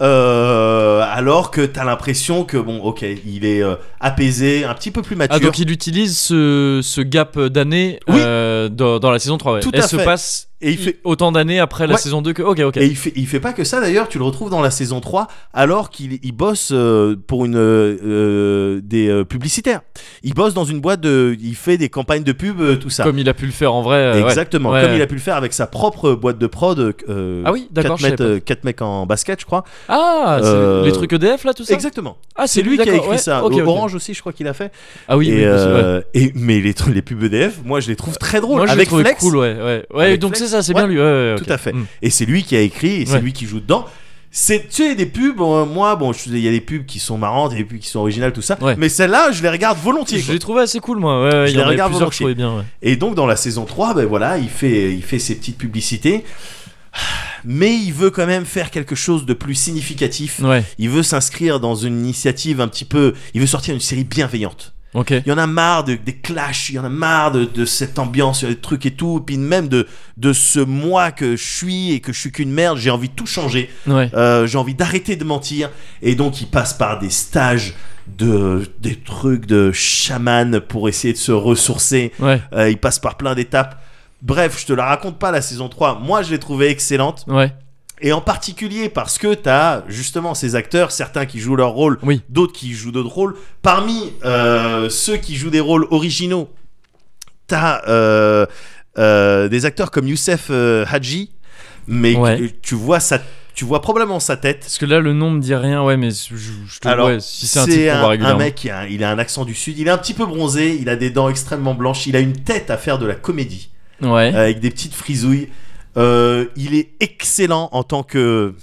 B: euh, alors que t'as l'impression que bon, ok, il est euh, apaisé, un petit peu plus mature.
A: Ah donc il utilise ce, ce gap d'années
B: Oui.
A: euh, dans, dans la saison 3 ouais.
B: Tout à
A: Elle se
B: fait.
A: passe
B: Et il fait-
A: autant d'années après la
B: Ouais.
A: saison 2 que OK OK.
B: Et il fait, il fait pas que ça d'ailleurs, tu le retrouves dans la saison 3 alors qu'il il bosse euh, pour une euh, euh, des euh, publicitaires. Il bosse dans une boîte de il fait des campagnes de pub euh, tout ça.
A: Comme il a pu le faire en vrai. euh, ouais.
B: Exactement,
A: Ouais,
B: comme
A: ouais.
B: il a pu le faire avec sa propre boîte de prod euh,
A: Ah oui, d'accord,
B: 4
A: je savais
B: mecs, euh, quatre mecs en basket, je crois.
A: Ah, c'est
B: Euh,
A: les trucs EDF là tout ça.
B: Exactement.
A: Ah,
B: C'est lui qui a
A: d'accord,
B: écrit
A: ouais.
B: ça.
A: Ok, ok.
B: Orange aussi, je crois qu'il a fait.
A: Ah oui,
B: et,
A: oui, parce que, ouais.
B: euh, et- mais les trucs- les pubs EDF, moi je les trouve très drôles
A: Moi, je l'ai
B: avec
A: trouvé
B: Flex.
A: cool, ouais, ouais. Ouais,
B: Avec
A: donc
B: Flex,
A: c'est ça, c'est
B: ouais.
A: bien lui. ouais, ouais,
B: Tout
A: ok.
B: à fait.
A: Mm.
B: Et c'est lui qui a écrit et c'est
A: Ouais.
B: lui qui joue dedans. C'est, tu sais, des pubs, euh, moi, bon, je- il y a des pubs qui sont marrantes, il y a des pubs qui sont originales, tout ça.
A: Ouais.
B: Mais celles-là, je les regarde volontiers.
A: Je
B: quoi.
A: l'ai trouvé assez cool, moi. Ouais, ouais,
B: Je
A: il y
B: les
A: en avait
B: regarde
A: plusieurs que je trouvais
B: volontiers.
A: bien. ouais.
B: Et donc, dans la saison 3, ben voilà, il fait, il fait ses petites publicités. Mais il veut quand même faire quelque chose de plus significatif.
A: Ouais,
B: Il veut s'inscrire dans une initiative un petit peu. Il veut sortir une série bienveillante.
A: ok.
B: Il y en a marre de- des clashs, il y en a marre de, de cette ambiance, des trucs et tout, puis même de, de ce moi que je suis et que je suis qu'une merde, j'ai envie de tout changer,
A: Ouais.
B: Euh, j'ai envie d'arrêter de mentir. Et donc il passe par des stages, de, des trucs de chaman pour essayer de se ressourcer,
A: Ouais,
B: Euh, il passe par plein d'étapes. Bref, je te la raconte pas la saison 3, moi je l'ai trouvée excellente,
A: ouais.
B: et en particulier parce que tu as justement ces acteurs, certains qui jouent leur rôle,
A: Oui.
B: d'autres qui jouent d'autres rôles. Parmi euh, ceux qui jouent des rôles originaux, tu as des acteurs comme Youssef euh, Hadji, mais
A: Ouais.
B: que- tu vois ça. Tu vois probablement sa tête.
A: Parce que là, le nom me dit rien, ouais, mais je, je te
B: Alors,
A: ouais, si c'est un type qu'on voit régulièrement.
B: mec, qui a- il a un accent du sud, il est un petit peu bronzé, il a des dents extrêmement blanches, il a une tête à faire de la comédie, euh,
A: Ouais.
B: avec des petites frisouilles. Euh, il est excellent en tant que...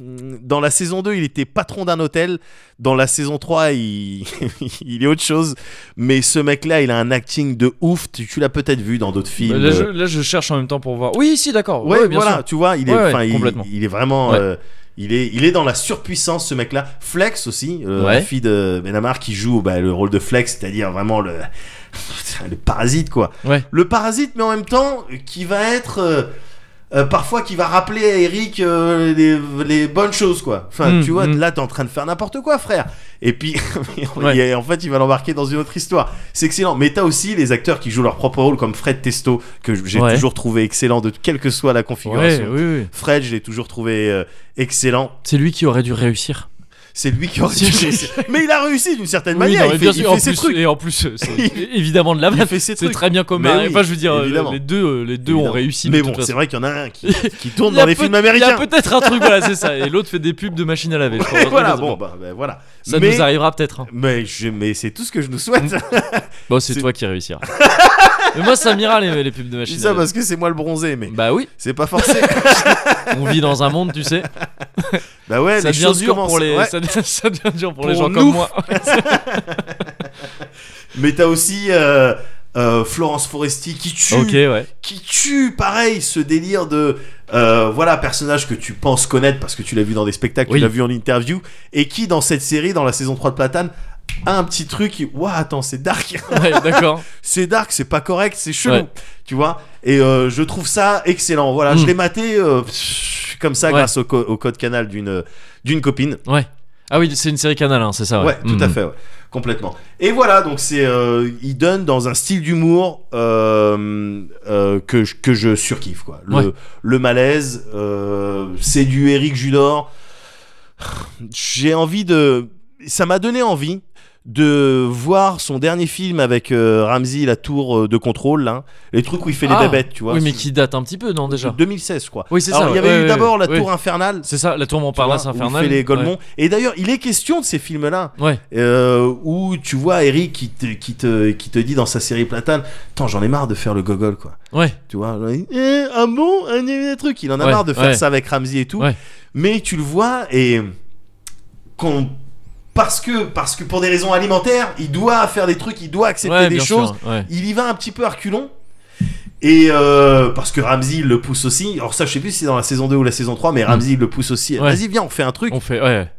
B: mm, Dans la saison 2, il était patron d'un hôtel. Dans la saison 3, il, [laughs] il est autre chose. Mais ce mec-là, il a un acting de ouf. Tu, tu l'as peut-être vu dans d'autres films.
A: Bah, là, je, là, je cherche en même temps pour voir. Oui, si, d'accord.
B: euh, Ouais,
A: Ouais, bien
B: voilà,
A: sûr.
B: tu vois, il est,
A: Ouais, ouais,
B: enfin, il-
A: complètement.
B: il, est vraiment,
A: Ouais.
B: euh, il est, il est dans la surpuissance ce mec-là. Flex aussi, euh,
A: Ouais.
B: la fille de Benamar qui joue bah, le rôle de Flex, c'est-à-dire vraiment le, [laughs] putain, le parasite quoi.
A: Ouais.
B: Le parasite, mais en même temps, euh, qui va être euh, euh, parfois qui va rappeler à Eric euh, les, les bonnes choses quoi. Enfin,
A: Mm,
B: tu vois,
A: mm.
B: là t'es en train de faire n'importe quoi, frère. Et puis,
A: Ouais.
B: il est- en fait, il va l'embarquer dans une autre histoire. C'est excellent. Mais t'as aussi les acteurs qui jouent leur propre rôle, comme Fred Testo, que j'ai
A: Ouais.
B: toujours trouvé excellent de quelle que soit la
A: Ouais,
B: configuration.
A: oui, oui.
B: Fred, je l'ai toujours trouvé euh, excellent.
A: C'est lui qui aurait dû réussir.
B: C'est lui qui aurait dû réussir. [laughs] Mais il a réussi d'une certaine
A: Oui,
B: manière.
A: non, mais
B: il fait,
A: bien
B: il
A: sûr,
B: fait
A: en
B: ses
A: plus-
B: trucs.
A: Et en plus,
B: [laughs]
A: euh, c'est évidemment de la
B: Il
A: vanne.
B: fait ses
A: C'est
B: trucs.
A: très bien commun.
B: Mais oui,
A: enfin, je veux dire, euh,
B: évidemment.
A: les deux, euh, les deux ont
B: Évidemment.
A: réussi. de
B: Mais
A: toute
B: bon,
A: façon.
B: c'est vrai qu'il y en a
A: [laughs]
B: un qui, qui tourne
A: Il y a
B: dans les
A: peut-
B: films
A: Il y a
B: américains.
A: peut-être un truc, voilà, c'est ça. Et l'autre fait des pubs de machines à laver. je crois.
B: Et [laughs] voilà,
A: Bon,
B: bon, bah, bah, voilà.
A: ça
B: mais,
A: nous arrivera peut-être. hein.
B: mais, je- mais c'est tout ce que je nous souhaite.
A: Bon, c'est
B: C'est-
A: toi qui
B: [laughs]
A: réussiras. Mais moi, ça m'ira les, les pubs de
B: Je
A: machines
B: dis
A: à
B: ça
A: laver.
B: parce que c'est moi le bronzé, mais
A: Bah oui,
B: c'est
A: [laughs]
B: pas forcé.
A: on vit dans un monde, tu sais.
B: bah ouais,
A: ça
B: les
A: devient
B: choses
A: dur
B: commencent.
A: pour les,
B: Ouais.
A: ça, devient, [laughs] ça devient dur pour, les
B: Pour
A: gens
B: nous.
A: comme moi.
B: Mais t'as aussi euh, euh, Florence Foresti qui tue.
A: ok, ouais.
B: qui tue pareil ce délire de euh, voilà personnage que tu penses connaître parce que tu l'as vu dans des spectacles
A: Oui.
B: tu l'as vu en interview et qui dans cette série dans la saison 3 de Platane a un petit truc qui ouah attends c'est dark [laughs]
A: Ouais, d'accord.
B: c'est dark c'est pas correct c'est chelou
A: Ouais.
B: tu vois et euh, je trouve ça excellent voilà
A: Mm.
B: je l'ai maté euh, pff, comme ça
A: Ouais.
B: grâce au, co- au code canal d'une d'une copine
A: Ouais. Ah oui, c'est une série Canal, hein, c'est ça.
B: ouais,
A: Ouais,
B: tout à fait ouais. complètement et voilà donc c'est euh, il donne dans un style d'humour euh, euh, que je, que je surkiffe quoi le,
A: Ouais.
B: le malaise euh, c'est du Eric Judor j'ai envie de ça m'a donné envie de voir son dernier film avec euh, Ramsey, la tour euh, de contrôle, là, les trucs où il fait
A: Ah,
B: les bébêtes, tu vois.
A: oui, mais
B: c'est-
A: qui date un petit peu, non, déjà
B: 2016, quoi.
A: Oui, c'est
B: Alors,
A: ça,
B: Il y avait
A: ouais,
B: eu
A: ouais,
B: d'abord la
A: ouais.
B: tour infernale.
A: C'est ça, la tourmente par là, c'est
B: tu vois, où
A: infernal.
B: il fait les Golemons. Et d'ailleurs, il est question de ces films-là.
A: Ouais. Ouais.
B: Euh, où tu vois Eric qui te, qui te, qui te dit dans sa série Platane Attends, j'en ai marre de faire le gogol, quoi.
A: ouais.
B: Tu vois, genre, il- eh, ah bon, un, un truc. Il en a
A: Ouais,
B: marre de faire
A: ouais.
B: ça avec Ramsey et tout.
A: Ouais.
B: Mais tu le vois et. Quand, parce, que, parce que pour des raisons alimentaires, il doit faire des trucs, il doit accepter
A: Ouais,
B: des
A: bien
B: choses.
A: sûr, ouais.
B: Il y va un petit peu à reculons. Et euh, parce que Ramsey il le pousse aussi. Alors, ça, je sais plus si c'est dans la saison 2 ou la saison 3, mais Ramsey il le pousse aussi.
A: Ouais.
B: Vas-y, viens, on fait un truc.
A: On fait, ouais.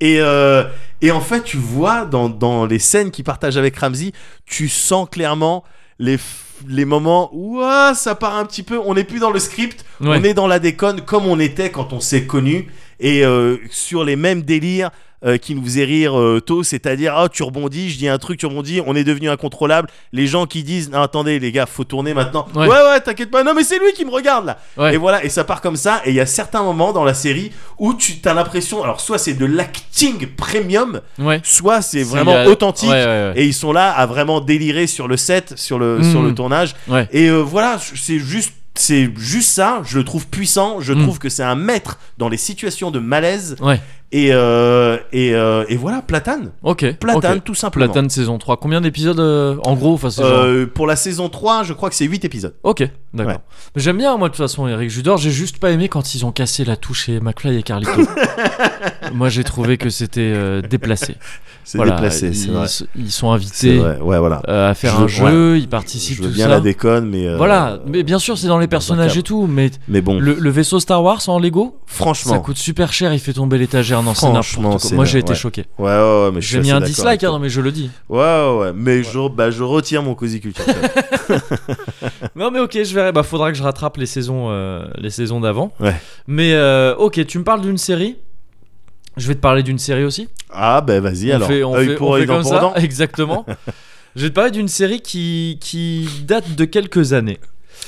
B: Et, euh, et en fait, tu vois dans, dans les scènes qu'il partage avec Ramsey, tu sens clairement les, f- les moments où ah, ça part un petit peu. On n'est plus dans le script,
A: Ouais.
B: on est dans la déconne comme on était quand on s'est connus et euh, sur les mêmes délires. euh, qui nous faisaient rire euh, tôt, c'est-à-dire ah tu rebondis, je dis un truc, tu rebondis, on est devenu incontrôlable. Les gens qui disent non, attendez les gars, faut tourner maintenant.
A: Ouais.
B: ouais, ouais t'inquiète pas, non mais c'est lui qui me regarde là.
A: Ouais.
B: Et voilà, et ça part comme ça. Et il y a certains moments dans la série où tu as l'impression, alors soit c'est de l'acting premium,
A: ouais.
B: soit
A: C'est
B: c'est vraiment
A: la-
B: authentique.
A: Ouais, ouais, ouais.
B: Et ils sont là à vraiment délirer sur le set, sur le,
A: Mhm.
B: sur le tournage.
A: Ouais.
B: Et euh, voilà, c'est juste. C'est juste ça, je le trouve puissant, je
A: Mhm.
B: trouve que c'est un maître dans les situations de malaise.
A: Ouais.
B: Et, euh, et, euh, et voilà, Platane.
A: Ok.
B: Platane,
A: ok.
B: tout simplement.
A: Platane saison 3. Combien d'épisodes euh, en gros enfin, c'est genre-
B: Euh, pour la saison 3, je crois que c'est 8 épisodes.
A: Ok, d'accord.
B: Ouais.
A: Mais J'aime bien, moi, de toute façon, Eric Judor. J'ai juste pas aimé quand ils ont cassé la touche et McFly et Carlito.
B: [laughs]
A: moi, j'ai trouvé que c'était euh, déplacé.
B: C'est
A: Voilà,
B: déplacé,
A: ils,
B: c'est vrai.
A: Ils sont
B: C'est
A: invités
B: vrai, ouais, voilà.
A: euh, à faire
B: Je
A: un
B: veux-
A: jeu, ils participent,
B: je veux
A: tout
B: bien
A: ça.
B: la déconne, mais. euh,
A: Voilà, mais bien sûr, c'est dans les personnages
B: cadre.
A: et tout, mais
B: Mais bon,
A: le, le vaisseau Star Wars en Lego, ça
B: Mm. franchement.
A: coûte super cher, il fait tomber l'étagère, non, c'est
B: Franchement,
A: n'importe quoi.
B: c'est
A: Moi,
B: dingue,
A: j'ai été
B: ouais.
A: choqué.
B: Ouais, ouais, ouais, mais je suis
A: J'ai mis
B: assez
A: un
B: d'accord avec
A: dislike,
B: toi.
A: hein, non, mais je le
B: [laughs]
A: dis.
B: Ouais, ouais, ouais, mais Je, bah, je retire mon Cozy
A: [laughs]
B: Culture. Club.
A: Non mais ok, je verrai. Bah faudra que je rattrape les saisons, euh, les saisons d'avant.
B: Ouais.
A: Mais euh, ok, tu me parles d'une série. Je vais te parler d'une série aussi.
B: ah, bah vas-y
A: on
B: alors.
A: fait, on
B: Œil
A: fait-
B: pour
A: on
B: œil,
A: fait
B: dent
A: comme
B: pour
A: ça, [laughs]
B: dent. [laughs]
A: exactement. je vais te parler d'une série qui qui date de quelques années,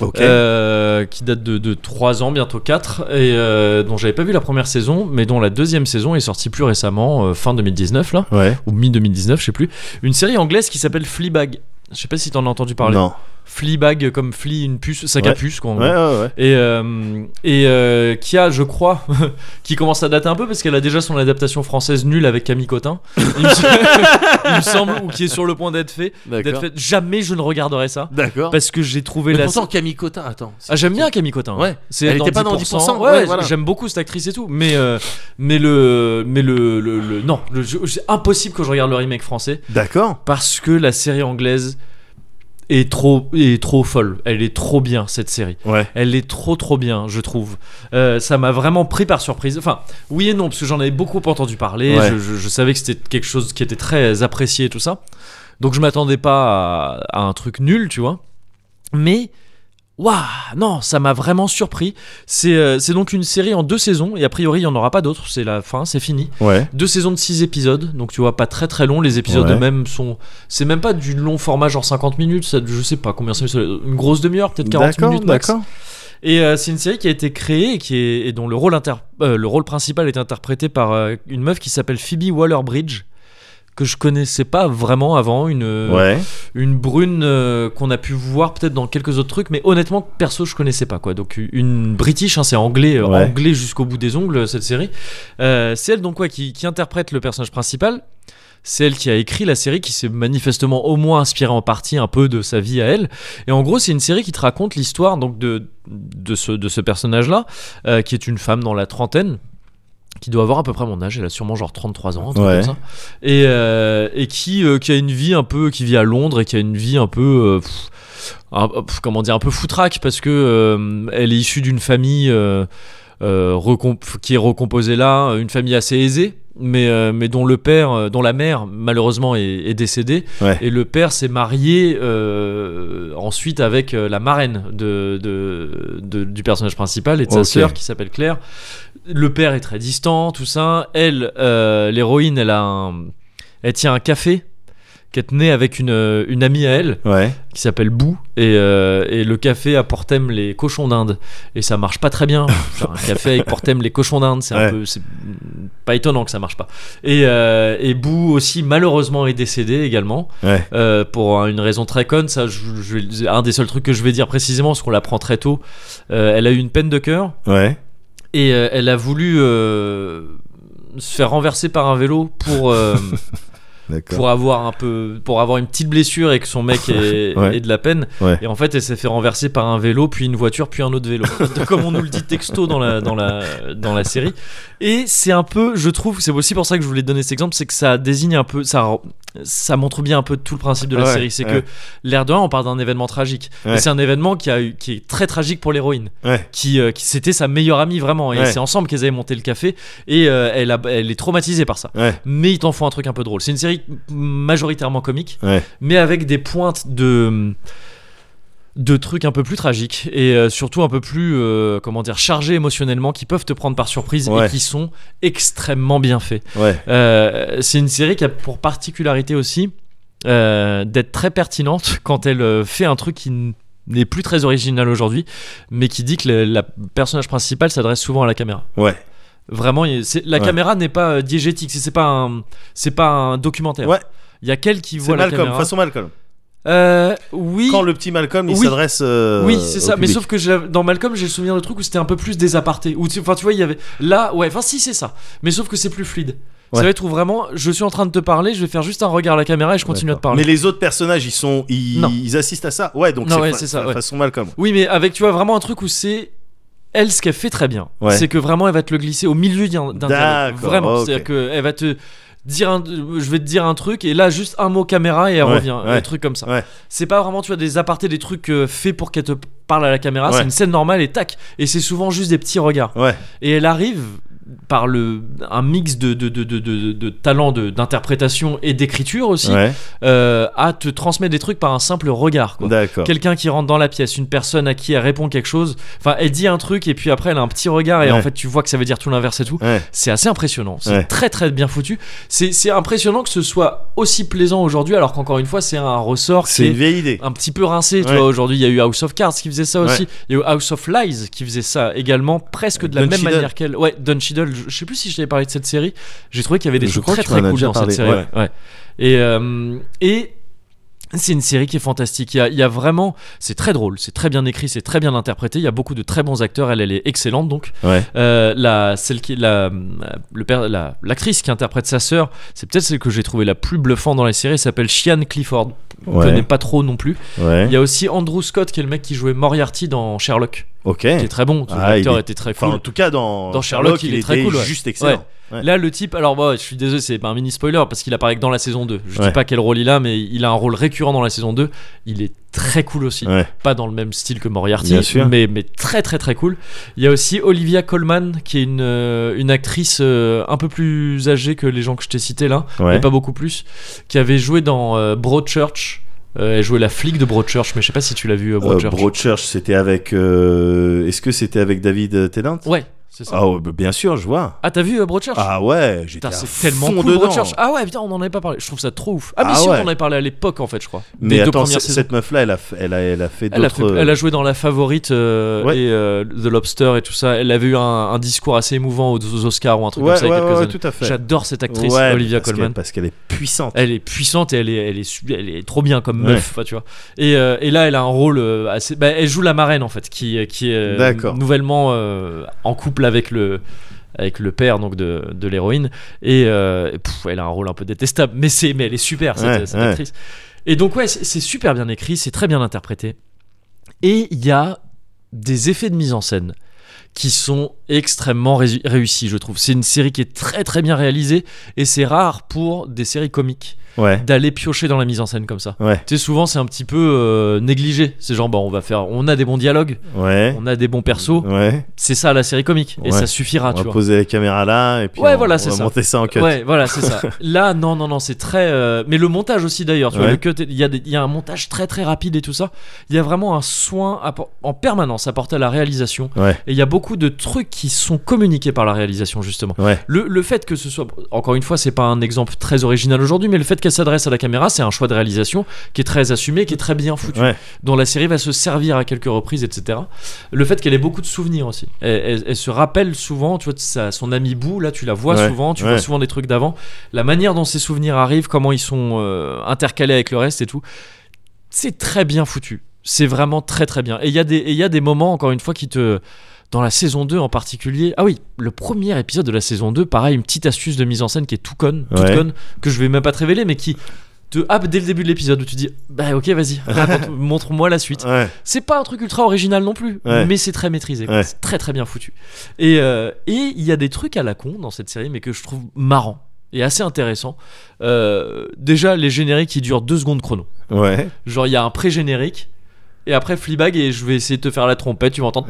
B: Ok.
A: Euh, qui date de, de 3 ans, bientôt 4, et euh, dont j'avais pas vu la première saison, mais dont la deuxième saison est sortie plus récemment, euh, fin 2019 là,
B: ouais.
A: ou mi 2019, je sais plus. Une série anglaise qui s'appelle Fleabag. Je sais pas si t'en as entendu parler.
B: Non.
A: Fleabag comme flea, une puce, sac à
B: Ouais.
A: puce quoi. en
B: Ouais,
A: gros.
B: ouais, ouais.
A: Et, euh, et euh, qui a, je crois, [laughs] qui commence à dater un peu parce qu'elle a déjà son adaptation française nulle avec Camille Cotin, il me, [laughs] il me semble, ou qui est sur le point d'être fait. D'être fait. Jamais je ne regarderai ça
B: D'accord.
A: parce que j'ai trouvé
B: Mais
A: la.
B: pourtant, Camille Cotin, attends. c'est-
A: Ah, j'aime bien Camille Cotin.
B: Ouais.
A: C'est
B: Elle était pas dans 10%,
A: Ouais,
B: ouais, voilà.
A: j'aime beaucoup cette actrice et tout. Mais, euh, mais le. Mais le. le- le- non, le- je- c'est impossible que je regarde le remake français
B: D'accord.
A: parce que la série anglaise est trop, est trop folle. Elle est trop bien, cette série.
B: Ouais.
A: Elle est trop trop bien, je trouve. Euh, ça m'a vraiment pris par surprise. Enfin, oui et non, parce que j'en avais beaucoup entendu parler.
B: Ouais.
A: Je, je- je savais que c'était quelque chose qui était très apprécié et tout ça. Donc je m'attendais pas à, à un truc nul, tu vois. Mais, waouh, non, ça m'a vraiment surpris. C'est euh, c'est donc une série en deux saisons, et a priori il n'y en aura pas d'autres. C'est la fin, c'est fini.
B: Ouais.
A: Deux saisons de six épisodes, donc tu vois, pas très très long. Les épisodes
B: Ouais.
A: eux-mêmes sont. C'est même pas du long format, genre 50 minutes, ça, je sais pas combien c'est. Une grosse demi-heure, peut-être 40
B: D'accord,
A: minutes max.
B: d'accord.
A: Et euh, c'est une série qui a été créée et, qui est, et dont le rôle, inter- euh, le rôle principal est interprété par euh, une meuf qui s'appelle Phoebe Waller-Bridge que je connaissais pas vraiment avant, une, euh,
B: Ouais.
A: une brune euh, qu'on a pu voir peut-être dans quelques autres trucs, mais honnêtement, perso, je connaissais pas quoi. Donc une british, hein, c'est anglais, euh,
B: Ouais.
A: anglais jusqu'au bout des ongles cette série. Euh, c'est elle donc quoi qui, qui interprète le personnage principal. C'est elle qui a écrit la série, qui s'est manifestement au moins inspirée en partie un peu de sa vie à elle. Et en gros, c'est une série qui te raconte l'histoire donc de de ce de ce personnage là, qui est une femme dans la trentaine. Qui doit avoir à peu près mon âge, elle a sûrement genre 33 ans, un truc
B: Ouais.
A: comme ça et, euh, et qui, euh, qui a une vie un peu qui vit à Londres et qui a une vie un peu euh, pff, un- pff, comment dire un peu foutraque parce que euh, elle est issue d'une famille euh, euh, recom- qui est recomposée là euh, une famille assez aisée mais, euh, mais dont le père euh, dont la mère malheureusement est, est décédée
B: Ouais.
A: et le père s'est marié euh, ensuite avec euh, la marraine de, de- de- du personnage principal et de sa
B: Ok.
A: sœur qui s'appelle Claire le père est très distant tout ça elle euh, l'héroïne elle a un- elle tient un café qui est née avec une, euh, une amie à elle
B: Ouais.
A: qui s'appelle Bou et, euh, et le café à Portem les cochons d'Inde et ça marche pas très bien Faire un café avec Portem les cochons d'Inde c'est un
B: Ouais.
A: peu c'est Pas étonnant que ça marche pas. Et, euh, et Boo aussi, malheureusement, est décédé également.
B: Ouais.
A: Euh, pour un- une raison très conne, ça, je, je vais- c'est un des seuls trucs que je vais dire précisément, parce qu'on l'apprend très tôt. Euh, elle a eu une peine de cœur
B: Ouais.
A: et euh, elle a voulu euh, se faire renverser par un vélo pour. euh,
B: D'accord.
A: pour avoir un peu pour avoir une petite blessure et que son mec
B: [laughs]
A: ait,
B: Ouais.
A: ait de la peine
B: Ouais.
A: et en fait elle s'est fait renverser par un vélo puis une voiture puis un autre
B: [laughs]
A: vélo comme on nous le dit texto dans la dans la dans la série et c'est un peu je trouve c'est aussi pour ça que je voulais te donner cet exemple c'est que ça désigne un peu ça ça montre bien un peu tout le principe de la
B: Ouais,
A: série c'est
B: ouais.
A: que l'air de rien on parle d'un événement tragique
B: Ouais.
A: mais c'est un événement qui a eu- qui est très tragique pour l'héroïne
B: Ouais.
A: qui, euh, qui- c'était sa meilleure amie vraiment et
B: Ouais.
A: c'est ensemble qu'elles avaient monté le café et euh, elle, a- elle est traumatisée par ça
B: Ouais.
A: mais ils t'en font un truc un peu drôle c'est une série majoritairement comique
B: Ouais.
A: mais avec des pointes de de trucs un peu plus tragiques et euh, surtout un peu plus euh, comment dire chargés émotionnellement qui peuvent te prendre par surprise
B: Ouais.
A: et qui sont extrêmement bien faits
B: Ouais.
A: euh, c'est une série qui a pour particularité aussi euh, d'être très pertinente [laughs] quand elle euh, fait un truc qui n- n'est plus très original aujourd'hui, mais qui dit que le la personnage principal s'adresse souvent à la caméra.
B: Ouais.
A: Vraiment, il- c'est- la
B: Ouais.
A: caméra n'est pas euh, diégétique, c'est c'est pas un, c'est pas un documentaire.
B: Ouais.
A: Il y a quelqu'un qui
B: C'est
A: voit la
B: Malcolm,
A: caméra.
B: façon Malcolm.
A: Euh, oui.
B: Quand le petit Malcolm, il
A: Oui.
B: s'adresse. euh,
A: Oui, c'est
B: au
A: ça. Mais
B: public.
A: sauf que je l'avais- dans Malcolm, j'ai le souvenir de truc où c'était un peu plus des apartés. Où, tu- enfin, tu vois, il y avait là, ouais. Enfin, si c'est ça. Mais sauf que c'est plus fluide.
B: Ouais.
A: Ça va être où vraiment, je suis en train de te parler, je vais faire juste un regard à la caméra et je continue à te parler.
B: Mais les autres personnages, ils sont, ils,
A: Non.
B: ils assistent à ça. Ouais, donc
A: Non, ouais,
B: fa-
A: c'est ça,
B: fa-
A: ouais.
B: façon Malcolm.
A: Oui, mais avec tu vois vraiment un truc où c'est elle ce qu'elle fait très bien,
B: Ouais.
A: c'est que vraiment elle va te le glisser au milieu d'un d'un dialogue.
B: D'accord,
A: Vraiment,
B: ok.
A: c'est-à-dire que elle va te dire un, je vais te dire un truc et là juste un mot caméra et elle
B: Ouais,
A: revient,
B: ouais,
A: un truc comme ça.
B: ouais.
A: C'est pas vraiment tu vois des apartés, des trucs euh, faits pour qu'elle te parle à la caméra.
B: Ouais.
A: C'est une scène normale et tac. Et c'est souvent juste des petits regards.
B: Ouais,
A: Et elle arrive par le un mix de de de de, de, de talent de- d'interprétation et d'écriture aussi
B: ouais.
A: euh, à te transmettre des trucs par un simple regard. Quoi
B: D'accord.
A: quelqu'un qui rentre dans la pièce, une personne à qui elle répond quelque chose. Enfin, elle dit un truc et puis après elle a un petit regard et
B: Ouais.
A: en fait tu vois que ça veut dire tout l'inverse et tout.
B: Ouais,
A: C'est assez impressionnant. C'est
B: Ouais.
A: très très bien foutu. C'est c'est impressionnant que ce soit aussi plaisant aujourd'hui alors qu'encore une fois c'est un ressort qui
B: c'est une
A: est
B: vieille idée.
A: un petit peu rincé. Tu
B: Ouais.
A: vois, aujourd'hui il y a eu House of Cards qui faisait ça
B: Ouais.
A: aussi. Il y a eu House of Lies qui faisait ça également presque de la
B: Don
A: même
B: Cheadle.
A: manière qu'elle. Ouais, Don Cheadle. Je, je sais plus si je t'avais parlé de cette série. J'ai trouvé qu'il y avait des
B: Je
A: trucs
B: crois que
A: très
B: tu m'en
A: très
B: as
A: cool
B: déjà
A: dans
B: parlé,
A: cette série.
B: ouais.
A: ouais. Et euh, et c'est une série qui est fantastique. Il y a, il y a vraiment, c'est très drôle, c'est très bien écrit, c'est très bien interprété. Il y a beaucoup de très bons acteurs. Elle, elle est excellente donc.
B: Ouais.
A: Euh, la celle qui, la, le père, la- l'actrice qui interprète sa sœur, c'est peut-être celle que j'ai trouvée la plus bluffante dans la série. Elle s'appelle Shian Clifford. On
B: Ouais.
A: connaît pas trop non plus.
B: Ouais.
A: Il y a aussi Andrew Scott qui est le mec qui jouait Moriarty dans Sherlock,
B: Ok.
A: qui est très bon.
B: Ah, il
A: L'acteur
B: est-
A: était très cool.
B: Enfin, en tout cas, dans,
A: Dans Sherlock, il est très
B: était
A: cool, ouais.
B: juste excellent. Ouais.
A: Là, le type, alors moi, je suis désolé, c'est pas un mini spoiler parce qu'il apparaît que dans la saison 2. Je
B: Ouais.
A: dis pas quel rôle il a, mais il a un rôle récurrent dans la saison 2. Il est très cool aussi.
B: Ouais.
A: Pas dans le même style que Moriarty,
B: Bien sûr.
A: Mais, mais très très très cool. Il y a aussi Olivia Colman, qui est une, euh, une actrice euh, un peu plus âgée que les gens que je t'ai cités là, mais
B: Ouais.
A: pas beaucoup plus, qui avait joué dans euh, Broadchurch. Euh, elle jouait la flic de Broadchurch, mais je sais pas si tu l'as vu, euh,
B: Euh,
A: Broadchurch.
B: Broadchurch, c'était avec. euh, Est-ce que c'était avec David euh, Tennant
A: Ouais, c'est ça.
B: Ah, ouais, bah, bien sûr, je vois.
A: Ah, t'as vu euh, Broadchurch
B: Ah ouais,
A: Putain,
B: j'étais à
A: c'est tellement
B: fond
A: cool
B: dedans.
A: Broadchurch. Ah ouais, putain, on en avait pas parlé. Je trouve ça trop ouf. Ah, mais
B: Ah
A: si,
B: ouais.
A: on en avait parlé à l'époque, en fait, je crois.
B: Mais
A: Des deux
B: attends,
A: premières
B: cette-
A: saisons.
B: cette meuf-là, elle a, f- elle a, elle a fait
A: Elle a, fait-
B: d'autres.
A: elle a joué dans La Favorite euh,
B: Ouais.
A: et euh, The Lobster et tout ça. Elle avait eu un, un discours assez émouvant aux, aux Oscars ou un truc
B: Ouais,
A: comme ça il y a
B: ouais,
A: quelques
B: ouais,
A: années.
B: tout à fait.
A: J'adore cette actrice,
B: Ouais,
A: Olivia
B: parce
A: Colman.
B: qu'elle- Parce qu'elle est puissante.
A: Elle est puissante et elle est, elle est, su- elle est trop bien comme
B: Ouais.
A: meuf, enfin, tu vois. Et, euh, et là, elle a un rôle euh, assez. bah, elle joue la marraine en fait, qui, qui est euh,
B: D'accord.
A: nouvellement euh, en couple avec le avec le père donc de, de l'héroïne et euh, et pff, elle a un rôle un peu détestable, mais c'est mais elle est super cette,
B: Ouais,
A: cette
B: ouais.
A: actrice. Et donc ouais, c'est c'est super bien écrit, c'est très bien interprété. Et il y a des effets de mise en scène qui sont extrêmement réu- réussis, je trouve. C'est une série qui est très très bien réalisée et c'est rare pour des séries comiques
B: Ouais.
A: d'aller piocher dans la mise en scène comme ça.
B: Ouais.
A: Tu sais, souvent c'est un petit peu euh, négligé. C'est genre, bah, on va faire, on a des bons dialogues,
B: Ouais.
A: on a des bons persos.
B: Ouais.
A: C'est ça la série comique et
B: Ouais.
A: ça suffira,
B: on
A: Ah, tu
B: va
A: vois.
B: poser la caméra là et puis
A: Ouais,
B: on,
A: voilà,
B: on
A: c'est
B: va
A: ça.
B: monter ça en cut.
A: Ouais, voilà, c'est
B: [laughs]
A: ça. Là, non, non, non, c'est très. euh, Mais le montage aussi d'ailleurs, tu vois,
B: Ouais.
A: le cut, il y, a des- il y a un montage très très rapide et tout ça. Il y a vraiment un soin appor- en permanence apporté à la réalisation.
B: Ouais.
A: Et il y a beaucoup de trucs qui sont communiqués par la réalisation justement.
B: Ouais.
A: Le, le fait que ce soit, encore une fois, c'est pas un exemple très original aujourd'hui, mais le fait lorsqu'elle s'adresse à la caméra, c'est un choix de réalisation qui est très assumé, qui est très bien foutu,
B: Ouais.
A: dont la série va se servir à quelques reprises, etc. Le fait qu'elle ait beaucoup de souvenirs aussi. Elle, elle- elle se rappelle souvent, tu vois, de sa- son ami Boo, là, tu la vois
B: Ouais,
A: souvent, tu
B: ouais.
A: vois souvent des trucs d'avant. La manière dont ses souvenirs arrivent, comment ils sont euh, intercalés avec le reste et tout, c'est très bien foutu. C'est vraiment très très bien. Et il y, a des- et il y a des moments, encore une fois, qui te. Dans la saison 2 en particulier. Ah oui, le premier épisode de la saison 2, pareil, une petite astuce de mise en scène qui est tout conne, toute
B: Ouais.
A: conne, que je vais même pas te révéler, mais qui te happe dès le début de l'épisode où tu dis Bah ok, vas-y, raconte- [laughs] montre-moi la suite.
B: Ouais.
A: C'est pas un truc ultra original non plus,
B: Ouais.
A: mais c'est très maîtrisé, quoi.
B: Ouais.
A: c'est très très bien foutu. Et euh, et il y a des trucs à la con dans cette série, mais que je trouve marrant et assez intéressant. Euh, déjà, les génériques qui durent deux secondes chrono.
B: Ouais.
A: Genre, il y a un pré-générique. Et après, Fleabag, et je vais essayer de te faire la trompette, tu vas
B: [laughs]
A: entendre.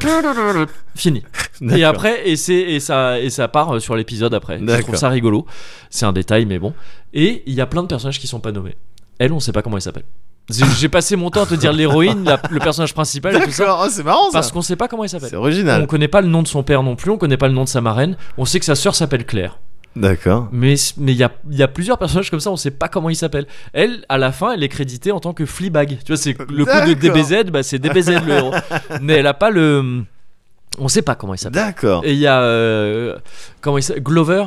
A: Fini. Et
B: D'accord.
A: après, et, c'est, et, ça, et ça part euh, sur l'épisode après. Je trouve
B: D'accord.
A: ça rigolo. C'est un détail, mais bon. Et il y a plein de personnages qui sont pas nommés. Elle, on sait pas comment elle s'appelle. J'ai, j'ai passé mon temps à te dire l'héroïne, la- le personnage principal, et tout ça,
B: D'accord, oh, c'est marrant ça.
A: parce qu'on sait pas comment elle
B: C'est
A: s'appelle. On
B: original.
A: connaît pas le nom de son père non plus, on connaît pas le nom de sa marraine. On sait que sa sœur s'appelle Claire.
B: D'accord.
A: Mais il mais il y, a, il y a plusieurs personnages comme ça, on sait pas comment ils s'appellent. Elle, à la fin, elle est créditée en tant que Fleabag. Tu vois, c'est le coup de
B: D'accord.
A: DBZ, bah, c'est DBZ le héros. Mais elle a pas le. On sait pas comment il s'appelle.
B: D'accord.
A: Et il y a. euh, comment il s'appelle Glover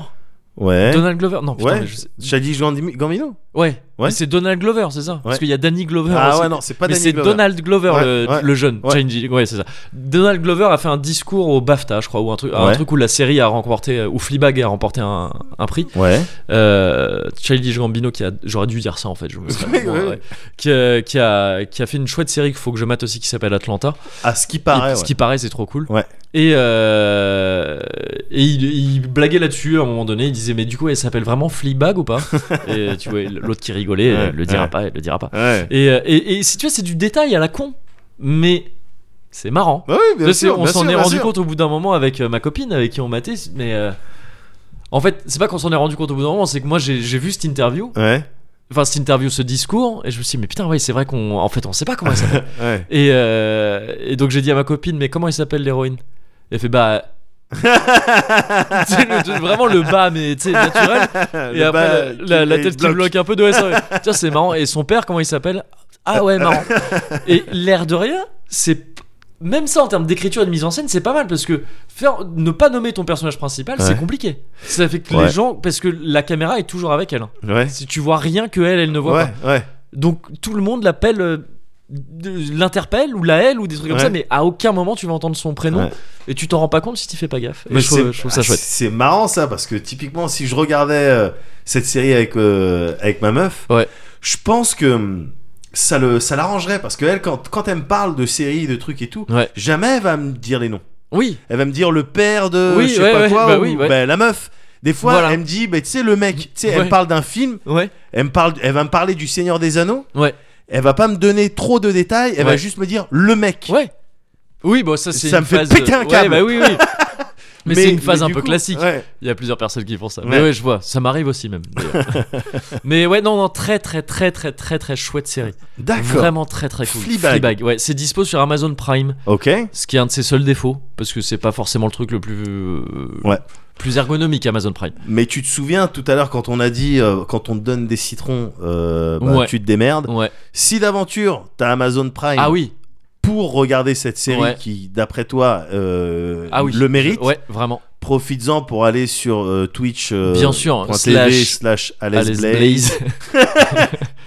B: Ouais.
A: Donald Glover Non, putain,
B: Hein Ouais.
A: mais je sais-
B: Shadi Gandi- Gambino
A: Ouais.
B: Ouais.
A: Mais C'est Donald Glover, c'est ça Parce
B: Ouais.
A: qu'il y a Danny Glover
B: Ah
A: aussi.
B: ouais, non, c'est pas
A: Mais
B: Danny
A: c'est
B: Glover.
A: Donald Glover,
B: Ouais,
A: le,
B: ouais.
A: le jeune,
B: Ouais.
A: Change- ouais, c'est ça. Donald Glover a fait un discours au BAFTA, je crois, ou un truc, un
B: Ouais.
A: truc où la série a remporté, euh, où Fleabag a remporté un- un prix.
B: Ouais.
A: Euh, Childish Gambino qui a j'aurais dû dire ça en fait je me souviens,
B: [laughs] Oui, oui, oui.
A: ouais. qui, a, qui a qui a fait une chouette série qu'il faut que je mate aussi qui s'appelle Atlanta
B: À ce qui
A: Et
B: paraît.
A: ce
B: ouais.
A: qui paraît c'est trop cool
B: Ouais.
A: et euh, et il, il blaguait là-dessus à un moment donné il disait mais du coup elle s'appelle vraiment Fleabag ou
B: [laughs]
A: pas et tu vois l'autre qui rigolait
B: Ouais,
A: elle le dira
B: ouais.
A: pas elle le dira pas
B: Ouais.
A: et, euh, et, et si tu vois c'est du détail à la con mais c'est marrant
B: Bah oui, bien
A: tu sais,
B: sûr,
A: on
B: bien
A: s'en
B: sûr,
A: est
B: bien
A: rendu
B: sûr.
A: compte au bout d'un moment avec euh, ma copine avec qui on matait, mais euh, en fait, c'est pas qu'on s'en est rendu compte au bout d'un moment, c'est que moi j'ai j'ai vu cette interview,
B: Ouais.
A: enfin cette interview, ce discours, et je me suis dit, mais putain, ouais, c'est vrai qu'on. En fait, on sait pas comment elle s'appelle.
B: Ouais.
A: et, euh, et donc j'ai dit à ma copine, mais comment elle s'appelle l'héroïne Elle fait,
B: [laughs]
A: bah. C'est le- vraiment le bas, mais tu sais, naturel. Et
B: Le
A: après,
B: bas
A: la- la, la tête qui
B: bloque.
A: bloque un peu de ouais, ça, ouais. Tiens, c'est marrant. Et son père, comment il s'appelle Ah ouais,
B: [laughs]
A: marrant. Et l'air de rien, c'est. Même ça, en termes d'écriture et de mise en scène, c'est pas mal parce que faire ne pas nommer ton personnage principal, c'est
B: Ouais.
A: compliqué. Ça fait que
B: Ouais.
A: les gens, parce que la caméra est toujours avec elle. hein.
B: Ouais.
A: Si tu vois rien que elle, elle ne voit
B: Ouais,
A: pas.
B: ouais.
A: Donc tout le monde l'appelle, euh, de- l'interpelle ou la elle ou des trucs comme
B: Ouais.
A: ça, mais à aucun moment tu vas entendre son prénom
B: Ouais.
A: et tu t'en rends pas compte si tu fais pas gaffe. Et
B: Mais
A: je, trouve,
B: c'est-
A: je trouve ça
B: ah,
A: chouette.
B: C'est marrant ça parce que typiquement si je regardais euh, cette série avec euh, avec ma meuf,
A: Ouais.
B: je pense que hum, ça le ça l'arrangerait parce que elle quand quand elle me parle de séries de trucs et tout,
A: Ouais.
B: jamais elle va me dire les noms.
A: Oui,
B: Elle va me dire le père de
A: Oui,
B: je sais
A: ouais,
B: pas
A: ouais,
B: quoi
A: bah
B: ou
A: oui, ouais.
B: bah, la meuf. Des fois,
A: Voilà. Mmh.
B: elle me dit, bah, tu sais, le mec, tu sais, elle
A: Ouais.
B: me parle d'un film,
A: ouais,
B: elle, me parle, elle va me parler du Seigneur des Anneaux,
A: ouais,
B: elle va pas me donner trop de détails, elle va
A: Ouais.
B: juste me dire le mec.
A: ouais. Oui, bon, ça c'est
B: Ça
A: une
B: me fait
A: phase-
B: péter un
A: ouais,
B: câble.
A: bah oui,
B: [laughs]
A: oui. Mais, c'est une phase
B: mais
A: un
B: du
A: peu
B: coup,
A: classique.
B: ouais.
A: Il y a plusieurs personnes qui font ça. Mais
B: Ouais.
A: ouais, je vois. Ça m'arrive aussi même.
B: [laughs]
A: d'ailleurs. mais ouais, non, non, très, très, très, très, très, très chouette série.
B: D'accord.
A: Vraiment très, très cool.
B: Fleabag.
A: ouais. C'est dispo sur Amazon Prime.
B: Ok.
A: ce qui est un de ses seuls défauts parce que c'est pas forcément le truc le plus euh,
B: Ouais.
A: plus ergonomique Amazon Prime
B: Mais tu te souviens tout à l'heure quand on a dit euh, quand on te donne des citrons, euh, bah,
A: Ouais.
B: tu te démerdes.
A: ouais
B: Si d'aventure t'as Amazon Prime
A: ah oui
B: pour regarder cette série
A: Ouais.
B: qui, d'après toi, euh,
A: ah oui
B: le mérite,
A: ouais vraiment
B: profites-en pour aller sur euh, Twitch. euh,
A: Bien sûr,
B: point
A: slash-
B: TV slash Alex
A: Alice
B: Blaze,
A: Blaze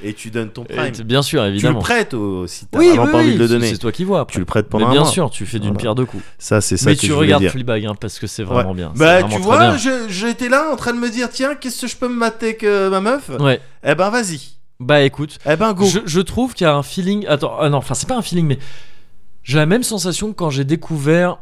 B: et tu
A: [laughs]
B: donnes ton Prime.
A: Et bien sûr
B: Tu le
A: évidemment
B: prêtes au, si t'as
A: oui,
B: vraiment
A: oui,
B: pas envie
A: oui,
B: de le
A: c'est-
B: donner.
A: c'est toi qui vois après.
B: Tu le prêtes
A: mais
B: pendant
A: bien
B: un mois.
A: sûr tu fais d'une
B: Voilà.
A: pierre deux coups
B: Ça, c'est ça
A: mais
B: que
A: tu
B: je voulais
A: regardes
B: dire.
A: Fleabag hein, parce que c'est vraiment
B: Ouais.
A: bien c'est
B: Bah,
A: vraiment
B: tu
A: très
B: vois, je- j'étais là en train de me dire tiens, qu'est-ce que je peux me mater avec euh, ma meuf
A: bien. ouais
B: Eh ben, vas-y.
A: bah écoute
B: Eh ben, go.
A: je, je trouve qu'il y a un feeling attends ah non enfin c'est pas un feeling mais j'ai la même sensation que quand j'ai découvert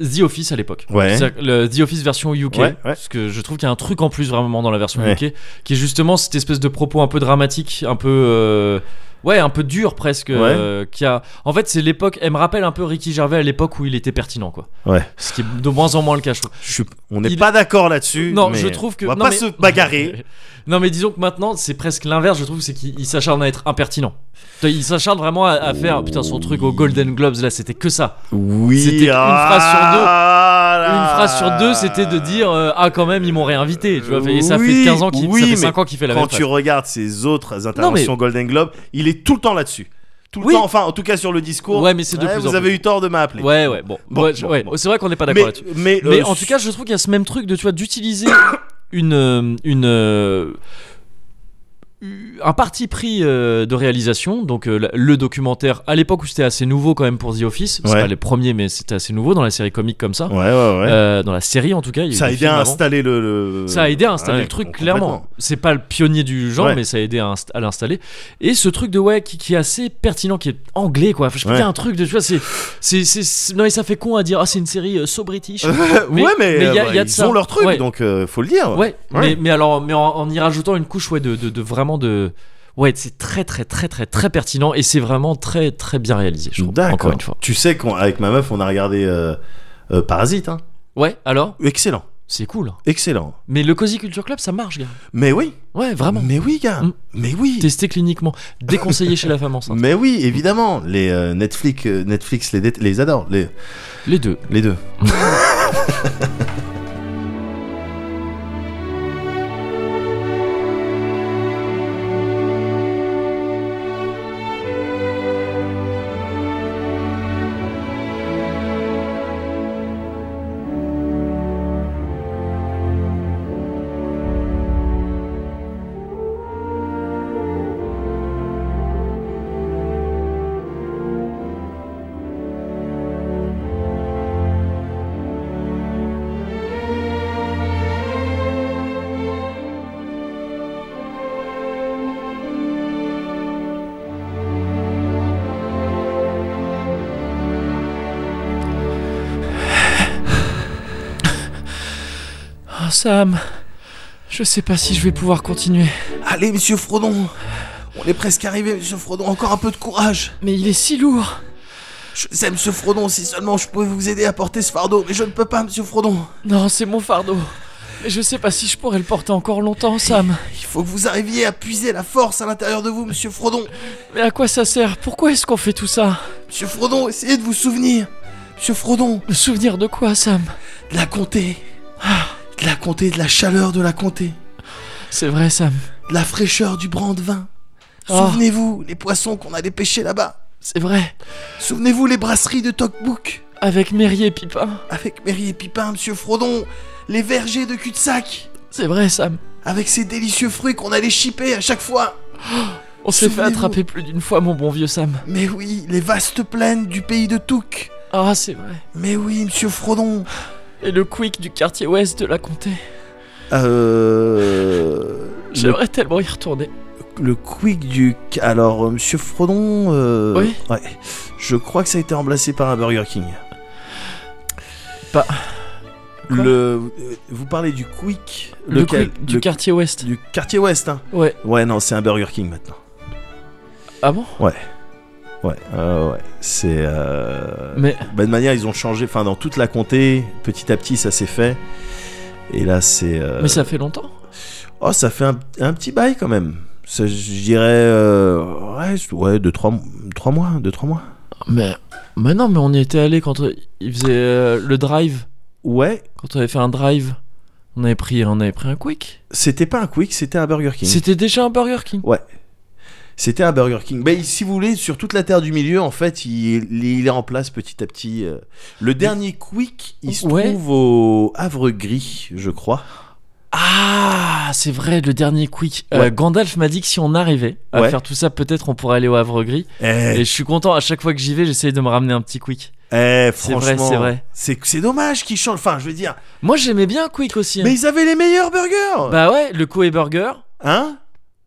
A: The Office à l'époque
B: Ouais.
A: C'est-à-dire que le The Office version UK.
B: Ouais, ouais.
A: Parce que je trouve qu'il y a un truc en plus vraiment dans la version
B: Ouais.
A: UK qui est justement cette espèce de propos un peu dramatique, un peu. euh, Ouais, un peu dur presque.
B: Ouais.
A: euh, qui a... En fait, c'est l'époque. Elle me rappelle un peu Ricky Gervais à l'époque où il était pertinent, quoi.
B: Ouais.
A: Ce qui est de moins en moins le cas, je trouve.
B: Je suis- On n'est
A: Il-
B: pas d'accord là-dessus.
A: Non,
B: mais
A: je trouve que.
B: On va
A: non,
B: pas
A: mais- [laughs]
B: se [laughs] bagarrer.
A: non, mais disons que maintenant, c'est presque l'inverse, je trouve, c'est qu'il il s'acharne à être impertinent. Tu vois, Il s'acharne vraiment à, à faire. Putain, son truc aux Golden Globes, là, c'était que ça.
B: Oui.
A: C'était une phrase sur deux.
B: ah,
A: une phrase sur deux, c'était de dire euh, Ah, quand même, ils m'ont réinvité. Tu vois, et ça
B: Oui,
A: fait 15 ans qu'il
B: oui,
A: ça fait
B: mais
A: 5 ans qu'il fait la
B: Quand
A: même
B: tu
A: phrase.
B: regardes ses autres interventions
A: mais-
B: Golden Globe, il est tout le temps là-dessus. Tout le
A: Oui.
B: temps, enfin, en tout cas sur le discours.
A: Ouais, mais c'est de plus
B: vous
A: en
B: avez
A: plus.
B: eu tort de m'appeler.
A: Ouais, ouais, bon.
B: Bon,
A: Ouais, je-
B: bon,
A: ouais,
B: bon.
A: C'est vrai qu'on n'est pas
B: mais,
A: d'accord là-dessus.
B: mais,
A: Mais
B: euh,
A: en tout cas, je trouve qu'il y a ce même truc de tu vois d'utiliser [coughs] une euh, une euh, un parti pris euh, de réalisation, donc euh, la- le documentaire à l'époque où c'était assez nouveau quand même pour The Office, c'est
B: Ouais.
A: pas les premiers mais c'était assez nouveau dans la série comique comme ça,
B: Ouais, ouais, ouais.
A: Euh, dans la série en tout cas. il y
B: ça a
A: eu des
B: aidé à
A: films avant.
B: installer le. le-
A: Ça a aidé à installer
B: Ouais,
A: le truc
B: bon,
A: clairement.
B: complètement.
A: C'est pas le pionnier du genre,
B: Ouais.
A: mais ça a aidé à, inst- à l'installer. Et ce truc de ouais qui, qui est assez pertinent, qui est anglais quoi. Enfin, je sais pas,
B: Ouais.
A: il y a un truc de tu vois c'est c'est c'est- c'est- non mais ça fait con à dire ah c'est une série euh, so british. Mais-
B: [laughs] ouais, mais,
A: mais il y a-
B: euh,
A: il y a de
B: ils
A: ça.
B: ont leur truc,
A: Ouais.
B: donc euh, faut le dire.
A: Ouais,
B: Ouais.
A: Mais, mais alors, mais en, en y rajoutant une couche, ouais, de, de, de vraiment de. Ouais, c'est très, très, très, très, très pertinent et c'est vraiment très, très bien réalisé, je trouve.
B: D'accord.
A: Encore une fois.
B: Tu sais qu'avec ma meuf, on a regardé euh, euh, Parasite. hein.
A: Ouais, alors,
B: Excellent,
A: c'est cool.
B: excellent.
A: Mais le Cozy Culture Club, ça marche, gars.
B: Mais oui,
A: Ouais, vraiment.
B: Mais oui, gars.
A: Mm.
B: Mais oui.
A: Testé cliniquement, déconseillé chez la femme enceinte.
B: Mais oui, évidemment. Les euh, Netflix, euh, Netflix les, dé- les adore. Les,
A: Les deux.
B: [laughs] les deux.
A: Oh, Sam, je sais pas si je vais pouvoir continuer.
B: Allez, monsieur Frodon. On est presque arrivé, monsieur Frodon. Encore un peu de courage.
A: Mais il est si lourd.
B: Je vous aime, monsieur Frodon. Si seulement je pouvais vous aider à porter ce fardeau. Mais je ne peux pas, monsieur Frodon.
A: Non, c'est mon fardeau. Mais je sais pas si je pourrais le porter encore longtemps, Sam.
B: Il faut que vous arriviez à puiser la force à l'intérieur de vous, monsieur Frodon.
A: Mais à quoi ça sert Pourquoi est-ce qu'on fait tout ça
B: Monsieur Frodon, essayez de vous souvenir. Monsieur Frodon,
A: Le souvenir de quoi, Sam
B: de la comté. Ah, De la comté, de la chaleur de la comté.
A: C'est vrai, Sam.
B: De la fraîcheur du brand de vin.
A: Oh.
B: Souvenez-vous, les poissons qu'on allait pêcher là-bas.
A: C'est vrai.
B: Souvenez-vous les brasseries de Tokbouk
A: Avec Mary et Pipin.
B: avec Mary et Pipin, Monsieur Frodon, les vergers de cul-de-sac
A: C'est vrai, Sam.
B: avec ces délicieux fruits qu'on allait chipper à chaque fois.
A: On s'est fait
B: Souvenez-vous.
A: attraper plus d'une fois, mon bon vieux Sam.
B: Mais oui, les vastes plaines du pays de Touk.
A: Ah, c'est vrai.
B: Mais oui, Monsieur Frodon.
A: Et le quick du quartier ouest de la comté.
B: Euh. Le,
A: J'aimerais tellement y retourner.
B: le quick du. Alors, euh, Monsieur Frodon. euh,
A: Oui
B: ouais. Je crois que ça a été remplacé par un Burger King.
A: Pas-
B: Le. euh, Vous parlez du quick.
A: Le
B: lequel
A: quick du
B: Le-
A: quartier ouest.
B: du quartier ouest, hein.
A: Ouais.
B: Ouais, non, c'est un Burger King maintenant.
A: Ah bon
B: Ouais, euh, ouais. C'est. Euh...
A: Mais
B: bah, de manière, ils ont changé. Enfin, dans toute la comté, petit à petit, ça s'est fait. Et là, c'est. euh,
A: mais ça fait longtemps.
B: Oh, ça fait un, un petit bail quand même. Ça, je dirais. euh, Ouais, c'est- ouais, deux, trois, trois mois. Deux, trois mois.
A: Mais mais non, mais on y était allé quand euh, il faisait euh, le drive.
B: Ouais,
A: Quand on avait fait un drive, on avait pris, on avait pris un quick.
B: c'était pas un Quick, c'était un Burger King.
A: C'était déjà un Burger King.
B: Ouais. C'était un Burger King. Mais si vous voulez, sur toute la terre du milieu, en fait, il, il est en place petit à petit. euh. Le dernier Quick, il se
A: Ouais.
B: trouve au Havre Gris, je crois.
A: Ah, c'est vrai, le dernier quick. Euh,
B: Ouais.
A: Gandalf m'a dit que si on arrivait à
B: Ouais.
A: faire tout ça, peut-être on pourrait aller au Havre Gris.
B: Eh,
A: Et je suis content, à chaque fois que j'y vais, j'essaye de me ramener un petit quick.
B: eh,
A: C'est vrai,
B: franchement,
A: c'est vrai.
B: c'est c'est dommage qu'ils changent. Enfin, je veux dire,
A: Moi j'aimais bien quick aussi. hein.
B: mais ils avaient les meilleurs burgers,
A: Bah ouais, le Koei Burger,
B: hein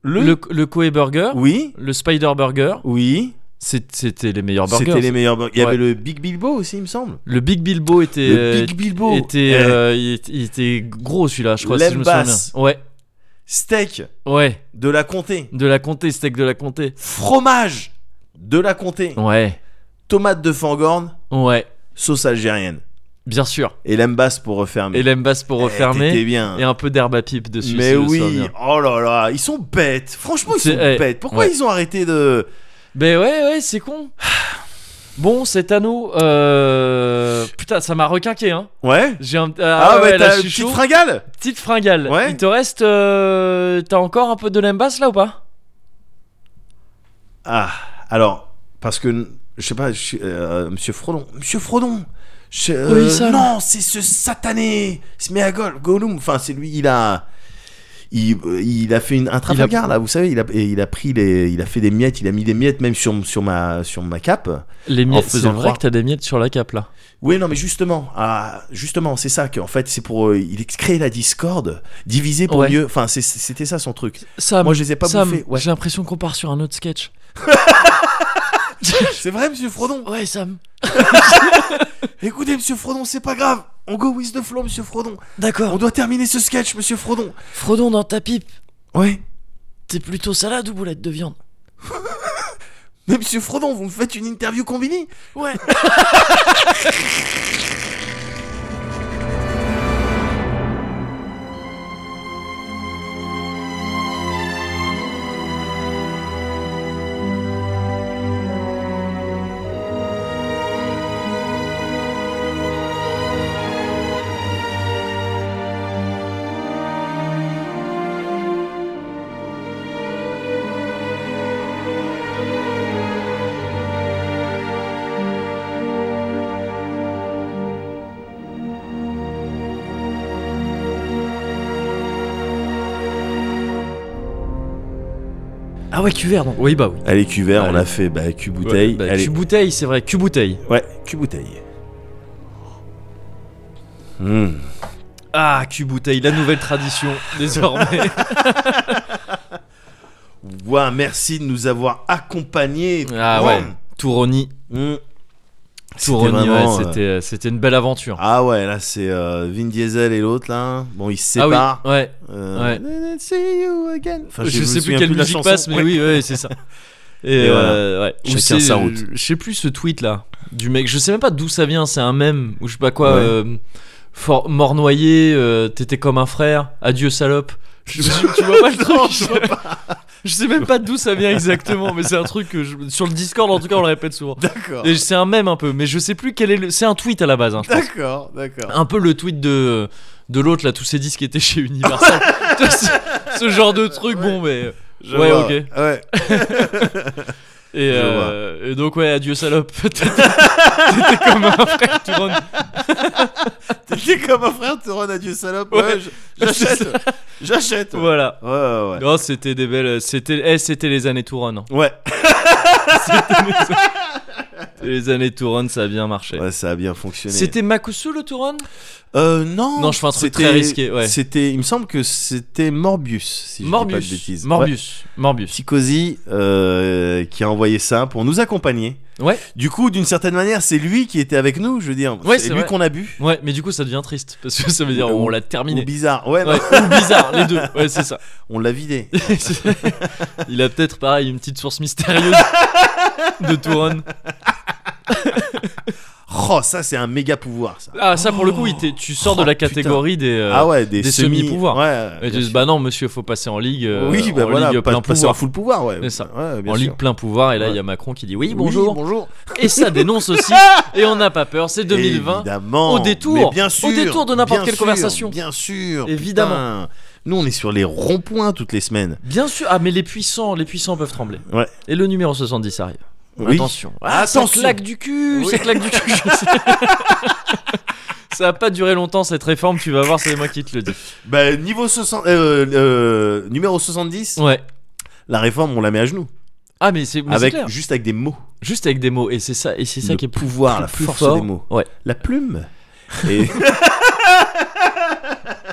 A: le, le, Koei Burger,
B: Oui,
A: le Spider Burger,
B: oui.
A: c'est- c'était les meilleurs burgers.
B: C'était les meilleurs burgers. Il y
A: Ouais.
B: avait le Big Bilbo aussi, il me semble.
A: Le Big Bilbo était,
B: le
A: euh,
B: Big Bilbo.
A: était,
B: Eh,
A: euh, il, était- il était gros celui-là, je crois, si
B: L'aile
A: je me souviens bien.
B: basse.
A: Ouais,
B: Steak
A: ouais,
B: de la comté.
A: de la comté, steak de la comté.
B: Fromage de la comté.
A: Ouais,
B: Tomate de Fangorn.
A: ouais,
B: Sauce algérienne.
A: bien sûr.
B: Et l'embasse pour refermer.
A: Et l'embasse pour
B: Eh,
A: refermer.
B: t'étais bien.
A: et un peu d'herbe à pipe dessus. si
B: Mais
A: je me souviens
B: oui,
A: bien.
B: oh là là, ils sont bêtes. Franchement, ils
A: C'est-
B: sont
A: eh,
B: bêtes. Pourquoi
A: ouais.
B: ils ont arrêté de.
A: Ben ouais, ouais, c'est con. Bon, cet anneau, euh... putain, ça m'a requinqué, hein.
B: Ouais.
A: J'ai un.
B: Ah, ouais,
A: la
B: t'as une
A: chuchou.
B: petite fringale
A: Petite fringale.
B: Ouais.
A: Il te reste. euh, T'as encore un peu de l'embasse là ou pas
B: Ah, alors, parce que, je sais pas, je suis- euh, monsieur Frodon. Monsieur Frodon je- euh,
A: Oui, ça,
B: Non, c'est ce satané Smeagol, Gollum. Enfin, c'est lui, il a. Il, euh, il a fait une, un trafalgar là, vous savez, il a, et il a pris les, il a fait des miettes, il a mis des miettes même sur, sur ma, sur ma cape.
A: Les
B: miettes,
A: miettes. C'est
B: faisant
A: vrai
B: croire.
A: que t'as des miettes sur la cape là.
B: Oui, non, mais justement, ah, justement, c'est ça qu'en fait, c'est pour, euh, il crée la discorde, diviser pour
A: Ouais.
B: mieux. Enfin, c'est- c'était ça
A: [laughs]
B: son truc.
A: Sam,
B: Moi, je les ai pas
A: Sam,
B: bouffés, ouais.
A: J'ai l'impression qu'on part sur un autre sketch.
B: C'est vrai, Monsieur Frodon.
A: Ouais, Sam.
B: Écoutez, Monsieur Frodon, c'est pas grave. On go with the flow, Monsieur Frodon.
A: D'accord.
B: On doit terminer ce sketch, Monsieur Frodon.
A: Frodon dans ta pipe.
B: Ouais.
A: T'es plutôt salade ou boulette de viande
B: Mais Monsieur Frodon, vous me faites une interview combinée
A: Ouais. Ah ouais, cuvert donc. Oui, bah oui.
B: [laughs] Allez, cuvert, on
A: Allez.
B: a fait bah, cul bouteille.
A: Ouais, bah,
B: Allez.
A: cul bouteille, c'est vrai, cul bouteille.
B: Ouais, cul bouteille. Hmm.
A: Ah, cul bouteille, la nouvelle [laughs] tradition désormais.
B: Ouah, merci de nous avoir accompagnés.
A: ah ouais. Touroni,
B: Hmm.
A: Touroni,
B: C'était vraiment,
A: ouais,
B: euh,
A: c'était euh, c'était une belle aventure.
B: Ah ouais, là c'est euh, Vin Diesel et l'autre là. Bon, ils se
A: Ah oui,
B: séparent.
A: ouais.
B: Euh,
A: Ouais.
B: Let's see you again. Enfin,
A: je
B: me
A: sais plus
B: souviens
A: quelle
B: de la
A: musique
B: chanson.
A: passe, mais
B: Ouais.
A: oui, ouais, c'est ça. Et,
B: [laughs] Et
A: euh, ouais. Ou
B: Chacun
A: c'est,
B: sa
A: euh,
B: route.
A: Je sais plus ce tweet là du mec. Je sais même pas d'où ça vient. C'est un mème ou je sais pas quoi.
B: Ouais.
A: euh, for- mort noyé, euh, t'étais comme un frère. Adieu salope. Je, je- tu vois
B: [laughs]
A: pas le truc. je, je sais même pas d'où ça vient exactement, mais c'est un truc que je- sur le Discord en tout cas on le répète souvent.
B: D'accord.
A: Et c'est un mème un peu, mais je sais plus quel est le. C'est un tweet à la base. hein, je pense.
B: D'accord, d'accord.
A: un peu le tweet de de l'autre là, tous ces disques étaient chez
B: [laughs]
A: Universal. Tu vois, ce, ce genre de truc, bon mais.
B: Je
A: ouais,
B: vois.
A: ok.
B: Ouais.
A: Et,
B: Je
A: euh, et donc ouais, adieu salope. [laughs] T'étais t'étais comme un frère Touron.
B: T'es comme un frère, te rends adieu salope. Ouais,
A: Ouais,
B: je-
A: c'est
B: j'achète.
A: ça.
B: J'achète. Ouais,
A: Voilà.
B: ouais, ouais.
A: Non, c'était des belles. C'était, eh, c'était les années Touron.
B: Ouais.
A: Les années Touron, ça a bien marché.
B: Ouais, ça a bien fonctionné.
A: C'était Makusu le Touron
B: Euh, non.
A: Non, je fais un truc
B: c'était-
A: très risqué, ouais.
B: C'était, il me semble que c'était Morbius, si je dis pas de
A: Morbius.
B: bêtises. Ouais.
A: Morbius. Morbius.
B: Psychosi euh, qui a envoyé ça pour nous accompagner.
A: Ouais.
B: Du coup, d'une certaine manière, c'est lui qui était avec nous, je veux dire.
A: Ouais,
B: c'est
A: c'est
B: lui
A: vrai.
B: qu'on a bu.
A: Ouais, mais du coup, ça devient triste parce que ça veut dire
B: Ou-
A: on l'a
B: Ou
A: terminé.
B: bizarre. Ouais, non,
A: Ouais, ou bizarre, les deux. Ouais, c'est ça.
B: on l'a vidé.
A: [laughs] Il a peut-être pareil une petite source
B: [laughs]
A: mystérieuse de Touron.
B: Oh, ça, c'est un méga pouvoir, ça.
A: Ah, ça pour le coup, il t'est- tu sors
B: Oh,
A: de la
B: putain.
A: catégorie des. euh,
B: ah ouais, des,
A: des
B: semi-
A: semi-pouvoirs.
B: Ouais,
A: Et
B: bien
A: tu dis,
B: sûr.
A: bah non, monsieur, faut passer en ligue. euh,
B: oui, bah
A: en
B: voilà,
A: ligue
B: pas-
A: plein
B: passer en
A: pouvoir.
B: full pouvoir, ouais.
A: C'est ça.
B: Ouais, bien
A: En
B: sûr.
A: ligue plein pouvoir, et là, il y a
B: Ouais.
A: Macron qui dit oui, bonjour.
B: Oui, bonjour.
A: Et ça dénonce
B: [laughs]
A: aussi. Et on n'a pas peur, c'est 2020.
B: Évidemment.
A: au détour,
B: Mais bien sûr,
A: au détour de n'importe
B: bien
A: quelle
B: sûr,
A: conversation.
B: Bien sûr.
A: Évidemment.
B: putain. Nous, on est sur les ronds-points toutes les semaines.
A: Bien sûr, ah, mais les puissants, les puissants peuvent trembler.
B: Ouais.
A: Et le numéro 70 arrive.
B: Oui.
A: Attention. Ah, ça
B: Attention.
A: claque du cul,
B: Oui.
A: ça claque du cul. je sais.
B: [laughs]
A: ça a pas duré longtemps cette réforme, tu vas voir, c'est moi qui te le dis.
B: Bah, niveau 60, euh, euh, numéro 70,
A: Ouais.
B: la réforme, on la met à genoux.
A: Ah, mais c'est mais c'est
B: avec,
A: clair.
B: juste avec des mots.
A: Juste avec des mots, et c'est ça, et c'est ça
B: Le
A: qui est plus-
B: pouvoir,
A: plus-
B: la
A: plus
B: force
A: fort.
B: des mots.
A: Ouais.
B: La plume.
A: [laughs]
B: Et [laughs]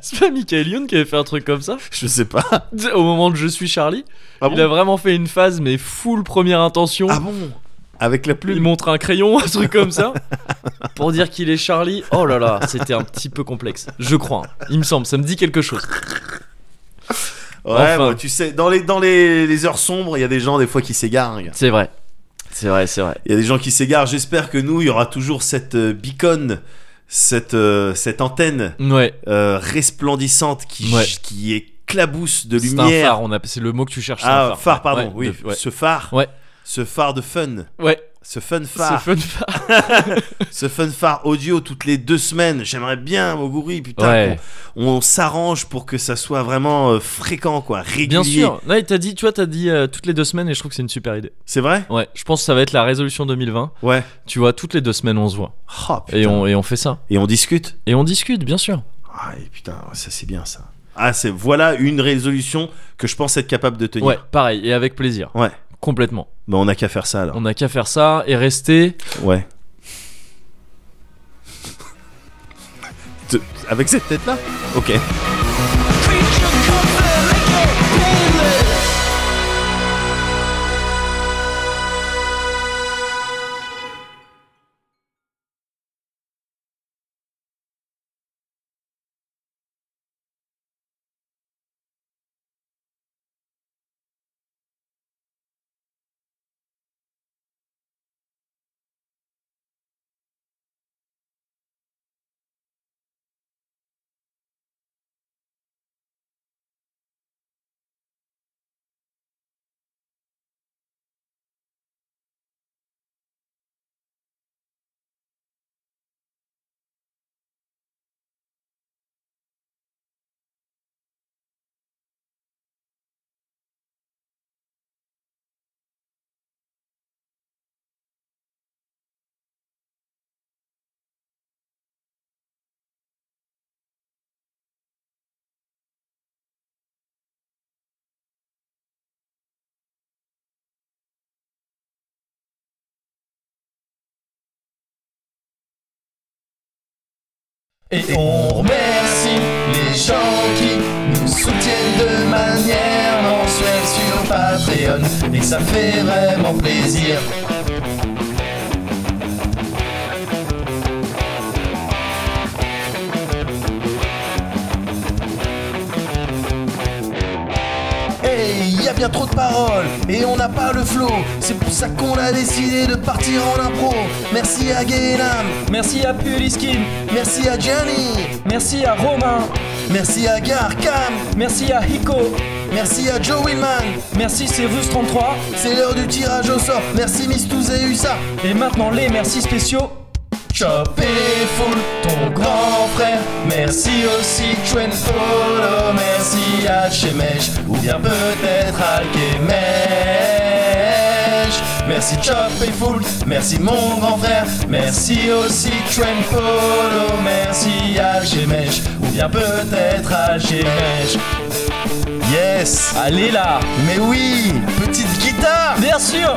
A: C'est pas Michael Youn qui avait fait un truc comme ça
B: je sais pas.
A: au moment de Je suis Charlie.
B: Ah
A: il a
B: bon,
A: vraiment fait une phase, mais full première intention.
B: Ah bon Avec la
A: il
B: plume.
A: montre un crayon, [laughs] un truc comme ça, pour dire qu'il est Charlie. Oh là là, c'était un petit peu complexe. Je crois. hein. Il me semble, ça me dit quelque chose.
B: Ouais,
A: Enfin.
B: moi, tu sais, dans les, dans les, les heures sombres, il y a des gens des fois qui s'égarent. regarde.
A: C'est vrai. C'est vrai, c'est vrai.
B: Il y a des gens qui s'égarent. J'espère que nous, il y aura toujours cette euh, beacon, cette, euh, cette antenne
A: Ouais,
B: euh, resplendissante qui,
A: Ouais.
B: qui éclabousse de
A: c'est un
B: lumière.
A: phare, on a... c'est le mot que tu cherches. c'est
B: Ah,
A: un
B: phare, pardon,
A: Ouais,
B: oui.
A: de- ouais.
B: Ce phare
A: Ouais.
B: ce phare de fun,
A: Ouais,
B: ce fun
A: c'est
B: phare,
A: fun phare.
B: ce fun phare audio toutes les deux semaines. J'aimerais bien, Moguri, putain,
A: Ouais,
B: qu'on- on s'arrange pour que ça soit vraiment euh, fréquent, quoi, régulier.
A: bien sûr. Là, il t'a dit, tu vois, t'as dit euh, toutes les deux semaines et je trouve que c'est une super idée.
B: C'est vrai
A: Ouais, je pense que ça va être la résolution 2020.
B: Ouais.
A: Tu vois, toutes les deux semaines, on se voit.
B: Oh, putain.
A: Et on, et on fait ça.
B: Et on discute.
A: Et on discute, bien sûr.
B: Ah, et putain, ça c'est bien ça. Ah, c'est voilà une résolution que je pense être capable de tenir.
A: Ouais, pareil, et avec plaisir.
B: Ouais.
A: Complètement.
B: Bah, on n'a qu'à faire ça alors.
A: On n'a qu'à faire ça et rester.
B: Ouais. Te- Avec cette tête là Ok.
H: Et on remercie les gens qui nous soutiennent de manière mensuelle sur Patreon. Et ça fait vraiment plaisir. Hey, y a bien trop de paroles et on n'a pas le flow. C'est pour ça qu'on a décidé de partir en impro. Merci à Guénam,
I: Merci à Puliskin,
H: merci à Gianni,
I: merci à Romain,
H: Merci à Garcam,
I: merci à Hiko,
H: merci à Joe Willman,
I: merci Cyrus33,
H: c'est l'heure du tirage au sort, merci Mistouz et Usa.
I: et maintenant les merci spéciaux.
H: Chop et Foul, ton grand frère, merci aussi Chuen Polo, merci à Chemesh, ou bien peut-être à Kemesh. Merci Chop et Foul, merci mon grand frère, merci aussi Chuen Polo, merci à Chemesh, ou bien peut-être à Chemesh. Yes!
I: Allez là,
H: Mais oui, petite guitare
I: bien
H: [laughs]
I: sûr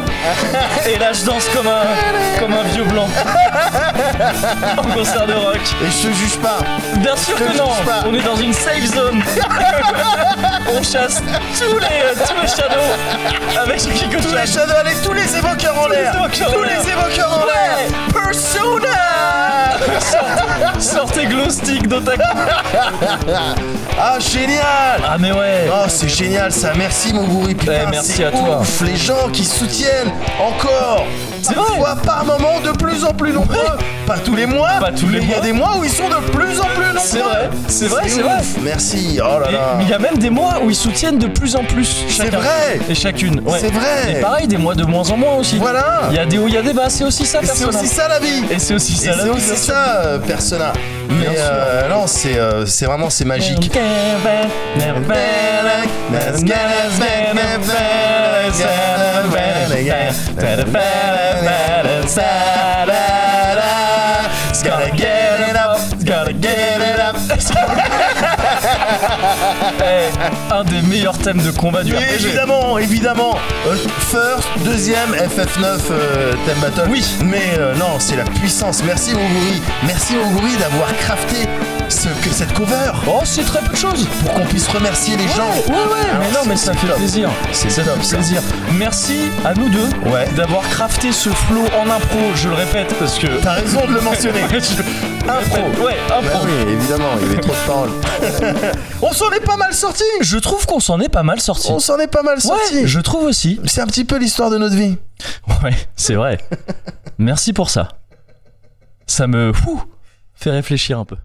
I: Et là je danse comme un, comme un vieux blanc. En concert de rock.
H: Et je te juge pas
I: Bien sûr
H: Je
I: que non,
H: touche pas.
I: on est dans une safe zone. [laughs] On chasse tous les, euh, tous les shadows avec ce qui
H: Tous les shadows, allez, tous les évoqueurs en l'air
I: évoqueurs en
H: Tous
I: l'air.
H: les évoqueurs en l'air Persona
I: Sortez glow stick d'Otaku.
H: [laughs] Ah, génial
I: Ah mais ouais
H: Oh, c'est génial ça, merci mon gourou, putain,
I: Eh, merci
H: c'est
I: à toi.
H: ouf, les gens qui soutiennent encore
I: C'est vrai.
H: Parfois, par moment, de plus en plus nombreux Pas tous les mois
I: Pas tous les
H: mais Il y a
I: mois.
H: des mois où ils sont de plus en plus nombreux
I: C'est vrai, c'est vrai, c'est vrai.
H: ouf. Merci, oh là
I: Et
H: là
I: il y a même des mois où ils soutiennent de plus en plus
H: C'est
I: chacun.
H: vrai
I: Et chacune. ouais.
H: C'est vrai
I: Et pareil, des mois de moins en moins aussi.
H: Voilà
I: Il y a des hauts, il y a des bas, c'est aussi ça,
H: Et C'est
I: personne.
H: aussi ça la vie
I: Et c'est aussi
H: Et
I: ça.
H: c'est aussi ça, euh, Persona. Mais
I: Bien sûr.
H: euh, non, c'est euh, c'est vraiment c'est magique. Gotta get it up, gotta get it up.
I: Un des meilleurs thèmes de combat du
H: Mais
I: RPG.
H: évidemment, évidemment. Euh, first, deuxième, FF9 euh, Theme Battle.
I: Oui.
H: Mais euh, non, c'est la puissance. Merci Oguri. Merci Oguri d'avoir crafté ce, que, cette cover.
I: Oh, c'est très peu de choses.
H: Pour qu'on puisse remercier les gens.
I: Ouais, ouais, mais non, mais ça fait
H: top.
I: plaisir.
H: C'est
I: Ça
H: top,
I: fait
H: ça.
I: plaisir. Merci à nous deux
H: Ouais.
I: d'avoir crafté ce flow en impro. Je le répète parce que. [laughs]
H: T'as raison de le mentionner.
I: Je-
H: Impro.
I: Ouais,
H: Bah
I: impro.
H: oui, évidemment, il y avait trop de paroles. On s'en est pas mal sorti.
I: Je trouve qu'on s'en est pas mal sorti.
H: On s'en est pas mal sorti.
I: Ouais, je trouve aussi.
H: C'est un petit peu l'histoire de notre vie.
I: [laughs] Ouais, c'est vrai. Merci pour ça. Ça me fou, fait réfléchir un peu.